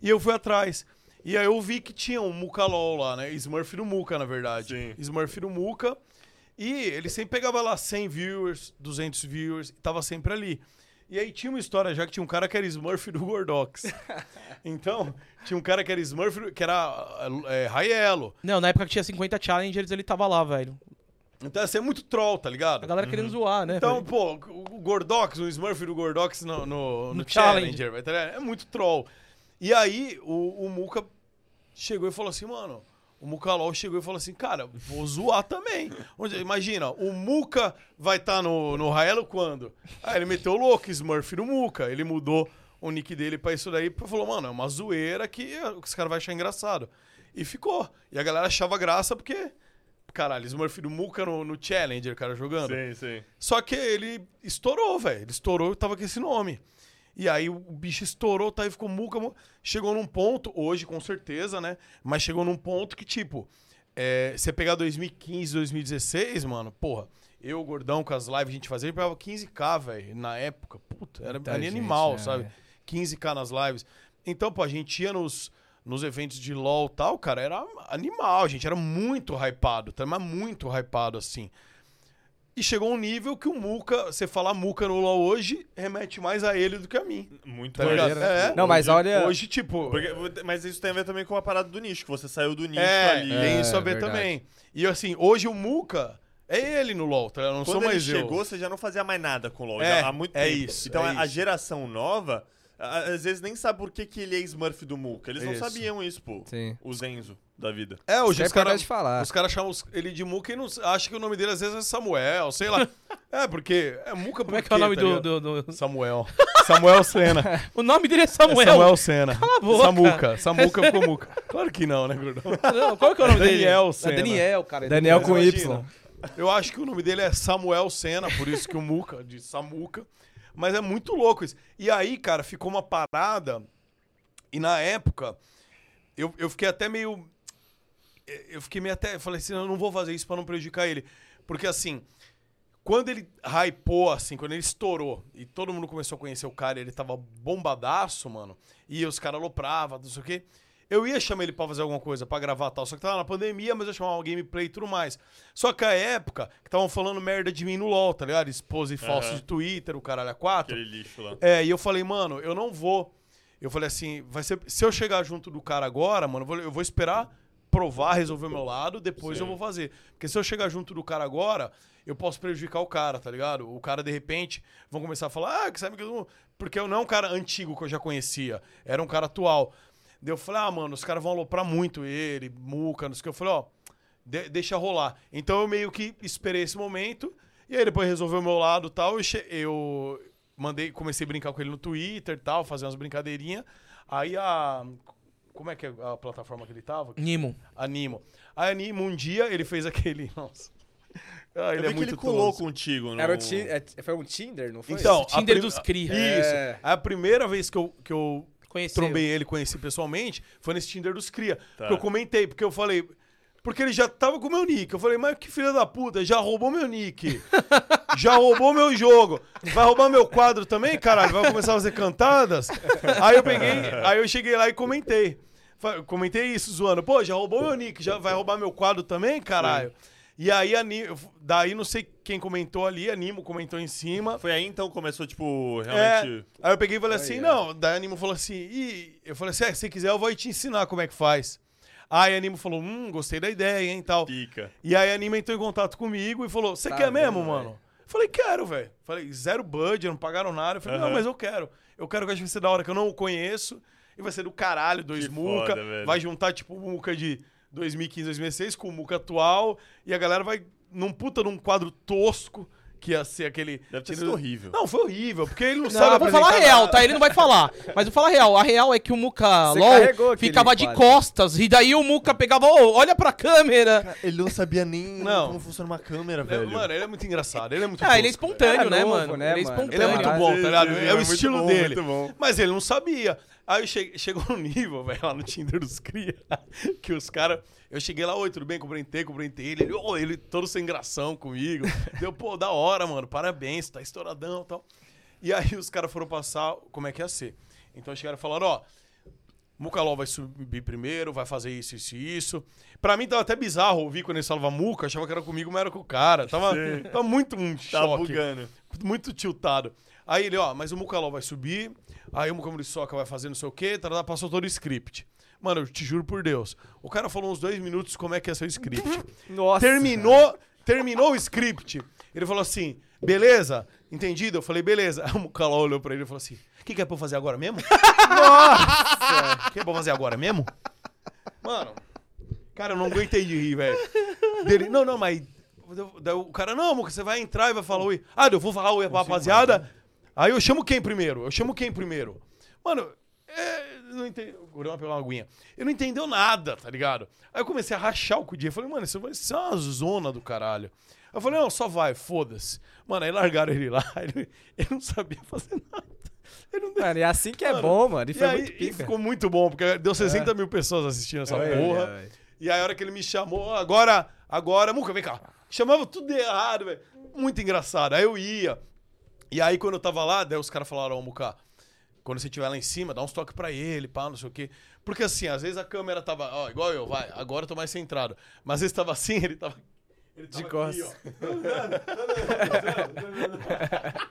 Speaker 4: E eu fui atrás. E aí eu vi que tinha um Muca LOL lá, né? Smurf do Muca, na verdade.
Speaker 2: Sim.
Speaker 4: Smurf do Muca. E ele sempre pegava lá 100 viewers, 200 viewers, e tava sempre ali. E aí tinha uma história já que tinha um cara que era Smurf do Gordox. Então, tinha um cara que era Smurf, do- que era é, Raiello.
Speaker 1: Não, na época que tinha 50 challengers, ele tava lá, velho.
Speaker 4: Então, assim, é muito troll, tá ligado?
Speaker 1: A galera querendo zoar, né?
Speaker 4: Então,
Speaker 1: velho?
Speaker 4: pô, o Gordox, o Smurf do Gordox no, no, no
Speaker 1: No
Speaker 4: Challenger,
Speaker 1: Challenger.
Speaker 4: vai, tá ligado? é muito troll. E aí o, o Muca chegou e falou assim, mano, o Muca LOL chegou e falou assim, cara, vou zoar também. Onde- Imagina, o Muca vai estar no, no Raelo quando? Aí ele meteu o louco, Smurf do Muca, ele mudou o nick dele pra isso daí, porque falou, mano, é uma zoeira que os caras vão achar engraçado. E ficou. E a galera achava graça porque... Caralho, Smurf do Muca no, no Challenger, cara, jogando.
Speaker 2: Sim, sim.
Speaker 4: Só que ele estourou, velho. Ele estourou e tava com esse nome. E aí o bicho estourou, tá? E ficou muca. mu- Chegou num ponto, hoje com certeza, né? Mas chegou num ponto que, tipo, é, você pegar 2015, 2016, mano, porra. Eu, gordão, com as lives que a gente fazia, ele pegava 15k, velho, na época. Puta, era
Speaker 3: Muita
Speaker 4: ali
Speaker 3: gente,
Speaker 4: animal,
Speaker 3: né,
Speaker 4: sabe?
Speaker 3: velho?
Speaker 4: 15k nas lives. Então, pô, a gente ia nos, nos eventos de LOL e tal, cara, era animal, gente. Era muito hypado, tá? mas muito hypado, assim. E chegou um nível que o Muca, você falar Muca no LoL hoje, remete mais a ele do que a mim.
Speaker 2: Muito
Speaker 4: Tá
Speaker 2: maneiro.
Speaker 4: ligado? É.
Speaker 3: Não, mas olha...
Speaker 4: Hoje, tipo.
Speaker 2: Então, Porque- mas isso tem a ver também com a parada do nicho, que você saiu do nicho
Speaker 4: é,
Speaker 2: ali.
Speaker 4: tem
Speaker 3: É,
Speaker 4: isso a ver
Speaker 3: verdade.
Speaker 4: também. E assim, hoje o Muca é ele no LoL, tá? Eu não sou
Speaker 2: Quando ele
Speaker 4: mais eu.
Speaker 2: chegou, você já não fazia mais nada com o LoL,
Speaker 4: É,
Speaker 2: já há muito
Speaker 4: é
Speaker 2: tempo.
Speaker 4: isso,
Speaker 2: então
Speaker 4: é
Speaker 2: a, a
Speaker 4: isso.
Speaker 2: geração nova, a- às vezes nem sabe por que, que ele é Smurf do Muca. Eles não
Speaker 4: Isso.
Speaker 2: sabiam isso, pô.
Speaker 3: Sim.
Speaker 2: O Zenzo da vida.
Speaker 4: É,
Speaker 3: Isso
Speaker 4: hoje
Speaker 3: é
Speaker 4: os caras
Speaker 3: importante falar.
Speaker 4: Os caras chamam os- ele de Muca e não acha que o nome dele às vezes é Samuel, sei lá. é, porque é Muca
Speaker 1: Como é que é o nome do, do- do-
Speaker 4: Samuel. Samuel Senna.
Speaker 1: O nome dele é
Speaker 4: É
Speaker 1: Samuel.
Speaker 4: Samuel Senna. Cala
Speaker 1: a boca.
Speaker 4: Samuca. Samuca ficou Muca. Claro que não, né, gordão?
Speaker 1: Não, qual que é o nome dele?
Speaker 4: Daniel
Speaker 1: É
Speaker 4: Senna.
Speaker 1: Daniel, cara.
Speaker 3: Daniel com
Speaker 4: Imagina.
Speaker 3: Y.
Speaker 4: Eu acho que o nome dele é Samuel Senna, por isso que o Muca, de Samuca. Mas é muito louco isso. E aí, cara, ficou uma parada. E na época, eu, eu fiquei até meio. eh, Eu fiquei meio até. eu Falei assim, eu não vou fazer isso pra não prejudicar ele. Porque assim, quando ele hypou, assim, quando ele estourou e todo mundo começou a conhecer o cara, ele tava bombadaço, mano. E os caras alopravam, não sei o quê. Eu ia chamar ele pra fazer alguma coisa, pra gravar e tal. Só que tava na pandemia, mas eu chamava uma gameplay e tudo mais. Só que a época que estavam falando merda de mim no LOL, tá ligado? Expose falso de Twitter, o caralho a quatro.
Speaker 2: Aquele lixo lá.
Speaker 4: É, e eu falei, mano, eu não vou. Eu falei assim, vai ser. Se eu chegar junto do cara agora, mano, eu vou- eu vou esperar provar, resolver o meu lado, depois eu vou fazer. Porque se eu chegar junto do cara agora, eu posso prejudicar o cara, tá ligado? O cara, de repente, vão começar a falar, ah, que sabe que eu não. Porque eu não é um cara antigo que eu já conhecia, era um cara atual. Daí eu falei, ah, mano, os caras vão aloprar muito ele, muca, não sei o que. Eu falei, ó, de- deixa rolar. Então eu meio que esperei esse momento, e aí depois resolveu o meu lado e tal, eu, che- eu mandei, comecei a brincar com ele no Twitter e tal, fazer umas brincadeirinhas. Aí a. Como é que é a plataforma que ele tava?
Speaker 1: Nimo.
Speaker 4: Animo. A Animo, um dia, ele fez aquele. Nossa. Ah,
Speaker 2: Eu
Speaker 4: ele
Speaker 2: vi
Speaker 4: é
Speaker 2: que ele
Speaker 4: muito
Speaker 2: colou
Speaker 4: tonto.
Speaker 2: contigo, no...
Speaker 3: Era o ti- é- foi um Tinder, não foi?
Speaker 4: Então, a
Speaker 1: Tinder
Speaker 4: prim-
Speaker 1: dos cria.
Speaker 4: Isso.
Speaker 3: É.
Speaker 4: A primeira vez que eu, que eu
Speaker 1: Conheceu.
Speaker 4: trombei ele, conheci pessoalmente, foi nesse Tinder dos cria. Que eu comentei, porque eu falei... Porque ele já tava com o meu nick. Eu falei, mas que filha da puta, já roubou meu nick. já roubou meu jogo. Vai roubar meu quadro também, caralho? Vai começar a fazer cantadas? Aí eu peguei, aí eu cheguei lá e comentei. Fa- Comentei isso, zoando. Pô, já roubou meu nick, já vai roubar meu quadro também, caralho? E aí, a Ni- daí não sei quem comentou ali, Animo comentou em cima.
Speaker 2: Foi aí então que começou, tipo,
Speaker 4: É,
Speaker 2: realmente... é.
Speaker 4: Aí eu peguei e falei assim, não, daí a Animo falou assim, e eu falei assim, é, se quiser eu vou te ensinar como é que faz. Aí a Animo falou, hum, gostei da ideia, hein, tal.
Speaker 2: Pica.
Speaker 4: E aí a Anima entrou em contato comigo e falou, você
Speaker 3: Tá
Speaker 4: quer mesmo,
Speaker 3: vendo,
Speaker 4: mano?
Speaker 3: velho?
Speaker 4: Eu Falei, quero, velho. Falei, zero budget, não pagaram nada. Eu falei, não,
Speaker 2: Aham.
Speaker 4: mas eu quero. Eu quero que eu acho que vai ser da hora, que eu não o conheço. E vai ser do caralho, dois
Speaker 2: Que
Speaker 4: Muca.
Speaker 2: foda, velho.
Speaker 4: vai juntar, tipo, o Muca de 2015, 2016 com o Muca atual. E a galera vai num puta num quadro tosco, que ia ser aquele...
Speaker 2: Deve ter sido horrível.
Speaker 4: Não, foi horrível, porque ele não,
Speaker 1: Não,
Speaker 4: sabe
Speaker 1: eu vou falar a
Speaker 4: apresentar
Speaker 1: real,
Speaker 4: nada.
Speaker 1: tá? Ele não vai falar. Mas eu vou falar a real. A real é que o Muca
Speaker 3: Você carregou
Speaker 1: LOL
Speaker 3: aquele
Speaker 1: ficava de
Speaker 3: quadro.
Speaker 1: costas. E daí o Muca pegava, "Ô, olha pra câmera.
Speaker 2: Ele não sabia nem
Speaker 4: Não.
Speaker 2: como funciona uma câmera,
Speaker 4: É,
Speaker 2: velho.
Speaker 4: Mano, ele é muito engraçado, ele é muito
Speaker 1: Ah, ele é
Speaker 4: tosco, velho.
Speaker 1: espontâneo,
Speaker 3: Era
Speaker 1: né,
Speaker 3: novo,
Speaker 1: mano?
Speaker 3: né,
Speaker 1: ele é
Speaker 3: mano?
Speaker 1: espontâneo.
Speaker 4: Ele é muito
Speaker 3: Caralho.
Speaker 4: bom, tá ligado?
Speaker 2: Ele
Speaker 4: É,
Speaker 2: é
Speaker 4: o
Speaker 2: muito
Speaker 4: estilo
Speaker 2: bom,
Speaker 4: dele.
Speaker 2: muito bom.
Speaker 4: Mas ele não sabia. Aí eu cheguei- chegou no nível, velho, lá no Tinder dos Cria, que os caras. Eu cheguei lá, oi, tudo bem? Cumprimentei, cumprimentei ele. Ele, ô, ele todo sem gração comigo. Deu, pô, da hora, mano, parabéns, tá estouradão e tal. E aí os caras foram passar como é que ia ser. Então chegaram e falaram, ó. Mucalol vai subir primeiro, vai fazer isso, isso e isso. Pra mim tava até bizarro ouvir quando ele falava Muca, achava que era comigo, mas era com o cara. Tava, tava muito um
Speaker 2: Tá
Speaker 4: choque
Speaker 2: bugando.
Speaker 4: muito tiltado. Aí ele, ó, mas o Mucalol vai subir, aí o Muca Muriçoca vai fazer não sei o quê, tarará, passou todo o script. Mano, eu te juro por Deus. O cara falou uns dois minutos como é que é seu script.
Speaker 3: Nossa.
Speaker 4: terminou, terminou o script. Ele falou assim, beleza, entendido? Eu falei, beleza. Aí o Mucalol olhou pra ele e falou assim, o que, que é pra eu fazer agora mesmo? Nossa! O que é pra eu fazer agora mesmo? Mano, cara, eu não aguentei de rir, velho. Dele, não, não, mas. Daí o cara, não, Muca, você vai entrar e vai falar oi. Ah, eu vou falar oi pra rapaziada. Aí eu chamo quem primeiro? Eu chamo quem primeiro? Mano, é, não entendi. O Gurão pegou uma aguinha. Ele não entendeu nada, tá ligado? Aí eu comecei a rachar o cudia. Falei, mano, isso vai ser uma zona do caralho. Aí Eu falei, não, só vai, foda-se. Mano, aí largaram ele lá. Ele, ele não sabia fazer nada. Ele não
Speaker 3: Mano, e assim que é bom, mano. E foi
Speaker 4: aí-
Speaker 3: muito pica.
Speaker 4: ficou muito bom, porque deu 60 mil pessoas assistindo essa
Speaker 3: É,
Speaker 4: porra.
Speaker 3: é, é.
Speaker 4: E aí a hora que ele me chamou, agora, agora, Muca, vem cá. Chamava tudo de errado, velho. Muito engraçado. Aí eu ia. E aí quando eu tava lá, daí os caras falaram, ó, Muca, quando você estiver lá em cima, dá uns toques pra ele, pá, não sei o quê. Porque assim, às vezes a câmera tava, ó, igual eu, vai, agora eu tô mais centrado. Mas às vezes tava assim, ele tava... Ele tava
Speaker 3: De costas.
Speaker 4: ó.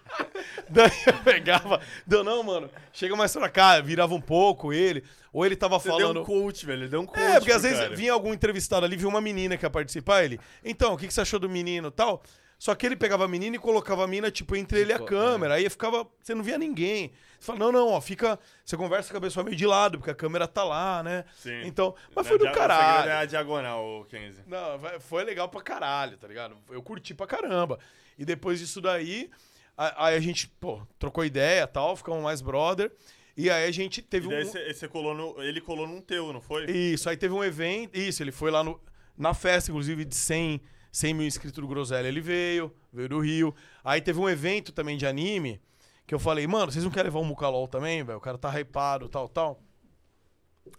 Speaker 4: Daí eu pegava, deu não, mano, chega mais pra cá, virava um pouco ele, ou ele tava
Speaker 2: Você
Speaker 4: falando...
Speaker 2: deu um coach, velho. Deu um coach
Speaker 4: É, porque às
Speaker 2: pro
Speaker 4: vezes
Speaker 2: cara.
Speaker 4: vinha algum entrevistado ali, viu uma menina que ia participar, ele. Então, o que, que você achou do menino e tal? Só que ele pegava a menina e colocava a mina, tipo, entre ele e a
Speaker 2: é.
Speaker 4: câmera. Aí ficava. Você não via ninguém. Você fala, não, não, ó, fica. Você conversa com a pessoa meio de lado, porque a câmera tá lá, né?
Speaker 2: Sim.
Speaker 4: Então. Mas
Speaker 2: Na
Speaker 4: foi do
Speaker 2: dia- O segredo é
Speaker 4: caralho.
Speaker 2: a diagonal, ô, Kenzie.
Speaker 4: Não, vai- foi legal pra caralho, tá ligado? Eu curti pra caramba. E depois disso daí, a- aí a gente, pô, trocou ideia e tal, ficamos mais brother. E aí a gente teve um
Speaker 2: E daí você você colou no... Ele colou num teu, não foi?
Speaker 4: isso, aí teve um evento. Isso, ele foi lá no, na festa, inclusive, de 100, 100 mil inscritos do Groselha. Ele veio, veio do Rio. Aí teve um evento também de anime, que eu falei, mano, vocês não querem levar o Mucalol também, velho? O cara tá hypado, tal, tal.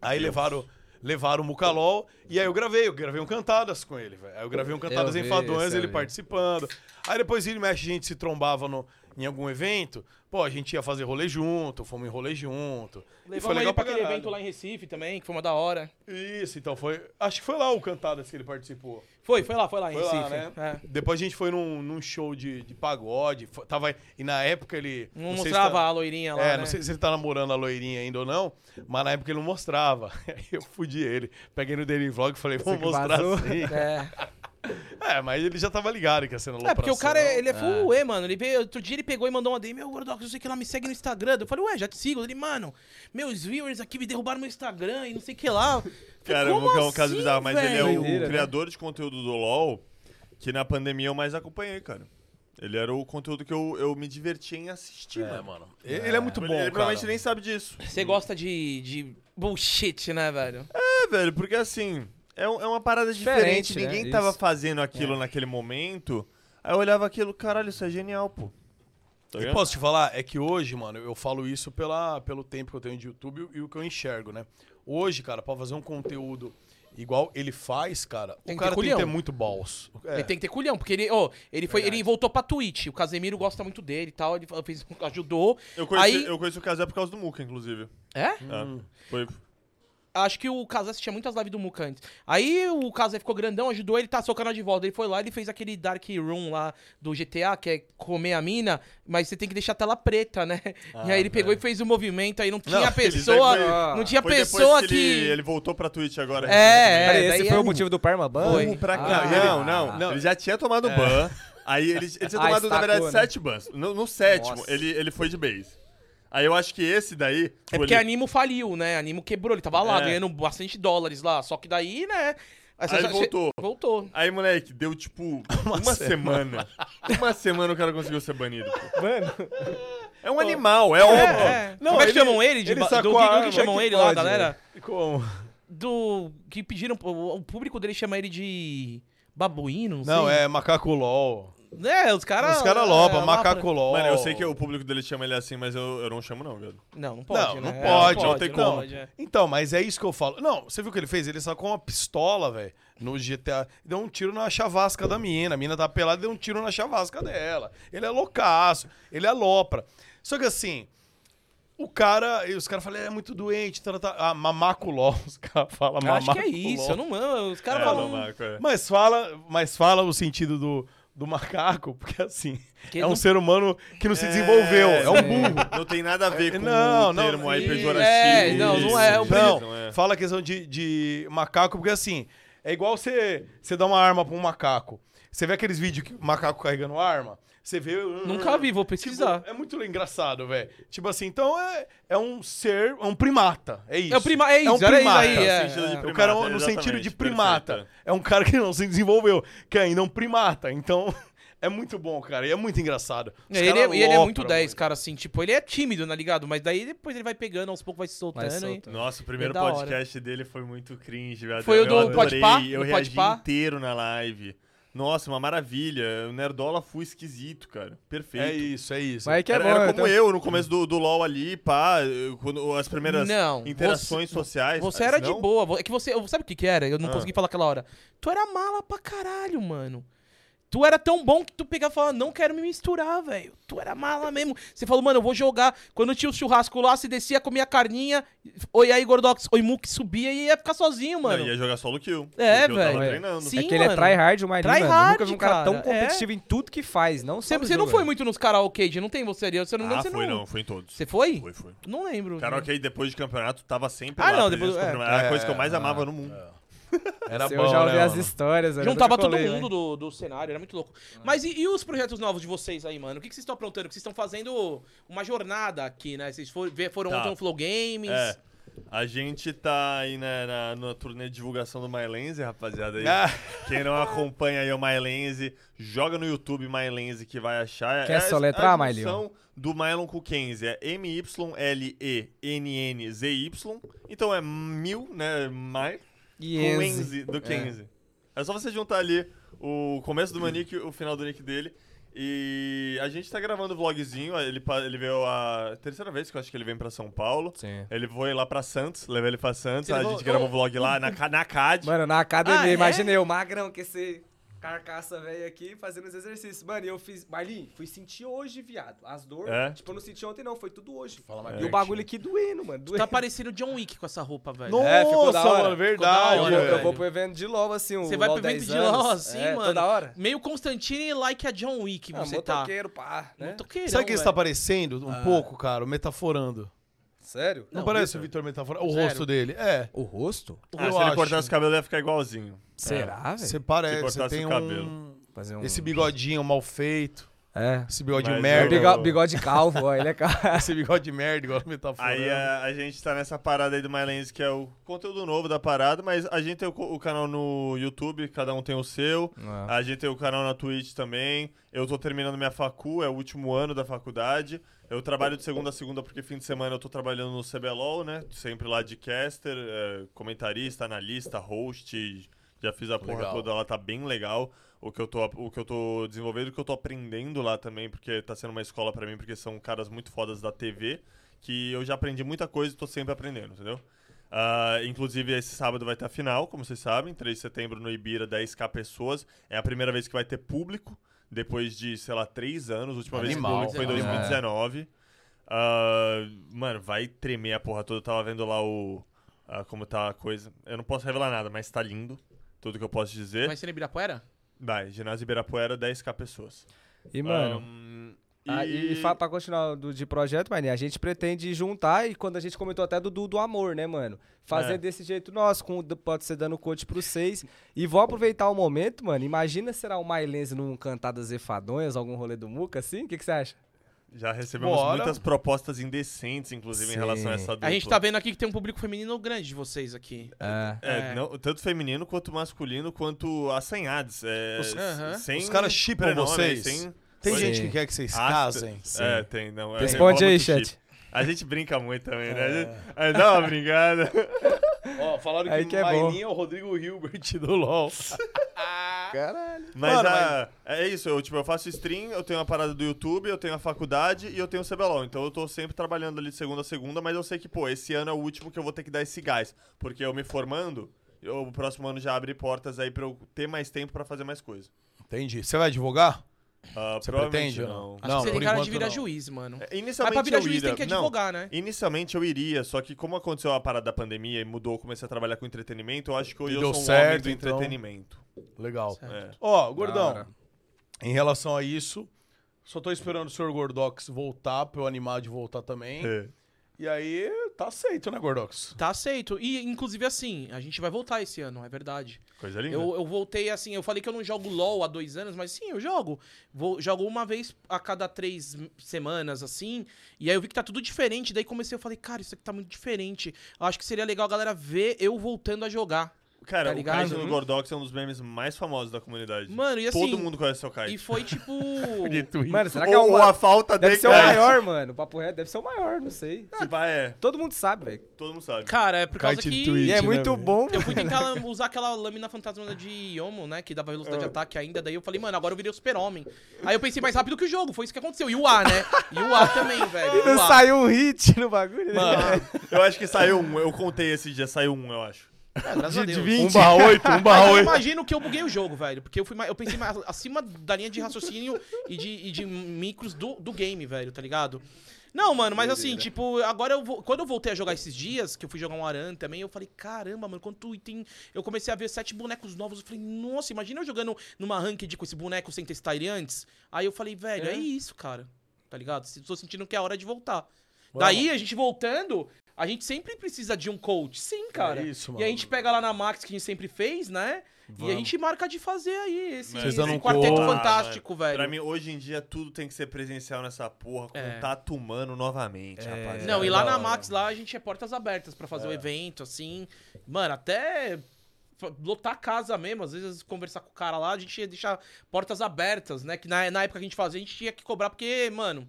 Speaker 4: Aí levaram. Levaram o Mucalol e aí eu gravei, eu gravei um Cantadas com ele, velho. Aí eu gravei um Cantadas
Speaker 3: vi,
Speaker 4: Enfadonhas,
Speaker 3: esse eu
Speaker 4: ele
Speaker 3: vi.
Speaker 4: participando. Aí depois ele mexe, a gente se trombava no, em algum evento, pô, a gente ia fazer rolê junto, fomos em rolê junto. E
Speaker 1: Levamos ele pra aquele
Speaker 4: caralho.
Speaker 1: evento lá em Recife também, que foi uma da hora.
Speaker 4: Isso, então foi. Acho que foi lá o Cantadas que ele participou.
Speaker 1: Foi, foi lá, foi lá em
Speaker 4: Foi lá,
Speaker 1: Recife.
Speaker 4: né?
Speaker 1: É.
Speaker 4: Depois a gente foi num, num show de, de pagode. fo- tava, e na época ele.
Speaker 1: Não,
Speaker 4: sei se
Speaker 1: mostrava
Speaker 4: tá-
Speaker 1: a loirinha lá,
Speaker 4: É,
Speaker 1: né?
Speaker 4: não sei se ele tá namorando a loirinha ainda ou não, mas na época ele não mostrava. Aí eu fudi ele. Peguei no Daily Vlog e falei, vou
Speaker 3: que
Speaker 4: mostrar
Speaker 3: vazou.
Speaker 4: assim.
Speaker 1: É.
Speaker 4: É, mas ele já tava ligado que ia ser na
Speaker 1: É, porque o cara,
Speaker 4: né?
Speaker 1: é- ele é full ué, mano. Ele veio, outro dia ele pegou e mandou uma DM, meu Gordox, eu sei que lá me segue no Instagram. Eu falei, ué, já te sigo. Ele, mano, meus viewers aqui me derrubaram meu Instagram e não sei o que lá. Eu falei,
Speaker 2: Cara, o
Speaker 1: "Como
Speaker 2: Muca é um caso
Speaker 1: assim,
Speaker 2: bizarro, mas ele é
Speaker 1: velho?"
Speaker 2: o
Speaker 3: Doideira, né?
Speaker 2: criador de conteúdo do LoL que na pandemia eu mais acompanhei, cara. Ele era o conteúdo que eu, eu me divertia em assistir,
Speaker 4: É,
Speaker 2: mano.
Speaker 4: mano. Ele ele é muito
Speaker 2: Ele,
Speaker 4: bom,
Speaker 2: ele
Speaker 4: cara.
Speaker 2: provavelmente nem sabe disso.
Speaker 1: Você gosta de, de bullshit, né, velho?
Speaker 2: É, velho, porque assim, é, um- é uma parada diferente.
Speaker 3: Diferente, né?
Speaker 2: Ninguém
Speaker 3: Isso.
Speaker 2: tava fazendo aquilo
Speaker 4: É.
Speaker 2: naquele momento. Aí eu olhava aquilo, caralho, isso é genial, pô.
Speaker 4: E
Speaker 2: Tá ligado?
Speaker 4: posso te falar? É que hoje, mano, eu falo isso pela, pelo tempo que eu tenho de YouTube e o que eu enxergo, né? Hoje, cara, pra fazer um conteúdo igual ele faz, cara,
Speaker 1: Tem
Speaker 4: o
Speaker 1: que
Speaker 4: cara
Speaker 1: ter
Speaker 4: tem que ter
Speaker 1: culhão.
Speaker 4: muito balls. É.
Speaker 1: Ele tem que ter culhão, porque ele, ó, ele foi, ele voltou pra Twitch. O Casemiro gosta muito dele e tal, ele fez, ajudou.
Speaker 2: Eu conheci,
Speaker 1: Aí-
Speaker 2: eu conheci o Casé por causa do Muca, inclusive.
Speaker 1: É?
Speaker 3: Hum.
Speaker 2: É, foi.
Speaker 1: Acho que o Casé assistia muitas lives do Muca antes. Aí o Casé ficou grandão, ajudou ele, tá seu canal de volta. Ele foi lá, ele fez aquele Dark Room lá do GTA, que é comer a mina, mas você tem que deixar a tela preta, né?
Speaker 2: Ah,
Speaker 1: e aí
Speaker 2: é.
Speaker 1: ele pegou e fez o movimento, aí não tinha
Speaker 2: ele
Speaker 1: pessoa.
Speaker 2: daí foi-
Speaker 1: não tinha
Speaker 2: Foi depois
Speaker 1: pessoa que.
Speaker 2: que... Ele, ele voltou pra Twitch agora.
Speaker 1: É, é.
Speaker 3: Peraí, esse
Speaker 1: daí
Speaker 3: foi
Speaker 1: é
Speaker 3: o motivo do Parmaban?
Speaker 1: Foi.
Speaker 2: Vamos pra cá.
Speaker 3: Ah,
Speaker 2: não,
Speaker 3: ele-
Speaker 2: não,
Speaker 4: não.
Speaker 2: Ele já tinha tomado ban. Aí ele, ele tinha
Speaker 3: É. Ah,
Speaker 2: tomado, na
Speaker 3: estacou,
Speaker 2: verdade,
Speaker 3: né?
Speaker 2: sete bans. No, no sétimo,
Speaker 3: Nossa.
Speaker 2: ele, ele foi de base. Aí eu acho que esse daí.
Speaker 1: É
Speaker 2: pô,
Speaker 1: porque
Speaker 2: ele-
Speaker 1: Animo faliu, né? Animo quebrou, ele tava lá
Speaker 2: É.
Speaker 1: ganhando bastante dólares lá. Só que daí, né?
Speaker 2: Aí ele voltou.
Speaker 1: Voltou.
Speaker 2: Aí, moleque, deu tipo uma, semana. uma semana o cara conseguiu ser banido. pô.
Speaker 3: Mano,
Speaker 2: É um animal, é óbvio.
Speaker 1: Não, Como é que
Speaker 3: ele-
Speaker 1: chamam ele? De
Speaker 3: ele
Speaker 1: ba- do
Speaker 3: sacou
Speaker 1: que,
Speaker 3: a
Speaker 1: do que
Speaker 3: arma,
Speaker 1: chamam
Speaker 3: que
Speaker 1: ele lá,
Speaker 3: pode,
Speaker 1: galera?
Speaker 3: como?
Speaker 1: Do. Que pediram. O o público dele chama ele de. Babuíno? Não, sei.
Speaker 4: Não, é macaco LOL.
Speaker 1: É, os caras.
Speaker 4: Os caras loba,
Speaker 1: é,
Speaker 4: macaco LOL.
Speaker 2: Mano, eu sei que o público dele chama ele assim, mas eu, eu não chamo, não, velho.
Speaker 1: Não, não pode.
Speaker 4: Não, não
Speaker 1: né? É,
Speaker 4: pode, não tem
Speaker 1: não
Speaker 4: como.
Speaker 1: pode, é.
Speaker 4: Então, mas é isso que eu falo. Não, você viu o que ele fez? Ele sacou uma pistola, velho, no GTA. Deu um tiro na chavasca da mina. A mina tá pelada e deu um tiro na chavasca dela. Ele é loucaço, ele é lopra. Só que assim, o cara. e Os caras falam, ele é muito doente. Tá, tá, ah, mamaculó. Os caras falam
Speaker 1: Eu acho
Speaker 4: mamaculó.
Speaker 1: que é isso. Eu não mano, Os caras
Speaker 2: É,
Speaker 1: falam.
Speaker 2: não, Marco, é.
Speaker 4: Mas fala, mas fala o sentido do, do macaco, porque assim,
Speaker 1: Que
Speaker 4: é
Speaker 1: ele
Speaker 4: um
Speaker 1: não-
Speaker 4: ser humano que não se desenvolveu. É, um burro.
Speaker 2: Não tem nada a ver com
Speaker 4: Não,
Speaker 2: o
Speaker 4: não,
Speaker 2: termo aí
Speaker 4: e-
Speaker 2: pejorativo.
Speaker 1: é, não,
Speaker 2: isso,
Speaker 1: não é, é um
Speaker 2: isso,
Speaker 4: Não,
Speaker 2: não é.
Speaker 4: fala a questão de, de macaco, porque assim, é igual você, você dá uma arma pra um macaco. Você vê aqueles vídeos que o macaco carregando arma, você vê.
Speaker 1: Nunca vi, vou
Speaker 4: Tipo,
Speaker 1: pesquisar.
Speaker 4: é muito engraçado, velho. Tipo assim, então é, é um ser, é um primata. É isso.
Speaker 1: É o prima- é
Speaker 4: um
Speaker 1: isso, era isso
Speaker 4: primata.
Speaker 1: aí, é.
Speaker 2: Sentido de
Speaker 4: O cara é um-
Speaker 2: primata,
Speaker 4: no
Speaker 2: exatamente,
Speaker 4: sentido de
Speaker 2: perfeito,
Speaker 4: primata.
Speaker 2: é.
Speaker 4: É um cara que não se desenvolveu, que ainda é um primata. Então, é muito bom, cara. E é muito engraçado. Os
Speaker 1: ele, é,
Speaker 4: cara
Speaker 1: e ele é
Speaker 4: alopra,
Speaker 1: muito 10,
Speaker 4: mano.
Speaker 1: cara, assim, tipo, ele é tímido, né, ligado? Mas daí depois ele vai pegando, aos poucos vai se soltando.
Speaker 3: Vai
Speaker 1: e-
Speaker 3: soltando.
Speaker 2: Nossa, o primeiro
Speaker 1: É da hora.
Speaker 2: podcast dele foi muito cringe, velho.
Speaker 1: Foi o
Speaker 2: eu
Speaker 1: do
Speaker 2: adorei,
Speaker 1: Podpah?
Speaker 2: Eu
Speaker 1: Do
Speaker 2: reagi
Speaker 1: Podpah?
Speaker 2: inteiro na live. Nossa, uma maravilha. O Nerdola foi esquisito, cara. Perfeito.
Speaker 4: É isso, é isso.
Speaker 3: Mas é que é
Speaker 2: era,
Speaker 3: bom,
Speaker 2: era
Speaker 3: então-
Speaker 2: como eu no começo do, do LoL ali, pá, eu- quando as primeiras
Speaker 1: Não,
Speaker 2: interações sociais.
Speaker 1: Você
Speaker 2: Ah,
Speaker 1: era
Speaker 2: isso
Speaker 1: de
Speaker 2: não?
Speaker 1: boa. vo- É que você. eu- Sabe o que, que era? Eu não
Speaker 2: Ah.
Speaker 1: consegui falar aquela hora. Tu era mala pra caralho, mano. Tu era tão bom que tu pegava e falava, não quero me misturar, velho. Tu era mala mesmo. Você falou, mano, eu vou jogar. Quando tinha o churrasco lá, se descia, comia carninha. Oi aí, Gordox. Oi, Mu, que subia e ia ficar sozinho,
Speaker 2: Não,
Speaker 1: mano.
Speaker 2: ia jogar solo kill.
Speaker 1: É,
Speaker 2: porque eu tava
Speaker 1: velho.
Speaker 2: treinando.
Speaker 1: Sim,
Speaker 3: é que ele é
Speaker 1: mano.
Speaker 3: tryhard, o Marinho,
Speaker 1: Tryhard,
Speaker 3: mano. Eu Nunca vi um cara
Speaker 1: cara,
Speaker 3: tão
Speaker 1: é.
Speaker 3: competitivo em tudo que faz, não
Speaker 1: Você,
Speaker 3: só no
Speaker 1: você não
Speaker 3: jogo,
Speaker 1: foi
Speaker 3: né?
Speaker 1: muito nos karaokê, de- não tem você ali. Se eu não me
Speaker 2: Ah,
Speaker 1: engano, você
Speaker 2: foi
Speaker 1: não.
Speaker 2: não, foi em todos.
Speaker 1: Você foi?
Speaker 2: Foi, foi.
Speaker 1: Não lembro.
Speaker 2: Karaokê depois de campeonato tava sempre
Speaker 1: Uhum. Ah,
Speaker 2: lá. tá
Speaker 1: não,
Speaker 2: presença
Speaker 1: depois- é.
Speaker 2: confirmada. Era a coisa que eu mais
Speaker 4: É,
Speaker 2: amava no mundo.
Speaker 4: Era
Speaker 3: eu
Speaker 4: bom,
Speaker 3: já ouvi
Speaker 4: né,
Speaker 3: as
Speaker 4: mano?
Speaker 3: históes, velho.
Speaker 1: Juntava
Speaker 3: nunca
Speaker 1: todo
Speaker 3: colei,
Speaker 1: mundo
Speaker 3: né?
Speaker 1: do, do cenário, era muito louco. Mas e, e os projetos novos de vocês aí, mano? O que, que vocês estão aprontando? Que vocês estão fazendo uma jornada aqui, né? Vocês for, ver- foram
Speaker 2: Tá.
Speaker 1: ontem no Flow Games.
Speaker 2: É. A gente tá aí na, na, na turnê de divulgação do MyLense, rapaziada. Aí.
Speaker 4: Ah.
Speaker 2: Quem não acompanha aí o MyLense, joga no YouTube MyLense que vai achar. É
Speaker 3: Quer
Speaker 2: a-
Speaker 3: soletrar,
Speaker 2: a
Speaker 3: Mylon?
Speaker 2: junção do Mylon com o Kenzie. É M-Y-L-E-N-N-Z-Y. Então é mil, né? My,
Speaker 3: E
Speaker 2: com
Speaker 3: Enzi.
Speaker 2: Enzi, do Kenzie. É. só você juntar ali o começo
Speaker 4: Hum.
Speaker 2: do Manique e o final do nick dele. E a gente tá gravando o vlogzinho. Ele, pa- ele veio a terceira vez que eu acho que ele vem pra São Paulo.
Speaker 3: Sim.
Speaker 2: Ele foi lá pra Santos, levei ele pra Santos,
Speaker 1: Ele
Speaker 2: a
Speaker 1: falou-
Speaker 2: gente gravou um vlog lá na, ca- na CAD.
Speaker 3: Mano, na academia,
Speaker 1: Ah, é?
Speaker 3: imaginei o magrão com esse carcaça velho aqui fazendo os exercícios. Mano, e eu fiz. Marlin, fui sentir hoje, viado. As dores.
Speaker 2: É?
Speaker 3: Tipo, eu não senti ontem, não. Foi tudo hoje.
Speaker 4: Fala mais
Speaker 3: e o
Speaker 4: pertinho.
Speaker 3: bagulho aqui doendo, mano. Doendo.
Speaker 1: Tá parecendo o John Wick com essa roupa, velho.
Speaker 4: Nossa,
Speaker 3: É, ficou da hora.
Speaker 4: mano,
Speaker 1: Ficou
Speaker 4: verdade.
Speaker 1: da hora,
Speaker 3: Eu, vou- eu
Speaker 4: velho.
Speaker 1: velho.
Speaker 3: vou pro evento de LOL, assim, o
Speaker 1: Você vai
Speaker 3: LOL
Speaker 1: pro evento
Speaker 3: 10
Speaker 1: de LOL
Speaker 3: anos.
Speaker 1: assim,
Speaker 3: É,
Speaker 1: mano.
Speaker 3: Toda hora.
Speaker 1: Meio Constantine like a John Wick
Speaker 3: Ah,
Speaker 1: você tá.
Speaker 3: motoqueiro, pá, né?
Speaker 1: Motoqueirão,
Speaker 4: Sabe o que
Speaker 1: velho.
Speaker 4: isso tá parecendo
Speaker 2: Ah.
Speaker 4: um pouco, cara? O Metaforando.
Speaker 3: Sério?
Speaker 4: Não,
Speaker 1: Não,
Speaker 4: parece o Vitor Metaforando? O
Speaker 1: Zero.
Speaker 4: rosto dele. É.
Speaker 3: O rosto?
Speaker 2: Ah,
Speaker 4: eu
Speaker 2: se ele
Speaker 4: acho.
Speaker 2: cortasse o cabelo, ele ia ficar igualzinho.
Speaker 3: Será,
Speaker 4: Você
Speaker 3: velho?
Speaker 4: parece,
Speaker 2: Se
Speaker 4: você
Speaker 2: cortasse
Speaker 4: tem
Speaker 2: o
Speaker 4: um...
Speaker 2: cabelo.
Speaker 3: Fazer um...
Speaker 4: Esse bigodinho mal feito.
Speaker 3: É.
Speaker 4: Esse bigode
Speaker 2: Mas
Speaker 4: merda.
Speaker 2: eu-
Speaker 3: Bigode, bigode calvo, ó, ele é calvo.
Speaker 4: Esse bigode merda, igual me tá falando.
Speaker 2: Aí a, a gente tá nessa parada aí do My Lens, que é o conteúdo novo da parada, mas a gente tem o, co- o canal no YouTube, cada um tem o seu.
Speaker 3: É.
Speaker 2: A gente tem o canal na Twitch também. Eu tô terminando minha facu, é o último ano da faculdade. Eu trabalho de segunda a segunda porque fim de semana eu tô trabalhando no CBLOL, né? Sempre lá de caster, é, comentarista, analista, host. Já fiz a porra
Speaker 4: Legal.
Speaker 2: toda lá, tá bem legal. O que, eu tô, o que eu tô desenvolvendo, o que eu tô aprendendo lá também, porque tá sendo uma escola pra mim, porque são caras muito fodas da TV, que eu já aprendi muita coisa e tô sempre aprendendo, entendeu? Ah, inclusive, esse sábado vai ter a final, como vocês sabem, 3 de setembro no Ibira, 10k pessoas. É a primeira vez que vai ter público, depois de, sei lá, 3 anos. A última
Speaker 4: Animal.
Speaker 2: vez que público foi em 2019. Ah, mano, vai tremer a porra toda. Eu tava vendo lá o. ah, como tá a coisa. Eu não posso revelar nada, mas tá lindo. Tudo que eu posso dizer.
Speaker 1: Vai ser na Ibirapuera?
Speaker 2: Vai, ginásio Ibirapuera, 10k pessoas.
Speaker 3: E, mano.
Speaker 1: Um,
Speaker 2: Ahn,
Speaker 3: Ah, e, e fa- pra continuar do, de projeto, Mané, a gente pretende juntar, e quando a gente comentou até do, do, do amor, né, mano? Fazer
Speaker 2: É.
Speaker 3: desse jeito nosso, com, o- pode ser dando coach pros seis. E vou aproveitar o momento, mano. Imagina será o Mailense num cantada Zefadonhas, algum rolê do Muca, assim? O que que você acha?
Speaker 2: Já recebemos
Speaker 4: Bora.
Speaker 2: muitas propostas indecentes, inclusive, em
Speaker 3: Sim.
Speaker 2: relação a essa dupla.
Speaker 1: A gente tá vendo aqui que tem um público feminino grande de vocês aqui.
Speaker 2: É,
Speaker 1: É.
Speaker 2: não- tanto feminino quanto masculino, quanto assanhados. É,
Speaker 4: Os-
Speaker 1: Aham.
Speaker 2: sem
Speaker 4: Os caras chipam
Speaker 2: prenome,
Speaker 4: vocês?
Speaker 2: Sem
Speaker 4: Tem
Speaker 3: Sim.
Speaker 4: gente que quer que vocês
Speaker 2: aspas.
Speaker 4: casem.
Speaker 2: É, tem. Não, é,
Speaker 3: Responde
Speaker 2: rola
Speaker 3: aí,
Speaker 2: muito
Speaker 3: chat.
Speaker 2: chip. A gente brinca muito também, né? A gente-
Speaker 4: É.
Speaker 2: aí dá uma brincada.
Speaker 4: Ó, falaram
Speaker 3: Aí que é bom.
Speaker 4: Mailinho é o Rodrigo Hilbert do LOL.
Speaker 2: Mas,
Speaker 4: Mano,
Speaker 2: a- é isso, eu, tipo, eu faço stream, eu tenho a parada do YouTube, eu tenho a faculdade e eu tenho o CBLOL. Então eu tô sempre trabalhando ali de segunda a segunda, mas eu sei que, pô, esse ano é o último que eu vou ter que dar esse gás. Porque eu me formando, eu- o próximo ano já abre portas aí pra eu ter mais tempo pra fazer mais coisa.
Speaker 4: Entendi. Você vai advogar?
Speaker 2: Ah,
Speaker 4: Você
Speaker 2: provavelmente
Speaker 4: pretende? ou Não,
Speaker 1: Acho que você tem
Speaker 4: por
Speaker 1: cara de
Speaker 4: enquanto
Speaker 1: virar
Speaker 4: não.
Speaker 1: juiz, mano.
Speaker 2: É, Inicialmente
Speaker 1: Mas pra virar
Speaker 2: eu
Speaker 1: juiz
Speaker 2: iria.
Speaker 1: tem que
Speaker 2: Não,
Speaker 1: advogar, né?
Speaker 2: Inicialmente eu iria, só que como aconteceu a parada da pandemia e mudou, eu comecei a trabalhar com entretenimento, eu acho que hoje
Speaker 4: E
Speaker 2: eu
Speaker 4: deu
Speaker 2: sou um
Speaker 4: certo,
Speaker 2: homem do
Speaker 4: então.
Speaker 2: entretenimento.
Speaker 4: Legal.
Speaker 2: É.
Speaker 4: Ó,
Speaker 3: Da hora.
Speaker 4: gordão, em relação a isso, só tô esperando o senhor Gordox voltar pra eu animar de voltar também.
Speaker 2: É.
Speaker 4: E aí, tá aceito, né, Gordox?
Speaker 1: Tá aceito. E, inclusive, assim, a gente vai voltar esse ano, é verdade.
Speaker 2: Coisa linda.
Speaker 1: Eu, eu voltei, assim, eu falei que eu não jogo LOL há dois anos, mas sim, eu jogo. Vou, jogo uma vez a cada três m- semanas, assim. E aí eu vi que tá tudo diferente. Daí comecei, eu falei, cara, isso aqui tá muito diferente. Eu acho que seria legal a galera ver eu voltando a jogar.
Speaker 2: Cara,
Speaker 1: Tá
Speaker 2: o
Speaker 1: ligado?
Speaker 2: caso do
Speaker 1: Uhum.
Speaker 2: Gordox é um dos memes mais famosos da comunidade.
Speaker 1: Mano, e assim-
Speaker 2: Todo mundo conhece o Kaido.
Speaker 1: E foi tipo.
Speaker 3: Mano, será que
Speaker 2: ou,
Speaker 3: é
Speaker 2: ou
Speaker 3: o
Speaker 2: a é.
Speaker 3: maior?
Speaker 2: falta
Speaker 3: Deve
Speaker 2: de
Speaker 3: ser o
Speaker 1: é
Speaker 2: Kaido.
Speaker 3: maior, mano. Papo reto, deve ser o maior, não sei.
Speaker 2: Se pá, é.
Speaker 3: Todo mundo sabe, velho.
Speaker 2: Todo mundo sabe.
Speaker 1: Cara, é por causa
Speaker 4: Kite
Speaker 1: que.
Speaker 4: Twitch.
Speaker 3: E é
Speaker 4: né,
Speaker 3: muito
Speaker 4: velho?
Speaker 3: bom, né?
Speaker 1: Eu fui tentar lam- usar aquela lâmina fantasma de Yomo, né? Que dava velocidade de ataque ainda. Daí eu falei, mano, agora eu virei o super-homem. Aí eu pensei mais rápido que o jogo. Foi isso que aconteceu. E o A, né? E o A também, velho.
Speaker 3: E não
Speaker 1: o A.
Speaker 3: saiu um hit no bagulho.
Speaker 4: Mano,
Speaker 2: Eu acho que saiu um. Eu contei esse dia, saiu um, eu acho.
Speaker 1: É, graças a Deus.
Speaker 4: 1 barra 8, 1
Speaker 1: Mas
Speaker 4: barra
Speaker 1: eu
Speaker 4: 8.
Speaker 1: imagino que eu buguei o jogo, velho. Porque eu, fui, mais- eu pensei mais acima da linha de raciocínio e de, e de micros do, do game, velho, tá ligado? Não, mano, mas assim, tipo, agora eu vou, quando eu voltei a jogar esses dias, que eu fui jogar um Aran também, eu falei, caramba, mano, quanto item. Eu comecei a ver sete bonecos novos, eu falei, nossa, imagina eu jogando numa ranked com esse boneco sem testar ele antes. Aí eu falei, velho, é, isso, cara. Tá ligado? Se- Tô sentindo que é a hora de voltar. Daí, a gente voltando, a gente sempre precisa de um coach. Sim, cara.
Speaker 4: É
Speaker 1: E
Speaker 4: isso,
Speaker 1: a
Speaker 4: mano.
Speaker 1: gente pega lá na Max, que a gente sempre fez, né? E a gente marca de fazer aí esse,
Speaker 2: Mas
Speaker 4: Vocês dando
Speaker 1: esse
Speaker 4: um
Speaker 1: quarteto
Speaker 4: coach.
Speaker 1: fantástico, velho.
Speaker 2: Pra mim, hoje em dia, tudo tem que ser presencial nessa porra.
Speaker 1: É.
Speaker 2: Contato humano novamente, rapaziada.
Speaker 1: Não, e lá
Speaker 4: da
Speaker 1: na
Speaker 4: hora.
Speaker 1: Max, lá a gente é portas abertas pra fazer o evento, assim. Mano, até fa- lotar a casa mesmo, às vezes conversar com o cara lá, a gente ia deixar portas abertas, né? Que na, na época que a gente fazia, a gente tinha que cobrar, porque, mano,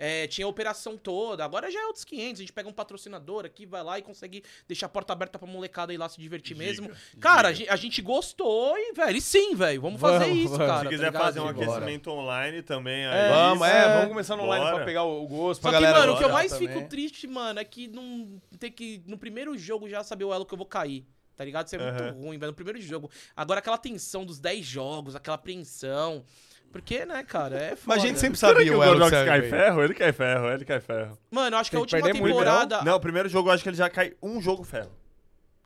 Speaker 1: é, tinha a operação toda. Agora já é outros 500, a gente pega um patrocinador aqui, vai lá e consegue deixar a porta aberta pra molecada ir lá se divertir
Speaker 2: Giga,
Speaker 1: mesmo. Cara, a
Speaker 2: giga.
Speaker 1: gen- a gente gostou e, velho, e sim, velho, vamos,
Speaker 3: Vamos,
Speaker 1: fazer isso,
Speaker 3: vamos.
Speaker 1: cara.
Speaker 2: Se
Speaker 1: tá
Speaker 2: quiser
Speaker 1: ligado?
Speaker 2: fazer um
Speaker 1: Bora.
Speaker 2: aquecimento online também, aí.
Speaker 3: É,
Speaker 4: Vamos,
Speaker 3: isso,
Speaker 4: é,
Speaker 3: é.
Speaker 4: vamos começar no online pra
Speaker 2: Bora.
Speaker 4: pegar o o gosto
Speaker 1: Só
Speaker 4: pra
Speaker 1: que,
Speaker 4: galera.
Speaker 1: mano, o que eu
Speaker 4: gostar
Speaker 1: mais
Speaker 4: também.
Speaker 1: fico triste, mano, é que não ter que no primeiro jogo já saber o elo que eu vou cair. Tá ligado? Isso é
Speaker 2: Aham.
Speaker 1: muito ruim, velho. No primeiro jogo. Agora aquela tensão dos 10 jogos, aquela apreensão. Porque, né, cara, é foda.
Speaker 4: Mas a gente sempre
Speaker 2: Será
Speaker 4: sabia
Speaker 2: que o
Speaker 4: o Elo
Speaker 2: Gordox
Speaker 4: que
Speaker 2: cai
Speaker 4: serve, velho.
Speaker 2: ferro? Ele cai ferro, ele cai ferro.
Speaker 1: Mano, eu acho que a
Speaker 3: Tem que
Speaker 1: última
Speaker 3: perder muito,
Speaker 1: temporada.
Speaker 2: Não, o primeiro jogo eu acho que ele já cai um jogo ferro.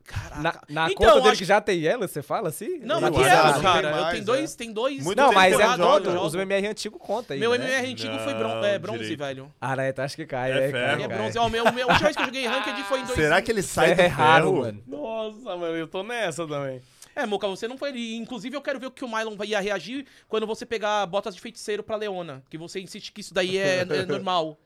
Speaker 1: Caraca.
Speaker 3: Na, na
Speaker 1: Então,
Speaker 3: conta dele
Speaker 1: acho-
Speaker 3: que já tem ela, você fala assim?
Speaker 1: Não,
Speaker 3: Eu
Speaker 1: mas
Speaker 2: Eu
Speaker 1: que
Speaker 2: acho
Speaker 1: elo,
Speaker 4: não
Speaker 2: que
Speaker 4: tem
Speaker 1: cara? eu
Speaker 4: mais, é.
Speaker 1: tenho dois, tem dois. tem
Speaker 2: Muito
Speaker 3: Não,
Speaker 2: tempo
Speaker 3: mas
Speaker 2: que eu
Speaker 3: é
Speaker 1: temporada,
Speaker 2: não jogo,
Speaker 3: todo.
Speaker 1: eu
Speaker 3: Os
Speaker 1: jogo.
Speaker 3: MMR antigo conta aí.
Speaker 1: Meu
Speaker 3: né?
Speaker 1: MMR antigo foi bron-
Speaker 2: Não,
Speaker 1: é, bronze,
Speaker 2: direito.
Speaker 1: velho.
Speaker 3: Ah, né, então acho que cai.
Speaker 2: É
Speaker 3: É,
Speaker 2: ferro.
Speaker 1: É
Speaker 3: cai, cai.
Speaker 1: bronze. Ó, o meu, meu- a última vez que eu joguei Ranked foi em 2000.
Speaker 2: Será que ele
Speaker 3: Ferro
Speaker 2: sai do
Speaker 3: é
Speaker 2: ferro?
Speaker 3: raro, mano.
Speaker 4: Nossa, mano, eu tô nessa também.
Speaker 1: É, Moca, você não foi. e, Inclusive, eu quero ver o que o Mylon vai- ia reagir quando você pegar botas de feiticeiro pra Leona. Que você insiste que isso daí é, é normal.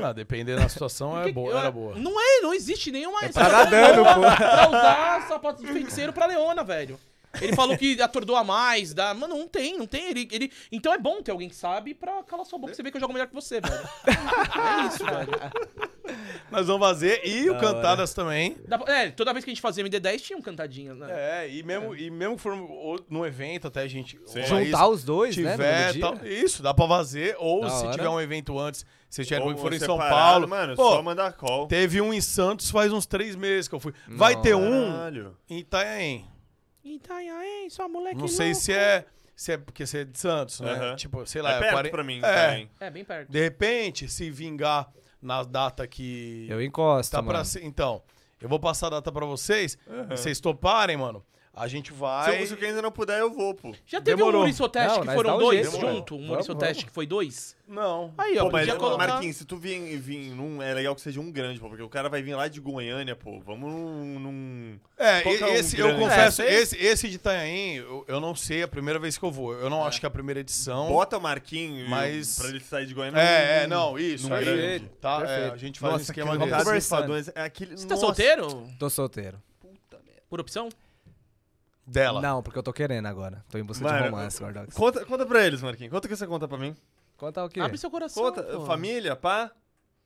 Speaker 4: Ah, dependendo da situação, é
Speaker 1: Que-
Speaker 4: boa,
Speaker 1: eu-
Speaker 4: era boa.
Speaker 1: Não é, não existe nenhuma. Você
Speaker 3: pra
Speaker 1: só
Speaker 3: dar
Speaker 1: pode
Speaker 3: dano,
Speaker 1: usar-
Speaker 3: pô.
Speaker 1: Pra usar sapato de feiticeiro pra Leona, velho. Ele falou que atordoa mais, dá. Mano, não tem, não tem. Ele, ele... Então é bom ter alguém que sabe pra calar sua boca e você vê que eu jogo melhor que você, velho. É isso, velho.
Speaker 4: Nós vamos fazer. E o Cantadas também.
Speaker 1: Dá pra- É, toda vez que a gente fazia MD10 tinha um cantadinho, né?
Speaker 4: É, e mesmo, e mesmo que for ou- num evento até a gente rolar
Speaker 3: Juntar os dois, né?
Speaker 4: tiver, tá-
Speaker 3: no mesmo dia.
Speaker 4: tal- isso, dá pra fazer. Ou
Speaker 3: Da
Speaker 4: se
Speaker 3: hora.
Speaker 4: tiver um evento antes, se tiver
Speaker 2: Ou
Speaker 4: um for em São
Speaker 2: separado,
Speaker 4: Paulo.
Speaker 2: Mano,
Speaker 4: pô,
Speaker 2: só mandar call.
Speaker 4: teve um em Santos faz uns três meses que eu fui. Vai ter um
Speaker 2: Caralho.
Speaker 4: em Itanhaém.
Speaker 1: tá Itanhaém, ah, sua moleque
Speaker 4: Não sei se é, se é porque você é de Santos, né?
Speaker 2: Aham.
Speaker 4: Tipo, sei lá,
Speaker 2: É perto
Speaker 4: quaren-
Speaker 2: pra mim
Speaker 4: É,
Speaker 2: também.
Speaker 1: É, bem perto.
Speaker 4: de repente, se vingar na data que
Speaker 3: Eu encosto,
Speaker 4: tá pra
Speaker 3: mano.
Speaker 4: ser. Então, eu vou passar a data pra vocês. Se vocês toparem, mano, a gente vai.
Speaker 2: Se, o- se o Kenza não puder, eu vou, pô.
Speaker 1: Já teve
Speaker 4: Demorou.
Speaker 1: um Murissoteste
Speaker 3: Não,
Speaker 1: que
Speaker 3: nós
Speaker 1: foram
Speaker 3: dá um
Speaker 1: dois
Speaker 3: jeito, mano.
Speaker 1: junto? Um
Speaker 3: Vamos,
Speaker 1: Murissoteste
Speaker 3: vamos.
Speaker 1: que foi dois?
Speaker 4: Não.
Speaker 1: Aí, ó,
Speaker 2: Pô, mas,
Speaker 1: podia
Speaker 2: ô,
Speaker 1: colocar...
Speaker 2: Marquinhos, se tu vir, vir num, é legal que seja um grande, pô, porque o cara vai vir lá de Goiânia, pô. Vamos num. num-
Speaker 4: É,
Speaker 2: Qual que é
Speaker 4: e-
Speaker 2: um
Speaker 4: esse, eu
Speaker 2: grande?
Speaker 4: confesso,
Speaker 1: É,
Speaker 4: esse, esse de Itanhaém, eu, eu não sei, é a primeira vez que eu vou. Eu não acho que é a primeira edição.
Speaker 2: Bota o Marquinhos
Speaker 4: Mas-
Speaker 2: pra ele sair de Goiânia.
Speaker 4: É,
Speaker 2: num-
Speaker 4: é, não, isso.
Speaker 2: num
Speaker 4: aí,
Speaker 2: grande.
Speaker 4: Tá, é,
Speaker 3: Perfeito.
Speaker 4: a gente faz um
Speaker 3: Nossa,
Speaker 4: esquema
Speaker 3: que
Speaker 2: Vamos
Speaker 4: desse.
Speaker 3: loucura.
Speaker 2: conversando.
Speaker 3: conversando.
Speaker 2: É aquele,
Speaker 1: Você tá solteiro?
Speaker 3: Tô solteiro.
Speaker 1: Por opção?
Speaker 4: Dela.
Speaker 3: Não, porque eu tô querendo agora. Tô em busca de
Speaker 2: Mano,
Speaker 3: romance, Gordox.
Speaker 2: Conta, conta pra eles, Marquinhos. Conta o que você conta pra mim.
Speaker 3: Contar o quê?
Speaker 1: Abre seu coração.
Speaker 2: Conta,
Speaker 3: pô.
Speaker 2: família, pá.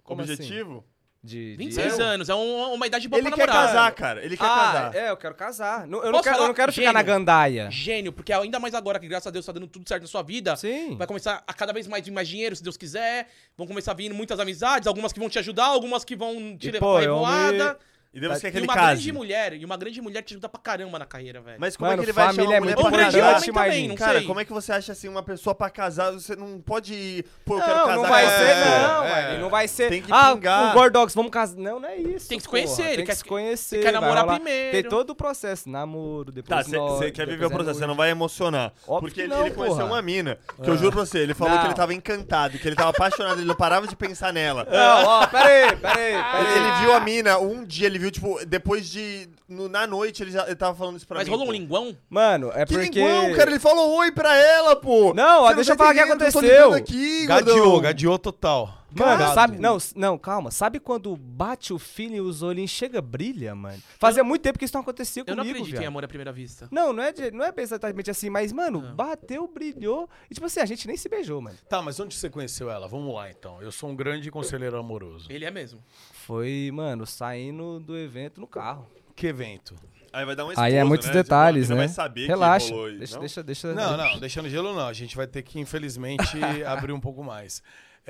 Speaker 3: Como assim?
Speaker 2: objetivo.
Speaker 3: De, de...
Speaker 1: 26
Speaker 3: Eu?
Speaker 1: anos, é um- uma idade boa
Speaker 2: ele
Speaker 1: pra
Speaker 2: quer
Speaker 1: namorar.
Speaker 2: casar, cara. Ele quer
Speaker 3: Ah,
Speaker 2: casar.
Speaker 3: é, eu quero casar. Não- Eu não
Speaker 1: Posso
Speaker 3: quero, eu
Speaker 1: falar?
Speaker 3: não quero ficar na
Speaker 1: Gênio.
Speaker 3: gandaia.
Speaker 1: Gênio, porque ainda mais agora que graças a Deus tá dando tudo certo na sua vida.
Speaker 3: Sim.
Speaker 1: Vai começar a cada vez mais vir mais dinheiro, se Deus quiser. Vão começar a vir muitas amizades, algumas que vão te ajudar, algumas que vão te
Speaker 3: E,
Speaker 1: levar
Speaker 3: pô,
Speaker 1: pra
Speaker 3: eu me-
Speaker 1: revoada.
Speaker 2: E daí você quer
Speaker 1: E
Speaker 2: que ele
Speaker 1: Tá, uma
Speaker 2: case.
Speaker 1: grande mulher, e uma grande mulher te ajuda pra caramba na carreira, velho.
Speaker 2: Mas como
Speaker 3: Mano,
Speaker 2: é que ele vai achar
Speaker 3: família
Speaker 2: uma
Speaker 3: é
Speaker 2: mulher
Speaker 3: muito
Speaker 1: Ou um
Speaker 2: pra
Speaker 1: grande
Speaker 3: importante,
Speaker 2: casar?
Speaker 1: homem
Speaker 3: Marlin.
Speaker 1: também, não
Speaker 2: Cara,
Speaker 1: sei.
Speaker 2: como é que você acha assim uma pessoa pra casar? Você não pode. Pô, eu quero
Speaker 3: Não,
Speaker 2: casar
Speaker 3: não
Speaker 2: com
Speaker 3: vai
Speaker 2: essa
Speaker 3: ser,
Speaker 2: pessoa.
Speaker 3: não,
Speaker 2: É.
Speaker 3: velho. Não vai ser.
Speaker 2: Tem que
Speaker 3: ah,
Speaker 2: pingar.
Speaker 3: o Gordox, vamos casar. Não, não é isso.
Speaker 1: Tem que se conhecer,
Speaker 3: porra.
Speaker 1: ele
Speaker 3: Tem
Speaker 1: quer
Speaker 3: que se
Speaker 1: que-
Speaker 3: conhecer.
Speaker 1: quer
Speaker 3: vai
Speaker 1: namorar
Speaker 3: rolar.
Speaker 1: primeiro.
Speaker 3: Tem todo o processo. Namoro,
Speaker 2: Tá,
Speaker 3: depois nó-
Speaker 2: você quer viver o
Speaker 3: depois é
Speaker 2: processo, você
Speaker 3: noivo.
Speaker 2: não vai emocionar.
Speaker 3: Óbvio
Speaker 2: porque
Speaker 3: que
Speaker 2: ele-
Speaker 3: não,
Speaker 2: ele conheceu
Speaker 3: porra.
Speaker 2: uma mina, que eu
Speaker 3: Ah.
Speaker 2: juro pra você, ele falou
Speaker 3: Não.
Speaker 2: que ele tava encantado, que ele tava apaixonado, ele não parava de pensar nela.
Speaker 3: Não, ó, peraí, peraí,
Speaker 2: Ele,
Speaker 3: peraí.
Speaker 2: ele viu a mina, um dia ele viu, tipo, depois de. no- na noite ele já ele tava falando isso pra
Speaker 1: Mas
Speaker 2: mim.
Speaker 1: rolou um
Speaker 2: pô.
Speaker 1: linguão?
Speaker 3: Mano, é
Speaker 2: Que
Speaker 3: porque.
Speaker 2: linguão, cara, ele falou oi pra ela, pô.
Speaker 3: Não, ó,
Speaker 2: Você
Speaker 3: deixa
Speaker 2: tá
Speaker 3: eu falar o que
Speaker 2: entendendo, eu tô
Speaker 3: aconteceu.
Speaker 2: ligando Aqui,
Speaker 4: Gadiou,
Speaker 2: gordão.
Speaker 4: gadiou total. é
Speaker 3: Mano,
Speaker 4: Gato.
Speaker 3: sabe? Não, s- não, calma. Sabe quando bate o filho e os olhinhos chega brilha, mano? Fazia muito tempo que isso não acontecia
Speaker 1: Eu
Speaker 3: comigo,
Speaker 1: não acredito
Speaker 3: viado.
Speaker 1: em amor à primeira vista.
Speaker 3: Não, não é, de- não é bem exatamente assim, mas, mano,
Speaker 2: Ah.
Speaker 3: bateu, brilhou. E, tipo assim, a gente nem se beijou, mano.
Speaker 4: Tá, mas onde você conheceu ela? Vamos lá, então. Eu sou um grande conselheiro amoroso.
Speaker 1: Ele é mesmo.
Speaker 3: Foi, mano, saindo do evento no carro.
Speaker 4: Que evento?
Speaker 2: Aí vai dar um
Speaker 3: Aí é
Speaker 2: esposo,
Speaker 3: muitos
Speaker 2: né?
Speaker 3: detalhes,
Speaker 2: Você
Speaker 3: né?
Speaker 2: vai saber que
Speaker 3: Relaxa.
Speaker 2: rolou isso,
Speaker 3: deixa,
Speaker 2: não?
Speaker 3: deixa, deixa.
Speaker 4: Não, não, deixando gelo não. A gente vai ter que, infelizmente, abrir um pouco mais.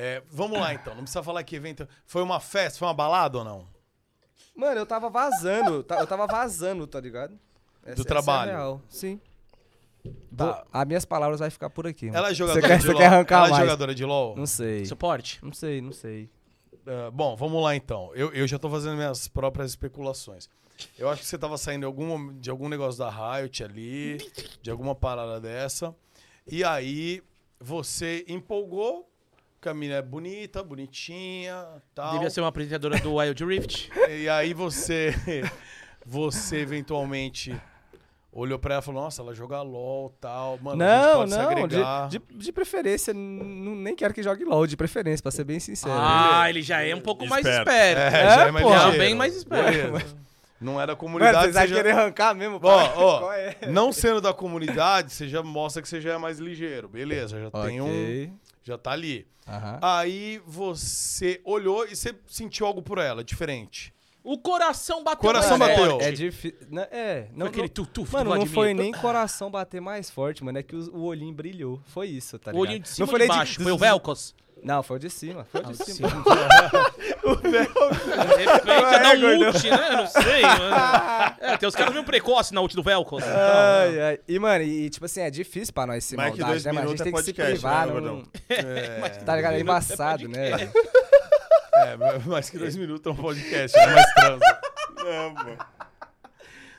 Speaker 4: É, vamos lá, então. Não precisa falar que evento... Foi uma festa? Foi uma balada ou não?
Speaker 3: Mano, eu tava vazando. eu ta- Eu tava vazando, tá ligado? Essa- essa é a
Speaker 4: trabalho.
Speaker 3: real. Sim.
Speaker 4: Tá.
Speaker 3: As minhas palavras vai ficar por aqui. mano.
Speaker 4: Ela é jogadora
Speaker 3: você quer,
Speaker 4: de
Speaker 3: você
Speaker 4: LOL?
Speaker 3: quer arrancar
Speaker 4: ela é
Speaker 3: mais?
Speaker 4: jogadora de LOL?
Speaker 3: Não sei.
Speaker 1: Suporte?
Speaker 3: Não sei, não sei.
Speaker 4: Ah, bom, vamos lá, então. Eu, eu já tô fazendo minhas próprias especulações. Eu acho que você tava saindo de algum, de algum negócio da Riot ali, de alguma parada dessa. E aí, você empolgou, que a mina é bonita, bonitinha, tal.
Speaker 1: Devia ser uma apresentadora do Wild Rift.
Speaker 3: um
Speaker 4: E aí você, você eventualmente olhou pra ela e falou, nossa, ela joga LOL tal, mano,
Speaker 3: não,
Speaker 4: a gente pode se
Speaker 3: não.
Speaker 4: agregar.
Speaker 3: De, de, de preferência, n- nem quero que jogue LOL, de preferência, pra ser bem sincero.
Speaker 1: ah, ele já é um pouco mais
Speaker 2: Esperto.
Speaker 1: esperto.
Speaker 4: É,
Speaker 3: É,
Speaker 4: já é mais
Speaker 3: pô.
Speaker 4: ligeiro.
Speaker 1: Já bem mais esperto.
Speaker 4: Beleza. Não é da comunidade,
Speaker 3: Mano, vocês
Speaker 4: você
Speaker 3: vão
Speaker 4: já-
Speaker 3: querer arrancar mesmo?
Speaker 4: Ó,
Speaker 3: pai?
Speaker 4: ó,
Speaker 3: Qual é?
Speaker 4: não sendo da comunidade, você já mostra que você já é mais ligeiro, beleza, já tem um,
Speaker 3: Ok.
Speaker 4: já tá ali.
Speaker 3: Aham.
Speaker 4: Aí você olhou e você sentiu algo por ela, diferente.
Speaker 1: O coração bateu.
Speaker 4: Coração
Speaker 1: mais
Speaker 4: bateu.
Speaker 1: forte.
Speaker 3: É difícil. É, não,
Speaker 1: um Foi aquele
Speaker 3: não-
Speaker 1: tutuf
Speaker 3: Mano,
Speaker 1: do
Speaker 3: não
Speaker 1: Vladimir.
Speaker 3: foi nem coração bater mais forte, mano. É que os- o olhinho brilhou. Foi isso,
Speaker 1: O
Speaker 3: tá ligado?
Speaker 1: olhinho de cima
Speaker 3: não
Speaker 1: não
Speaker 3: foi
Speaker 1: de
Speaker 3: nem
Speaker 1: baixo. Foi o Velcos.
Speaker 3: Não, foi o de cima. Foi o de cima.
Speaker 1: De repente ia dar um ult, né? Eu Não sei, mano. É, tem os caras meio precoce na ult do Velcos.
Speaker 3: É, Ai, ai. E, mano, e tipo assim, é difícil pra nós ser
Speaker 2: Mais que
Speaker 3: maldade,
Speaker 2: dois
Speaker 3: né? Mas a gente
Speaker 2: minutos é
Speaker 3: tem que se
Speaker 2: podcast,
Speaker 3: privar,
Speaker 2: né,
Speaker 3: não-
Speaker 2: Gordão?
Speaker 3: Tá ligado? É embaçado, né? velho?
Speaker 4: né? É, mais que dois minutos é um podcast, é mais transa.
Speaker 2: Não, mano.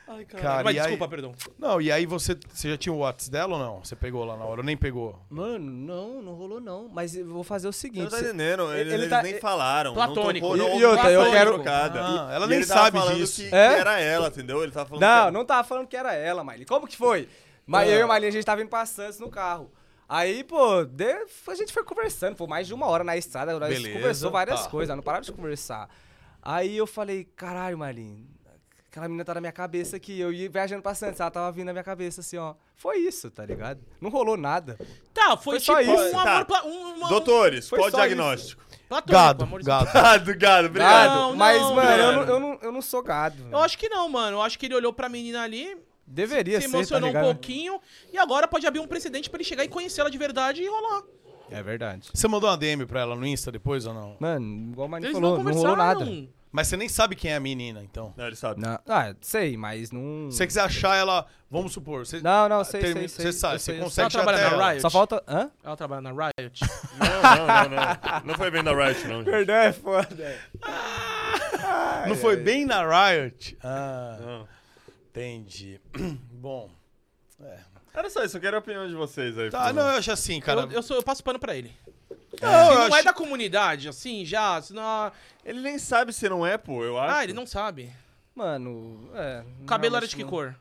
Speaker 1: Ai,
Speaker 4: Cara,
Speaker 1: cara. Mas
Speaker 4: e aí-
Speaker 1: desculpa, perdão.
Speaker 4: Não, e aí você, você já tinha o WhatsApp dela ou não? Você pegou lá na hora? Ou nem pegou?
Speaker 3: Mano, não, não rolou não. Mas eu vou fazer o
Speaker 2: Não
Speaker 3: seguinte.
Speaker 2: tá
Speaker 3: cê-
Speaker 2: entendendo,
Speaker 3: ele
Speaker 2: eles, eles
Speaker 3: tá-
Speaker 2: nem falaram. não
Speaker 1: Platônico.
Speaker 2: tocou, não
Speaker 3: E- e
Speaker 2: houve
Speaker 3: outra, eu
Speaker 2: relação
Speaker 3: quero-
Speaker 2: trocada.
Speaker 4: Ah, ela
Speaker 2: E
Speaker 4: nem
Speaker 2: ele tava
Speaker 4: sabe
Speaker 2: falando
Speaker 4: disso.
Speaker 2: Que, que
Speaker 3: É?
Speaker 2: era ela, entendeu? Ele tava falando que
Speaker 3: Não,
Speaker 2: era-
Speaker 3: não tava falando que era ela, Maile. Como que foi? Mas eu e a Maile, a gente tava indo pra Santos no carro. Aí, pô, de- a gente foi conversando, foi mais de uma hora na estrada, nós
Speaker 4: Beleza,
Speaker 3: conversou várias
Speaker 4: tá.
Speaker 3: coisas, não parava de conversar. Aí eu falei, caralho, Marlene, aquela menina tá na minha cabeça aqui, eu ia viajando pra Santos, ela tava vindo na minha cabeça assim, ó. Foi isso, tá ligado? Não rolou nada.
Speaker 1: Tá, foi,
Speaker 3: Foi só
Speaker 1: tipo
Speaker 3: isso.
Speaker 1: um amor...
Speaker 2: Tá.
Speaker 1: pla- Um, uma-
Speaker 2: Doutores,
Speaker 3: Foi
Speaker 2: qual o
Speaker 3: só isso.
Speaker 2: diagnóstico?
Speaker 1: um platônico,
Speaker 4: Gado,
Speaker 1: amor de-
Speaker 4: gado.
Speaker 2: Ah, do gado, obrigado.
Speaker 1: Não,
Speaker 3: Mas,
Speaker 1: não,
Speaker 3: mano, eu
Speaker 1: cara.
Speaker 3: não, eu, não, eu não sou gado.
Speaker 1: Eu acho que não, mano. Eu acho que ele olhou pra menina ali,
Speaker 3: Deveria
Speaker 1: se
Speaker 3: ser, tá
Speaker 1: emocionou um
Speaker 3: ligado?
Speaker 1: pouquinho, e agora pode abrir um precedente pra ele chegar e conhecê-la de verdade e rolar.
Speaker 3: É verdade.
Speaker 4: Você mandou uma DM pra ela no Insta depois ou não?
Speaker 3: Mano, igual o Marlene
Speaker 1: Eles
Speaker 3: falou,
Speaker 1: não
Speaker 3: não rolou
Speaker 1: conversaram.
Speaker 3: nada.
Speaker 4: Mas você nem sabe quem é a menina, então.
Speaker 2: Não, ele sabe.
Speaker 3: Não, ah, sei, mas não...
Speaker 4: Se você quiser achar ela, vamos supor. Você,
Speaker 3: Não, não, sei,
Speaker 4: termina-
Speaker 3: sei, sei.
Speaker 4: Você sabe,
Speaker 3: Eu
Speaker 4: você
Speaker 3: sei, eu
Speaker 4: consegue
Speaker 1: sei. Ela trabalha
Speaker 4: achar
Speaker 1: na
Speaker 4: até ela.
Speaker 1: Riot?
Speaker 3: Só falta... Hã?
Speaker 1: Ela trabalha na Riot.
Speaker 2: Não, não, não, não. Não foi bem da Riot, não. gente.
Speaker 3: Perdão, é foda.
Speaker 4: Não foi bem na Riot? Ah,
Speaker 2: Não.
Speaker 4: entendi. Bom.
Speaker 2: Era só isso, eu quero a opinião de vocês aí.
Speaker 4: Tá, não, eu acho assim, cara.
Speaker 1: Eu, eu, sou, eu passo pano pra ele.
Speaker 4: não,
Speaker 1: Se
Speaker 4: eu
Speaker 1: não é
Speaker 4: acho-
Speaker 1: da comunidade, assim, já. Se não...
Speaker 2: Ele nem sabe se não é, pô, eu acho.
Speaker 1: Ah, ele não sabe.
Speaker 3: Mano, é...
Speaker 1: O cabelo era
Speaker 3: realmente
Speaker 1: de que
Speaker 3: não-
Speaker 1: cor?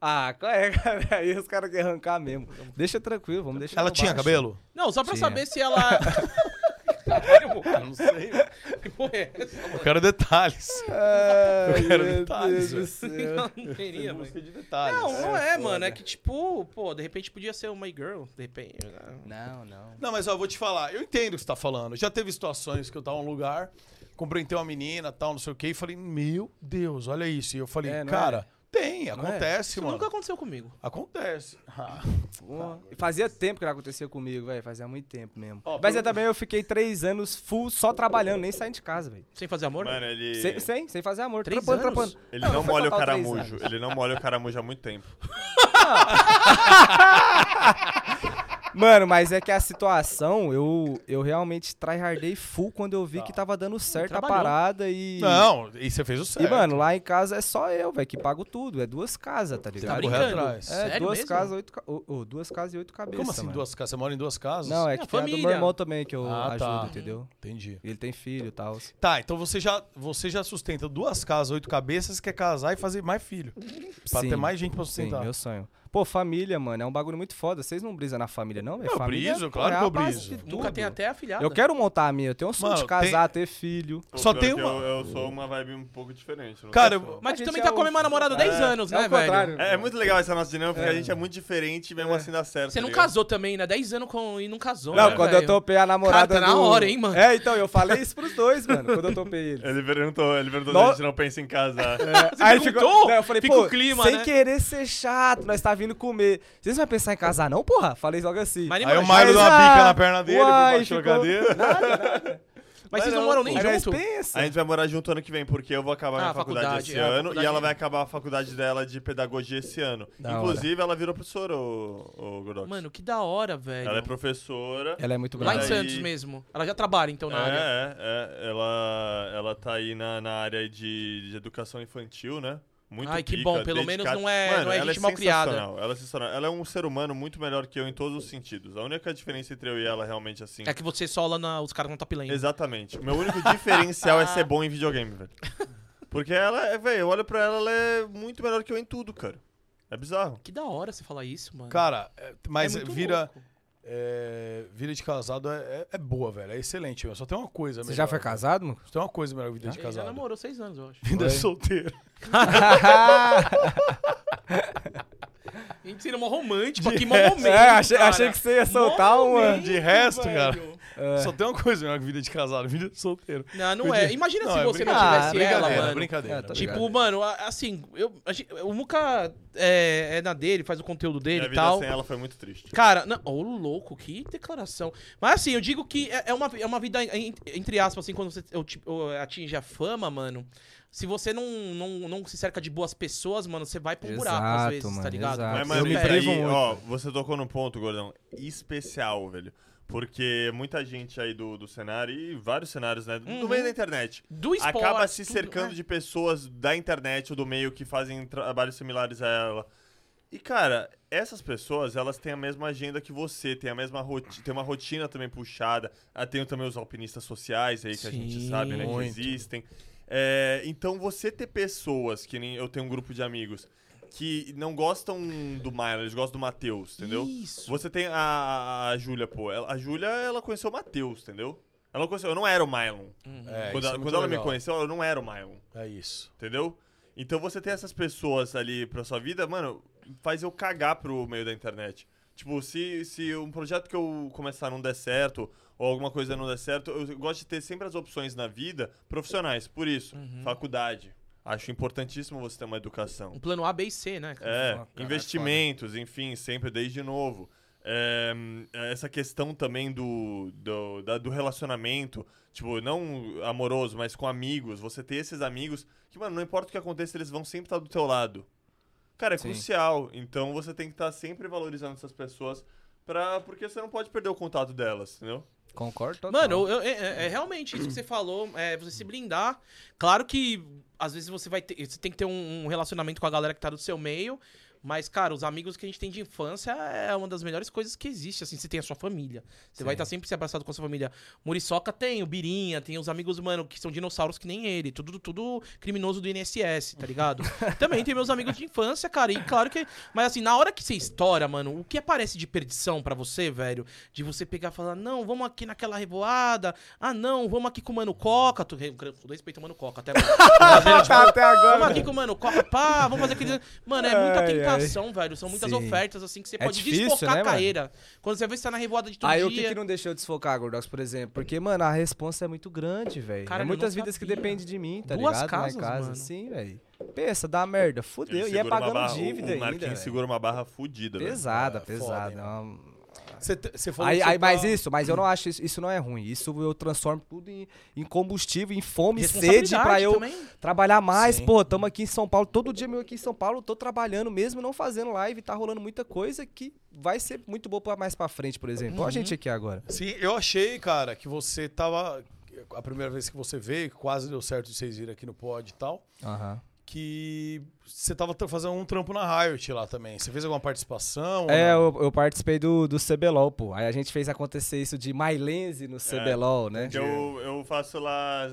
Speaker 3: Ah, qual é, cara? Aí os caras querem arrancar mesmo. Deixa tranquilo, vamos deixar
Speaker 4: Ela
Speaker 3: pra
Speaker 4: tinha
Speaker 3: baixo.
Speaker 4: cabelo?
Speaker 1: Não, só pra
Speaker 3: Tinha.
Speaker 1: saber se ela. é.
Speaker 4: Não sei.
Speaker 1: Que porra é essa?
Speaker 4: Eu quero detalhes.
Speaker 3: Ai,
Speaker 4: Eu quero
Speaker 3: É, meu
Speaker 4: detalhes,
Speaker 3: Deus do céu.
Speaker 1: Não teria, velho.
Speaker 4: de detalhes.
Speaker 1: Não, não é, mano. É que, tipo, pô, de repente podia ser uma girl. De repente.
Speaker 3: Não, não.
Speaker 4: Não, mas ó, eu vou te falar, eu entendo o que você tá falando. Já teve situações que eu tava num lugar, cumprimentei uma menina, tal, não sei o quê, e falei, meu Deus, olha isso. E eu falei,
Speaker 3: É, não
Speaker 4: cara,
Speaker 3: é?
Speaker 4: tem, acontece,
Speaker 1: Isso
Speaker 4: mano.
Speaker 1: nunca aconteceu comigo.
Speaker 4: Acontece. Ah,
Speaker 3: Porra. Fazia tempo que não acontecia comigo, velho. Fazia muito tempo mesmo.
Speaker 4: Ó,
Speaker 3: Mas
Speaker 4: pelo-
Speaker 3: eu também eu fiquei três anos full só trabalhando, nem saindo de casa, velho.
Speaker 1: Sem fazer amor? né?
Speaker 2: Mano, ele.
Speaker 3: Sem, sem, sem fazer amor.
Speaker 1: Três
Speaker 3: Trapando,
Speaker 1: anos?
Speaker 3: trapando.
Speaker 2: Ele não,
Speaker 3: não foi
Speaker 2: molha o
Speaker 3: total três
Speaker 2: caramujo.
Speaker 3: anos.
Speaker 2: Ele não molha o caramujo há muito tempo.
Speaker 3: Mano, mas é que a situação, eu, eu realmente tryhardei full quando eu vi que tava dando certo a
Speaker 1: Tá. Trabalhou.
Speaker 3: parada e.
Speaker 4: Não, e você fez o
Speaker 3: E,
Speaker 4: certo.
Speaker 3: mano, lá em casa é só eu, velho, que pago tudo. É duas casas, tá ligado?
Speaker 4: correr
Speaker 1: brincando?
Speaker 4: atrás.
Speaker 3: É,
Speaker 1: Sério
Speaker 3: duas
Speaker 1: mesmo?
Speaker 3: casas, oito ca... ô, ô, duas casas e oito cabeças.
Speaker 4: Como assim
Speaker 3: mano.
Speaker 4: duas casas? Você mora em duas casas?
Speaker 3: Não, é
Speaker 1: É,
Speaker 3: que tem a do meu
Speaker 1: família.
Speaker 3: irmão também que eu
Speaker 4: Ah,
Speaker 3: ajudo,
Speaker 4: tá.
Speaker 3: entendeu?
Speaker 4: Entendi.
Speaker 3: Ele tem filho e tal.
Speaker 4: Tá, então você já, você já sustenta duas casas, oito cabeças, quer casar e fazer mais filho. Pra
Speaker 3: Sim,
Speaker 4: ter mais gente pra
Speaker 3: Sim,
Speaker 4: sustentar.
Speaker 3: meu sonho. Pô, família, mano, é um bagulho muito foda. Vocês não brisam na família, não?
Speaker 4: Eu
Speaker 3: Eu família,
Speaker 4: briso,
Speaker 3: pô,
Speaker 4: claro
Speaker 3: é
Speaker 4: que eu
Speaker 3: a base
Speaker 4: briso.
Speaker 3: de
Speaker 1: Nunca
Speaker 3: tudo.
Speaker 1: tem até afilhado.
Speaker 3: Eu quero montar a minha, eu tenho um sonho
Speaker 4: Mano,
Speaker 3: de casar, ter filho.
Speaker 2: Pô,
Speaker 4: Só
Speaker 2: pior
Speaker 4: tem
Speaker 2: que
Speaker 4: uma-
Speaker 2: Eu, eu sou uma vibe um pouco diferente. não
Speaker 4: Cara,
Speaker 2: sei se
Speaker 4: eu-
Speaker 1: Mas
Speaker 3: A
Speaker 1: tu também
Speaker 3: gente
Speaker 1: tá
Speaker 3: é
Speaker 1: com a minha
Speaker 3: o-
Speaker 1: namorada há 10 anos,
Speaker 3: É
Speaker 1: né,
Speaker 3: o contrário.
Speaker 1: velho?
Speaker 2: É, é muito legal essa nossa dinâmica, porque a gente é muito diferente e mesmo assim dá certo.
Speaker 1: Você não
Speaker 2: tá ligado?
Speaker 1: casou também, né? 10 anos com... e não casou.
Speaker 3: Não,
Speaker 1: né,
Speaker 3: quando eu
Speaker 1: velho?
Speaker 3: topei a namorada.
Speaker 1: Cara, tá na
Speaker 3: do-
Speaker 1: hora, hein, mano?
Speaker 3: É, então, eu falei isso pros dois, mano, quando eu topei ele. É,
Speaker 2: Ele perguntou, ele perguntou
Speaker 3: No-
Speaker 2: se a gente não pensa em casar.
Speaker 1: Você perguntou?
Speaker 3: Não, eu falei,
Speaker 1: Fica
Speaker 3: pô,
Speaker 1: o clima,
Speaker 3: sem
Speaker 1: né?
Speaker 3: querer ser chato, nós tá vindo comer. Vocês não vão pensar em casar não, porra? Falei logo assim.
Speaker 1: Mas nem
Speaker 4: Aí o
Speaker 1: Mas-
Speaker 4: Mairo deu uma
Speaker 3: ah,
Speaker 4: bica na perna dele,
Speaker 3: uai,
Speaker 4: baixou a
Speaker 3: ficou-
Speaker 4: cadeira.
Speaker 1: Mas vocês não moram nem
Speaker 3: Mas é nós
Speaker 1: junto?
Speaker 3: pensa.
Speaker 2: A gente vai morar junto ano que vem, porque eu vou acabar
Speaker 1: Ah,
Speaker 2: minha
Speaker 1: a
Speaker 2: faculdade,
Speaker 1: faculdade,
Speaker 2: esse
Speaker 1: é, a
Speaker 2: ano
Speaker 1: faculdade
Speaker 2: e ela
Speaker 1: é.
Speaker 2: vai acabar a faculdade dela de pedagogia esse ano.
Speaker 3: Da
Speaker 2: Inclusive, ela virou professora, o, o Godox.
Speaker 1: Mano, que da hora, velho.
Speaker 2: ela é professora.
Speaker 3: Ela é muito
Speaker 1: Lá
Speaker 3: brava.
Speaker 1: em
Speaker 2: Aí-
Speaker 1: Santos mesmo. Ela já trabalha, então, na área.
Speaker 2: É, é, é. Ela, ela tá aí na, na área de, de educação infantil, né? Muito
Speaker 1: Ai, que
Speaker 2: pica,
Speaker 1: bom, pelo
Speaker 2: dedicada.
Speaker 1: menos não é-
Speaker 2: Mano,
Speaker 1: não é
Speaker 2: ela
Speaker 1: gente mal criada.
Speaker 2: sensacional, Ela é sensacional. Ela é um ser humano muito melhor que eu em todos os sentidos. A única diferença entre eu e ela realmente assim.
Speaker 1: É que você sola na... os caras tá no top lane.
Speaker 2: Exatamente. O meu único diferencial é ser bom em videogame, velho. Porque ela, é, velho, eu olho pra ela, ela é muito melhor que eu em tudo, cara. É bizarro.
Speaker 1: Que da hora você falar isso, mano.
Speaker 4: Cara, é, mas
Speaker 1: É muito
Speaker 4: vira.
Speaker 1: louco.
Speaker 4: é, vida de casado é, é- é boa, velho. É excelente, meu. Só tem uma coisa
Speaker 3: Você
Speaker 4: melhor.
Speaker 3: já foi casado, mano?
Speaker 4: Só tem uma coisa melhor que vida de
Speaker 1: Ele já
Speaker 4: casado.
Speaker 1: namorou seis anos, eu acho.
Speaker 4: Vida solteira.
Speaker 1: A gente seria mó romântico aqui, mó
Speaker 4: resto.
Speaker 1: momento.
Speaker 3: é, achei,
Speaker 1: cara.
Speaker 3: achei que você ia soltar
Speaker 1: Mó
Speaker 3: uma.
Speaker 1: momento,
Speaker 4: De resto,
Speaker 1: velho.
Speaker 3: É.
Speaker 4: cara. Só tem uma coisa melhor que vida de casado. Vida de solteiro.
Speaker 1: Não, não
Speaker 4: Podia-
Speaker 1: é. Imagina
Speaker 4: Não,
Speaker 1: se
Speaker 4: é
Speaker 1: você não tivesse
Speaker 3: Ah, brincadeira,
Speaker 4: brincadeira,
Speaker 1: ela, mano.
Speaker 4: brincadeira.
Speaker 3: É, tá
Speaker 1: Tipo,
Speaker 3: ligado.
Speaker 1: mano, a- assim, eu, a gente- o Muca é, é na dele, faz o conteúdo dele
Speaker 2: Minha
Speaker 1: e
Speaker 2: vida
Speaker 1: tal.
Speaker 2: sem ela foi muito triste.
Speaker 1: Cara, não, ô louco, que declaração. Mas assim, eu digo que é, é uma, é uma vida, en- entre aspas, assim, quando você eu, tipo, atinge a fama, mano. Se você não, não, não se cerca de boas pessoas, mano, você vai pro buraco às
Speaker 3: Exato,
Speaker 1: vezes, tá
Speaker 3: mano,
Speaker 1: ligado?
Speaker 3: exato.
Speaker 2: Mas,
Speaker 3: Ah, Eu
Speaker 2: mano,
Speaker 3: me
Speaker 2: isso
Speaker 3: privo
Speaker 2: aí,
Speaker 3: muito.
Speaker 2: ó, você tocou num ponto, gordão, especial, velho. Porque muita gente aí do, do cenário, e vários cenários, né? Do
Speaker 3: Uhum.
Speaker 2: meio da internet.
Speaker 1: Do esporte,
Speaker 2: acaba se
Speaker 1: tudo,
Speaker 2: cercando
Speaker 1: é.
Speaker 2: de pessoas da internet ou do meio que fazem trabalhos similares a ela. E, cara, essas pessoas, elas têm a mesma agenda que você, tem a mesma rotina, tem uma rotina também puxada. Ah, tem também os alpinistas sociais aí que a gente
Speaker 1: Sim.
Speaker 2: sabe, né?
Speaker 4: Muito.
Speaker 2: Que existem. É, então, você ter pessoas, que nem eu tenho um grupo de amigos, que não gostam do Myler, eles gostam do Matheus, entendeu?
Speaker 1: Isso.
Speaker 2: Você tem a, a, a Júlia, pô. Ela- a Júlia, ela conheceu o Matheus, entendeu? Ela conheceu, eu não era o Mylon.
Speaker 1: Uhum.
Speaker 3: Hum.
Speaker 4: É,
Speaker 2: quando
Speaker 4: isso é
Speaker 2: ela-
Speaker 4: muito
Speaker 2: quando ela me
Speaker 4: legal.
Speaker 2: conheceu, eu não era o Mylon.
Speaker 4: É isso.
Speaker 2: Entendeu? Então você tem essas pessoas ali pra sua vida, mano, faz eu cagar pro meio da internet. Tipo, se, se um projeto que eu começar não der certo, ou alguma coisa não der certo, eu gosto de ter sempre as opções na vida profissionais. Por isso,
Speaker 4: Uhum.
Speaker 2: faculdade. Acho importantíssimo você ter uma educação.
Speaker 1: Um plano A, B e C, né? cara?
Speaker 2: É,
Speaker 3: Foda, cara,
Speaker 2: investimentos, enfim, sempre desde novo. É, hum, essa questão também do, do, da- do relacionamento, tipo, não amoroso, mas com amigos. Você ter esses amigos que, mano, não importa o que aconteça, eles vão sempre estar do teu lado. Cara, é
Speaker 3: Sim.
Speaker 2: crucial. Então você tem que estar sempre valorizando essas pessoas pra, porque você não pode perder o contato delas, entendeu?
Speaker 3: Concordo total.
Speaker 1: Mano, eu- eu- é, é realmente isso que você falou, é você se blindar. Claro que às vezes você vai ter, você tem que ter um, um relacionamento com a galera que tá do seu meio, mas cara, os amigos que a gente tem de infância é uma das melhores coisas que existe, assim, você tem a sua família. Você vai estar sempre se abraçado com a sua família. Muriçoca tem, o Birinha, tem os amigos, mano, que são dinossauros que nem ele, tudo tudo criminoso do INSS, tá ligado? Também tem meus amigos de infância, cara, e claro que, mas assim, na hora que você estoura, mano, o que aparece de perdição pra você, velho? De você pegar e falar, não, vamos aqui naquela revoada. Ah, não, vamos aqui com o Mano Coca. Tu, com respeito ao Mano Coca, até
Speaker 3: tá até
Speaker 1: Vamos
Speaker 3: agora.
Speaker 1: aqui com o Mano Coca, pá, vamos fazer aquele... Mano, é muita
Speaker 3: Ai,
Speaker 1: tentação, velho. São muitas
Speaker 3: Sim.
Speaker 1: ofertas, assim, que você
Speaker 3: É
Speaker 1: pode
Speaker 3: difícil,
Speaker 1: desfocar
Speaker 3: né,
Speaker 1: a
Speaker 3: mano?
Speaker 1: carreira. Quando você vê você tá na revoada de todo
Speaker 3: Aí
Speaker 1: dia...
Speaker 3: o que, que não deixou eu desfocar, Gordox, por exemplo? Porque, mano, a responsa é muito grande, velho.
Speaker 1: Cara,
Speaker 3: É
Speaker 1: eu
Speaker 3: muitas
Speaker 1: não
Speaker 3: vidas que
Speaker 1: sabia.
Speaker 3: dependem de mim, tá
Speaker 1: Duas
Speaker 3: ligado?
Speaker 1: casas,
Speaker 3: Na casa,
Speaker 1: mano.
Speaker 3: sim, velho. Pensa, dá merda, fudeu.
Speaker 2: Ele
Speaker 3: E é
Speaker 2: segura uma
Speaker 3: pagando
Speaker 2: barra- o-
Speaker 3: dívida
Speaker 2: O
Speaker 3: ainda,
Speaker 2: Marquinhos
Speaker 3: velho.
Speaker 2: segura né? uma barra fudida, velho.
Speaker 3: Pesada,
Speaker 4: Ah, foda,
Speaker 3: pesada.
Speaker 4: hein,
Speaker 3: é uma-
Speaker 4: Você te- você falou
Speaker 3: Aí,
Speaker 4: que você
Speaker 3: aí, mas
Speaker 4: tá-
Speaker 3: isso, mas eu não acho isso, isso não é ruim. Isso eu transformo tudo em, em combustível, em fome, e
Speaker 1: Responsabilidade
Speaker 3: sede pra eu
Speaker 1: também.
Speaker 3: trabalhar mais.
Speaker 4: Sim.
Speaker 3: Pô, tamo aqui em São Paulo, todo dia meu aqui em São Paulo, tô trabalhando mesmo, não fazendo live, tá rolando muita coisa que vai ser muito boa pra mais pra frente, por exemplo.
Speaker 1: Uhum.
Speaker 3: Ó a gente aqui agora.
Speaker 4: Sim, eu achei, cara, que você tava. A primeira vez que você veio, que quase deu certo de vocês virem aqui no pod e tal,
Speaker 3: Aham.
Speaker 4: que você tava tra- fazendo um trampo na Riot lá também. Você fez alguma participação? ou
Speaker 3: É,
Speaker 4: não?
Speaker 3: eu, eu participei do, do CBLOL, pô. Aí a gente fez acontecer isso de MyLense no CBLOL, né?
Speaker 2: Eu, eu faço lá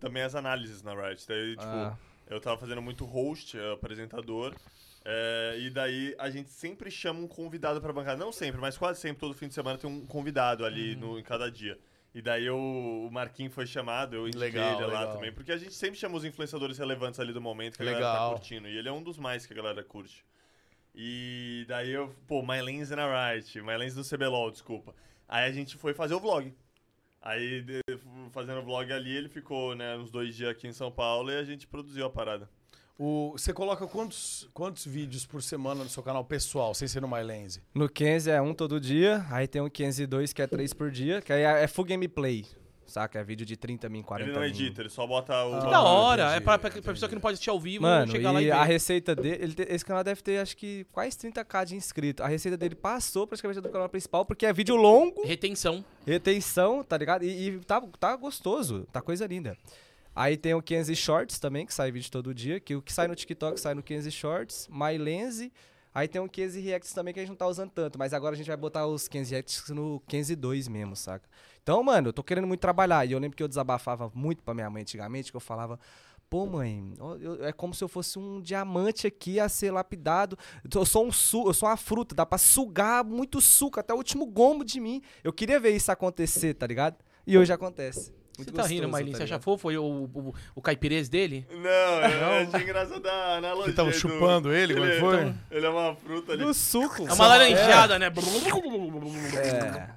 Speaker 2: também as análises na Riot. Daí, tipo,
Speaker 3: Ah.
Speaker 2: eu tava fazendo muito host, eh, apresentador. eh, e daí a gente sempre chama um convidado pra bancar. Não sempre, mas quase sempre, todo fim de semana tem um convidado
Speaker 4: Uhum.
Speaker 2: ali no, em cada dia. E daí eu- o Marquinhos foi chamado, eu indiquei
Speaker 4: Legal,
Speaker 2: ele lá
Speaker 4: legal.
Speaker 2: também. Porque a gente sempre chama os influenciadores relevantes ali do momento que a galera
Speaker 4: Legal.
Speaker 2: tá curtindo. E ele é um dos mais que a galera curte. E daí eu, pô, My Lens na Riot, My Lens no CBLOL, desculpa. Aí a gente foi fazer o vlog. Aí, de- fazendo o vlog ali, ele ficou, né, uns dois dias aqui em São Paulo e a gente produziu a parada.
Speaker 4: O- você coloca quantos, quantos vídeos por semana no seu canal pessoal, sem ser no MyLens?
Speaker 3: No 15 é um todo dia, aí tem um 15 e 2 que é três por dia, que aí é, é full gameplay, saca? É vídeo de 30 mil, 40
Speaker 2: ele não
Speaker 3: mil.
Speaker 2: edita, ele só bota o...
Speaker 1: Que
Speaker 2: bagulho.
Speaker 1: da hora.
Speaker 4: entendi,
Speaker 1: é pra, pra, pra pessoa que não pode assistir ao vivo,
Speaker 3: Ah, Mano,
Speaker 1: chegar lá e
Speaker 3: e
Speaker 1: ver.
Speaker 3: a receita dele, ele te- esse canal deve ter acho que quase 30k de inscrito. A receita dele passou praticamente do canal principal, porque é vídeo longo,
Speaker 1: Retenção.
Speaker 3: retenção, tá ligado? E, e tá, tá gostoso, tá coisa linda. Aí tem o 15 Shorts também, que sai vídeo todo dia, que o que sai no TikTok sai no 15 Shorts, MyLense. Aí tem o 15 Reacts também que a gente não tá usando tanto, mas agora a gente vai botar os 15 Reacts no 15 2 mesmo, saca? Então, mano, eu tô querendo muito trabalhar. E eu lembro que eu desabafava muito pra minha mãe antigamente, que eu falava, pô, mãe, ó, eu- é como se eu fosse um diamante aqui a ser lapidado. Eu sou um su eu sou uma fruta, dá pra sugar muito suco até o último gomo de mim. Eu queria ver isso acontecer, tá ligado? E hoje acontece.
Speaker 1: Você
Speaker 3: Muito
Speaker 1: tá rindo,
Speaker 3: gostoso,
Speaker 1: Maylin?
Speaker 3: tá
Speaker 1: Você acha
Speaker 3: ligado?
Speaker 1: fofo o, o, o caipirês dele?
Speaker 2: Não, eu achei engraçado a analogia
Speaker 4: Que tava
Speaker 2: do-
Speaker 4: chupando ele, como é que foi?
Speaker 2: Ele, ele é uma fruta ali.
Speaker 3: No suco.
Speaker 4: tá
Speaker 1: É uma laranjada, né?
Speaker 3: É.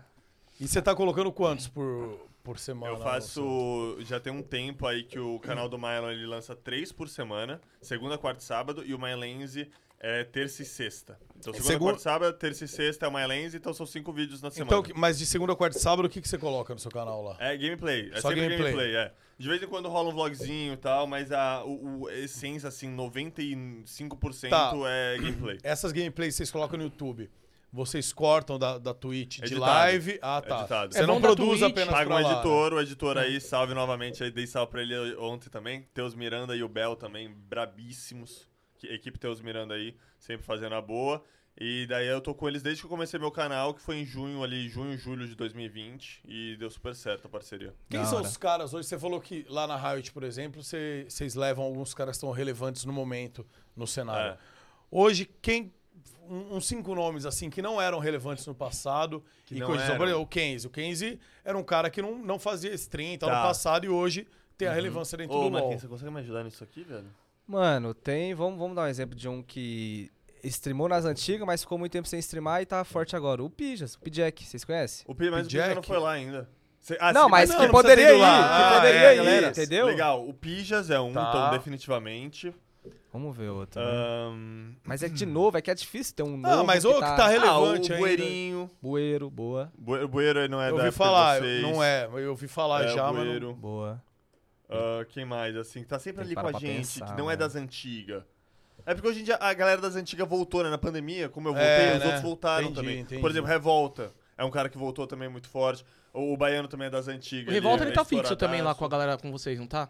Speaker 4: E você tá colocando quantos por, por semana?
Speaker 2: Eu faço. Já tem um tempo aí que o canal do Mylon ele lança três por semana: segunda, quarta e sábado, e o MyLense é terça e sexta. Então, segunda,
Speaker 4: É, Segu-
Speaker 2: quarta e sábado, terça e sexta é o MyLense, então são cinco vídeos na semana.
Speaker 4: Então, que- mas de segunda, quarta e sábado, o que, que você coloca no seu canal lá?
Speaker 2: É gameplay, é
Speaker 4: Só
Speaker 2: sempre gameplay.
Speaker 4: gameplay.
Speaker 2: é. De vez em quando rola um vlogzinho e tal, mas a o, o essência, assim, 95%
Speaker 4: Tá.
Speaker 2: é gameplay.
Speaker 4: Essas gameplays vocês colocam no YouTube. Vocês cortam da, da Twitch de
Speaker 2: É Editado.
Speaker 4: live. Ah, tá.
Speaker 2: Editado.
Speaker 4: Você
Speaker 2: É
Speaker 4: não
Speaker 1: bom da
Speaker 4: produz
Speaker 1: Twitch.
Speaker 4: apenas
Speaker 2: Paga
Speaker 4: pra
Speaker 2: um
Speaker 4: lá. né? É.
Speaker 2: editor, o editor aí, salve novamente. Aí dei salve pra ele ontem também. Teus Miranda e o Bel também, brabíssimos. Que- Equipe Teus Miranda aí, sempre fazendo a boa. E daí eu tô com eles desde que eu comecei meu canal, que foi em junho ali, junho, julho de 2020. E deu super certo a parceria.
Speaker 4: Quem
Speaker 3: Da
Speaker 4: são
Speaker 3: hora.
Speaker 4: os caras hoje? Você falou que lá na Riot, por exemplo, você- vocês levam alguns caras que estão relevantes no momento no cenário.
Speaker 2: É.
Speaker 4: Hoje, quem. um- Uns cinco nomes, assim, que não eram relevantes no passado. e
Speaker 2: não
Speaker 4: coisas.
Speaker 2: eram.
Speaker 4: Por exemplo, O Kenzie. O Kenzie era um cara que não, não fazia stream e tal no
Speaker 2: Tá. Uhum.
Speaker 4: passado e hoje tem a relevância dentro do LoL.
Speaker 2: consegue me ajudar nisso aqui, velho?
Speaker 3: Mano, tem. Vamos, vamos dar um exemplo de um que streamou nas antigas, mas ficou muito tempo sem streamar e tá forte agora. O Pijas, o Pijack, vocês conhecem?
Speaker 2: O P, mas o Pija
Speaker 4: Jack?
Speaker 2: não foi lá ainda. Cê- ah,
Speaker 3: Não,
Speaker 2: sim,
Speaker 3: mas que
Speaker 2: não precisa
Speaker 3: poderia
Speaker 2: ter ido lá.
Speaker 3: ir, que
Speaker 2: Ah,
Speaker 3: poderia ir,
Speaker 2: galera,
Speaker 3: entendeu?
Speaker 2: Legal, o Pijas é um,
Speaker 4: Tá.
Speaker 2: então, definitivamente.
Speaker 3: Vamos ver outro. né?
Speaker 2: Ahn,
Speaker 3: Mas é que de novo, é que é difícil ter um novo.
Speaker 4: Ah, mas o que tá relevante ainda.
Speaker 2: ah, o Bueirinho.
Speaker 3: Bueiro, boa,
Speaker 2: Bue- Bueiro não é
Speaker 4: Eu
Speaker 2: da
Speaker 4: ouvi
Speaker 2: época
Speaker 4: falar,
Speaker 2: de vocês.
Speaker 4: não é. Eu ouvi falar
Speaker 2: É,
Speaker 4: já,
Speaker 2: o
Speaker 4: mas.
Speaker 2: Bueiro.
Speaker 3: boa.
Speaker 2: Ah, quem mais, assim, que tá
Speaker 3: Tem
Speaker 2: sempre ali
Speaker 3: que
Speaker 2: com a
Speaker 3: parar pra
Speaker 2: gente,
Speaker 3: pensar,
Speaker 2: que não é
Speaker 3: né?
Speaker 2: das antigas. É porque hoje em dia a galera das antigas voltou, né? Na pandemia, como eu voltei,
Speaker 4: É,
Speaker 2: os
Speaker 4: né?
Speaker 2: outros voltaram
Speaker 4: Entendi,
Speaker 2: também.
Speaker 4: entendi.
Speaker 2: Por exemplo, Revolta. É um cara que voltou também muito forte. O, o Baiano também é das
Speaker 1: O
Speaker 2: antigas.
Speaker 1: Revolta ele
Speaker 2: é
Speaker 1: tá fixo também lá
Speaker 2: estouradaço.
Speaker 1: com a galera, com vocês, não tá?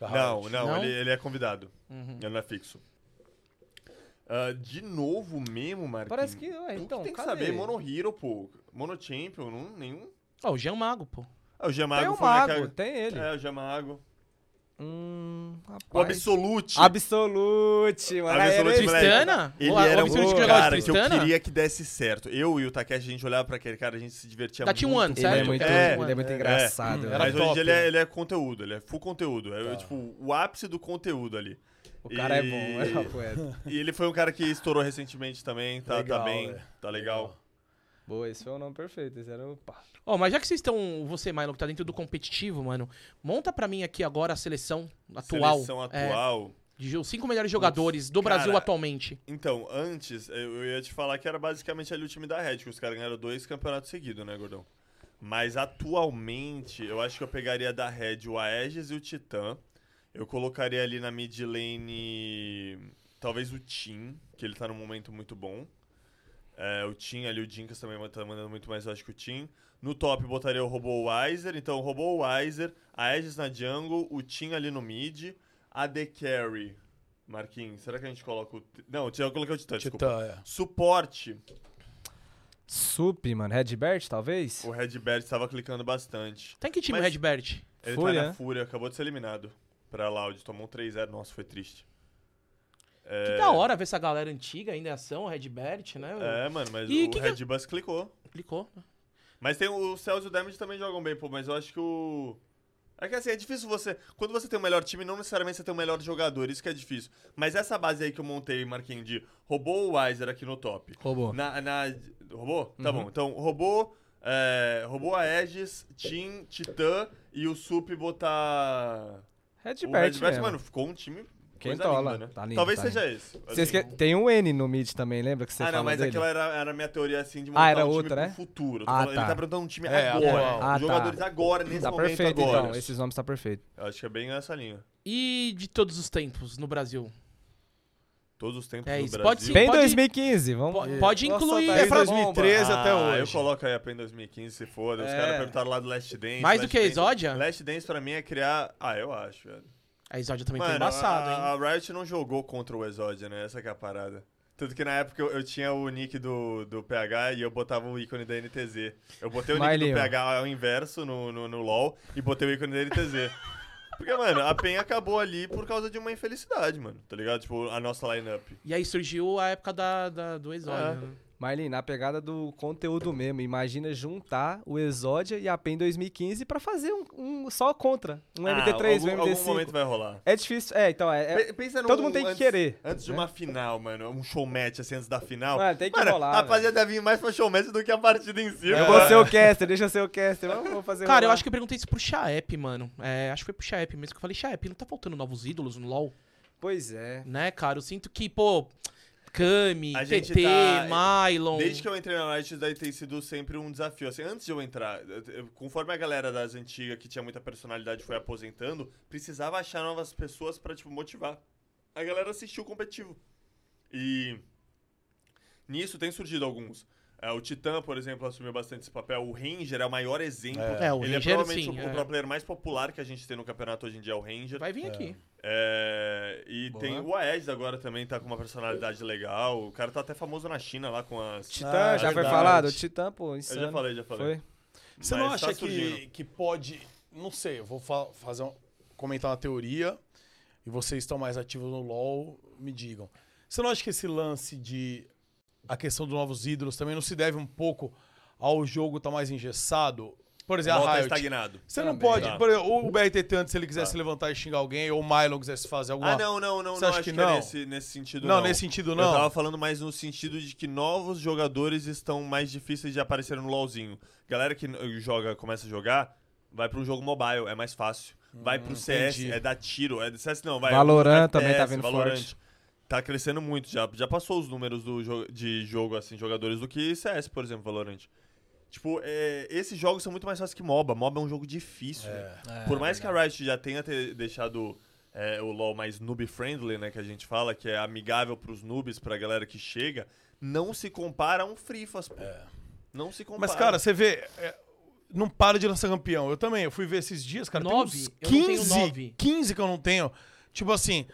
Speaker 4: não.
Speaker 2: Não, não,
Speaker 1: Não?
Speaker 2: Ele, ele é convidado.
Speaker 1: Uhum.
Speaker 2: Ele não é fixo. Ah, de novo mesmo, Marquinhos.
Speaker 3: Parece que, ué,
Speaker 2: Tu
Speaker 3: então,
Speaker 2: tem que
Speaker 3: cadê?
Speaker 2: saber, Mono Hero, pô. Mono Champion, não, nenhum.
Speaker 1: Ó, o Jean Mago, pô.
Speaker 2: Ah, o
Speaker 3: Tem
Speaker 2: Gemago
Speaker 3: o
Speaker 2: foi né, que
Speaker 3: Mago, tem ele.
Speaker 2: É, o Gemago.
Speaker 3: Hum,
Speaker 2: O
Speaker 3: rapaz.
Speaker 2: Absolute.
Speaker 3: Absolute, mano. aí era
Speaker 2: Absolute,
Speaker 3: ele.
Speaker 2: moleque.
Speaker 1: é Tristana?
Speaker 2: Ele
Speaker 1: O- o
Speaker 2: era
Speaker 1: Absolute
Speaker 2: um
Speaker 1: que jogava de
Speaker 2: cara que eu
Speaker 1: Tristana?
Speaker 2: queria que desse certo. Eu e o Takeshi, a gente olhava pra aquele cara, a gente se divertia
Speaker 1: Da
Speaker 2: muito.
Speaker 1: T1,
Speaker 2: muito.
Speaker 3: Ele é
Speaker 1: Sério?
Speaker 3: muito,
Speaker 2: É,
Speaker 3: ele é muito
Speaker 2: é.
Speaker 3: engraçado. velho.
Speaker 4: Era
Speaker 2: Mas hoje em
Speaker 4: top,
Speaker 2: dia ele é,
Speaker 4: né?
Speaker 2: ele é conteúdo, ele é full conteúdo. É, tipo, o ápice do conteúdo ali.
Speaker 3: O cara
Speaker 2: E-
Speaker 3: é bom, é poeta.
Speaker 2: E ele foi um cara que estourou recentemente também, tá,
Speaker 4: Legal,
Speaker 2: tá bem,
Speaker 4: velho.
Speaker 2: tá legal.
Speaker 3: Boa, esse foi o nome perfeito. Esse era o pá.
Speaker 1: Ó, mas já que vocês estão, você, Milo, que tá dentro do competitivo, mano, monta pra mim aqui agora a seleção atual.
Speaker 2: Seleção
Speaker 1: é,
Speaker 2: atual.
Speaker 1: de jo- os cinco melhores jogadores do
Speaker 2: cara.
Speaker 1: Brasil atualmente.
Speaker 2: Então, antes, eu- eu ia te falar que era basicamente ali o time da Red, que os caras ganharam dois campeonatos seguidos, né, gordão? Mas atualmente, eu acho que eu pegaria da Red o Aegis e o Titã. Eu colocaria ali na mid lane, talvez o Tim, que ele tá num momento muito bom. É, o Tim ali, o Dinkas também tá mandando muito mais, eu acho que o Tim. No top, botaria o Robô Wiser. Então, Robô Wiser, a Aegis na jungle, o Tim ali no mid, a The Carry. Marquinhos, será que a gente coloca o. Ti- Não, eu coloquei o Titã, desculpa.
Speaker 4: Titã, é.
Speaker 2: Suporte.
Speaker 3: Sup, mano. Redbert, talvez?
Speaker 2: O Redbert estava clicando bastante.
Speaker 1: Tem Tá que time,
Speaker 2: Mas-
Speaker 1: Redbert?
Speaker 2: Ele
Speaker 3: Fúria,
Speaker 2: tá
Speaker 3: né?
Speaker 2: na Fúria, acabou de ser eliminado pra Loud. Tomou um 3-0. Nossa, foi triste. É,
Speaker 1: Que da hora ver essa galera antiga ainda em ação, o Redbert, né?
Speaker 2: É, mano, mas
Speaker 1: E
Speaker 2: o
Speaker 1: que que-
Speaker 2: Red Bus clicou.
Speaker 1: Clicou.
Speaker 2: Mas tem o Cells e o Damage também jogam bem, pô. Mas eu acho que o. É que assim, é difícil você. Quando você tem o melhor time, não necessariamente você tem o melhor jogador, isso que é difícil. Mas essa base aí que eu montei, Marquinhos, de roubou o Weiser aqui no top.
Speaker 3: Robô.
Speaker 2: Na, na... Robô? Tá
Speaker 1: Uhum.
Speaker 2: bom. Então, robô, é, robô a Aegis, Tim, Titã e o Sup botar. o
Speaker 3: Redbert,
Speaker 2: Red Bat,
Speaker 3: mesmo.
Speaker 2: mano, ficou um time. coisa
Speaker 3: Quentola.
Speaker 2: linda, né?
Speaker 3: Tá lindo,
Speaker 2: Talvez
Speaker 3: tá
Speaker 2: seja esse.
Speaker 3: Você
Speaker 2: assim.
Speaker 3: esque- Tem um N no mid também, lembra que você
Speaker 2: Ah,
Speaker 3: falou
Speaker 2: não, mas
Speaker 3: dele?
Speaker 2: aquela era, era a minha teoria assim de
Speaker 3: Ah,
Speaker 2: montar
Speaker 3: era
Speaker 2: um time
Speaker 3: outra,
Speaker 2: pro
Speaker 3: né?
Speaker 2: futuro. Eu tô
Speaker 3: Ah,
Speaker 2: falando- Ele
Speaker 3: tá.
Speaker 2: tá perguntando um time
Speaker 4: É,
Speaker 2: agora.
Speaker 4: atual.
Speaker 2: os
Speaker 3: Ah, tá.
Speaker 2: jogadores agora, nesse
Speaker 3: Tá
Speaker 2: momento
Speaker 3: perfeito,
Speaker 2: agora.
Speaker 3: então. Esses nomes tá perfeito.
Speaker 2: Eu Acho que é bem essa linha.
Speaker 1: E de todos os tempos no Brasil?
Speaker 2: Todos os tempos
Speaker 1: É
Speaker 2: do
Speaker 1: isso,
Speaker 2: Brasil.
Speaker 1: pode sim.
Speaker 3: Bem
Speaker 1: pode-
Speaker 3: 2015, vamos...
Speaker 1: Po- pode
Speaker 3: Nossa,
Speaker 1: incluir-
Speaker 3: tá
Speaker 1: é
Speaker 3: aí,
Speaker 1: pra-
Speaker 3: bomba.
Speaker 4: 2013 até
Speaker 2: Ah, Eu
Speaker 4: hoje.
Speaker 2: coloco aí a PEN 2015, se foda. Os
Speaker 3: É.
Speaker 2: caras perguntaram lá do Last Dance.
Speaker 1: Mais do
Speaker 2: Last
Speaker 1: que a
Speaker 2: Dance.
Speaker 1: Exodia?
Speaker 2: Last Dance pra mim é criar. Ah, eu acho, velho.
Speaker 1: A Exódia também
Speaker 2: Mano,
Speaker 1: foi embaçado, hein?
Speaker 2: a, a Riot não jogou contra o Exodia, né? Essa que é a parada. Tanto que na época eu, eu tinha o nick do, do PH e eu botava o ícone da NTZ. Eu botei o nick
Speaker 3: Mailinho.
Speaker 2: do PH ao inverso no, no, no LoL e botei o ícone da NTZ. Porque, mano, a PEN acabou ali por causa de uma infelicidade, mano. Tá ligado? Tipo, a nossa lineup.
Speaker 1: E aí surgiu a época da, da- do Exódio.
Speaker 2: É.
Speaker 1: né?
Speaker 3: Marlin, na pegada do conteúdo mesmo, imagina juntar o Exódia e a PEN 2015 pra fazer um, um só contra. Um MD3,
Speaker 2: Ah, algum,
Speaker 3: um
Speaker 2: algum momento
Speaker 3: MD5.
Speaker 2: vai rolar.
Speaker 3: É difícil, é, então, é... é-
Speaker 2: Pe- Pensa
Speaker 3: todo mundo tem que
Speaker 2: antes-
Speaker 3: querer,
Speaker 2: Antes de
Speaker 3: né?
Speaker 2: uma final, mano. Um showmatch assim antes da final.
Speaker 3: Mano, tem que rolar,
Speaker 2: A rapaziada vinha mais pra showmatch do que a partida em si.
Speaker 3: é, Eu
Speaker 2: mano.
Speaker 3: vou ser o caster, deixa eu ser o caster, vamos vamos fazer um
Speaker 1: Cara, eu acho que eu perguntei isso pro Chaep, mano. É, acho que foi pro Chaep mesmo que eu falei, Chaep, não tá faltando novos ídolos no LoL?
Speaker 3: Pois é.
Speaker 1: Né, cara? Eu sinto que, pô, Kami,
Speaker 2: A gente
Speaker 1: TT,
Speaker 2: tá-
Speaker 1: Mylon...
Speaker 2: Desde que eu entrei na Riot, isso daí tem sido sempre um desafio. Assim, antes de eu entrar, eu- eu- conforme a galera das antigas que tinha muita personalidade foi aposentando, precisava achar novas pessoas pra, tipo, motivar. A galera assistiu o competitivo. E nisso tem surgido alguns. Eh, É, o Titã, por exemplo, assumiu bastante esse papel. O Ranger é o maior exemplo.
Speaker 1: É, o
Speaker 2: Ele
Speaker 1: Ranger,
Speaker 2: é provavelmente
Speaker 1: sim,
Speaker 2: o,
Speaker 1: é.
Speaker 2: o pro player mais popular que a gente tem no campeonato hoje em dia, é o Ranger.
Speaker 1: Vai vir aqui.
Speaker 2: É, e tem o Aedes agora também, tá com uma personalidade legal. O cara tá até famoso na China lá com as.
Speaker 3: Titã,
Speaker 4: Ah,
Speaker 3: já foi
Speaker 4: verdade.
Speaker 3: falado? Titã, pô,
Speaker 2: Eu
Speaker 3: insano.
Speaker 2: já falei, já falei.
Speaker 3: Foi?
Speaker 4: Você não
Speaker 2: Mas tá
Speaker 4: acha que,
Speaker 2: surgindo.
Speaker 4: que pode. Não sei, eu vou fa- fazer um- comentar uma teoria e vocês estão mais ativos no LoL, me digam. Você não acha que esse lance de. A questão dos novos ídolos também não se deve um pouco ao jogo estar mais engessado? Por exemplo,
Speaker 2: Volta
Speaker 4: a Riot.
Speaker 2: estagnado.
Speaker 4: Você não
Speaker 2: Também.
Speaker 4: pode.
Speaker 2: Tá.
Speaker 4: Por exemplo, o BRTT antes, se ele quisesse levantar e xingar alguém, ou o Mylon quisesse fazer alguma
Speaker 2: Ah, não, não, não.
Speaker 4: Você
Speaker 2: não
Speaker 4: acha
Speaker 2: acho
Speaker 4: que
Speaker 2: que é
Speaker 4: não?
Speaker 2: nesse, nesse sentido
Speaker 4: Não,
Speaker 2: não.
Speaker 4: nesse sentido
Speaker 2: Eu
Speaker 4: não.
Speaker 2: tava falando mais no sentido de que novos jogadores estão mais difíceis de aparecer no LoLzinho. Galera que n- joga, começa a jogar, vai pra um jogo mobile, é mais fácil. Vai pro CS,
Speaker 4: Hum, entendi.
Speaker 2: é dar tiro. É CS não, vai.
Speaker 3: Valorant
Speaker 2: é
Speaker 3: também tá
Speaker 2: FPS,
Speaker 3: vindo
Speaker 2: Valorant.
Speaker 3: forte.
Speaker 2: Tá crescendo muito já. Já passou os números do jo- de jogo, assim, jogadores do que CS, por exemplo, Valorant. Tipo, é, esses jogos são muito mais fáceis que MOBA. MOBA é um jogo difícil. né? Por mais que a Riot já tenha ter deixado é, o LoL mais noob-friendly, né? Que a gente fala, que é amigável pros noobs, pra galera que chega, não se compara a um Frifas, pô. Não se compara.
Speaker 4: Mas, cara, você vê. é, não para de lançar campeão. Eu também. Eu fui ver esses dias, cara.
Speaker 1: Nove? Eu
Speaker 4: Tem
Speaker 1: não
Speaker 4: uns
Speaker 1: tenho
Speaker 4: 15,
Speaker 1: nove.
Speaker 4: 15 que eu não tenho. Tipo assim.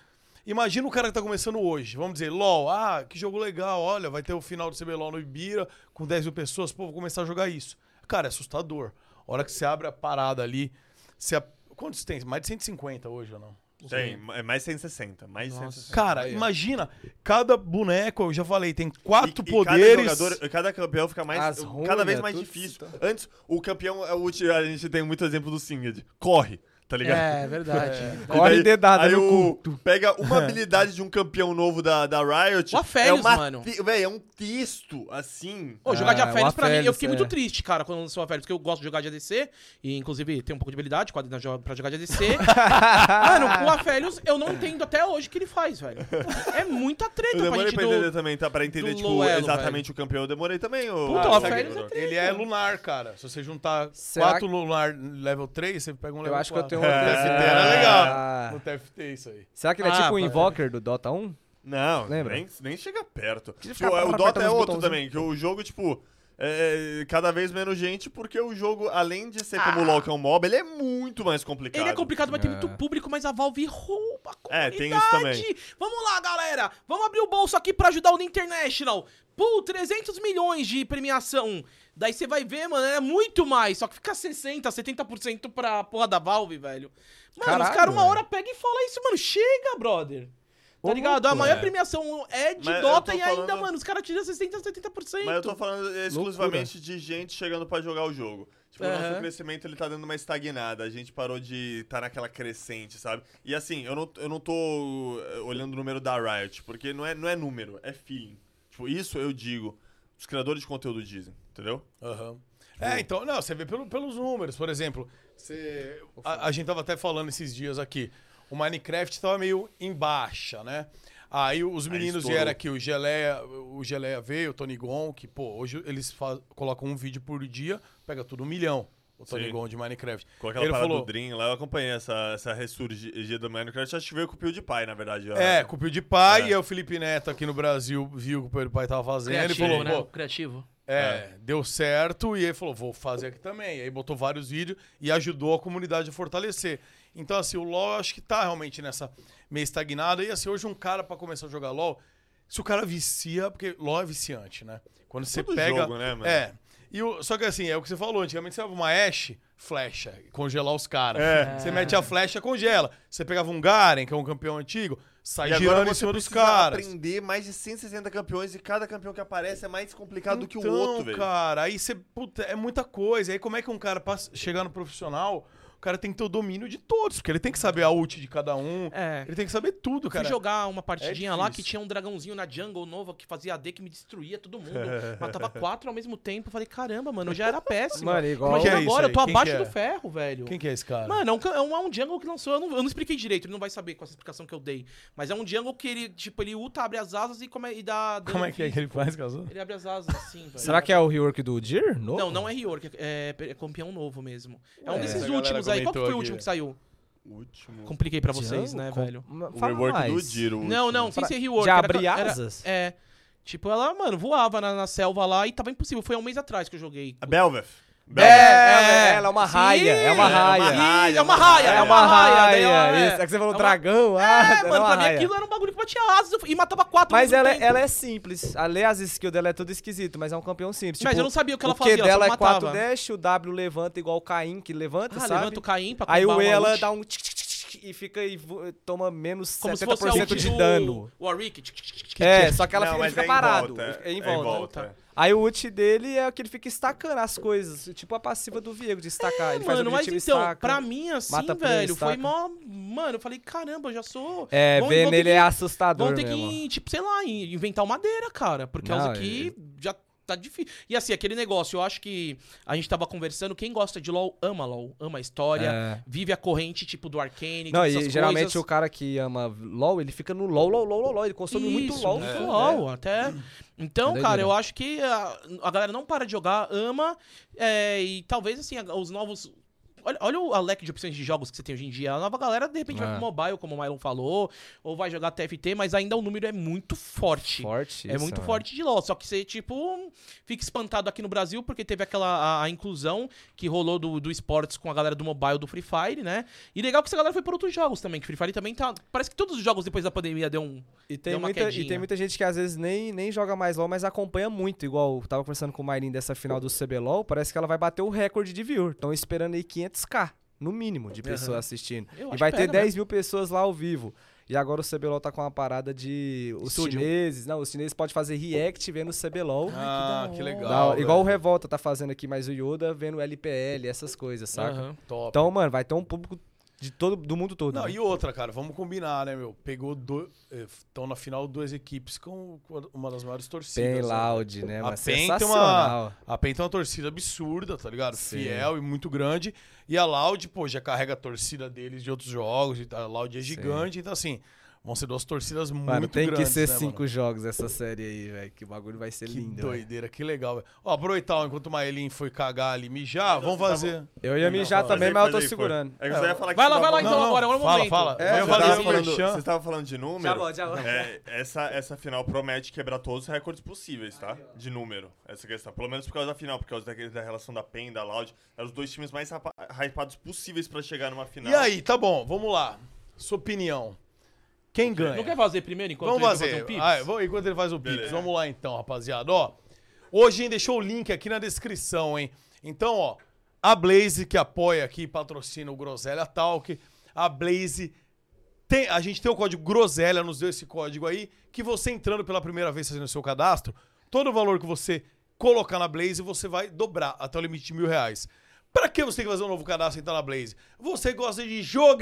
Speaker 4: Imagina o cara que tá começando hoje. Vamos dizer, LOL. Ah, que jogo legal. Olha, vai ter o final do CBLOL no Ibira com 10 mil pessoas. Pô, vou começar a jogar isso. Cara, é assustador. A hora que você abre a parada ali. Você... a- Quantos tem? Mais de 150 hoje ou não?
Speaker 2: Tem, é mais 160. Mais 160.
Speaker 4: Cara, imagina. Cada boneco, eu já falei, tem quatro
Speaker 2: E- e
Speaker 4: poderes.
Speaker 2: Cada, jogador- cada campeão fica mais.
Speaker 3: As
Speaker 2: cada
Speaker 3: runas,
Speaker 2: vez mais
Speaker 3: tudo
Speaker 2: difícil. Antes, o campeão é o último. A gente tem muito exemplo do Singed. Corre, tá ligado?
Speaker 1: É, verdade.
Speaker 2: E
Speaker 3: Corre dedada
Speaker 2: aí
Speaker 3: no É.
Speaker 2: o-
Speaker 3: cu.
Speaker 2: Pega uma habilidade de um campeão novo da, da Riot.
Speaker 1: O Aphelios,
Speaker 2: é uma
Speaker 1: mano.
Speaker 2: ti- Véi, é um texto, assim.
Speaker 1: Ô, jogar de
Speaker 3: Ah, o
Speaker 1: Aphelios pra mim, eu
Speaker 3: Aphelios,
Speaker 1: fiquei
Speaker 3: é.
Speaker 1: muito triste, cara, quando lançou o Aphelios, porque eu gosto de jogar de ADC, e inclusive tenho um pouco de habilidade quadra- jo- pra jogar de ADC. Mano, o Aphelios, eu não entendo até hoje o que ele faz, velho. É muita treta pra
Speaker 2: Eu demorei
Speaker 1: gente
Speaker 2: pra entender
Speaker 1: do...
Speaker 2: também, tá? Pra entender,
Speaker 1: do
Speaker 2: tipo,
Speaker 1: Loelo,
Speaker 2: exatamente o campeão. Eu demorei também. ô-
Speaker 1: Puta,
Speaker 2: Ah,
Speaker 1: o
Speaker 2: sabe,
Speaker 1: Aphelios é
Speaker 2: Bruno?
Speaker 1: treta.
Speaker 4: Ele é lunar, cara. Se você juntar
Speaker 3: Será
Speaker 4: quatro
Speaker 3: que-
Speaker 4: lunar level 3, você pega um level
Speaker 3: Eu acho que eu
Speaker 4: 4.
Speaker 3: tenho
Speaker 2: É.
Speaker 3: uma
Speaker 4: No TFT
Speaker 3: curiosidade.
Speaker 4: era
Speaker 3: Ah.
Speaker 4: né? legal. Um No TFT isso aí.
Speaker 3: Será que ele é
Speaker 1: Ah,
Speaker 3: tipo o
Speaker 1: pai.
Speaker 3: Invoker do Dota 1?
Speaker 2: Não,
Speaker 3: Lembra?
Speaker 2: Nem, nem chega perto. Tipo,
Speaker 3: ficar
Speaker 2: o
Speaker 3: apertando
Speaker 2: Dota é
Speaker 3: os
Speaker 2: outro
Speaker 3: botãozinhos.
Speaker 2: também, que o jogo, tipo, é cada vez menos gente, porque o jogo, além de ser como o LoL, que é um MOB, ele é muito mais complicado.
Speaker 1: Ah. Ele é complicado, mas tem
Speaker 3: É.
Speaker 1: muito público, mas a Valve rouba a
Speaker 2: É,
Speaker 1: comunidade.
Speaker 2: tem isso também.
Speaker 1: Vamos lá, galera. Vamos abrir o bolso aqui pra ajudar o The International. Pô, 300 milhões de premiação. Daí você vai ver, mano, é muito mais. Só que fica 60%, 70% pra porra da Valve, velho. Mano, os
Speaker 3: Caralho,
Speaker 1: caras uma
Speaker 3: velho.
Speaker 1: hora pegam e falam isso, mano. Chega, brother. Tá
Speaker 3: Ô,
Speaker 1: ligado? A
Speaker 3: louco,
Speaker 1: maior
Speaker 2: é.
Speaker 1: premiação é de
Speaker 2: Mas eu
Speaker 1: Dota
Speaker 2: tô
Speaker 1: e ainda,
Speaker 2: falando-
Speaker 1: mano, os caras tiram 60%, 70%.
Speaker 2: Mas eu tô falando exclusivamente de gente chegando pra jogar o jogo. Tipo, o
Speaker 1: Aham.
Speaker 2: nosso crescimento ele tá dando uma estagnada. A gente parou de tá naquela crescente, sabe? E assim, eu não, eu não tô eh, olhando o número da Riot, porque não é, não é número, é feeling. Tipo, isso eu digo. Os criadores de conteúdo dizem, entendeu?
Speaker 4: É, então, não, você vê pelo- pelos números, por exemplo. você- a, a gente tava até falando esses dias aqui. O Minecraft tava meio em baixa, né? Aí os meninos
Speaker 2: estourou.
Speaker 4: vieram aqui, o Geleia, o Geleia veio, o Tony Gon, que, pô, hoje eles fa- colocam um vídeo por dia, pega tudo um milhão. O Tony
Speaker 2: Sim.
Speaker 4: Gon de Minecraft.
Speaker 2: Com aquela parada do Dream lá, eu acompanhei essa, essa ressurgida do Minecraft. Acho que veio com o PewDiePie, na verdade.
Speaker 4: É,
Speaker 2: a-
Speaker 4: com o PewDiePie,
Speaker 2: É.
Speaker 4: e aí o Felipe Neto aqui no Brasil viu o que o PewDiePie tava fazendo e falou,
Speaker 1: né?
Speaker 3: né?
Speaker 4: pô,
Speaker 1: Criativo.
Speaker 4: é, deu certo, e aí falou, vou fazer aqui também. E aí botou vários vídeos e ajudou a comunidade a fortalecer. Então, assim, o LoL eu acho que tá realmente nessa meio estagnada. E assim, hoje um cara pra começar a jogar LoL, se o cara vicia, porque LoL é viciante, né? Quando você
Speaker 2: Todo
Speaker 4: pega.
Speaker 2: jogo, né, mano?
Speaker 4: É. E o- só que assim, é o que você falou, antigamente você dava uma Ashe, flecha, congelar os caras.
Speaker 2: É.
Speaker 4: Você mete a flecha, congela. Você pegava um Garen, que é um campeão antigo, sai
Speaker 2: E agora
Speaker 4: girando
Speaker 2: você
Speaker 4: em cima dos
Speaker 2: precisa
Speaker 4: caras.
Speaker 2: aprender mais de 160 campeões e cada campeão que aparece é mais complicado do que o
Speaker 4: Então,
Speaker 2: outro, velho.
Speaker 4: cara, aí você, puta, é muita coisa. Aí como é que um cara, pra chegar no profissional, o cara tem que ter o domínio de todos, porque ele tem que saber a ult de cada um,
Speaker 1: É.
Speaker 4: ele tem que saber tudo, cara. é
Speaker 1: Fui jogar uma partidinha lá que
Speaker 4: difícil.
Speaker 1: tinha um dragãozinho na jungle nova que fazia AD que me destruía todo mundo. Matava quatro ao mesmo tempo. Eu Falei, caramba, mano, eu já era péssimo.
Speaker 3: Mano, igual-
Speaker 1: Imagina
Speaker 4: Quem é isso
Speaker 1: agora,
Speaker 4: aí?
Speaker 1: eu tô
Speaker 4: Quem
Speaker 1: abaixo
Speaker 4: que é?
Speaker 1: do ferro, velho.
Speaker 4: Quem que é esse cara?
Speaker 1: Mano, é um, ca- é um, é um jungle que lançou, eu não, eu não expliquei direito, ele não vai saber com essa explicação que eu dei. Mas é um jungle que ele, tipo, ele ulta, abre as asas e, come, e dá... dano
Speaker 4: como é que é que
Speaker 1: físico.
Speaker 4: ele faz, casou?
Speaker 1: Ele abre as asas assim, velho.
Speaker 3: Será que é o rework do Deer? Novo?
Speaker 1: Não, não é Rework, é, é campeão novo mesmo. É um
Speaker 4: É.
Speaker 1: desses
Speaker 4: Essa galera
Speaker 1: últimos aí. Qual que
Speaker 4: comentou
Speaker 1: foi o
Speaker 4: aqui.
Speaker 1: último que saiu?
Speaker 2: Último.
Speaker 1: Compliquei pra
Speaker 3: Django?
Speaker 1: vocês, né,
Speaker 3: Com-
Speaker 1: velho?
Speaker 3: Ma-
Speaker 2: O
Speaker 3: Fala
Speaker 2: rework
Speaker 3: mais.
Speaker 2: do Diro. o
Speaker 1: Não,
Speaker 2: último.
Speaker 1: não, sem
Speaker 3: Pra-
Speaker 1: ser
Speaker 3: de
Speaker 1: rework.
Speaker 3: abrir
Speaker 1: era-
Speaker 3: asas?
Speaker 1: É. Tipo, ela, mano, voava na, na selva lá e tava impossível. Foi há um mês atrás que eu joguei.
Speaker 2: A Belveth.
Speaker 3: É,
Speaker 2: Belveth.
Speaker 3: ela, ela é uma raia, é uma raia.
Speaker 1: Ih, É uma raia, é uma raia. daí ela
Speaker 3: isso. É que você falou
Speaker 1: é uma-
Speaker 3: dragão, ah,
Speaker 1: É,
Speaker 3: ela
Speaker 1: mano,
Speaker 3: uma
Speaker 1: pra mim
Speaker 3: raia.
Speaker 1: aquilo era um bagulho que batia asas eu- e matava quatro
Speaker 3: Mas
Speaker 1: ao mesmo
Speaker 3: ela,
Speaker 1: tempo.
Speaker 3: ela é simples. A- Aliás, as skills dela é tudo esquisito, mas é um campeão simples.
Speaker 1: Mas
Speaker 3: Tipo,
Speaker 1: eu não sabia o que ela
Speaker 3: o Q
Speaker 1: fazia, ela só
Speaker 3: dela é
Speaker 1: matava.
Speaker 3: 4 dash, o W levanta igual o Caim, que levanta,
Speaker 1: Ah,
Speaker 3: sabe?
Speaker 1: levanta o Caim pra
Speaker 3: Aí
Speaker 1: combar
Speaker 3: o E ela
Speaker 1: Malute.
Speaker 3: dá um tic, tic, tic, tic, e fica e vo- toma menos
Speaker 1: Como se fosse a
Speaker 3: 70%
Speaker 1: ult
Speaker 3: de
Speaker 1: do
Speaker 3: dano.
Speaker 1: Warwick. Tic, tic, tic, tic,
Speaker 3: É,
Speaker 1: tic.
Speaker 3: só que ela
Speaker 2: Não,
Speaker 3: fica,
Speaker 2: mas
Speaker 3: ele fica
Speaker 2: é em
Speaker 3: parado.
Speaker 2: volta,
Speaker 3: ele fica-
Speaker 2: é-
Speaker 3: em
Speaker 2: é em
Speaker 3: volta.
Speaker 2: volta, é.
Speaker 3: Aí o ult dele é que ele fica estacando as coisas. Tipo a passiva do Viego de estacar.
Speaker 1: É,
Speaker 3: ele faz
Speaker 1: mano,
Speaker 3: o
Speaker 1: mas
Speaker 3: objetivo
Speaker 1: então,
Speaker 3: e estaca.
Speaker 1: pra mim, assim,
Speaker 3: mata pra ele,
Speaker 1: velho, foi
Speaker 3: estaca.
Speaker 1: mó. Mano, eu falei, caramba, eu já sou. um
Speaker 3: É,
Speaker 1: Vão-
Speaker 3: ver
Speaker 1: vão ter
Speaker 3: nele
Speaker 1: que-
Speaker 3: é assustador
Speaker 1: Vão ter
Speaker 3: mesmo.
Speaker 1: que, tipo, sei lá, in- inventar uma madeira, cara. Por causa
Speaker 3: Não,
Speaker 1: que já tá difícil. E assim, aquele negócio, eu acho que a gente tava conversando, quem gosta de LOL ama LOL, ama a história,
Speaker 3: É.
Speaker 1: vive a corrente, tipo, do Arcane,
Speaker 3: Não,
Speaker 1: todas
Speaker 3: e
Speaker 1: essas
Speaker 3: geralmente
Speaker 1: coisas.
Speaker 3: o cara que ama LOL, ele fica no LOL, LOL, LOL, LOL, LOL. Ele consome muito
Speaker 1: Isso,
Speaker 3: LOL.
Speaker 1: muito
Speaker 3: né?
Speaker 1: LOL, até. Então, cara,
Speaker 3: É doideira.
Speaker 1: eu acho que a, a galera não para de jogar, ama, é, e talvez, assim, a- os novos... Olha, olha o- a leque de opções de jogos que você tem hoje em dia. A nova galera, de repente, vai
Speaker 3: É.
Speaker 1: pro mobile, como o Mylon falou, ou vai jogar TFT, mas ainda o número é muito forte.
Speaker 3: Forte
Speaker 1: É
Speaker 3: isso,
Speaker 1: muito
Speaker 3: mano.
Speaker 1: forte de LOL, só que você, tipo, fica espantado aqui no Brasil, porque teve aquela a, a inclusão que rolou do, do esportes com a galera do mobile do Free Fire, né? E legal que essa galera foi por outros jogos também, que Free Fire também tá. Parece que todos os jogos depois da pandemia deu um.
Speaker 3: E tem,
Speaker 1: Deu uma
Speaker 3: muita, e
Speaker 1: quedinha.
Speaker 3: tem muita gente que às vezes nem, nem joga mais LOL, mas acompanha muito. Igual eu tava conversando com o Marinho dessa final do CBLOL, parece que ela vai bater o recorde de viewer. Estão esperando aí 500k, no mínimo, de pessoas assistindo.
Speaker 1: Eu
Speaker 3: e
Speaker 1: acho
Speaker 3: vai
Speaker 1: que
Speaker 3: ter
Speaker 1: pega,
Speaker 3: 10 mil pessoas lá ao vivo. E agora o CBLOL tá com uma parada de. Os
Speaker 1: Estúdio.
Speaker 3: chineses. Não, os chineses podem fazer react vendo o CBLOL.
Speaker 4: Ah, que legal.
Speaker 3: Da hora.
Speaker 4: velho.
Speaker 3: igual o Revolta tá fazendo aqui, mas o Yoda vendo o LPL, essas coisas, saca?
Speaker 1: Aham.
Speaker 4: Top.
Speaker 3: Então, mano, vai ter um público de todo, do mundo todo.
Speaker 4: Não,
Speaker 3: né?
Speaker 4: e outra, cara, vamos combinar, né, meu? Pegou do... Estão na final duas equipes com com uma das maiores torcidas.
Speaker 3: Bem
Speaker 4: né?
Speaker 3: loud, né?
Speaker 4: A
Speaker 3: Mas
Speaker 4: PEN, tem
Speaker 3: sensacional.
Speaker 4: uma, a PEN tem uma torcida absurda, tá ligado?
Speaker 3: Sim.
Speaker 4: Fiel e muito grande. E a Loud, pô, já carrega a torcida deles de outros jogos. e A Loud é gigante, então assim, vão ser duas torcidas
Speaker 3: Mano,
Speaker 4: muito
Speaker 3: tem
Speaker 4: grandes.
Speaker 3: que ser
Speaker 4: né,
Speaker 3: cinco
Speaker 4: mano?
Speaker 3: jogos essa série aí, velho. Que o bagulho vai ser
Speaker 4: Que
Speaker 3: lindo. né? velho.
Speaker 4: doideira, que legal. velho. Ó, aproveitar enquanto o Maelin foi cagar ali, mijar, vamos
Speaker 1: tá
Speaker 4: fazer.
Speaker 3: Eu ia mijar
Speaker 2: Faz
Speaker 3: também,
Speaker 2: aí,
Speaker 3: mas eu
Speaker 2: faz
Speaker 3: tô
Speaker 2: aí, foi.
Speaker 3: segurando.
Speaker 2: É que você ia falar que
Speaker 1: Vai lá,
Speaker 2: você tava
Speaker 1: vai lá
Speaker 2: falando-
Speaker 1: então, agora, agora é o
Speaker 4: fala,
Speaker 1: momento.
Speaker 4: fala.
Speaker 3: É,
Speaker 4: eu
Speaker 3: já
Speaker 4: falei
Speaker 3: tava
Speaker 4: assim,
Speaker 2: falando-
Speaker 4: merchan.
Speaker 2: Você estava falando de número?
Speaker 3: Já vou, já vou.
Speaker 2: É, essa, essa final promete quebrar todos os recordes possíveis, tá? De número, essa questão. Pelo menos por causa da final, por causa da, da relação da PEN, da Loud. Eram os dois times mais rapa- hypados possíveis pra chegar numa final.
Speaker 4: E aí, tá bom, vamos lá. Sua opinião. Quem ganha?
Speaker 1: Não quer fazer primeiro enquanto
Speaker 4: É. Vamos
Speaker 1: ele vai
Speaker 4: fazer.
Speaker 1: um pix?
Speaker 4: Ah, eu vou- enquanto ele faz o Pix,
Speaker 2: Beleza.
Speaker 4: vamos lá então, rapaziada. Ó, hoje, hein, deixou o link aqui na descrição, hein? Então, ó, a Blaze que apoia aqui, e patrocina o Groselha Talk. A Blaze tem, a gente tem o código Groselha, nos deu esse código aí, que você entrando pela primeira vez fazendo o seu cadastro, todo o valor que você colocar na Blaze, você vai dobrar até o limite de mil reais. Pra que você tem que fazer um novo cadastro e entrar na Blaze? Você gosta de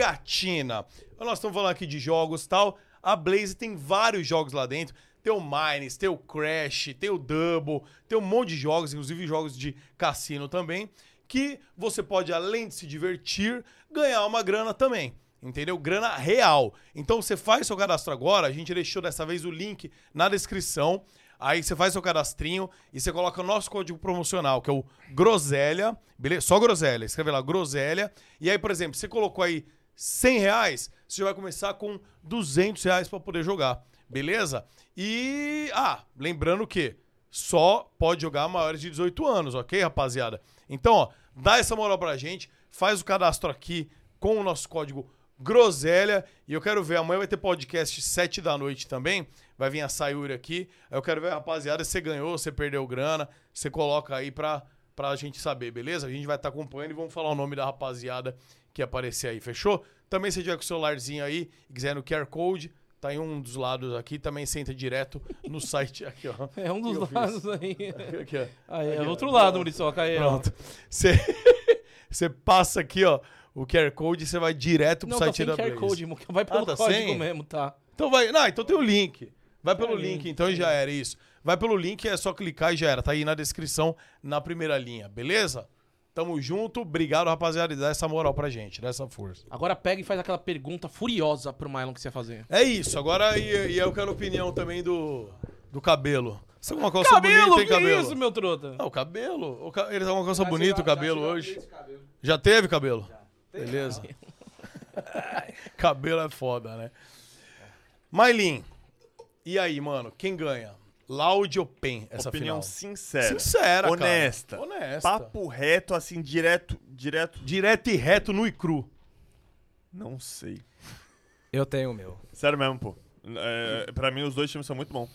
Speaker 4: jogatina. Nós estamos falando aqui de jogos e tal. A Blaze tem vários jogos lá dentro. Tem o Mines, tem o Crash, tem o Double, tem um monte de jogos, inclusive jogos de cassino também, que você pode, além de se divertir, ganhar uma grana também. Entendeu? Grana real. Então você faz seu cadastro agora, a gente deixou dessa vez o link na descrição. Aí você faz seu cadastrinho e você coloca o nosso código promocional, que é o Groselha, beleza? Só Groselha, escreve lá Groselha. E aí, por exemplo, você colocou aí 100 reais, você já vai começar com 200 reais para poder jogar, beleza? E, ah, lembrando que só pode jogar maiores de 18 anos, ok, rapaziada? Então, ó, dá essa moral pra gente, faz o cadastro aqui com o nosso código Groselha. E eu quero ver, amanhã vai ter podcast 7 da noite também. Vai vir a Sayuri aqui. Aí eu quero ver, rapaziada, se você ganhou, se você perdeu grana. Você coloca aí pra, pra gente saber, beleza? A gente vai estar acompanhando e vamos falar o nome da rapaziada que aparecer aí, fechou? Também se tiver com o celularzinho aí e quiser no QR Code, tá em um dos lados aqui. Também você entra direto no site aqui, ó.
Speaker 1: É um dos lados aí.
Speaker 4: Aqui, ó.
Speaker 1: Aí, é outro lado, Muriçoca. Aí, ó.
Speaker 4: Pronto. Você, você passa aqui, ó, o QR Code e você vai direto pro
Speaker 1: Não, tá
Speaker 4: site
Speaker 1: sem
Speaker 4: da
Speaker 1: QR
Speaker 4: Blaze.
Speaker 1: Code, Muca. vai pelo
Speaker 4: Ah, tá
Speaker 1: código
Speaker 4: sem?
Speaker 1: mesmo, tá.
Speaker 4: Então vai. Não, então tem o link. Vai pelo link, então e já era isso. Vai pelo link, é só clicar e já era. Tá aí na descrição, na primeira linha, beleza? Tamo junto, obrigado, rapaziada, e dá essa moral pra gente, dá essa força.
Speaker 1: Agora pega e faz aquela pergunta furiosa pro Mylon que você ia fazer.
Speaker 4: É isso, agora e, e eu quero a opinião também do, do cabelo. Você tem uma calça
Speaker 1: Cabelo,
Speaker 4: bonita,
Speaker 1: que
Speaker 4: hein, cabelo?
Speaker 1: isso, meu trota?
Speaker 4: Ah, o cabelo? O ca- Ele tá com uma calça bonita, o cabelo hoje. Já teve cabelo? Beleza. cabelo é foda, né? Mailin, e aí, mano? Quem ganha? Laudiopen, essa
Speaker 2: Opinião
Speaker 4: final.
Speaker 2: sincera.
Speaker 4: Sincera, cara.
Speaker 2: honesta.
Speaker 4: Honesta.
Speaker 2: Papo reto, assim, direto, direto.
Speaker 4: Direto e reto, nu e cru.
Speaker 2: Não sei.
Speaker 3: Eu tenho o meu.
Speaker 2: Sério mesmo, pô. É, pra mim, os dois times são muito bons.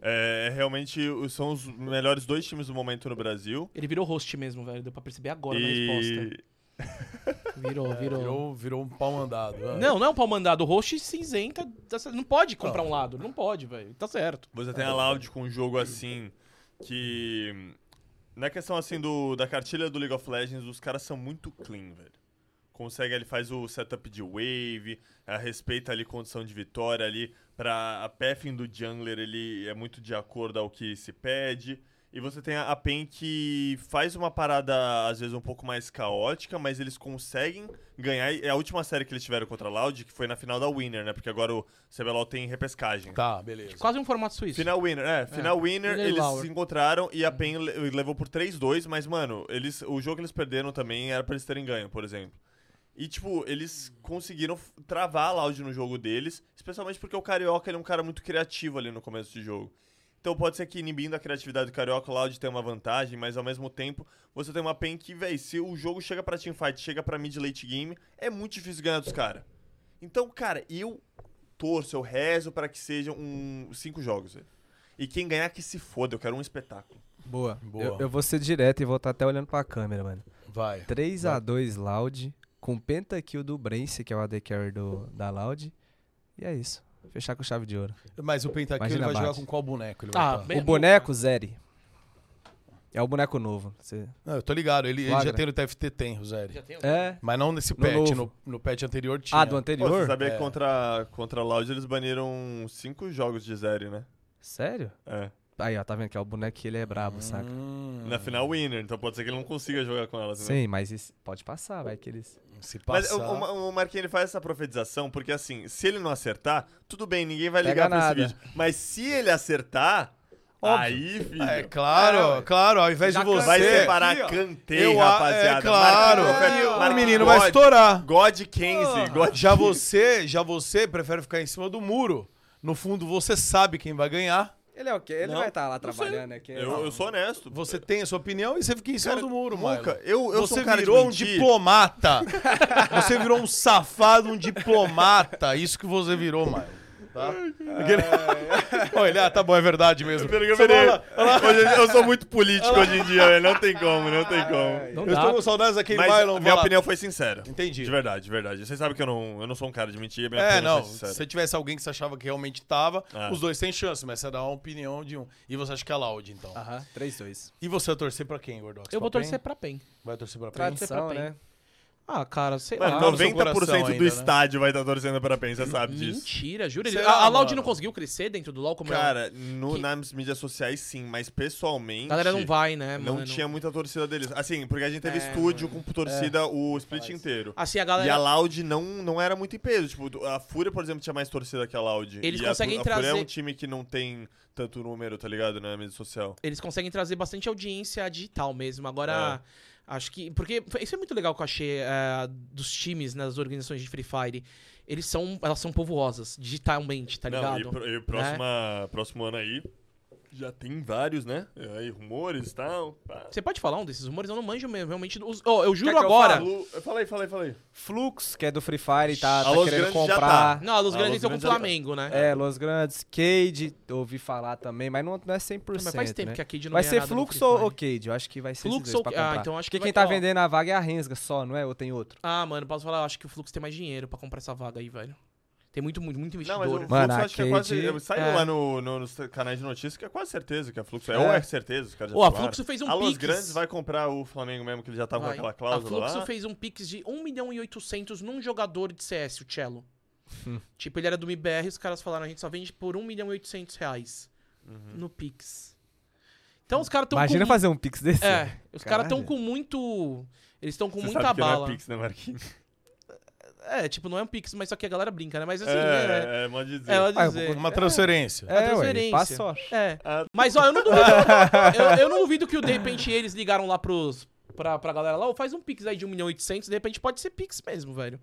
Speaker 2: É, realmente, os- são os melhores dois times do momento no Brasil.
Speaker 1: Ele virou host mesmo, velho. Deu pra perceber agora na resposta.
Speaker 2: E É,
Speaker 1: Virou, virou.
Speaker 4: Virou, virou um pau mandado. é.
Speaker 1: Não, não é um pau mandado. O host se isenta. dessa- Não pode comprar um lado. Não pode, velho. Tá certo.
Speaker 2: você tem a Loud com um jogo assim, que... Na questão, assim, do, da cartilha do League of Legends, os caras são muito clean, velho. Consegue, ele faz o setup de wave, a respeita ali condição de vitória ali. Pra, a pathing do jungler, ele é muito de acordo ao que se pede. E você tem a, a PEN que faz uma parada, às vezes, um pouco mais caótica, mas eles conseguem ganhar. E é a última série que eles tiveram contra a Loud, que foi na final da Winner, né? Porque agora o CBLOL tem repescagem.
Speaker 4: Tá, beleza.
Speaker 1: Quase um formato suíço.
Speaker 2: Final winner, é. Final winner,
Speaker 1: Winner e
Speaker 2: eles
Speaker 1: Lauer.
Speaker 2: se encontraram e a PEN le- levou por 3-2, mas, mano, eles, o jogo que eles perderam também era pra eles terem ganho, por exemplo. E, tipo, eles conseguiram f- travar a Loud no jogo deles, especialmente porque o Carioca ele é um cara muito criativo ali no começo do jogo. Então pode ser que inibindo a criatividade do Carioca, o Loud tem uma vantagem, mas ao mesmo tempo você tem uma PEN que, véi, se o jogo chega pra teamfight, chega pra mid late game, é muito difícil ganhar dos caras. Então, cara, eu torço, eu rezo para que sejam um, cinco jogos. velho. E quem ganhar que se foda, eu quero um espetáculo.
Speaker 3: Boa.
Speaker 4: Boa.
Speaker 3: Eu, eu vou ser direto e vou estar até olhando pra câmera, mano.
Speaker 4: Vai.
Speaker 3: 3x2 Loud, com pentakill do Brence, que é o AD Carry do, da Loud. E é isso. Fechar com chave de ouro.
Speaker 4: Mas o Pentakill ele
Speaker 3: Imagina
Speaker 4: vai jogar
Speaker 3: bate.
Speaker 4: com qual boneco? Ele
Speaker 1: Ah,
Speaker 4: vai tá?
Speaker 1: bem-
Speaker 3: O boneco, Zeri. É o boneco novo. Você-
Speaker 4: Não, eu tô ligado. Ele, ele já
Speaker 3: Flagra.
Speaker 4: tem no TFT, tem, Rosério.
Speaker 1: Já tem um-
Speaker 3: É.
Speaker 4: Mas não nesse
Speaker 3: No
Speaker 4: patch. No,
Speaker 3: novo.
Speaker 4: no patch anterior tinha.
Speaker 3: Ah, do
Speaker 2: Pô, você
Speaker 3: anterior?
Speaker 2: sabia
Speaker 4: É.
Speaker 2: que contra, contra a Loud eles baniram cinco jogos de Zeri, né?
Speaker 3: Sério?
Speaker 2: É.
Speaker 3: Aí, ó, tá vendo que é o boneco que ele é brabo, saca?
Speaker 4: Hum,
Speaker 2: Na final winner, então pode ser que ele não consiga jogar com elas, né?
Speaker 3: Sim, mas esse- pode passar, vai que eles.
Speaker 4: se
Speaker 2: Mas
Speaker 4: passar...
Speaker 2: o, o, o Marquinhos ele faz essa profetização porque, assim, se ele não acertar, tudo bem, ninguém vai
Speaker 3: Pega
Speaker 2: ligar pra esse
Speaker 3: nada.
Speaker 2: vídeo. Mas se ele acertar,
Speaker 3: Óbvio.
Speaker 2: aí, filho,
Speaker 4: É claro, claro. Ao invés de você...
Speaker 2: vai separar canteio,
Speaker 4: a-
Speaker 2: rapaziada.
Speaker 4: É claro.
Speaker 2: Marquinhos,
Speaker 4: o
Speaker 2: Marquinhos,
Speaker 4: menino vai
Speaker 2: God-
Speaker 4: estourar. Ah.
Speaker 2: God Kenzie, God
Speaker 4: Já você, já você prefere ficar em cima do muro. No fundo, você sabe quem vai ganhar.
Speaker 3: Ele é o quê? Ele
Speaker 2: Não,
Speaker 3: vai estar lá trabalhando, né? Quem é-
Speaker 2: Eu, eu sou honesto.
Speaker 4: Você tem a sua opinião e você fica em cima
Speaker 2: Cara,
Speaker 4: do muro,
Speaker 2: Muca,
Speaker 4: Milo.
Speaker 2: eu- eu
Speaker 4: Você
Speaker 2: sou um cara de
Speaker 4: virou um
Speaker 2: mentir.
Speaker 4: diplomata. você virou um safado, um diplomata. Isso que você virou, Milo. Tá? Aquele- Olha, ele, ah, tá bom, é verdade mesmo.
Speaker 2: Primeiro que
Speaker 4: Você
Speaker 2: eu virei.
Speaker 4: fala,
Speaker 2: Hoje em dia- eu sou muito político hoje em dia, velho. Não tem como, não tem como.
Speaker 1: Não
Speaker 4: eu
Speaker 1: dá.
Speaker 4: estou com saudades daquele
Speaker 2: Mas
Speaker 4: Mylon.
Speaker 2: minha
Speaker 4: vai lá.
Speaker 2: opinião foi sincera.
Speaker 4: Entendi.
Speaker 2: De verdade, de verdade. Vocês sabem que eu não, eu não sou um cara de mentir, minha
Speaker 4: É,
Speaker 2: opinião
Speaker 4: não.
Speaker 2: foi sincera.
Speaker 4: Se você tivesse alguém que você achava que realmente tava,
Speaker 2: Ah.
Speaker 4: os dois têm chance, mas você dá uma opinião de um. E você acha que é Loud, então.
Speaker 3: Aham, 3-2.
Speaker 4: E você vai torcer pra quem, Gordox?
Speaker 1: Eu vou
Speaker 4: Pra
Speaker 1: torcer
Speaker 4: quem?
Speaker 1: pra PEN.
Speaker 4: Vai torcer pra quem?
Speaker 1: Tradição,
Speaker 3: Tradição, né?
Speaker 1: Ah, cara, sei
Speaker 2: Mano,
Speaker 1: lá.
Speaker 4: não, tá no seu
Speaker 2: 90%
Speaker 4: coração
Speaker 2: do
Speaker 4: ainda, né?
Speaker 2: estádio vai estar torcendo pra PEN, você sabe disso.
Speaker 1: Mentira, jura.
Speaker 4: Será,
Speaker 1: a a Loud
Speaker 4: mano?
Speaker 1: não conseguiu crescer dentro do LoL como ela-
Speaker 2: Cara, no,
Speaker 1: Que-
Speaker 2: nas mídias sociais sim, mas pessoalmente.
Speaker 1: A galera não vai, né,
Speaker 2: Não
Speaker 1: mano?
Speaker 2: tinha muita torcida deles. Assim, porque a gente
Speaker 4: É,
Speaker 2: teve estúdio com torcida o split inteiro.
Speaker 1: Assim, a
Speaker 2: E a
Speaker 1: galera...
Speaker 2: Loud não, não era muito em peso. Tipo, a Fúria, por exemplo, tinha mais torcida que a Loud.
Speaker 1: Eles
Speaker 2: e
Speaker 1: conseguem
Speaker 2: a, Fu- a Fúria é
Speaker 1: trazer-
Speaker 2: um time que não tem tanto número, tá ligado? Na mídia social.
Speaker 1: Eles conseguem trazer bastante audiência digital mesmo. Agora... Acho que. Porque foi- isso é muito legal que eu achei é, dos times, né, das organizações de Free Fire. Eles são, elas são povoosas, digitalmente, tá
Speaker 2: não,
Speaker 1: ligado?
Speaker 2: e, pro- e próxima, próximo ano aí já tem vários, né? Aí rumores e tal. pá.
Speaker 1: Você pode falar um desses rumores? Eu não manjo mesmo, realmente. Os, ó, eu juro
Speaker 3: que eu
Speaker 1: agora.
Speaker 2: Lu- Fala aí, fala aí, fala aí.
Speaker 3: Flux, que é do Free Fire, tá, tá
Speaker 2: Alô, os
Speaker 3: querendo
Speaker 2: grandes já
Speaker 3: comprar.
Speaker 1: não, a Luz
Speaker 2: Ah,
Speaker 1: Grande
Speaker 2: Los
Speaker 1: entrou com o
Speaker 2: Grandes já tá.
Speaker 1: Flamengo, né?
Speaker 3: É, Los Grandes, Cade, ouvi falar também, mas não, não é 100%.
Speaker 1: Mas faz tempo
Speaker 3: né?
Speaker 1: que a Cade não
Speaker 3: Vai
Speaker 1: ganha
Speaker 3: ser
Speaker 1: nada do
Speaker 3: Fluxo
Speaker 1: Free
Speaker 3: ou
Speaker 1: Fire.
Speaker 3: ou Cade? Eu acho que vai ser
Speaker 1: Fluxo
Speaker 3: esses
Speaker 1: ou-
Speaker 3: dois pra comprar.
Speaker 1: ah, então acho
Speaker 3: Porque
Speaker 1: que vai
Speaker 3: quem tá
Speaker 1: ter, ó.
Speaker 3: vendendo a vaga é a Rensga só, não é? Ou tem outro?
Speaker 1: Ah, mano, posso falar? Eu acho que o Fluxo tem mais dinheiro pra comprar essa vaga aí, velho. Tem muito, muito, muito
Speaker 2: Não,
Speaker 1: investidor.
Speaker 2: mas o Fluxo
Speaker 3: Mano, a
Speaker 2: acho que é quase.
Speaker 3: Cade-
Speaker 2: Saiu
Speaker 1: é.
Speaker 2: lá no, no- nos canais de notícias que é quase certeza que a Fluxo é.
Speaker 3: É.
Speaker 2: Ou é certeza, os caras já
Speaker 1: Ó, a
Speaker 2: falaram.
Speaker 1: Fluxo fez um
Speaker 2: A Los
Speaker 1: Pix.
Speaker 2: Grandes vai comprar o Flamengo mesmo, que ele já tava
Speaker 1: Vai.
Speaker 2: Tá com aquela
Speaker 1: a
Speaker 2: cláusula
Speaker 1: Fluxo
Speaker 2: lá.
Speaker 1: fez um pix de 1 milhão e 800 num jogador de CS, o Cello.
Speaker 3: Hum.
Speaker 1: tipo, ele era do MBR e os caras falaram, a gente só vende por 1 milhão e 800 reais
Speaker 2: Uhum.
Speaker 1: no pix. Então os caras estão
Speaker 3: Imagina
Speaker 1: com...
Speaker 3: fazer um pix desse.
Speaker 1: É, os caras estão
Speaker 3: Caralho.
Speaker 1: com muito... Eles estão com
Speaker 2: Você
Speaker 1: muita
Speaker 2: sabe que
Speaker 1: bala.
Speaker 2: Não é Pix, né, Marquinhos?
Speaker 1: É, tipo, não é um pix, mas só que a galera brinca, né? Mas assim, né?
Speaker 2: É, é, mó dizer.
Speaker 1: É, ela
Speaker 3: Ah, eu
Speaker 1: dizer.
Speaker 4: Uma transferência.
Speaker 3: É, ué,
Speaker 1: transferência.
Speaker 3: passa só.
Speaker 1: É.
Speaker 2: Ah,
Speaker 1: Mas, ó, eu não duvido. eu, eu não duvido que, de repente, eles ligaram lá pros, pra, pra galera lá, ou faz um Pix aí de 1 milhão e 800, de repente pode ser Pix mesmo, velho.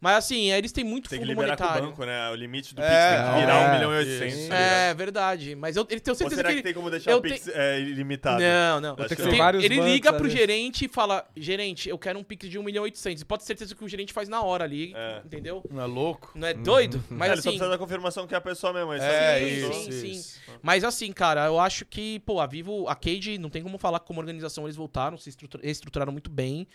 Speaker 1: Mas assim, aí eles têm muito
Speaker 2: Tem que
Speaker 1: fundo
Speaker 2: liberar com o
Speaker 1: monetário.
Speaker 2: banco, né? O limite do
Speaker 4: É,
Speaker 2: Pix tem que virar
Speaker 3: é,
Speaker 2: 1 milhão e 800.
Speaker 1: É, verdade. Mas eu, ele tenho
Speaker 2: Ou
Speaker 1: certeza
Speaker 2: será que,
Speaker 1: ele-
Speaker 2: tem como deixar
Speaker 1: eu
Speaker 2: o Pix é, ilimitado?
Speaker 1: Não, não.
Speaker 2: Acho que
Speaker 1: Tem-
Speaker 2: não.
Speaker 3: Tem vários
Speaker 1: ele
Speaker 3: bancos,
Speaker 1: liga pro
Speaker 3: às vezes.
Speaker 1: gerente e fala: Gerente, eu quero um Pix de 1 milhão e 800. E pode ter certeza que o gerente faz na hora ali,
Speaker 2: É.
Speaker 1: entendeu?
Speaker 4: Não é louco?
Speaker 1: Não é
Speaker 3: Uhum.
Speaker 1: doido? Mas
Speaker 2: É, ele só
Speaker 1: assim.
Speaker 2: precisa da confirmação que é a pessoa mesmo. aí só
Speaker 4: É,
Speaker 2: que a
Speaker 1: sim,
Speaker 2: pessoa-
Speaker 1: sim,
Speaker 4: isso,
Speaker 1: sim.
Speaker 4: isso.
Speaker 1: Mas assim, cara, eu acho que, pô, a Vivo, a Cade, não tem como falar que como organização eles voltaram, se estrutura- estruturaram muito bem.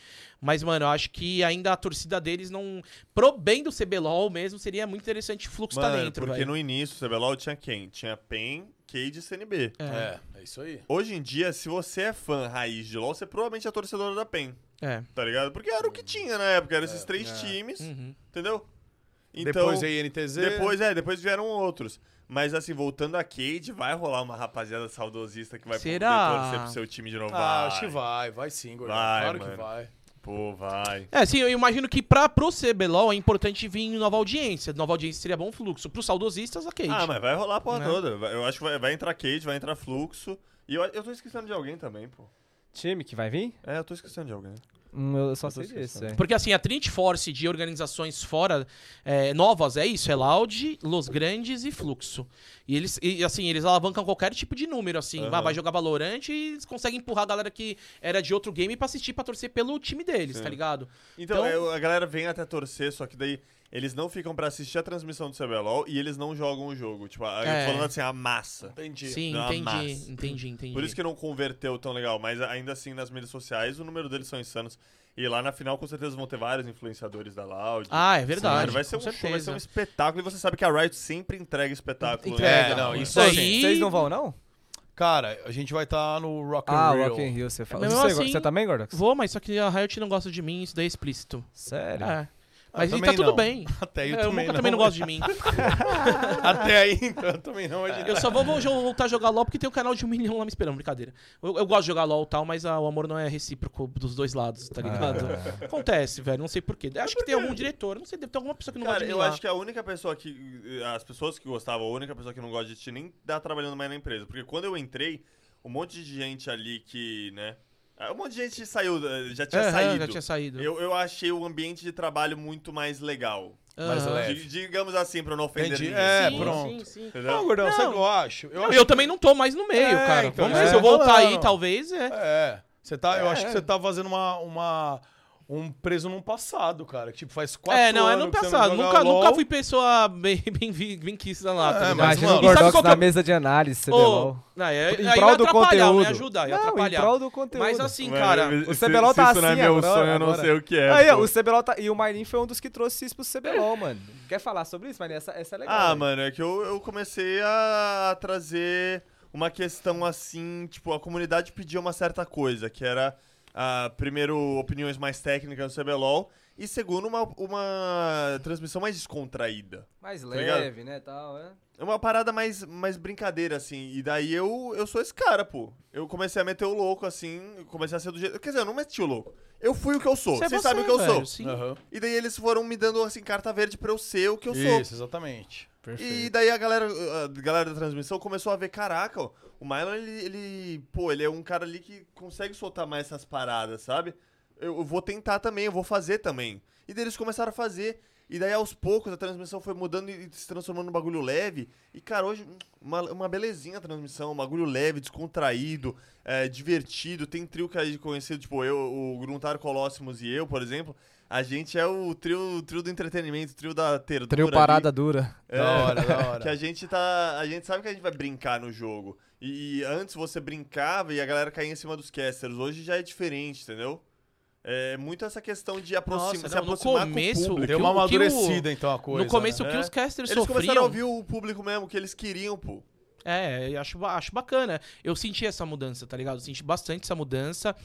Speaker 1: Mas, mano, eu acho que ainda a torcida deles não. Pro bem do CBLOL mesmo, seria muito interessante o fluxo tá
Speaker 2: Mano,
Speaker 1: dentro,
Speaker 2: porque
Speaker 1: velho.
Speaker 2: no início, o CBLOL tinha quem? Tinha PEN, Cade e CNB.
Speaker 4: É, é isso aí.
Speaker 2: Hoje em dia, se você é fã raiz de LoL, você provavelmente é torcedora da PEN,
Speaker 1: É.
Speaker 2: tá ligado? Porque era o
Speaker 1: Hum.
Speaker 2: que tinha na época, eram esses três times,
Speaker 1: Uhum.
Speaker 2: entendeu? Então,
Speaker 4: Então, depois a INTZ.
Speaker 2: Depois, é, depois vieram outros. Mas assim, voltando a Cade, vai rolar uma rapaziada saudosista que vai
Speaker 1: Será?
Speaker 2: poder torcer pro seu time de novo.
Speaker 4: Ah, acho que vai, vai sim, Gordão.
Speaker 2: Vai,
Speaker 4: claro que
Speaker 2: mano.
Speaker 4: vai.
Speaker 2: Pô, vai.
Speaker 1: É, sim, eu imagino que pra, pro CBLOL é importante vir nova audiência. Nova audiência seria bom fluxo. Pros saudosistas, a Cade.
Speaker 2: Ah, mas vai rolar a porra
Speaker 1: Né?
Speaker 2: toda. Vai- Eu acho que vai, vai entrar Cade, vai entrar Fluxo. E eu, eu tô esquecendo de alguém também, pô.
Speaker 3: Time que vai vir?
Speaker 2: É, eu tô esquecendo de alguém.
Speaker 3: Hum, eu só
Speaker 2: Eu tô
Speaker 3: sei disso,
Speaker 2: esquecendo.
Speaker 3: velho.
Speaker 1: Porque assim, a Trinity Force de organizações fora é, novas é isso, é Loud, Los Grandes e Fluxo. E eles, e, assim, eles alavancam qualquer tipo de número, assim,
Speaker 2: Aham.
Speaker 1: vai, vai jogar Valorante e eles conseguem empurrar a galera que era de outro game pra assistir, pra torcer pelo time deles,
Speaker 2: Sim.
Speaker 1: tá ligado? Então-
Speaker 2: Então, é, o- a galera vem até torcer, só que daí eles não ficam pra assistir a transmissão do CBLOL e eles não jogam o jogo. Tipo, a- eu
Speaker 1: É.
Speaker 2: tô falando assim, a massa.
Speaker 4: Entendi.
Speaker 1: Sim,
Speaker 2: Não,
Speaker 1: entendi,
Speaker 2: mas-
Speaker 1: entendi, entendi.
Speaker 2: Por isso que não converteu tão legal, mas ainda assim nas mídias sociais o número deles são insanos. E lá na final com certeza vão ter vários influenciadores da Loud.
Speaker 1: Ah, é verdade.
Speaker 2: Mano, vai ser um
Speaker 1: com
Speaker 2: show, vai ser
Speaker 1: certeza.
Speaker 2: um espetáculo. E você sabe que a Riot sempre entrega espetáculo.
Speaker 1: Entrega.
Speaker 2: né?
Speaker 4: É, não,
Speaker 1: Isso
Speaker 4: isso aí.
Speaker 1: aí.
Speaker 3: Vocês não vão, não?
Speaker 4: Cara, a gente vai estar no Rock and
Speaker 3: Ah,
Speaker 4: Roll.
Speaker 3: Rock in Rio, você fala.
Speaker 1: Mas
Speaker 3: Você,
Speaker 1: mesmo
Speaker 3: go-
Speaker 1: assim-
Speaker 3: você também, Gordox?
Speaker 1: Vou, mas só que a Riot não gosta de mim, isso daí é explícito.
Speaker 3: Sério?
Speaker 1: É. Mas
Speaker 4: também
Speaker 1: tá tudo
Speaker 4: não.
Speaker 1: bem.
Speaker 4: Até eu
Speaker 1: É, o
Speaker 4: também
Speaker 1: Muca
Speaker 4: não.
Speaker 1: também não gosta de mim.
Speaker 4: Até aí, então, eu também não. A gente
Speaker 1: Eu só vou, vou jo- voltar a jogar LOL porque tem um canal de um milhão lá me esperando, brincadeira. Eu, eu gosto de jogar LOL e tal, mas ah, o amor não é recíproco dos dois lados, tá ligado? Acontece, velho, não sei porquê. Acho que tem algum diretor, não sei, deve ter alguma pessoa que não
Speaker 2: Cara,
Speaker 1: gosta de mim
Speaker 2: eu
Speaker 1: lá.
Speaker 2: acho que a única pessoa que. As pessoas que gostavam, a única pessoa que não gosta de ti nem tá trabalhando mais na empresa. Porque quando eu entrei, um monte de gente ali que, né? ah, Um monte de gente saiu, eh, já tinha
Speaker 1: Aham,
Speaker 2: saído.
Speaker 1: já tinha saído.
Speaker 2: Eu, eu achei o ambiente de trabalho muito mais legal.
Speaker 4: mais
Speaker 1: Aham.
Speaker 4: leve.
Speaker 2: Di- digamos assim, pra não ofender
Speaker 4: Entendi.
Speaker 2: ninguém.
Speaker 4: É,
Speaker 1: Sim,
Speaker 4: pronto.
Speaker 1: sim, sim.
Speaker 2: Entendeu?
Speaker 4: Não, Gordão, sabe o
Speaker 1: Não.
Speaker 4: que eu acho?
Speaker 1: Não,
Speaker 4: acho
Speaker 1: eu também não tô mais no meio,
Speaker 4: É,
Speaker 1: cara.
Speaker 4: então,
Speaker 1: Vamos ver
Speaker 4: é.
Speaker 1: se eu voltar aí,
Speaker 4: Não.
Speaker 1: talvez. É.
Speaker 4: É. Você tá, eu acho que você tá fazendo uma, uma, um preso num passado, cara. que, Tipo, faz quatro
Speaker 1: É,
Speaker 4: anos.
Speaker 1: não, é no
Speaker 4: que você
Speaker 1: passado.
Speaker 4: joga
Speaker 1: Nunca,
Speaker 4: LOL.
Speaker 1: nunca fui pessoa bem, bem, vi- bem quista lá, tá
Speaker 4: É,
Speaker 1: ligado?
Speaker 4: mas,
Speaker 3: Imagina
Speaker 4: mano,
Speaker 3: o
Speaker 1: E sabe
Speaker 3: Gordox
Speaker 1: qual que
Speaker 3: na
Speaker 1: é o-
Speaker 3: mesa de análise,
Speaker 1: Ô,
Speaker 3: CBLOL.
Speaker 1: não, é,
Speaker 3: Em
Speaker 1: aí
Speaker 3: prol
Speaker 1: ia
Speaker 3: do
Speaker 1: atrapalhar,
Speaker 3: conteúdo.
Speaker 1: Não ia ajudar, ia
Speaker 3: Não, em
Speaker 1: atrapalhar.
Speaker 3: prol do conteúdo.
Speaker 1: Mas assim,
Speaker 2: Mano,
Speaker 1: cara...
Speaker 2: eu-
Speaker 3: O
Speaker 2: se-
Speaker 3: CBLOL tá
Speaker 2: se isso não é
Speaker 3: assim
Speaker 2: meu
Speaker 3: agora-
Speaker 2: sonho, eu não
Speaker 3: agora.
Speaker 2: sei o que é.
Speaker 3: Aí, ó,
Speaker 2: pô. É.
Speaker 3: o CBLOL tá... E o Marinho foi um dos que trouxe isso pro CBLOL, mano. Quer falar sobre isso, Marinho? Essa, essa é legal.
Speaker 2: Ah,
Speaker 3: velho.
Speaker 2: mano, é que eu, eu comecei a trazer uma questão assim, tipo, a comunidade pedia uma certa coisa, que era, ah, primeiro, opiniões mais técnicas no CBLOL, e segundo, uma, uma transmissão mais descontraída.
Speaker 3: Mais
Speaker 2: tá ligado?
Speaker 3: leve, né, tal, é.
Speaker 2: É uma parada mais, mais brincadeira, assim. E daí eu, eu sou esse cara, pô. Eu comecei a meter o louco, assim. Comecei a ser do jeito. Quer dizer, eu não meti o louco. Eu fui o que eu sou.
Speaker 1: Você é
Speaker 2: Vocês
Speaker 1: você,
Speaker 2: sabem o que eu
Speaker 1: velho,
Speaker 2: sou. Ah,
Speaker 1: sim.
Speaker 4: Aham.
Speaker 2: E daí eles foram me dando, assim, carta verde pra eu ser o que eu sou.
Speaker 4: Isso, exatamente.
Speaker 2: E daí a galera, a galera da transmissão começou a ver, caraca, ó, o Mylon, ele, ele, pô, ele é um cara ali que consegue soltar mais essas paradas, sabe? Eu, eu vou tentar também, eu vou fazer também. E daí eles começaram a fazer. E daí aos poucos a transmissão foi mudando e se transformando num bagulho leve. E cara, hoje uma, uma belezinha a transmissão, um bagulho leve, descontraído, é, divertido. Tem trio que a gente conhecido, tipo eu, o Gruntar Colossimos e eu, por exemplo. A gente é o trio, trio do entretenimento, trio da terdura.
Speaker 3: Trio
Speaker 2: ali.
Speaker 3: parada dura.
Speaker 2: É,
Speaker 4: Da hora, da hora.
Speaker 2: Que a gente tá. A gente sabe que a gente vai brincar no jogo. E, e antes você brincava e a galera caía em cima dos casters. Hoje já é diferente, entendeu? É muito essa questão de aproxima,
Speaker 1: Nossa,
Speaker 2: se
Speaker 1: não, no
Speaker 2: aproximar com o
Speaker 1: começo,
Speaker 2: público.
Speaker 4: Deu
Speaker 1: que
Speaker 4: uma
Speaker 1: o- que o-
Speaker 4: amadurecida, então, a coisa.
Speaker 1: No começo,
Speaker 2: né?
Speaker 1: o que os casters
Speaker 2: Eles começaram
Speaker 1: sofriam...
Speaker 2: a ouvir o público mesmo, o que eles queriam, pô.
Speaker 1: É, eu acho, ba- acho bacana. Eu senti essa mudança, tá ligado? Eu senti bastante essa mudança.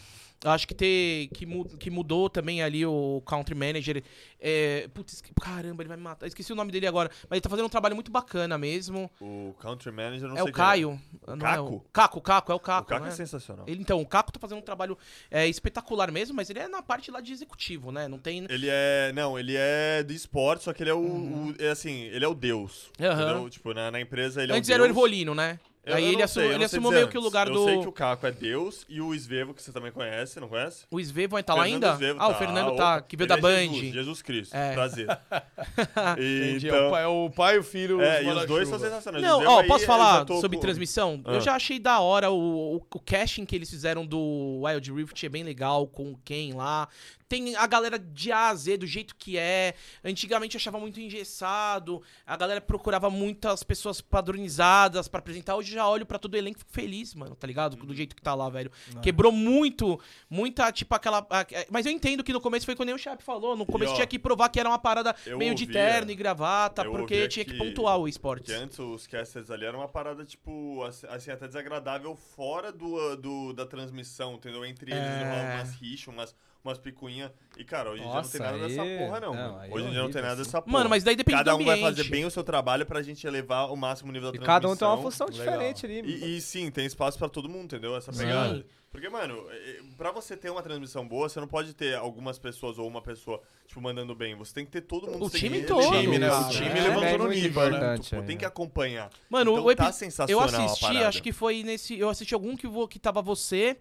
Speaker 1: Eu Acho que ter que, mu- que mudou também ali o country manager. É, putz, esque- caramba, ele vai me matar. Esqueci o nome dele agora. Mas ele tá fazendo um trabalho muito bacana mesmo.
Speaker 2: O country manager não
Speaker 1: é
Speaker 2: sei
Speaker 1: o
Speaker 2: quem
Speaker 1: Caio. não é o-
Speaker 2: Caco?
Speaker 1: Caco, Caco, é o Caco.
Speaker 2: O Caco
Speaker 1: né?
Speaker 2: é sensacional. Ele,
Speaker 1: Ele, então, o Caco tá fazendo um trabalho é, espetacular mesmo, mas ele é na parte lá de executivo, né? Não tem.
Speaker 2: é. Não, ele é do esporte, só que ele é o. o- é assim, ele é o deus.
Speaker 1: Uhum. Aham.
Speaker 2: Entendeu? Tipo, na, na empresa ele
Speaker 1: Antes
Speaker 2: é o
Speaker 1: era o
Speaker 2: deus.
Speaker 1: Ervolino, né?
Speaker 2: Eu-
Speaker 1: Aí
Speaker 2: eu
Speaker 1: ele
Speaker 2: não
Speaker 1: assumiu-
Speaker 2: sei, eu
Speaker 1: ele
Speaker 2: não sei
Speaker 1: assumiu
Speaker 2: dizer
Speaker 1: meio que o
Speaker 2: antes.
Speaker 1: lugar do-
Speaker 2: Eu sei que o Caco é Deus e o Svevo, que você também conhece, não conhece?
Speaker 1: O Svevo vai estar lá
Speaker 2: Fernando
Speaker 1: ainda?
Speaker 2: Svevo
Speaker 1: ah, o
Speaker 2: tá.
Speaker 1: Fernando
Speaker 2: Ah,
Speaker 1: tá,
Speaker 2: opa.
Speaker 1: que veio
Speaker 2: Ele
Speaker 1: da
Speaker 2: é
Speaker 1: Band.
Speaker 2: Jesus, Jesus Cristo,
Speaker 1: É.
Speaker 2: prazer. E,
Speaker 4: Entendi. é, o
Speaker 2: então,
Speaker 4: pai, é o pai e o filho.
Speaker 2: é, e os
Speaker 4: manda-chuva.
Speaker 2: dois são sensacionais.
Speaker 1: Não,
Speaker 2: O Svevo
Speaker 1: ó,
Speaker 2: aí,
Speaker 1: posso
Speaker 2: eu
Speaker 1: falar
Speaker 2: já tô
Speaker 1: sobre
Speaker 2: com-
Speaker 1: transmissão? Eu
Speaker 2: Ah.
Speaker 1: já achei da hora o, o, o casting que eles fizeram do Wild Rift, é bem legal, com quem lá. Tem a galera de A a Z do jeito que é. Antigamente achava muito engessado, a galera procurava muitas pessoas padronizadas pra apresentar. Hoje já olho pra todo o elenco e fico feliz, mano, tá ligado?
Speaker 2: Uhum.
Speaker 1: Do jeito que tá lá, velho. Quebrou muito, muita, tipo aquela. a- é, Mas eu entendo que no começo foi quando o Chap falou. No começo
Speaker 2: ó,
Speaker 1: tinha que provar que era uma parada
Speaker 2: eu
Speaker 1: meio de
Speaker 2: ouvia-
Speaker 1: terno e gravata,
Speaker 2: eu
Speaker 1: porque
Speaker 2: ouvia
Speaker 1: tinha que,
Speaker 2: que-
Speaker 1: pontuar o esporte.
Speaker 2: Porque antes os casters ali era uma parada, tipo, ass- assim, até desagradável fora do, ah, do- da transmissão, entendeu? Entre eles
Speaker 1: É.
Speaker 2: rolava umas rixas, umas, umas picuinhas. E, cara, hoje em
Speaker 3: Nossa,
Speaker 2: dia não tem nada
Speaker 3: aí-
Speaker 2: dessa porra, não.
Speaker 3: não,
Speaker 2: mano.
Speaker 3: aí é
Speaker 2: hoje em dia não tem
Speaker 3: horrível,
Speaker 2: nada dessa porra.
Speaker 1: Mano, mas daí depende
Speaker 2: Cada
Speaker 1: do
Speaker 2: um vai
Speaker 1: ambiente.
Speaker 2: fazer bem o seu trabalho pra gente elevar o máximo o nível da
Speaker 3: E
Speaker 2: transmissão.
Speaker 3: cada um tem uma função
Speaker 4: legal.
Speaker 3: diferente ali.
Speaker 2: E, e sim, tem espaço pra todo mundo, entendeu? Essa
Speaker 1: Sim.
Speaker 2: pegada. Porque, mano, eh, pra você ter uma transmissão boa, você não pode ter algumas pessoas ou uma pessoa, tipo, mandando bem. Você tem que ter todo mundo.
Speaker 1: O
Speaker 2: você
Speaker 1: time
Speaker 2: tem que-
Speaker 1: todo,
Speaker 4: time, né?
Speaker 1: cara.
Speaker 4: O time
Speaker 2: é,
Speaker 4: levantou
Speaker 2: é
Speaker 4: no
Speaker 2: muito
Speaker 4: nível, né?
Speaker 2: importante, Pô, Tipo, tem que acompanhar.
Speaker 1: é. Mano,
Speaker 2: então,
Speaker 1: o epi-
Speaker 2: tá
Speaker 1: eu
Speaker 2: sensacional a
Speaker 1: assisti,
Speaker 2: parada.
Speaker 1: acho que foi nesse. Eu assisti algum que, vo- que tava você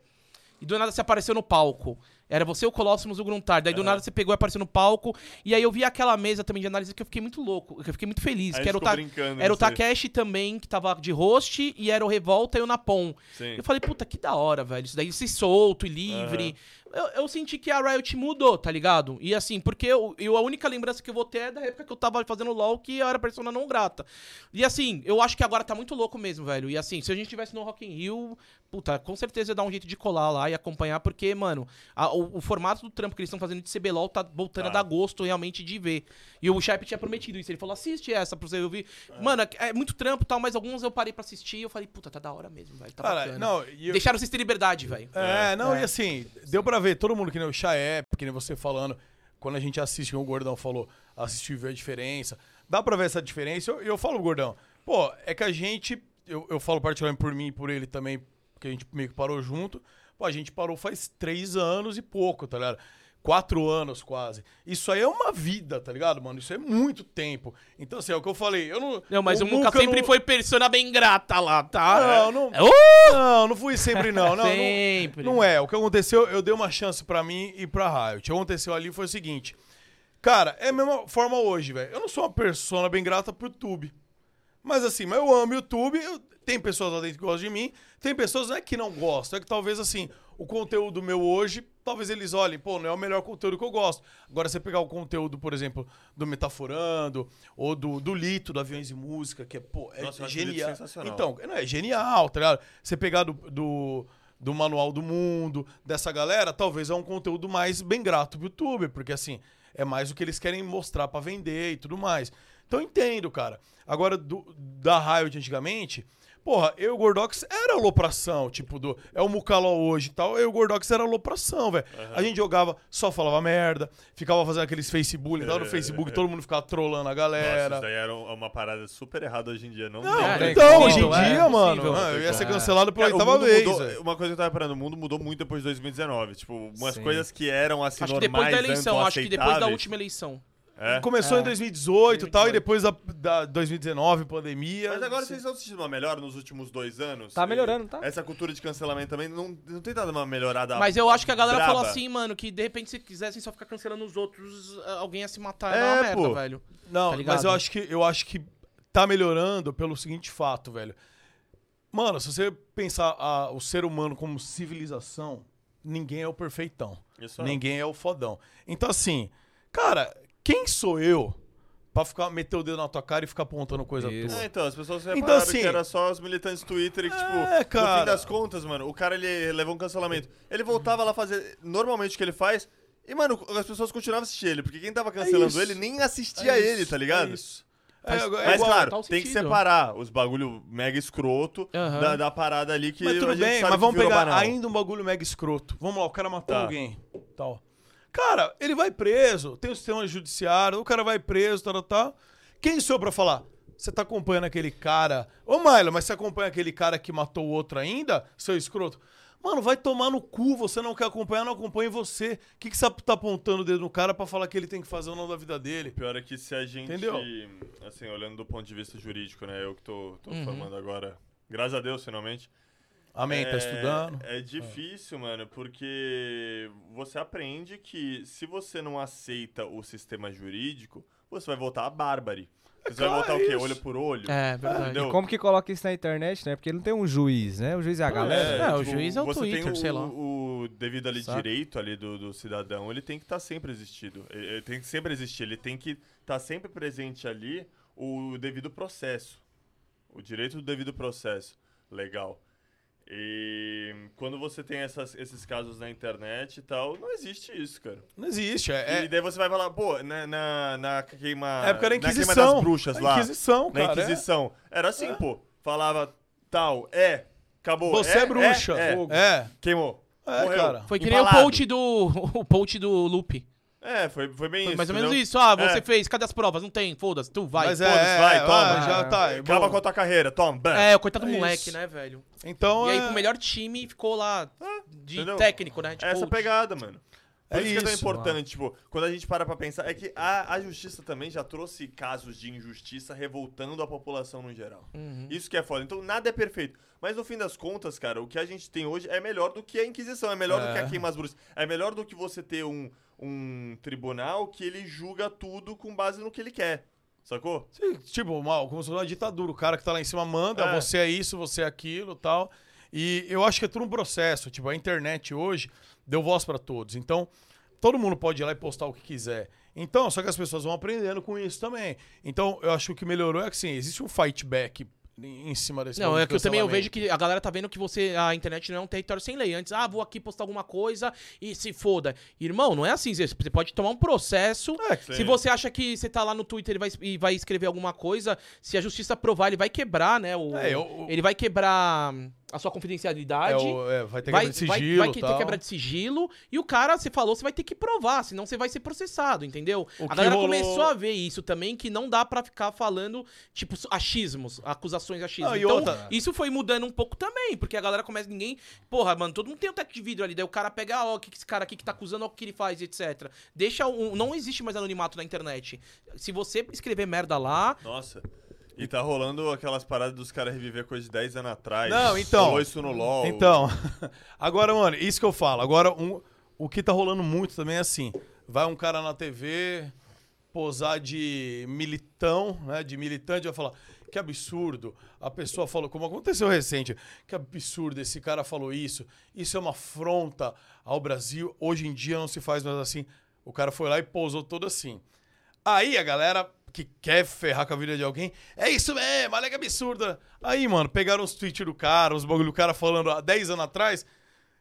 Speaker 1: e do nada você apareceu no palco. Era você, o Colossus e o Gruntar. Daí do nada você pegou e apareceu no palco. E aí eu vi aquela mesa também de análise que eu fiquei muito louco. Que eu fiquei muito feliz.
Speaker 2: Aí
Speaker 1: que era o,
Speaker 2: ficou
Speaker 1: Ta-
Speaker 2: brincando
Speaker 1: era o
Speaker 2: nisso aí.
Speaker 1: Takeshi também, que tava de host, e era o Revolta e o Napon.
Speaker 2: Sim.
Speaker 1: Eu falei, puta, que da hora, velho. Isso daí ser solto e livre. Eu, eu senti que a Riot mudou, tá ligado? E assim, porque eu, eu- a única lembrança que eu vou ter é da época que eu tava fazendo LOL que eu era persona não grata. E assim, eu acho que agora tá muito louco mesmo, velho. E assim, se a gente tivesse no Rock in Rio, puta, com certeza ia dar um jeito de colar lá e acompanhar, porque, mano, a- o, o formato do trampo que eles estão fazendo de CBLOL tá voltando a
Speaker 2: Tá.
Speaker 1: dar gosto realmente de ver. E o Shape tinha prometido isso. Ele falou, assiste essa pra você ouvir. Mano, é- é muito trampo e tal, mas alguns eu parei pra assistir e eu falei, puta, tá da hora mesmo, velho. Tá
Speaker 4: Cara,
Speaker 1: bacana.
Speaker 4: não, e eu-
Speaker 1: Deixaram vocês ter liberdade, velho.
Speaker 4: É, não, e assim, deu pra ver todo mundo que nem o Chaep, que nem você falando, quando a gente assiste, como o Gordão falou, assistiu e viu a diferença. Dá pra ver essa diferença. E eu, eu falo, Gordão, pô, é que a gente, eu, eu falo particularmente por mim e por ele também, porque a gente meio que parou junto. Pô, a gente parou faz três anos e pouco, tá ligado? Quatro anos quase. Isso aí é uma vida, tá ligado, mano? Isso é muito tempo. Então, assim, é o que eu falei. Eu não.
Speaker 1: Não, mas o, Muca,
Speaker 4: eu
Speaker 1: sempre
Speaker 4: não- Ah,
Speaker 1: foi persona bem grata lá, tá?
Speaker 4: Não, não.
Speaker 1: É. Uh!
Speaker 4: Não, não fui sempre, não. não
Speaker 1: Sempre.
Speaker 4: Não, não é. O que aconteceu, eu dei uma chance pra mim e pra Riot. O que aconteceu ali foi o seguinte. Cara, é a mesma forma hoje, velho. Eu não sou uma persona bem grata pro YouTube. Mas assim, mas eu amo o YouTube. eu- tem pessoas lá dentro que gostam de mim. Tem pessoas não é que não gostam. É que talvez assim, o conteúdo meu hoje, talvez eles olhem, pô, não é o melhor conteúdo que eu gosto. Agora, se você pegar o conteúdo, por exemplo, do Metaforando, ou do, do Lito, do Aviões e Música, que é, pô, é
Speaker 2: Nossa, eu acho o Lito
Speaker 4: genial.
Speaker 2: sensacional.
Speaker 4: Então, não, é genial, tá ligado? Você pegar do, do, do Manual do Mundo, dessa galera, talvez é um conteúdo mais bem grato pro YouTube, porque assim, é mais o que eles querem mostrar pra vender e tudo mais. Então eu entendo, cara. Agora, do, da Riot antigamente, porra, eu e o Gordox era alopração, tipo, do, é o Mucaló hoje e tal, eu e o Gordox era alopração, velho. A gente jogava, só falava merda, ficava fazendo aqueles Facebook, e tal, no Facebook todo mundo ficava trolando a
Speaker 2: É, Nossa,
Speaker 4: galera.
Speaker 2: isso daí era uma parada super errada hoje em dia. Não,
Speaker 4: Não,
Speaker 2: tem.
Speaker 3: tem
Speaker 4: então,
Speaker 3: como,
Speaker 4: hoje em
Speaker 3: é
Speaker 4: dia,
Speaker 1: impossível.
Speaker 4: mano,
Speaker 1: Não
Speaker 4: eu ia ser cancelado pela
Speaker 2: Cara, o
Speaker 4: oitava
Speaker 2: mundo
Speaker 4: vez.
Speaker 2: mudou-
Speaker 4: velho.
Speaker 2: uma coisa que eu tava parando, o mundo mudou muito depois de 2019. Tipo, umas
Speaker 3: Sim.
Speaker 2: coisas que eram assim
Speaker 1: Acho que
Speaker 2: normais,
Speaker 1: depois da eleição,
Speaker 2: eram
Speaker 1: acho que depois da
Speaker 2: aceitáveis.
Speaker 1: última eleição.
Speaker 2: É.
Speaker 4: Começou em 2018 e tal, e depois da, da 2019, pandemia.
Speaker 2: Mas agora
Speaker 4: Sim.
Speaker 2: vocês estão assistindo uma melhor nos últimos dois anos?
Speaker 3: Tá
Speaker 2: E
Speaker 3: melhorando, tá?
Speaker 2: Essa cultura de cancelamento também não, não tem dado uma melhorada.
Speaker 1: Mas eu acho que a galera
Speaker 2: Tá braba.
Speaker 1: falou assim, mano, que de repente se quisessem só ficar cancelando os outros, ah, alguém ia se matar. É,
Speaker 2: É,
Speaker 1: uma merda,
Speaker 2: pô.
Speaker 1: velho.
Speaker 4: Não,
Speaker 1: tá ligado?
Speaker 4: mas eu acho, que, eu acho que tá melhorando pelo seguinte fato, velho. Mano, se você pensar a- o ser humano como civilização, ninguém é o perfeitão.
Speaker 2: Isso é.
Speaker 4: ninguém é o fodão. Então, assim, cara, quem sou eu pra ficar, meter o dedo na tua cara e ficar apontando coisa
Speaker 3: Isso.
Speaker 4: tua?
Speaker 2: É, então, as pessoas repararam
Speaker 4: Então, assim-
Speaker 2: que era só os militantes do Twitter e que, tipo,
Speaker 4: É, cara.
Speaker 2: no fim das contas, mano, o cara ele levou um cancelamento. Ele voltava lá fazer normalmente o que ele faz e, mano, as pessoas continuavam assistindo ele, porque quem tava cancelando
Speaker 4: É isso.
Speaker 2: ele nem assistia
Speaker 4: É
Speaker 2: ele,
Speaker 4: isso,
Speaker 2: tá ligado?
Speaker 4: é isso. É, é
Speaker 2: Mas,
Speaker 4: igual-
Speaker 2: claro,
Speaker 1: total
Speaker 2: tem que
Speaker 1: sentido.
Speaker 2: separar os bagulho mega escroto
Speaker 1: Aham.
Speaker 2: da, da parada ali que
Speaker 4: Mas
Speaker 2: a
Speaker 4: tudo
Speaker 2: gente
Speaker 4: bem,
Speaker 2: sabe
Speaker 4: mas
Speaker 2: que
Speaker 4: vamos
Speaker 2: virou
Speaker 4: pegar
Speaker 2: banal.
Speaker 4: ainda um bagulho mega escroto. Vamos lá, o cara matou
Speaker 2: Tá.
Speaker 4: alguém. Tal. Cara, ele vai preso, tem o sistema judiciário, o cara vai preso, tal, tal, tal. Quem sou eu pra falar? Você tá acompanhando aquele cara. Ô, Milo, mas você acompanha aquele cara que matou o outro ainda, seu escroto? Mano, vai tomar no cu, você não quer acompanhar, não acompanhe você. O que, que você tá apontando o dedo no cara pra falar que ele tem que fazer ou não da vida dele?
Speaker 2: Pior é que se a gente.
Speaker 4: Entendeu? Uhum.
Speaker 2: Assim, olhando do ponto de vista jurídico, né? Eu que tô, tô formando agora Graças a Deus, finalmente.
Speaker 4: Amém,
Speaker 2: é,
Speaker 4: tá estudando.
Speaker 2: É difícil, mano, porque você aprende que se você não aceita o sistema jurídico, você vai voltar a bárbare. Você vai
Speaker 4: claro,
Speaker 2: voltar o
Speaker 4: é
Speaker 2: quê?
Speaker 4: isso.
Speaker 2: Olho por olho?
Speaker 1: É, verdade.
Speaker 2: Entendeu?
Speaker 3: Como que coloca isso na internet, né? Porque não tem um juiz, né? O juiz é a galera.
Speaker 1: É, o juiz é o
Speaker 2: tipo, você tem
Speaker 1: Twitter,
Speaker 2: o-
Speaker 1: sei lá.
Speaker 2: O devido ali
Speaker 3: Saca?
Speaker 2: direito ali do, do cidadão, ele tem que estar sempre existido. Ele ele tem que sempre existir, ele tem que estar sempre presente ali o devido processo. O direito do devido processo. Legal. E quando você tem essas- esses casos na internet e tal, não existe isso, cara.
Speaker 4: Não existe, é.
Speaker 2: E daí você vai falar, pô, na, na, na queima.
Speaker 4: é época da
Speaker 2: Na queima
Speaker 4: Inquisição.
Speaker 2: das bruxas
Speaker 4: A
Speaker 2: lá.
Speaker 4: Inquisição,
Speaker 2: Na
Speaker 4: cara. é.
Speaker 2: Inquisição. Era assim, pô. Falava tal, é, acabou.
Speaker 4: Você é, bruxa.
Speaker 2: É, é,
Speaker 4: É.
Speaker 2: queimou.
Speaker 4: É,
Speaker 2: morreu.
Speaker 4: cara.
Speaker 1: Foi que nem o
Speaker 2: Empalado.
Speaker 1: post do. O post do Loop.
Speaker 2: É, foi, foi bem
Speaker 1: Foi
Speaker 2: isso.
Speaker 1: mais ou menos
Speaker 2: entendeu?
Speaker 1: isso. Ah, você
Speaker 2: É.
Speaker 1: fez, cadê as provas? Não tem, foda-se, tu vai.
Speaker 4: Mas é,
Speaker 1: foda-se.
Speaker 4: é,
Speaker 2: vai,
Speaker 4: vai,
Speaker 2: toma.
Speaker 4: já tá. é,
Speaker 2: Acaba
Speaker 4: bom.
Speaker 2: com a tua carreira, toma. bam.
Speaker 1: É, o coitado do
Speaker 4: É
Speaker 1: moleque,
Speaker 4: isso.
Speaker 1: né, velho?
Speaker 4: Então,
Speaker 1: E aí,
Speaker 4: é-
Speaker 1: o melhor time ficou lá de
Speaker 2: entendeu?
Speaker 1: técnico, né?
Speaker 2: É Essa pegada, mano. Por
Speaker 4: É
Speaker 2: isso, que é tão
Speaker 4: isso,
Speaker 2: importante, tipo, quando a gente para pra pensar, é que a, a justiça também já trouxe casos de injustiça revoltando a população no geral.
Speaker 4: Uhum.
Speaker 2: Isso que é foda. Então nada é perfeito. Mas no fim das contas, cara, o que a gente tem hoje é melhor do que a Inquisição, é melhor do que a Queima as Bruxas. É melhor do que você ter um, um tribunal que ele julga tudo com base no que ele quer. Sacou?
Speaker 4: Sim, Tipo, mal, como se fosse uma ditadura. O cara que tá lá em cima manda,
Speaker 2: É.
Speaker 4: você é isso, você é aquilo tal. E eu acho que é tudo um processo. Tipo, a internet hoje deu voz pra todos. Então, todo mundo pode ir lá e postar o que quiser. Então, só que as pessoas vão aprendendo com isso também. Então, eu acho que o que melhorou é que, assim, existe um fight back em em cima desse
Speaker 1: Não,
Speaker 4: bagulho
Speaker 1: é
Speaker 4: de
Speaker 1: que eu também eu
Speaker 4: cancelamento.
Speaker 1: vejo que a galera tá vendo que você a internet não é um território sem lei. Antes, ah, vou aqui postar alguma coisa e se foda. Irmão, não é assim. Zé. Você pode tomar um processo. se
Speaker 4: É,
Speaker 2: sim.
Speaker 1: você acha que você tá lá no Twitter e vai, e vai escrever alguma coisa, se a justiça provar, ele vai quebrar, né? O,
Speaker 4: É, eu-
Speaker 1: Ele vai quebrar a sua confidencialidade.
Speaker 4: É, o- é, vai ter
Speaker 1: Vai,
Speaker 4: quebra de
Speaker 1: vai-
Speaker 4: sigilo.
Speaker 1: vai que ter
Speaker 4: tal.
Speaker 1: quebra de sigilo e o cara, você falou, você vai ter que provar, senão você vai ser processado, entendeu?
Speaker 4: O
Speaker 1: a
Speaker 4: que
Speaker 1: galera
Speaker 4: rolou-
Speaker 1: começou a ver isso também, que não dá pra ficar falando, tipo, achismos, acusações achismos.
Speaker 4: Não, e
Speaker 1: então,
Speaker 4: outra-
Speaker 1: isso foi mudando um pouco também, porque a galera começa, ninguém... Porra, mano, todo mundo tem um teto de vidro ali, daí o cara pega, ah, ó, o que que esse cara aqui que tá acusando, ó, o que ele faz, etc. Deixa um... Não existe mais anonimato na internet. Se você escrever merda lá...
Speaker 2: Nossa. E tá rolando aquelas paradas dos caras reviver coisa de 10 anos atrás.
Speaker 4: Não, então.
Speaker 2: Falou isso no LOL.
Speaker 4: Então, agora, mano, isso que eu falo. Agora, um- o que tá rolando muito também é assim: vai um cara na TV posar de militão, né? De militante, vai falar. Que absurdo. A pessoa falou, como aconteceu recente, que absurdo esse cara falou isso. Isso é uma afronta ao Brasil. Hoje em dia não se faz mais assim. O cara foi lá e posou todo assim. Aí a galera que quer ferrar com a vida de alguém, é isso mesmo, olha que absurdo. Aí, mano, pegaram os tweets do cara, os bagulho do cara falando há 10 anos atrás,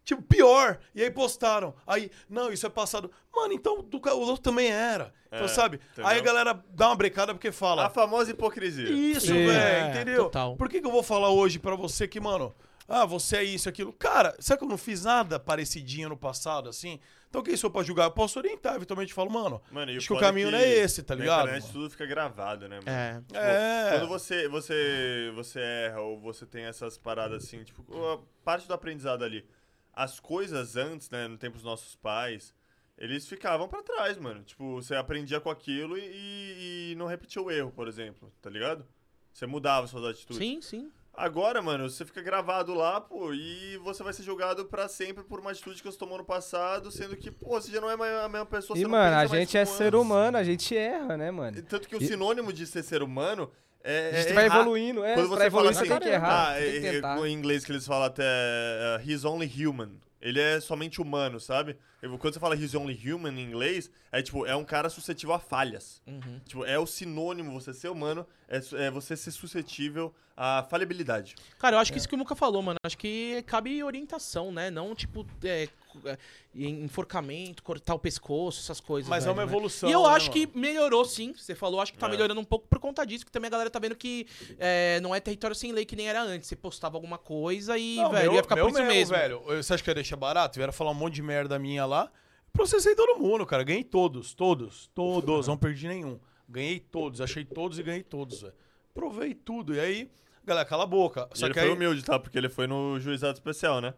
Speaker 4: tipo, pior. E aí postaram. Aí, não, isso é passado. Mano, então do ca- o outro também era. Então,
Speaker 2: É,
Speaker 4: sabe? Aí a
Speaker 2: entendeu? Ah,
Speaker 4: galera dá uma brecada porque fala.
Speaker 2: A famosa hipocrisia.
Speaker 4: Isso,
Speaker 1: Sim.
Speaker 4: velho,
Speaker 1: É,
Speaker 4: entendeu?
Speaker 1: total.
Speaker 4: Por que, que eu vou falar hoje pra você que, mano, ah, você é isso, aquilo. Cara, será que eu não fiz nada parecidinho no passado, assim? Então quem sou pra julgar? Eu posso orientar, eventualmente eu falo, mano,
Speaker 2: Mano, e
Speaker 4: acho que o
Speaker 2: foda
Speaker 4: caminho não é esse, tá
Speaker 2: na
Speaker 4: ligado?
Speaker 2: internet
Speaker 4: mano?
Speaker 2: tudo fica gravado, né, mano?
Speaker 1: É.
Speaker 2: Tipo,
Speaker 4: É.
Speaker 2: Quando você, você, você erra ou você tem essas paradas assim, tipo, a parte do aprendizado ali. As coisas antes, né, no tempo dos nossos pais, eles ficavam pra trás, mano. Tipo, você aprendia com aquilo e, e não repetia o erro, por exemplo, tá ligado? Você mudava suas atitudes.
Speaker 1: Sim, sim.
Speaker 2: Agora, mano, você fica gravado lá, pô, e você vai ser julgado pra sempre por uma atitude que você tomou no passado, sendo que, pô, você já não é mais a mesma pessoa.
Speaker 3: E,
Speaker 2: você não
Speaker 3: mano, a
Speaker 2: pensa mais um
Speaker 3: gente é
Speaker 2: como
Speaker 3: ser
Speaker 2: antes.
Speaker 3: humano, a gente erra, né, mano?
Speaker 2: Tanto que o
Speaker 3: E-
Speaker 2: sinônimo de ser ser humano é.
Speaker 3: A gente
Speaker 2: é
Speaker 3: vai
Speaker 2: errar.
Speaker 3: evoluindo, é,
Speaker 2: Quando
Speaker 3: pra
Speaker 2: você
Speaker 3: evoluir
Speaker 2: fala assim,
Speaker 3: você tem que errar,
Speaker 2: ah,
Speaker 3: tem que
Speaker 2: é- é-
Speaker 3: tentar.
Speaker 2: no inglês que eles falam até é, he's only human. Ele é somente humano, sabe? Eu- Quando você fala he's only human em inglês, é tipo, é um cara suscetível a falhas.
Speaker 3: Uhum.
Speaker 2: Tipo, é o sinônimo você ser humano, é, su- é você ser suscetível à falibilidade.
Speaker 1: Cara, eu acho
Speaker 4: É.
Speaker 1: que isso que o Muca falou, mano. Acho que cabe orientação, né? Não, tipo, é, cu- é, en- enforcamento, cortar o pescoço, essas coisas.
Speaker 4: Mas é
Speaker 1: velho,
Speaker 4: uma
Speaker 1: né?
Speaker 4: evolução,
Speaker 1: E eu
Speaker 4: né,
Speaker 1: acho que melhorou, sim. Você falou, acho que tá
Speaker 2: É.
Speaker 1: melhorando um pouco por conta disso, que também a galera tá vendo que é, não é território sem lei que nem era antes. Você postava alguma coisa e,
Speaker 4: Não,
Speaker 1: velho,
Speaker 4: meu-
Speaker 1: ia ficar
Speaker 4: meu
Speaker 1: por isso mesmo.
Speaker 4: velho. Eu- Você acha que eu ia deixar barato? Eu ia falar um monte de merda minha lá. Processei todo mundo, cara. Ganhei todos, todos, todos. Não perdi nenhum. Ganhei todos, achei todos e ganhei todos, velho. Provei tudo. E aí, galera, cala a boca.
Speaker 2: E
Speaker 4: Só
Speaker 2: ele
Speaker 4: que
Speaker 2: foi
Speaker 4: aí,
Speaker 2: humilde, tá? Porque ele foi no juizado especial, né?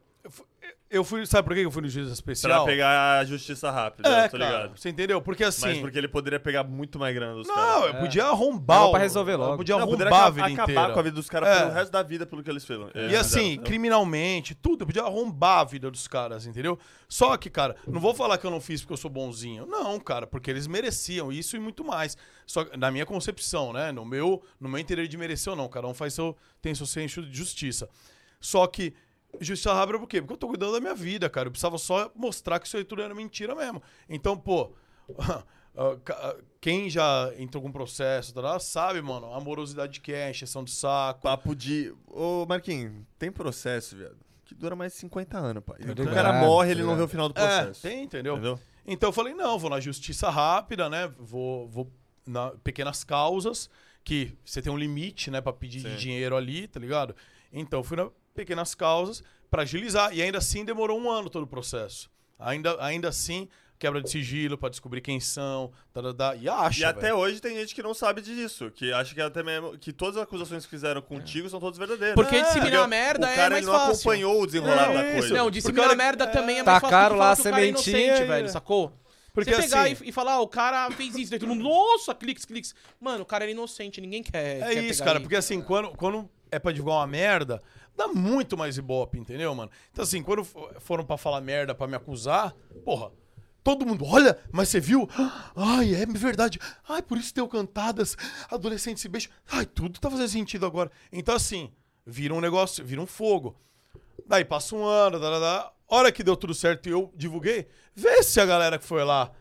Speaker 4: Eu fui, sabe por que eu fui no juiz
Speaker 2: Pra
Speaker 4: especial?
Speaker 2: pegar a justiça rápida,
Speaker 4: é,
Speaker 2: tô
Speaker 4: cara,
Speaker 2: ligado.
Speaker 4: Você entendeu? Porque assim.
Speaker 2: Mas porque ele poderia pegar muito mais grana dos
Speaker 4: Não,
Speaker 2: caras.
Speaker 4: eu
Speaker 1: É.
Speaker 4: podia arrombar.
Speaker 3: Dava
Speaker 4: o-
Speaker 3: pra resolver logo.
Speaker 4: Eu podia
Speaker 2: Não,
Speaker 4: arrombar
Speaker 2: poderia
Speaker 4: a
Speaker 2: acabar,
Speaker 4: vida
Speaker 2: acabar
Speaker 4: inteira.
Speaker 2: com a vida dos caras
Speaker 4: É.
Speaker 2: pelo resto da vida, pelo que eles É. fizeram.
Speaker 4: E assim,
Speaker 2: um
Speaker 4: criminalmente, tudo, eu podia arrombar a vida dos caras, entendeu? Só que, cara, não vou falar que eu não fiz porque eu sou bonzinho. Não, cara, porque eles mereciam isso e muito mais. Só que na minha concepção, né? No meu, no meu entender de merecer ou não, cada um faz seu, tem seu senso de justiça. Só que justiça rápida por quê? Porque eu tô cuidando da minha vida, cara. Eu precisava só mostrar que isso aí tudo era mentira mesmo. Então, pô, ah, ca- ah, quem já entrou com processo, tá lá, sabe, mano, amorosidade que é, encheção de saco.
Speaker 2: Papo de. Ô, Marquinhos, tem processo, viado, que dura mais de 50 anos, pai. E
Speaker 3: ligado,
Speaker 2: o cara
Speaker 1: tá
Speaker 2: morre,
Speaker 3: tô
Speaker 2: ele não
Speaker 3: ligado.
Speaker 2: vê o final do
Speaker 4: É,
Speaker 2: processo.
Speaker 4: tem, entendeu?
Speaker 2: Entendeu?
Speaker 4: Então eu falei, não, vou na justiça rápida, né? Vou, vou na pequenas causas, que você tem um limite, né, pra pedir de dinheiro ali, tá ligado? Então eu fui na pequenas causas pra agilizar. E ainda assim demorou um ano todo o processo. Ainda, ainda assim, quebra de sigilo pra descobrir quem são, tarará, e acha,
Speaker 2: E até
Speaker 4: velho.
Speaker 2: hoje tem gente que não sabe disso, que acha que até mesmo que todas as acusações que fizeram contigo são todas verdadeiras.
Speaker 1: Porque
Speaker 2: É,
Speaker 1: disseminar
Speaker 2: entendeu?
Speaker 1: merda
Speaker 2: o
Speaker 1: é
Speaker 2: cara
Speaker 1: mais
Speaker 2: ele não
Speaker 1: fácil.
Speaker 2: acompanhou o desenrolar da
Speaker 4: É
Speaker 2: coisa.
Speaker 4: isso.
Speaker 1: Não, disseminar
Speaker 4: cara-
Speaker 1: merda também é mais fácil do
Speaker 3: Tacaram
Speaker 1: que
Speaker 3: lá
Speaker 1: falar
Speaker 3: a
Speaker 1: que o cara é
Speaker 3: sementinha
Speaker 1: inocente,
Speaker 3: e-
Speaker 1: velho, sacou?
Speaker 4: Porque
Speaker 1: você pegar
Speaker 4: assim-
Speaker 1: e, e falar, ah, o cara fez isso, daí todo mundo, nossa, cliques, cliques. Mano, o cara era inocente, ninguém quer.
Speaker 4: É
Speaker 1: quer
Speaker 4: isso,
Speaker 1: pegar
Speaker 4: cara,
Speaker 1: ele.
Speaker 4: porque assim, quando, quando é pra divulgar uma merda, dá muito mais ibope, entendeu, mano? Então, assim, quando fo- foram pra falar merda, pra me acusar, porra, todo mundo, olha, mas você viu? Ai, é verdade. Ai, por isso deu cantadas, adolescentes se beijam. Ai, tudo tá fazendo sentido agora. Então, assim, vira um negócio, vira um fogo. Daí passa um ano, da, da, da. hora que deu tudo certo e eu divulguei, vê se a galera que foi lá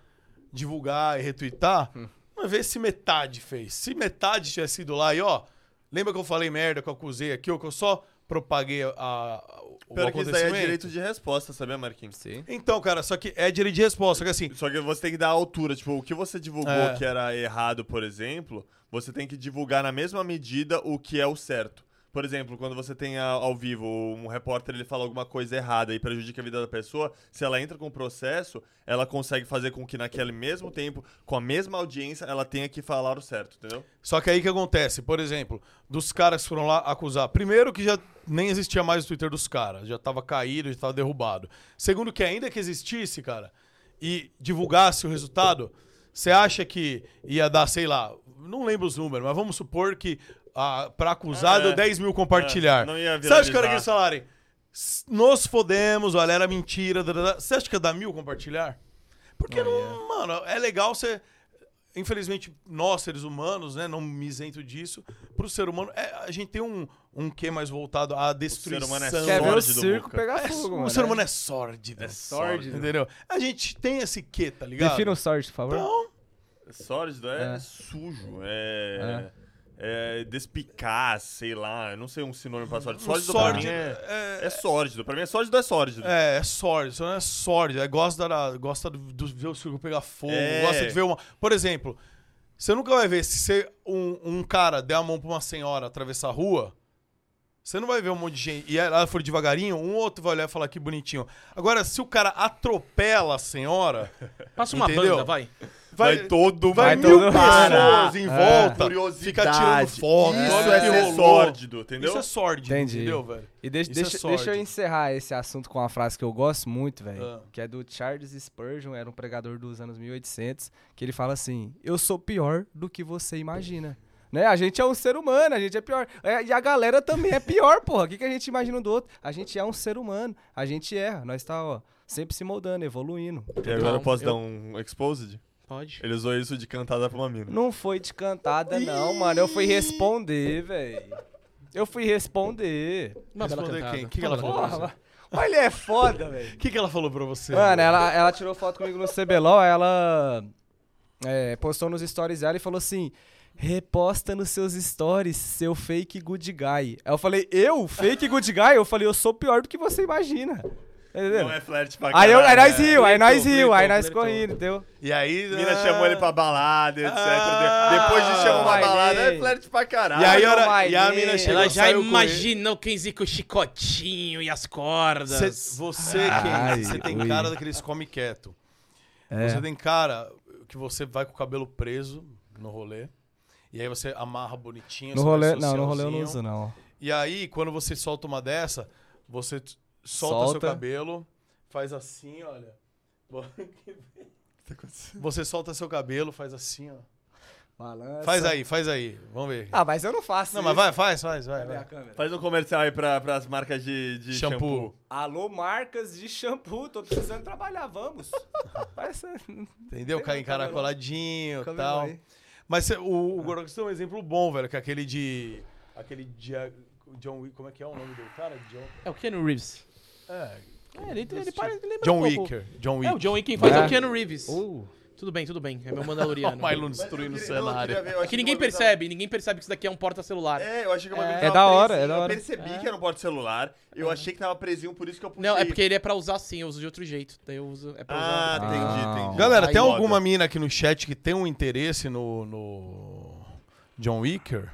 Speaker 4: divulgar e retweetar,
Speaker 2: Hum.
Speaker 4: mas vê se metade fez. Se metade tivesse ido lá e ó, lembra que eu falei merda, que eu acusei aqui, ou que eu só propaguei a, a- o
Speaker 2: Pior que isso daí é
Speaker 4: acontecimento?
Speaker 2: direito de resposta, sabia, Marquinhos?
Speaker 3: Sim.
Speaker 4: Então, cara, só que é direito de resposta, só que assim,
Speaker 2: Só que você tem que dar a altura. Tipo, o que você divulgou
Speaker 4: É.
Speaker 2: que era errado, por exemplo, você tem que divulgar na mesma medida o que é o certo. Por exemplo, quando você tem a- ao vivo um repórter, ele fala alguma coisa errada e prejudica a vida da pessoa, se ela entra com o processo, ela consegue fazer com que naquele mesmo tempo, com a mesma audiência, ela tenha que falar o certo, entendeu?
Speaker 4: Só que aí que acontece, por exemplo, dos caras que foram lá acusar. Primeiro que já nem existia mais o Twitter dos caras, já tava caído, já tava derrubado. Segundo que ainda que existisse, cara, e divulgasse o resultado, você acha que ia dar, sei lá, não lembro os números, mas vamos supor que ah, pra acusar
Speaker 2: É.
Speaker 4: deu 10 mil compartilhar.
Speaker 2: É, não ia
Speaker 4: Sabe os
Speaker 2: viralizar.
Speaker 4: caras que eles falarem? "S- Nos fodemos, olha, era mentira. Você acha que ia dar mil compartilhar? Porque não, mano, é legal você infelizmente, nós, seres humanos, né, não me isento disso, pro ser humano, é, a gente tem um, um quê mais voltado à destruição.
Speaker 2: humano é
Speaker 3: Quer ver o
Speaker 2: Sórdido,
Speaker 3: circo
Speaker 2: Muca.
Speaker 3: pegar
Speaker 4: É,
Speaker 3: fogo,
Speaker 4: o
Speaker 3: mano. né?
Speaker 4: ser humano é sórdido. É
Speaker 2: sórdido.
Speaker 4: Entendeu? A gente tem esse quê,
Speaker 2: é
Speaker 4: tá ligado?
Speaker 3: Defina o sorte, por favor.
Speaker 4: Então,
Speaker 2: Sórdido é,
Speaker 3: É.
Speaker 2: sujo, é, é despicaz, sei lá, eu não sei um sinônimo pra sórdido. Sórdido,
Speaker 4: sórdido
Speaker 2: pra mim é,
Speaker 4: é-
Speaker 2: é, sórdido. Pra mim é sórdido, é sórdido.
Speaker 4: é, é sórdido, isso não é sórdido. É, gosta da, gosta do- de ver o circo pegar fogo,
Speaker 2: É.
Speaker 4: gosta de ver uma. Por exemplo, você nunca vai ver se você- um, um cara der a mão pra uma senhora atravessar a rua. Você não vai ver um monte de gente. E ela for devagarinho, um outro vai olhar e falar que bonitinho. Agora, se o cara atropela a senhora,
Speaker 1: Passa uma
Speaker 4: Entendeu?
Speaker 1: banda, vai.
Speaker 2: Vai,
Speaker 4: vai,
Speaker 2: todo
Speaker 4: vai,
Speaker 3: vai
Speaker 4: mil
Speaker 3: todo-
Speaker 4: pessoas em
Speaker 3: É.
Speaker 4: volta, fica tirando foto.
Speaker 2: Isso
Speaker 4: olha
Speaker 2: é
Speaker 4: o que
Speaker 2: ser
Speaker 4: rolou.
Speaker 2: sórdido, entendeu?
Speaker 4: Isso é sórdido,
Speaker 3: Entendi.
Speaker 4: entendeu, velho?
Speaker 3: E deixa,
Speaker 4: Isso é
Speaker 3: deixa,
Speaker 4: sorte.
Speaker 3: deixa eu encerrar esse assunto com uma frase que eu gosto muito, velho.
Speaker 4: Ah.
Speaker 3: Que é do Charles Spurgeon, era um pregador dos anos 1800, que ele fala assim: Eu sou pior do que você imagina. Né? A gente é um ser humano, a gente é pior. É, e a galera também é pior, porra. O que, que a gente imagina um do outro? A gente é um ser humano, a gente erra. Nós tá, ó, sempre se moldando, evoluindo.
Speaker 2: E agora eu posso
Speaker 1: Eu-
Speaker 2: dar um exposed?
Speaker 1: Pode.
Speaker 2: Ele usou isso de cantada pra uma mina.
Speaker 3: Não foi de cantada, não, mano. Eu fui responder, velho. Eu fui responder.
Speaker 1: Uma bela
Speaker 4: Responder
Speaker 1: cantada.
Speaker 4: quem? O que que
Speaker 1: Uma
Speaker 4: ela
Speaker 1: bela
Speaker 4: falou?
Speaker 1: cantada.
Speaker 3: Porra, mas ele é foda, velho.
Speaker 4: O que, que ela falou pra você?
Speaker 3: Mano, ela, ela tirou foto comigo no CBLOL, ela é, postou nos stories dela e falou assim: reposta nos seus stories, seu fake good guy. Aí eu falei, eu? Fake good guy? Eu falei, eu sou pior do que você imagina. Entendeu?
Speaker 2: Não é flerte pra
Speaker 3: aí, eu, aí
Speaker 2: caralho,
Speaker 3: nós
Speaker 2: é.
Speaker 3: riu, aí nós riu,
Speaker 1: flertou,
Speaker 3: aí nós
Speaker 1: flertou.
Speaker 3: corrido, entendeu?
Speaker 4: E aí.
Speaker 2: Mina
Speaker 4: ah,
Speaker 2: chamou ele pra balada, etc.
Speaker 4: Ah,
Speaker 2: De- Depois de chamar uma
Speaker 3: vai
Speaker 2: balada,
Speaker 3: ver.
Speaker 2: é flerte pra caralho.
Speaker 4: E aí,
Speaker 3: Ah, Não
Speaker 4: ora,
Speaker 3: vai
Speaker 4: e a
Speaker 3: ver.
Speaker 4: mina chegou
Speaker 1: Ela já
Speaker 4: saiu com ele.
Speaker 1: imaginou quem zica o chicotinho e as cordas.
Speaker 4: Cê- você,
Speaker 3: Ah, Ai,
Speaker 4: Kenzie, você tem
Speaker 3: ui. É.
Speaker 4: cara daqueles come quieto. Você tem cara que você vai com o cabelo preso no rolê. E aí você amarra bonitinho.
Speaker 3: No
Speaker 4: você vai
Speaker 3: rolê, não, no rolê eu não
Speaker 4: socialzinho.
Speaker 3: uso, não.
Speaker 4: E aí, quando você solta uma dessa, você t- solta,
Speaker 3: Solta.
Speaker 4: seu cabelo, faz assim, olha. Você solta seu cabelo, faz assim, ó.
Speaker 3: Balança.
Speaker 4: Faz aí, faz aí. Vamos ver.
Speaker 3: Ah, mas eu não faço
Speaker 4: Não,
Speaker 3: isso.
Speaker 4: mas vai, faz, faz, vai.
Speaker 3: Cadê a
Speaker 4: vai.
Speaker 3: câmera?
Speaker 2: Faz um comercial aí pra, pras marcas de, de shampoo.
Speaker 4: Shampoo.
Speaker 3: Alô, marcas de shampoo, tô precisando trabalhar, vamos. Parece...
Speaker 1: um
Speaker 4: Entendeu? Cai encaracoladinho e
Speaker 3: Cabelo
Speaker 4: tal.
Speaker 3: aí.
Speaker 4: Mas cê- o,
Speaker 1: Ah.
Speaker 4: o Gorokson é um exemplo bom, velho, que é aquele de. Aquele de. John Wick, como é que é o nome do cara? John,
Speaker 1: É o Keanu Reeves.
Speaker 4: é,
Speaker 1: É, ele,
Speaker 3: Então
Speaker 1: ele, pare- ele lembra
Speaker 4: John
Speaker 1: um pouco.
Speaker 4: Wicker. John
Speaker 1: É, o
Speaker 4: Wick.
Speaker 1: John Wick quem faz é
Speaker 3: Ah.
Speaker 1: o Keanu Reeves.
Speaker 3: Uh,
Speaker 1: Tudo bem, tudo bem. É meu Mandaloriano.
Speaker 4: Milo destruindo o cenário.
Speaker 1: É que ninguém percebe, ninguém percebe que isso daqui é um porta-celular.
Speaker 2: É, eu achei que uma vez
Speaker 3: É
Speaker 2: tava
Speaker 3: da hora,
Speaker 2: presinho,
Speaker 3: é da hora.
Speaker 2: Eu percebi que era um porta celular. Eu achei que tava presinho, por isso que eu puxei.
Speaker 1: Não, é porque ele é pra usar sim, eu uso de outro jeito. Daí eu uso. É pra
Speaker 2: Ah,
Speaker 1: usar.
Speaker 2: entendi, entendi.
Speaker 4: Galera,
Speaker 1: Aí
Speaker 4: tem
Speaker 2: roda.
Speaker 4: alguma mina aqui no chat que tem um interesse no, no John Wicker?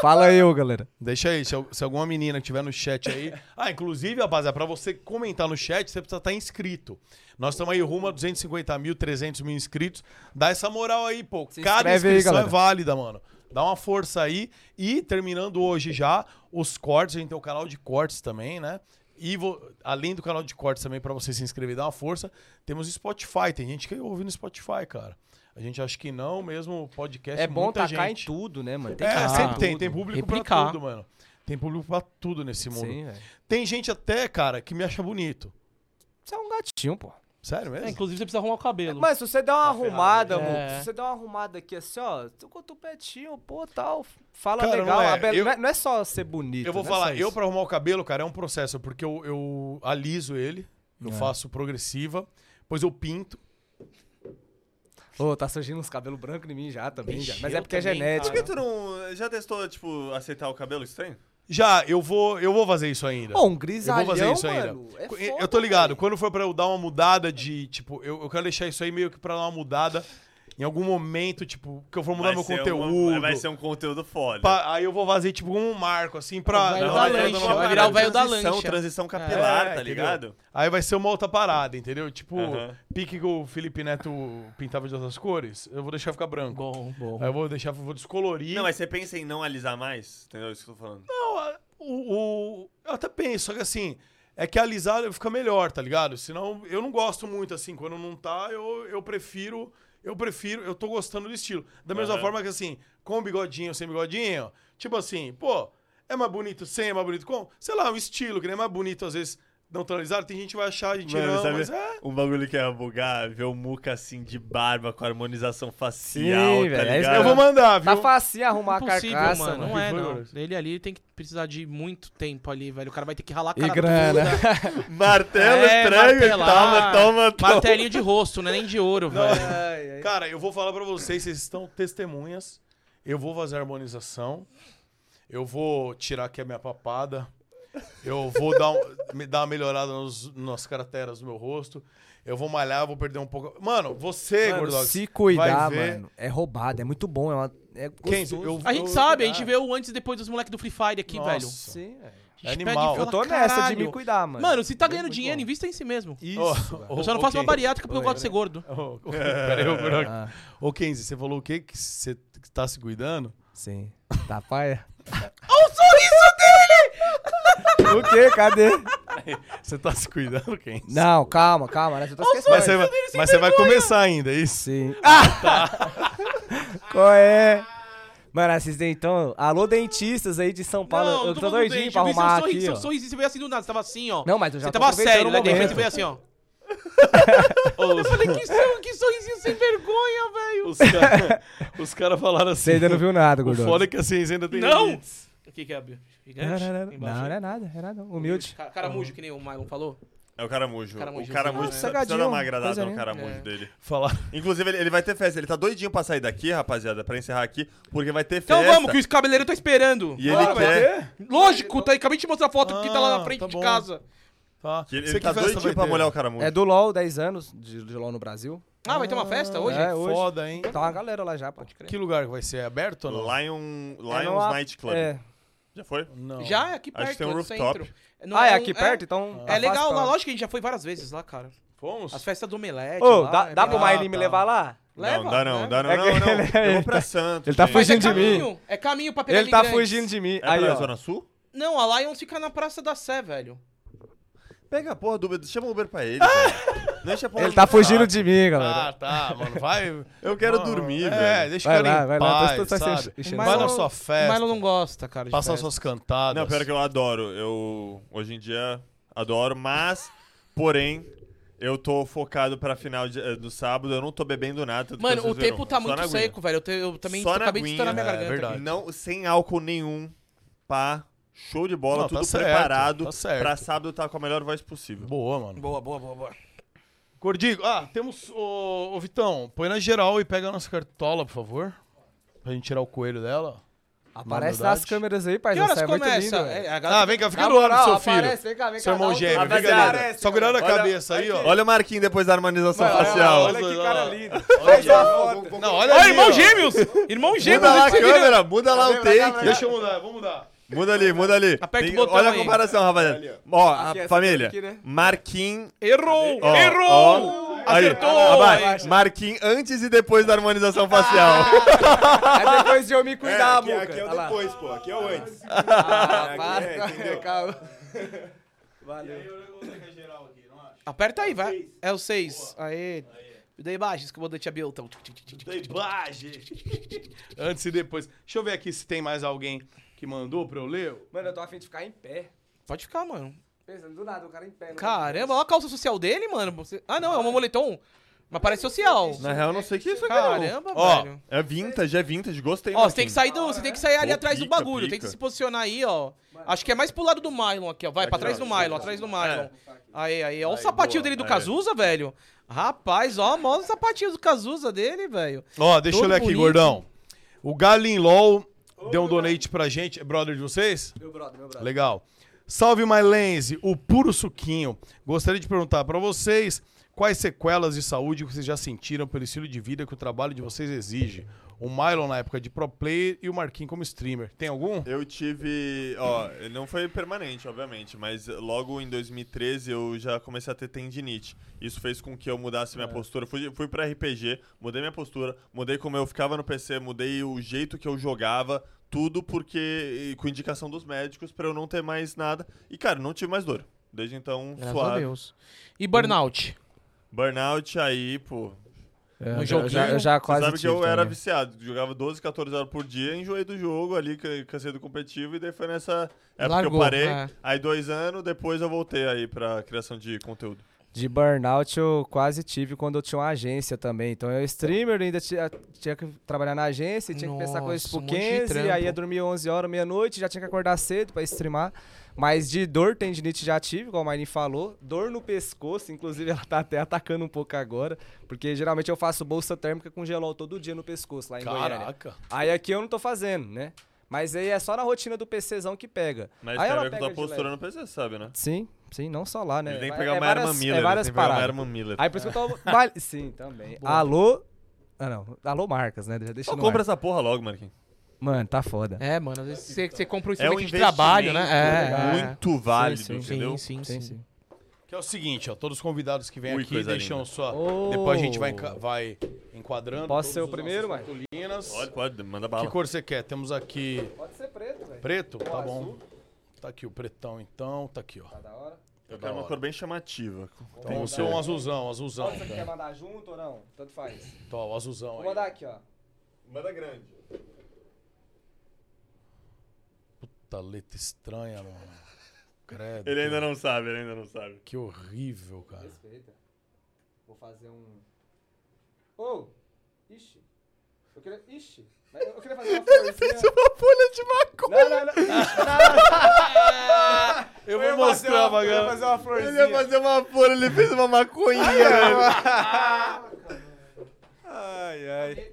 Speaker 3: fala eu, galera.
Speaker 4: Deixa aí, se, al- se alguma menina que tiver no chat aí. Ah, inclusive, rapaziada, pra você comentar no chat, você precisa estar inscrito. Nós estamos aí rumo a 250 mil, 300 mil inscritos. Dá essa moral aí, pô.
Speaker 3: Se
Speaker 4: Cada
Speaker 3: inscreve aí,
Speaker 4: inscrição é
Speaker 3: galera.
Speaker 4: válida, mano. Dá uma força aí. E terminando hoje já, os cortes, a gente tem o canal de cortes também, né? E vo- além do canal de cortes também, pra você se inscrever e dar uma força, temos Spotify. Tem gente que ouve no Spotify, cara. A gente acha que não, mesmo podcast.
Speaker 3: É bom
Speaker 4: muita
Speaker 3: tacar
Speaker 4: gente
Speaker 3: em tudo, né, mano? Tem que
Speaker 4: é,
Speaker 3: tacar
Speaker 4: sempre
Speaker 3: em
Speaker 4: tem.
Speaker 3: tudo.
Speaker 4: Tem público pra
Speaker 1: Replicar.
Speaker 4: tudo, mano. Tem público pra tudo nesse mundo.
Speaker 3: Sim, velho.
Speaker 4: Tem gente até, cara, que me acha bonito.
Speaker 3: Isso é um gatinho, pô.
Speaker 4: Sério mesmo?
Speaker 1: É, inclusive você precisa arrumar o cabelo.
Speaker 3: Mas se você der uma arrumada,
Speaker 1: ferrado, né?
Speaker 3: amor,
Speaker 1: É.
Speaker 3: se você der uma arrumada aqui assim, ó, tô com o tupetinho, pô, tal, fala
Speaker 4: Cara,
Speaker 3: legal.
Speaker 4: não é,
Speaker 3: a be-
Speaker 4: eu-
Speaker 3: não, é, não é só ser bonito.
Speaker 4: eu vou
Speaker 2: né,
Speaker 3: não é só
Speaker 4: falar, eu
Speaker 3: isso.
Speaker 4: pra arrumar o cabelo, cara, é um processo, porque eu, eu aliso ele,
Speaker 3: É.
Speaker 4: eu faço progressiva, depois eu pinto.
Speaker 3: Ô, tá surgindo uns cabelos brancos em mim já também,
Speaker 1: Ixi,
Speaker 3: já. Mas é
Speaker 1: eu
Speaker 3: porque é
Speaker 1: também,
Speaker 2: Por
Speaker 3: genético.
Speaker 2: que tu não. Já testou, tipo, aceitar o cabelo estranho?
Speaker 4: Já, eu vou, eu vou fazer isso ainda.
Speaker 3: Pô, um
Speaker 4: eu
Speaker 3: grisalhão,
Speaker 4: vou fazer isso
Speaker 3: mano.
Speaker 4: ainda.
Speaker 3: é
Speaker 4: Co-
Speaker 3: foda,
Speaker 4: eu tô ligado,
Speaker 3: velho.
Speaker 4: quando for pra eu dar uma mudada de, tipo, eu, eu quero deixar isso aí meio que pra dar uma mudada em algum momento, tipo, que eu for mudar
Speaker 2: Vai
Speaker 4: meu
Speaker 2: ser
Speaker 4: conteúdo.
Speaker 2: uma- vai ser um conteúdo foda.
Speaker 4: Pra- aí eu vou fazer, tipo, um marco, assim, pra.
Speaker 1: Vai dar
Speaker 4: Não, vai ser
Speaker 1: lancha,
Speaker 4: uma
Speaker 1: vai virar o
Speaker 2: parada
Speaker 1: velho da
Speaker 2: transição,
Speaker 1: lancha.
Speaker 2: Transição capilar,
Speaker 4: É,
Speaker 2: tá
Speaker 4: entendeu?
Speaker 2: ligado?
Speaker 4: Aí vai ser uma outra parada, entendeu? Tipo,
Speaker 2: Aham.
Speaker 4: pique que o Felipe Neto pintava de outras cores, eu vou deixar ficar branco.
Speaker 1: Bom, bom.
Speaker 4: Aí eu vou deixar, vou descolorir.
Speaker 2: Não, é- mas você pensa em não alisar mais? Entendeu isso que eu tô falando?
Speaker 4: Não, a- o, o- eu até penso, só que assim, é que alisado fica melhor, tá ligado? Senão eu não gosto muito, assim, quando não tá, eu, eu prefiro. Eu prefiro, eu tô gostando do estilo. Da mesma
Speaker 2: Aham.
Speaker 4: forma que assim, com bigodinho, sem bigodinho, tipo assim, pô, é mais bonito sem, é mais bonito com. Sei lá, um estilo, que nem é mais bonito, às vezes, não tonalizado, tem gente que vai achar, gente não,
Speaker 2: sabe
Speaker 4: mas é.
Speaker 2: um bagulho que ia bugar? Ver o Muca assim de barba com harmonização facial,
Speaker 3: Sim, velho,
Speaker 2: tá
Speaker 3: é isso
Speaker 2: ligado?
Speaker 3: que
Speaker 4: Eu vou mandar, viu?
Speaker 3: Tá facinho arrumar a
Speaker 1: Impossível,
Speaker 3: carcaça,
Speaker 1: É mano.
Speaker 3: mano.
Speaker 1: Não é,
Speaker 4: Que foi,
Speaker 1: não.
Speaker 4: Alex?
Speaker 1: Ele ali tem que precisar de muito tempo ali, velho. O cara vai ter que ralar a
Speaker 3: E
Speaker 1: cara
Speaker 3: grana.
Speaker 4: né?
Speaker 2: Martelo
Speaker 1: É,
Speaker 2: estranho,
Speaker 1: martelar.
Speaker 2: toma, toma, toma.
Speaker 1: Martelinho de rosto, não é nem de ouro, velho.
Speaker 3: Ai, ai.
Speaker 4: Cara, eu vou falar pra vocês, vocês estão testemunhas. Eu vou fazer a harmonização. Eu vou tirar aqui a minha papada. Eu vou dar, um- me dar uma melhorada nos, nas crateras do meu rosto. Eu vou malhar, vou perder um pouco. Mano, você,
Speaker 3: Mano,
Speaker 4: Gordox.
Speaker 3: se cuidar,
Speaker 4: vai ver-
Speaker 3: mano, é roubado, é muito bom, é, uma, é
Speaker 4: Quem?
Speaker 3: gostoso.
Speaker 4: Eu-
Speaker 1: A gente
Speaker 4: eu-
Speaker 1: sabe, a gente
Speaker 4: cara,
Speaker 1: vê o antes e depois dos moleques do Free Fire aqui,
Speaker 4: é. Nossa,
Speaker 1: velho.
Speaker 3: Sim, velho.
Speaker 1: A gente
Speaker 4: É
Speaker 1: pede e
Speaker 4: animal.
Speaker 1: fala,
Speaker 3: Eu tô nessa de
Speaker 1: "Caralho".
Speaker 3: me cuidar, mano.
Speaker 1: Mano, se tá
Speaker 3: É
Speaker 1: ganhando
Speaker 3: muito
Speaker 1: dinheiro,
Speaker 3: bom.
Speaker 1: invista em si mesmo.
Speaker 4: Isso.
Speaker 1: Eu só não faço uma bariátrica porque eu
Speaker 4: Oi,
Speaker 1: gosto de ser gordo.
Speaker 4: Oh, oh, Peraí, ô, Gordox.
Speaker 3: Ah,
Speaker 4: Ô, Kenzie, você falou o quê? Que você tá se cuidando?
Speaker 3: sim. Tá paia?
Speaker 1: Olha o sorriso dele!
Speaker 3: O quê? Cadê?
Speaker 4: Você tá se cuidando, Kenzie?
Speaker 3: Não, calma, calma, né? Você tá esquecendo.
Speaker 4: Mas você vai, mas você vai começar ainda, é isso?
Speaker 3: Sim. Ah, tá. Qual é? Mano, esses dentão. Alô, dentistas aí de São Paulo. eu
Speaker 1: falando
Speaker 3: tô
Speaker 1: do
Speaker 3: doidinho
Speaker 1: dente,
Speaker 3: pra
Speaker 1: eu vi seu
Speaker 3: arrumar
Speaker 1: sorriso,
Speaker 3: aqui.
Speaker 1: seu
Speaker 3: ó.
Speaker 1: sorriso, você veio assim do nada, você tava assim, ó.
Speaker 3: Não, mas eu já
Speaker 1: Você
Speaker 3: tô
Speaker 1: tava
Speaker 3: aproveitando
Speaker 1: sério,
Speaker 3: o
Speaker 1: daí de repente
Speaker 3: momento.
Speaker 1: você veio assim, ó. Eu falei, que, sor- que sorrisinho sem vergonha, velho.
Speaker 4: Os caras cara falaram assim.
Speaker 3: Você ainda não viu nada,
Speaker 4: O
Speaker 3: gordo.
Speaker 4: foda é que a ciência ainda tem
Speaker 1: Não!
Speaker 4: limites.
Speaker 1: O que que é, Bia?
Speaker 3: Não,
Speaker 1: Gigante?
Speaker 3: não, não, não,
Speaker 1: Embaixo?
Speaker 3: não, não é nada, é nada. Humilde.
Speaker 1: Ca- Caramujo, que nem o Mylon falou.
Speaker 2: É o caramujo.
Speaker 1: Caramujo,
Speaker 2: o caramujo
Speaker 1: sim.
Speaker 2: precisa,
Speaker 3: Ah,
Speaker 2: precisa dar
Speaker 3: salgadinho,
Speaker 2: uma agradada
Speaker 3: coisa
Speaker 2: no
Speaker 3: linda.
Speaker 2: caramujo
Speaker 1: É.
Speaker 2: dele.
Speaker 4: Falaram.
Speaker 2: Inclusive, ele, ele vai ter festa. Ele tá doidinho pra sair daqui, rapaziada, pra encerrar aqui, porque vai ter
Speaker 1: Então
Speaker 2: festa.
Speaker 1: vamos, que o cabeleireiro tá esperando.
Speaker 2: E ele quer.
Speaker 1: Lógico, tá aí, acabei de mostrar a foto que tá lá
Speaker 4: Ah,
Speaker 1: na frente
Speaker 4: tá
Speaker 1: de
Speaker 4: bom.
Speaker 1: casa.
Speaker 4: Tá.
Speaker 2: que ele
Speaker 4: Você
Speaker 2: ele
Speaker 4: que
Speaker 2: tá
Speaker 4: festa vai
Speaker 2: doidinho pra
Speaker 4: ter?
Speaker 2: molhar o caramujo.
Speaker 3: É do LOL, 10 anos de, de LOL no Brasil.
Speaker 1: Ah, vai ter uma festa hoje?
Speaker 3: É, hoje.
Speaker 4: Foda, hein?
Speaker 3: Tá uma galera lá já, pô.
Speaker 4: Que lugar que vai ser? É Aberto ou não?
Speaker 2: Lion,
Speaker 3: É
Speaker 2: Lions
Speaker 3: numa-
Speaker 2: Night Club.
Speaker 3: É.
Speaker 2: Já foi?
Speaker 4: Não.
Speaker 1: Já é aqui
Speaker 2: Acho
Speaker 1: perto,
Speaker 2: que tem um
Speaker 1: é do
Speaker 2: rooftop.
Speaker 1: centro. Não
Speaker 3: Ah, é
Speaker 1: um-
Speaker 3: aqui perto? Então.
Speaker 1: É,
Speaker 3: tá
Speaker 1: legal
Speaker 3: fácil pra
Speaker 1: lá,
Speaker 3: lá.
Speaker 1: lógico que a gente já foi várias vezes lá, cara.
Speaker 4: Fomos? Ah,
Speaker 1: As festas do Omelete.
Speaker 3: Ô,
Speaker 1: lá,
Speaker 3: dá,
Speaker 1: é
Speaker 3: dá
Speaker 1: bem
Speaker 3: pro
Speaker 1: legal.
Speaker 3: Maíra me levar lá?
Speaker 1: Leva,
Speaker 2: não, dá não,
Speaker 1: né?
Speaker 2: dá não,
Speaker 3: É
Speaker 2: não,
Speaker 3: que-
Speaker 2: não. Eu
Speaker 3: ele
Speaker 2: vou pra
Speaker 3: tá-
Speaker 2: Santos.
Speaker 3: ele tá
Speaker 2: gente.
Speaker 1: Mas é
Speaker 3: Fugindo de mim.
Speaker 1: caminho, é caminho pra pegar
Speaker 3: Ele tá
Speaker 1: imigrantes.
Speaker 3: fugindo de mim.
Speaker 2: É
Speaker 3: Aí,
Speaker 2: pra
Speaker 3: ó.
Speaker 2: Zona Sul?
Speaker 1: Não, a Lions fica na Praça da Sé, velho.
Speaker 2: Pega a porra do Uber, chama o Uber pra ele. velho. Não enche a porra
Speaker 3: Ele
Speaker 2: do
Speaker 3: tá
Speaker 2: meu
Speaker 3: fugindo
Speaker 2: saco.
Speaker 3: de Ah, mim, galera.
Speaker 4: Ah, tá, mano. Vai.
Speaker 2: Eu quero dormir,
Speaker 4: É,
Speaker 2: velho.
Speaker 4: deixa o
Speaker 3: Vai
Speaker 4: cara
Speaker 3: lá,
Speaker 4: em
Speaker 3: vai lá,
Speaker 4: paz,
Speaker 3: tô- tô- tô-
Speaker 4: sabe?
Speaker 3: tô- tô-
Speaker 4: Vai na
Speaker 1: tô-
Speaker 4: sua
Speaker 1: O
Speaker 4: festa,
Speaker 1: Milo não gosta, cara. de
Speaker 4: passar
Speaker 1: festa.
Speaker 4: suas cantadas.
Speaker 2: Não, pior que eu adoro. Eu hoje em dia adoro, mas porém eu tô focado pra final de- eh, do sábado, eu não tô bebendo nada. tanto que
Speaker 1: Mano,
Speaker 2: vocês
Speaker 1: o
Speaker 2: viram.
Speaker 1: tempo tá
Speaker 2: Só na
Speaker 1: muito
Speaker 2: aguinha.
Speaker 1: seco, velho. Eu, te- eu também
Speaker 2: Só na
Speaker 1: acabei de estourar minha
Speaker 2: aguinha,
Speaker 4: é,
Speaker 1: garganta.
Speaker 4: verdade.
Speaker 2: Não, sem álcool nenhum. Pá, show de bola,
Speaker 4: Não, tá
Speaker 2: tudo
Speaker 4: certo,
Speaker 2: preparado
Speaker 4: tá certo.
Speaker 2: pra sábado tá com a melhor voz possível.
Speaker 4: Boa, mano.
Speaker 1: Boa, boa, boa, boa.
Speaker 4: Gordigo, ah, temos. Ô, ô, Vitão, põe na geral e pega a nossa cartola, por favor. Pra gente tirar o coelho dela.
Speaker 3: Aparece
Speaker 4: Manualidade.
Speaker 3: nas câmeras aí,
Speaker 1: Que
Speaker 3: parceiro.
Speaker 1: horas
Speaker 3: Sai muito lindo,
Speaker 1: começa?
Speaker 3: velho.
Speaker 1: É, a galera
Speaker 4: Ah, vem cá, fica
Speaker 3: Na
Speaker 4: do lado do
Speaker 3: moral,
Speaker 4: seu filho.
Speaker 3: aparece, vem cá, vem
Speaker 4: seu
Speaker 3: cá, dá
Speaker 4: irmão
Speaker 3: um-
Speaker 4: gêmeo,
Speaker 3: Olha,
Speaker 4: fica ali.
Speaker 3: Aparece,
Speaker 4: Só cuidando a
Speaker 2: olha-
Speaker 4: cabeça aí, ó.
Speaker 2: Olha o Marquinhos depois da harmonização
Speaker 3: olha,
Speaker 2: facial.
Speaker 3: Olha que cara lindo. Faz a foto.
Speaker 4: Não, olha
Speaker 1: Ó,
Speaker 4: ali, ó.
Speaker 1: irmão gêmeos! Irmão
Speaker 2: Muda
Speaker 1: gêmeos!
Speaker 2: lá a
Speaker 1: desse vídeo.
Speaker 2: câmera, muda
Speaker 1: Tá
Speaker 2: lá o take.
Speaker 4: Deixa eu mudar, vamos mudar.
Speaker 2: Muda ali, muda ali.
Speaker 1: Aperta
Speaker 2: Tem-
Speaker 1: o botão
Speaker 2: olha a
Speaker 1: aí.
Speaker 2: comparação, rapaziada. Ó, a
Speaker 4: é
Speaker 3: Aqui, essa
Speaker 2: família.
Speaker 3: aqui, né?
Speaker 2: Marquinhos
Speaker 1: Errou!
Speaker 2: Ó,
Speaker 1: Errou!
Speaker 2: ó. Aí,
Speaker 1: Acertou!
Speaker 2: abaixo. Marquinhos antes e depois da harmonização facial.
Speaker 3: É depois de eu me cuidar,
Speaker 8: aqui,
Speaker 3: Muca.
Speaker 8: aqui é o
Speaker 3: Olha lá.
Speaker 8: depois, pô. Aqui é o antes.
Speaker 3: Ah,
Speaker 8: Aqui é,
Speaker 3: para.
Speaker 8: entendeu?
Speaker 3: Calma.
Speaker 1: Aperta aí, vai. É o 6. Aê. Me dá imagens que eu mandei tia Bilton.
Speaker 4: Antes e depois. Deixa eu ver aqui se tem mais alguém que mandou pra eu ler.
Speaker 3: Mano, eu tô afim de ficar em pé.
Speaker 1: Pode ficar, mano.
Speaker 3: Pensando do nada, o cara em pé. né?
Speaker 1: Caramba, olha a calça social dele, mano. Você- Ah, não, é um moletom. Mas parece social.
Speaker 2: Na real, eu não sei o que é isso aqui, não.
Speaker 1: Caramba,
Speaker 4: Ó.
Speaker 1: velho.
Speaker 2: É vintage, é vintage, gostei.
Speaker 1: Ó, você tem que
Speaker 2: Marquinhos.
Speaker 1: sair do. Você tem que sair ali
Speaker 2: Pô,
Speaker 1: atrás do
Speaker 2: pica,
Speaker 1: bagulho. Tem
Speaker 2: pica.
Speaker 1: que se posicionar aí, ó. Acho que é mais pro lado do Mylon aqui, ó. Vai, pra
Speaker 2: Aqui,
Speaker 1: trás
Speaker 2: ó.
Speaker 1: do Mylon, atrás do Mylon. Aí, aí. Ó o sapatinho dele do
Speaker 2: Aí.
Speaker 1: Cazuza, velho. Rapaz, ó, mó o sapatinho do Cazuza dele, velho.
Speaker 4: Ó, deixa
Speaker 1: Todo
Speaker 4: eu ler aqui,
Speaker 1: bonito.
Speaker 4: gordão. O Galin LOL deu um donate pra gente. É brother de vocês?
Speaker 3: Meu brother, meu brother.
Speaker 4: Legal. Salve, My Lense, o puro suquinho. Gostaria de perguntar pra vocês quais sequelas de saúde vocês já sentiram pelo estilo de vida que o trabalho de vocês exige. O Mylon na época de pro player e o Marquinhos como streamer. Tem algum?
Speaker 2: Eu tive. Ó, não foi permanente, obviamente, mas logo em 2013 eu já comecei a ter tendinite. Isso fez com que eu mudasse
Speaker 1: É.
Speaker 2: minha postura. Fui, fui pra RPG, mudei minha postura, mudei como eu ficava no PC, mudei o jeito que eu jogava. Tudo porque. e com indicação dos médicos pra eu não ter mais nada. E, cara, não tive mais dor. Desde então,
Speaker 1: Graças a
Speaker 2: suave.
Speaker 1: Deus. E burnout?
Speaker 2: Burnout aí, pô.
Speaker 3: É, Eu já-
Speaker 1: joguinho.
Speaker 3: Eu já
Speaker 2: Você
Speaker 3: quase
Speaker 2: sabe que
Speaker 3: tive
Speaker 2: eu era
Speaker 3: também.
Speaker 2: viciado, jogava 12, 14 horas por dia, enjoei do jogo ali, ca- cansei do competitivo, e daí foi nessa época que
Speaker 1: Largou,
Speaker 2: eu parei.
Speaker 1: é.
Speaker 2: Aí dois anos, depois eu voltei aí pra criação de conteúdo.
Speaker 3: De burnout eu quase tive quando eu tinha uma agência também. Então eu streamer, ainda tinha, tinha que trabalhar na agência, tinha que pensar coisas
Speaker 1: Nossa,
Speaker 3: tipo
Speaker 1: um monte de
Speaker 3: 15,
Speaker 1: trampo.
Speaker 3: aí ia dormir 11 horas, meia-noite, já tinha que acordar cedo pra streamar. Mas de dor, tendinite já tive, igual a Maylin falou. Dor no pescoço, inclusive ela tá até atacando um pouco agora. Porque geralmente eu faço bolsa térmica com gelol todo dia no pescoço lá em Goiânia. Aí aqui eu não tô fazendo, né? Mas aí é só na rotina do PCzão que pega.
Speaker 2: Mas
Speaker 3: aí
Speaker 2: tem a
Speaker 3: ela
Speaker 2: ver com
Speaker 3: pega
Speaker 2: tua
Speaker 3: de
Speaker 2: postura
Speaker 3: leve.
Speaker 2: no PC, sabe, né?
Speaker 3: Sim, sim, não só lá, né?
Speaker 2: Ele tem que
Speaker 3: É-
Speaker 2: pegar
Speaker 3: é
Speaker 2: uma
Speaker 3: várias-
Speaker 2: Herman Miller.
Speaker 3: É
Speaker 2: ele
Speaker 3: várias
Speaker 2: tem que pegar uma
Speaker 3: paradas.
Speaker 2: Herman Miller.
Speaker 3: Aí por isso que eu tô. Vale- Sim, também. Alô. Ah, não. Alô, marcas, né? Já Deixa
Speaker 2: Só
Speaker 3: eu
Speaker 2: compra essa porra logo, Marquinhos.
Speaker 3: Mano, tá foda.
Speaker 1: É, mano, às vezes você, você compra um
Speaker 2: É um
Speaker 1: instrumento de trabalho, né?
Speaker 2: investimento
Speaker 1: É, é.
Speaker 2: Muito válido,
Speaker 3: sim, sim.
Speaker 2: entendeu?
Speaker 1: sim,
Speaker 3: Sim, sim.
Speaker 4: Que é o seguinte, ó, todos os convidados que vêm
Speaker 2: Ui,
Speaker 4: aqui
Speaker 2: coisa
Speaker 4: deixam
Speaker 2: linda.
Speaker 4: só.
Speaker 3: Oh.
Speaker 4: Depois a gente vai, enca- vai enquadrando.
Speaker 3: Posso ser o
Speaker 4: todos os
Speaker 3: primeiro,
Speaker 4: nossos cartolinas.
Speaker 2: Pode, pode, manda
Speaker 4: Que
Speaker 2: bala.
Speaker 4: cor você quer? Temos aqui
Speaker 3: Pode ser preto, velho.
Speaker 4: preto, tá bom.
Speaker 3: azul.
Speaker 4: Tá aqui o pretão então, tá aqui, ó.
Speaker 3: Tá da hora.
Speaker 2: Eu quero uma cor bem chamativa.
Speaker 4: Então, o seu é um azulzão, azulzão.
Speaker 3: Você quer mandar junto ou não? Tanto faz.
Speaker 4: Tó, o azulzão
Speaker 3: Vou
Speaker 4: aí.
Speaker 3: mandar aqui, ó.
Speaker 2: Manda grande.
Speaker 4: Puta Tá letra estranha, mano. Credo.
Speaker 2: Ele ainda não sabe, ele ainda não sabe.
Speaker 4: Que horrível, cara.
Speaker 3: Respeita. Vou fazer um. Ô! Ixi! Eu queria. Ixi! Mas eu queria fazer uma florzinha. fez uma folha de maconha! Não, não, não! Ixi,
Speaker 4: Eu
Speaker 3: ia
Speaker 4: vou
Speaker 3: fazer
Speaker 4: mostrar,
Speaker 3: uma- eu ia
Speaker 4: Magano.
Speaker 3: fazer uma florzinha.
Speaker 2: Ele ia fazer uma folha, ele fez uma maconhinha. velho.
Speaker 4: Ai, ai.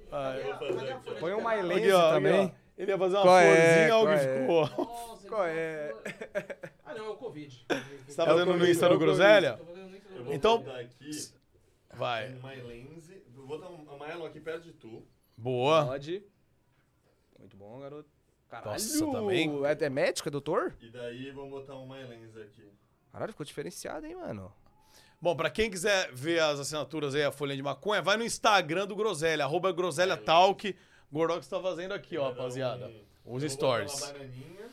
Speaker 3: Põe um My
Speaker 4: Aqui,
Speaker 3: Lazy
Speaker 4: ó, aqui,
Speaker 3: também.
Speaker 4: ó. Ele ia fazer uma
Speaker 3: Qual é,
Speaker 4: florzinha, algo
Speaker 3: qual é?
Speaker 4: ficou.
Speaker 3: Qual é?
Speaker 1: Ah, não, é o Covid.
Speaker 4: Você tá fazendo no Insta do Groselha? Então-
Speaker 2: Vou botar aqui
Speaker 4: Vai.
Speaker 2: uma lense, vou botar um amarelo aqui perto de tu.
Speaker 4: Boa.
Speaker 3: Pode. Muito bom, garoto. Caralho.
Speaker 4: Nossa, também.
Speaker 3: É, é médico? É doutor?
Speaker 2: E daí vamos botar um MyLens aqui.
Speaker 3: Caralho, ficou diferenciado, hein, mano?
Speaker 4: Bom, pra quem quiser ver as assinaturas aí, a folhinha de maconha, vai no Instagram do Groselha, arroba Groselha Talk. Gordox tá fazendo aqui, ó, rapaziada. Os
Speaker 2: Eu vou Então, botar
Speaker 4: stories.
Speaker 2: Uma bananinha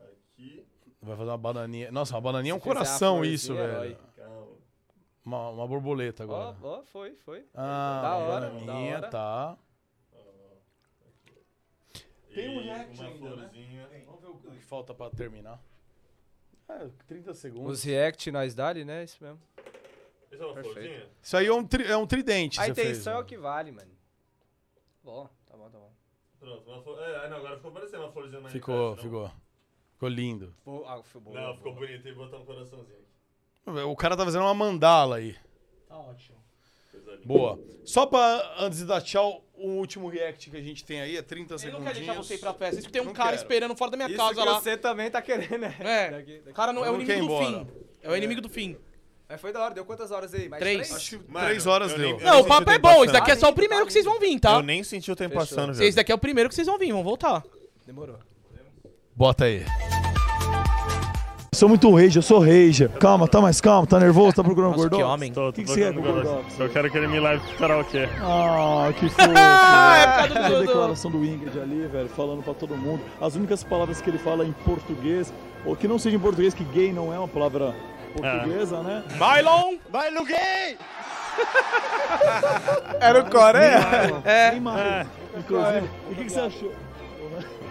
Speaker 2: aqui.
Speaker 4: Vai fazer uma bananinha. Nossa, uma bananinha é um
Speaker 3: Se fizer a
Speaker 4: coração
Speaker 3: florzinha,
Speaker 4: isso, velho.
Speaker 3: herói.
Speaker 4: Uma, uma borboleta
Speaker 3: Ó,
Speaker 4: agora.
Speaker 3: ó, foi, foi.
Speaker 4: Ah, uma
Speaker 3: Da hora,
Speaker 4: bananinha,
Speaker 3: da hora.
Speaker 4: tá.
Speaker 2: Tem um react uma florzinha.
Speaker 4: né? Vamos ver o que falta pra terminar. É, 30 segundos.
Speaker 3: Os react nós dali, né? Isso mesmo.
Speaker 2: Isso é uma
Speaker 3: Perfeito.
Speaker 2: florzinha?
Speaker 4: Isso aí é um, tri- é um tridente,
Speaker 3: A
Speaker 4: você fez,
Speaker 3: intenção é
Speaker 4: né?
Speaker 3: o que vale, mano. Bom, tá bom, tá bom.
Speaker 2: Pronto, uma flor... é, ah, não, agora ficou parecendo uma florzinha mais
Speaker 4: Ficou,
Speaker 2: não.
Speaker 4: ficou. Ficou lindo.
Speaker 3: Boa, ah, foi boa.
Speaker 2: Não,
Speaker 3: boa.
Speaker 2: ficou bonito e botar um coraçãozinho aqui.
Speaker 4: O cara tá fazendo uma mandala aí.
Speaker 1: Tá ótimo.
Speaker 2: Coisa linda.
Speaker 4: Boa. Só pra, antes de dar tchau, o último react que a gente tem aí é 30
Speaker 1: Ele
Speaker 4: segundos.
Speaker 1: não quer deixar você ir pra festa. Isso que tem um
Speaker 4: Não
Speaker 1: cara
Speaker 4: quero.
Speaker 1: esperando fora da minha
Speaker 3: Isso
Speaker 1: casa
Speaker 3: que
Speaker 1: lá.
Speaker 3: você também tá querendo, né? Daqui-
Speaker 1: É.
Speaker 3: daqui.
Speaker 1: O cara não é o
Speaker 4: Eu não quero
Speaker 1: inimigo do
Speaker 4: ir embora.
Speaker 1: fim. É o inimigo do fim.
Speaker 3: Mas foi da hora, deu quantas horas aí? Mais
Speaker 1: Três.
Speaker 4: Acho que
Speaker 2: Mano,
Speaker 4: três horas
Speaker 2: eu
Speaker 4: deu.
Speaker 2: nem- eu
Speaker 1: Não, o
Speaker 2: senti
Speaker 1: papo
Speaker 2: tempo
Speaker 1: é bom. Isso
Speaker 2: passando.
Speaker 1: daqui é só o
Speaker 3: Tá
Speaker 1: primeiro
Speaker 3: lindo,
Speaker 1: que vocês vão vir, tá?
Speaker 2: Eu nem senti o tempo
Speaker 3: Fechou.
Speaker 2: passando, velho.
Speaker 1: Esse daqui é o primeiro que vocês vão vir, vão voltar.
Speaker 3: Demorou.
Speaker 4: Bota aí.
Speaker 8: Sou muito reja, eu sou reja. Calma, tá mais calma, tá nervoso, tá procurando
Speaker 1: Nossa,
Speaker 8: gordão?
Speaker 1: que homem.
Speaker 2: Tô, tô
Speaker 8: que que você
Speaker 2: tocando
Speaker 8: quer com o
Speaker 2: Gordox?
Speaker 8: Gordox?
Speaker 2: Eu quero que ele me live pro karaokê.
Speaker 8: Ah, que fofo.
Speaker 1: Ah, é por causa do-
Speaker 8: a declaração do Ingrid ali, velho, falando pra todo mundo. As únicas palavras que ele fala é em português, ou que não seja em português, que gay não é uma palavra portuguesa, né?
Speaker 1: Bailon!
Speaker 2: Vai no gay!
Speaker 3: Era o É. Coreia?
Speaker 8: Nem mais. Inclusive, e o que, que você achou?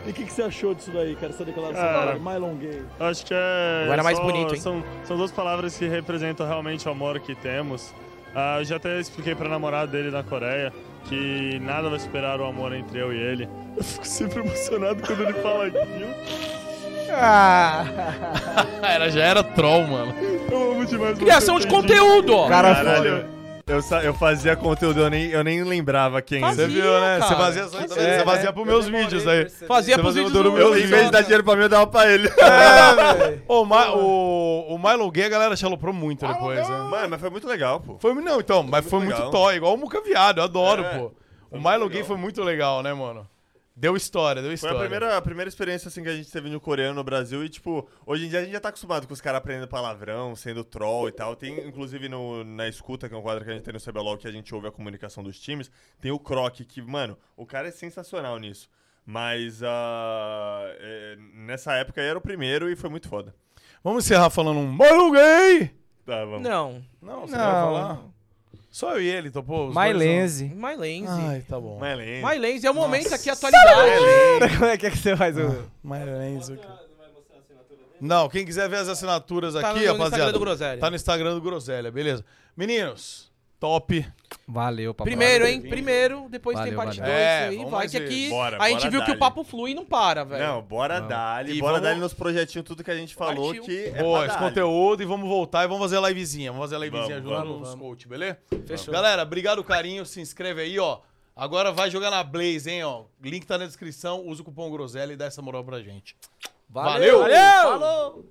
Speaker 8: E o que, que você achou disso daí, cara? Essa declaração
Speaker 9: Cara.
Speaker 3: Ah.
Speaker 8: do Mylon gay.
Speaker 9: Acho que é.
Speaker 1: Agora é mais
Speaker 9: são-
Speaker 1: bonito, hein?
Speaker 9: São, são duas palavras que representam realmente o amor que temos. Ah, eu já até expliquei pra namorada dele na Coreia que nada vai superar o amor entre eu e ele. Eu fico sempre emocionado quando ele fala aquilo.
Speaker 1: Ah.
Speaker 4: Era, já era troll, mano.
Speaker 9: Eu amo demais você,
Speaker 1: Criação de
Speaker 9: Pedrinho.
Speaker 1: conteúdo, ó.
Speaker 3: Cara,
Speaker 2: Caralho, eu, sa- eu fazia conteúdo, eu nem, eu nem lembrava quem.
Speaker 1: Fazia,
Speaker 4: Você viu, né? Você
Speaker 1: cara.
Speaker 4: fazia, só-
Speaker 1: Fazia.
Speaker 4: você fazia pros meus vídeos aí.
Speaker 1: Fazia
Speaker 4: Você
Speaker 1: pros
Speaker 4: fazia o
Speaker 1: vídeos
Speaker 4: Duro
Speaker 1: do...
Speaker 4: Meu
Speaker 2: Eu, em vez de dar dinheiro pra mim, eu dava pra ele.
Speaker 4: Ô, Ma- o, o Milo Gay, a galera xaloprou muito depois, né?
Speaker 2: Mano, mas foi muito legal, pô.
Speaker 4: Foi, não, então, mas foi muito,
Speaker 2: legal.
Speaker 4: tó, igual o Muca Viado, eu adoro,
Speaker 2: É,
Speaker 4: pô. O
Speaker 2: muito
Speaker 4: Milo Gay
Speaker 2: legal.
Speaker 4: foi muito legal, né, mano? Deu história, deu
Speaker 2: Foi
Speaker 4: história.
Speaker 2: a primeira, a primeira experiência assim que a gente teve no coreano no Brasil e tipo, hoje em dia a gente já tá acostumado com os caras aprendendo palavrão, sendo troll e tal. Tem inclusive no na escuta, que é um quadro que a gente tem no CBLOL que a gente ouve a comunicação dos times, tem o Croc que, mano, o cara é sensacional nisso. Mas ah, é, nessa época ele era o primeiro e foi muito foda.
Speaker 4: Vamos encerrar falando um Milo Gay!
Speaker 2: Tá, vamos.
Speaker 1: Não.
Speaker 4: Não, você
Speaker 3: Não.
Speaker 4: vai falar? Só eu e ele, topou? Os
Speaker 3: My
Speaker 4: dois
Speaker 3: Lense.
Speaker 1: My Lense.
Speaker 4: não. Ai, tá bom.
Speaker 2: Mas lembra.
Speaker 1: My Lense é o momento aqui, atualidade.
Speaker 3: Como é que, é que você faz o...
Speaker 4: My Lense. Não, quem quiser ver as assinaturas
Speaker 1: Tá
Speaker 4: aqui,
Speaker 1: no- no
Speaker 4: rapaziada.
Speaker 1: Instagram do Groselha.
Speaker 4: Tá no Instagram do Groselha, beleza. Meninos, top.
Speaker 3: Valeu, papai.
Speaker 1: Primeiro, hein? Primeiro, depois
Speaker 3: Valeu,
Speaker 1: tem parte 2
Speaker 3: valeu.
Speaker 4: É,
Speaker 1: aí.
Speaker 4: vamos
Speaker 1: Vai que
Speaker 4: ver.
Speaker 1: aqui
Speaker 2: Bora,
Speaker 1: a
Speaker 2: bora
Speaker 1: gente viu que
Speaker 2: dali.
Speaker 1: o papo flui e não para, velho.
Speaker 2: Não, bora dar-lhe,
Speaker 4: E
Speaker 2: bora
Speaker 4: vamos-
Speaker 2: dar-lhe nos projetinhos tudo que a gente falou
Speaker 1: Partiu.
Speaker 2: que é
Speaker 4: Boa,
Speaker 2: pra
Speaker 4: esse
Speaker 2: dar-lhe.
Speaker 4: conteúdo e vamos voltar e vamos fazer a livezinha. Vamos fazer a livezinha
Speaker 2: Vamos,
Speaker 4: junto
Speaker 2: vamos,
Speaker 4: nos
Speaker 3: vamos.
Speaker 4: coach, beleza?
Speaker 3: Fechou.
Speaker 4: Galera, obrigado o carinho, se inscreve aí, ó. Agora vai jogar na Blaze, hein, ó. Link tá na descrição, usa o cupom Groselha e dá essa moral pra gente.
Speaker 3: Valeu!
Speaker 4: Valeu!
Speaker 3: Falou!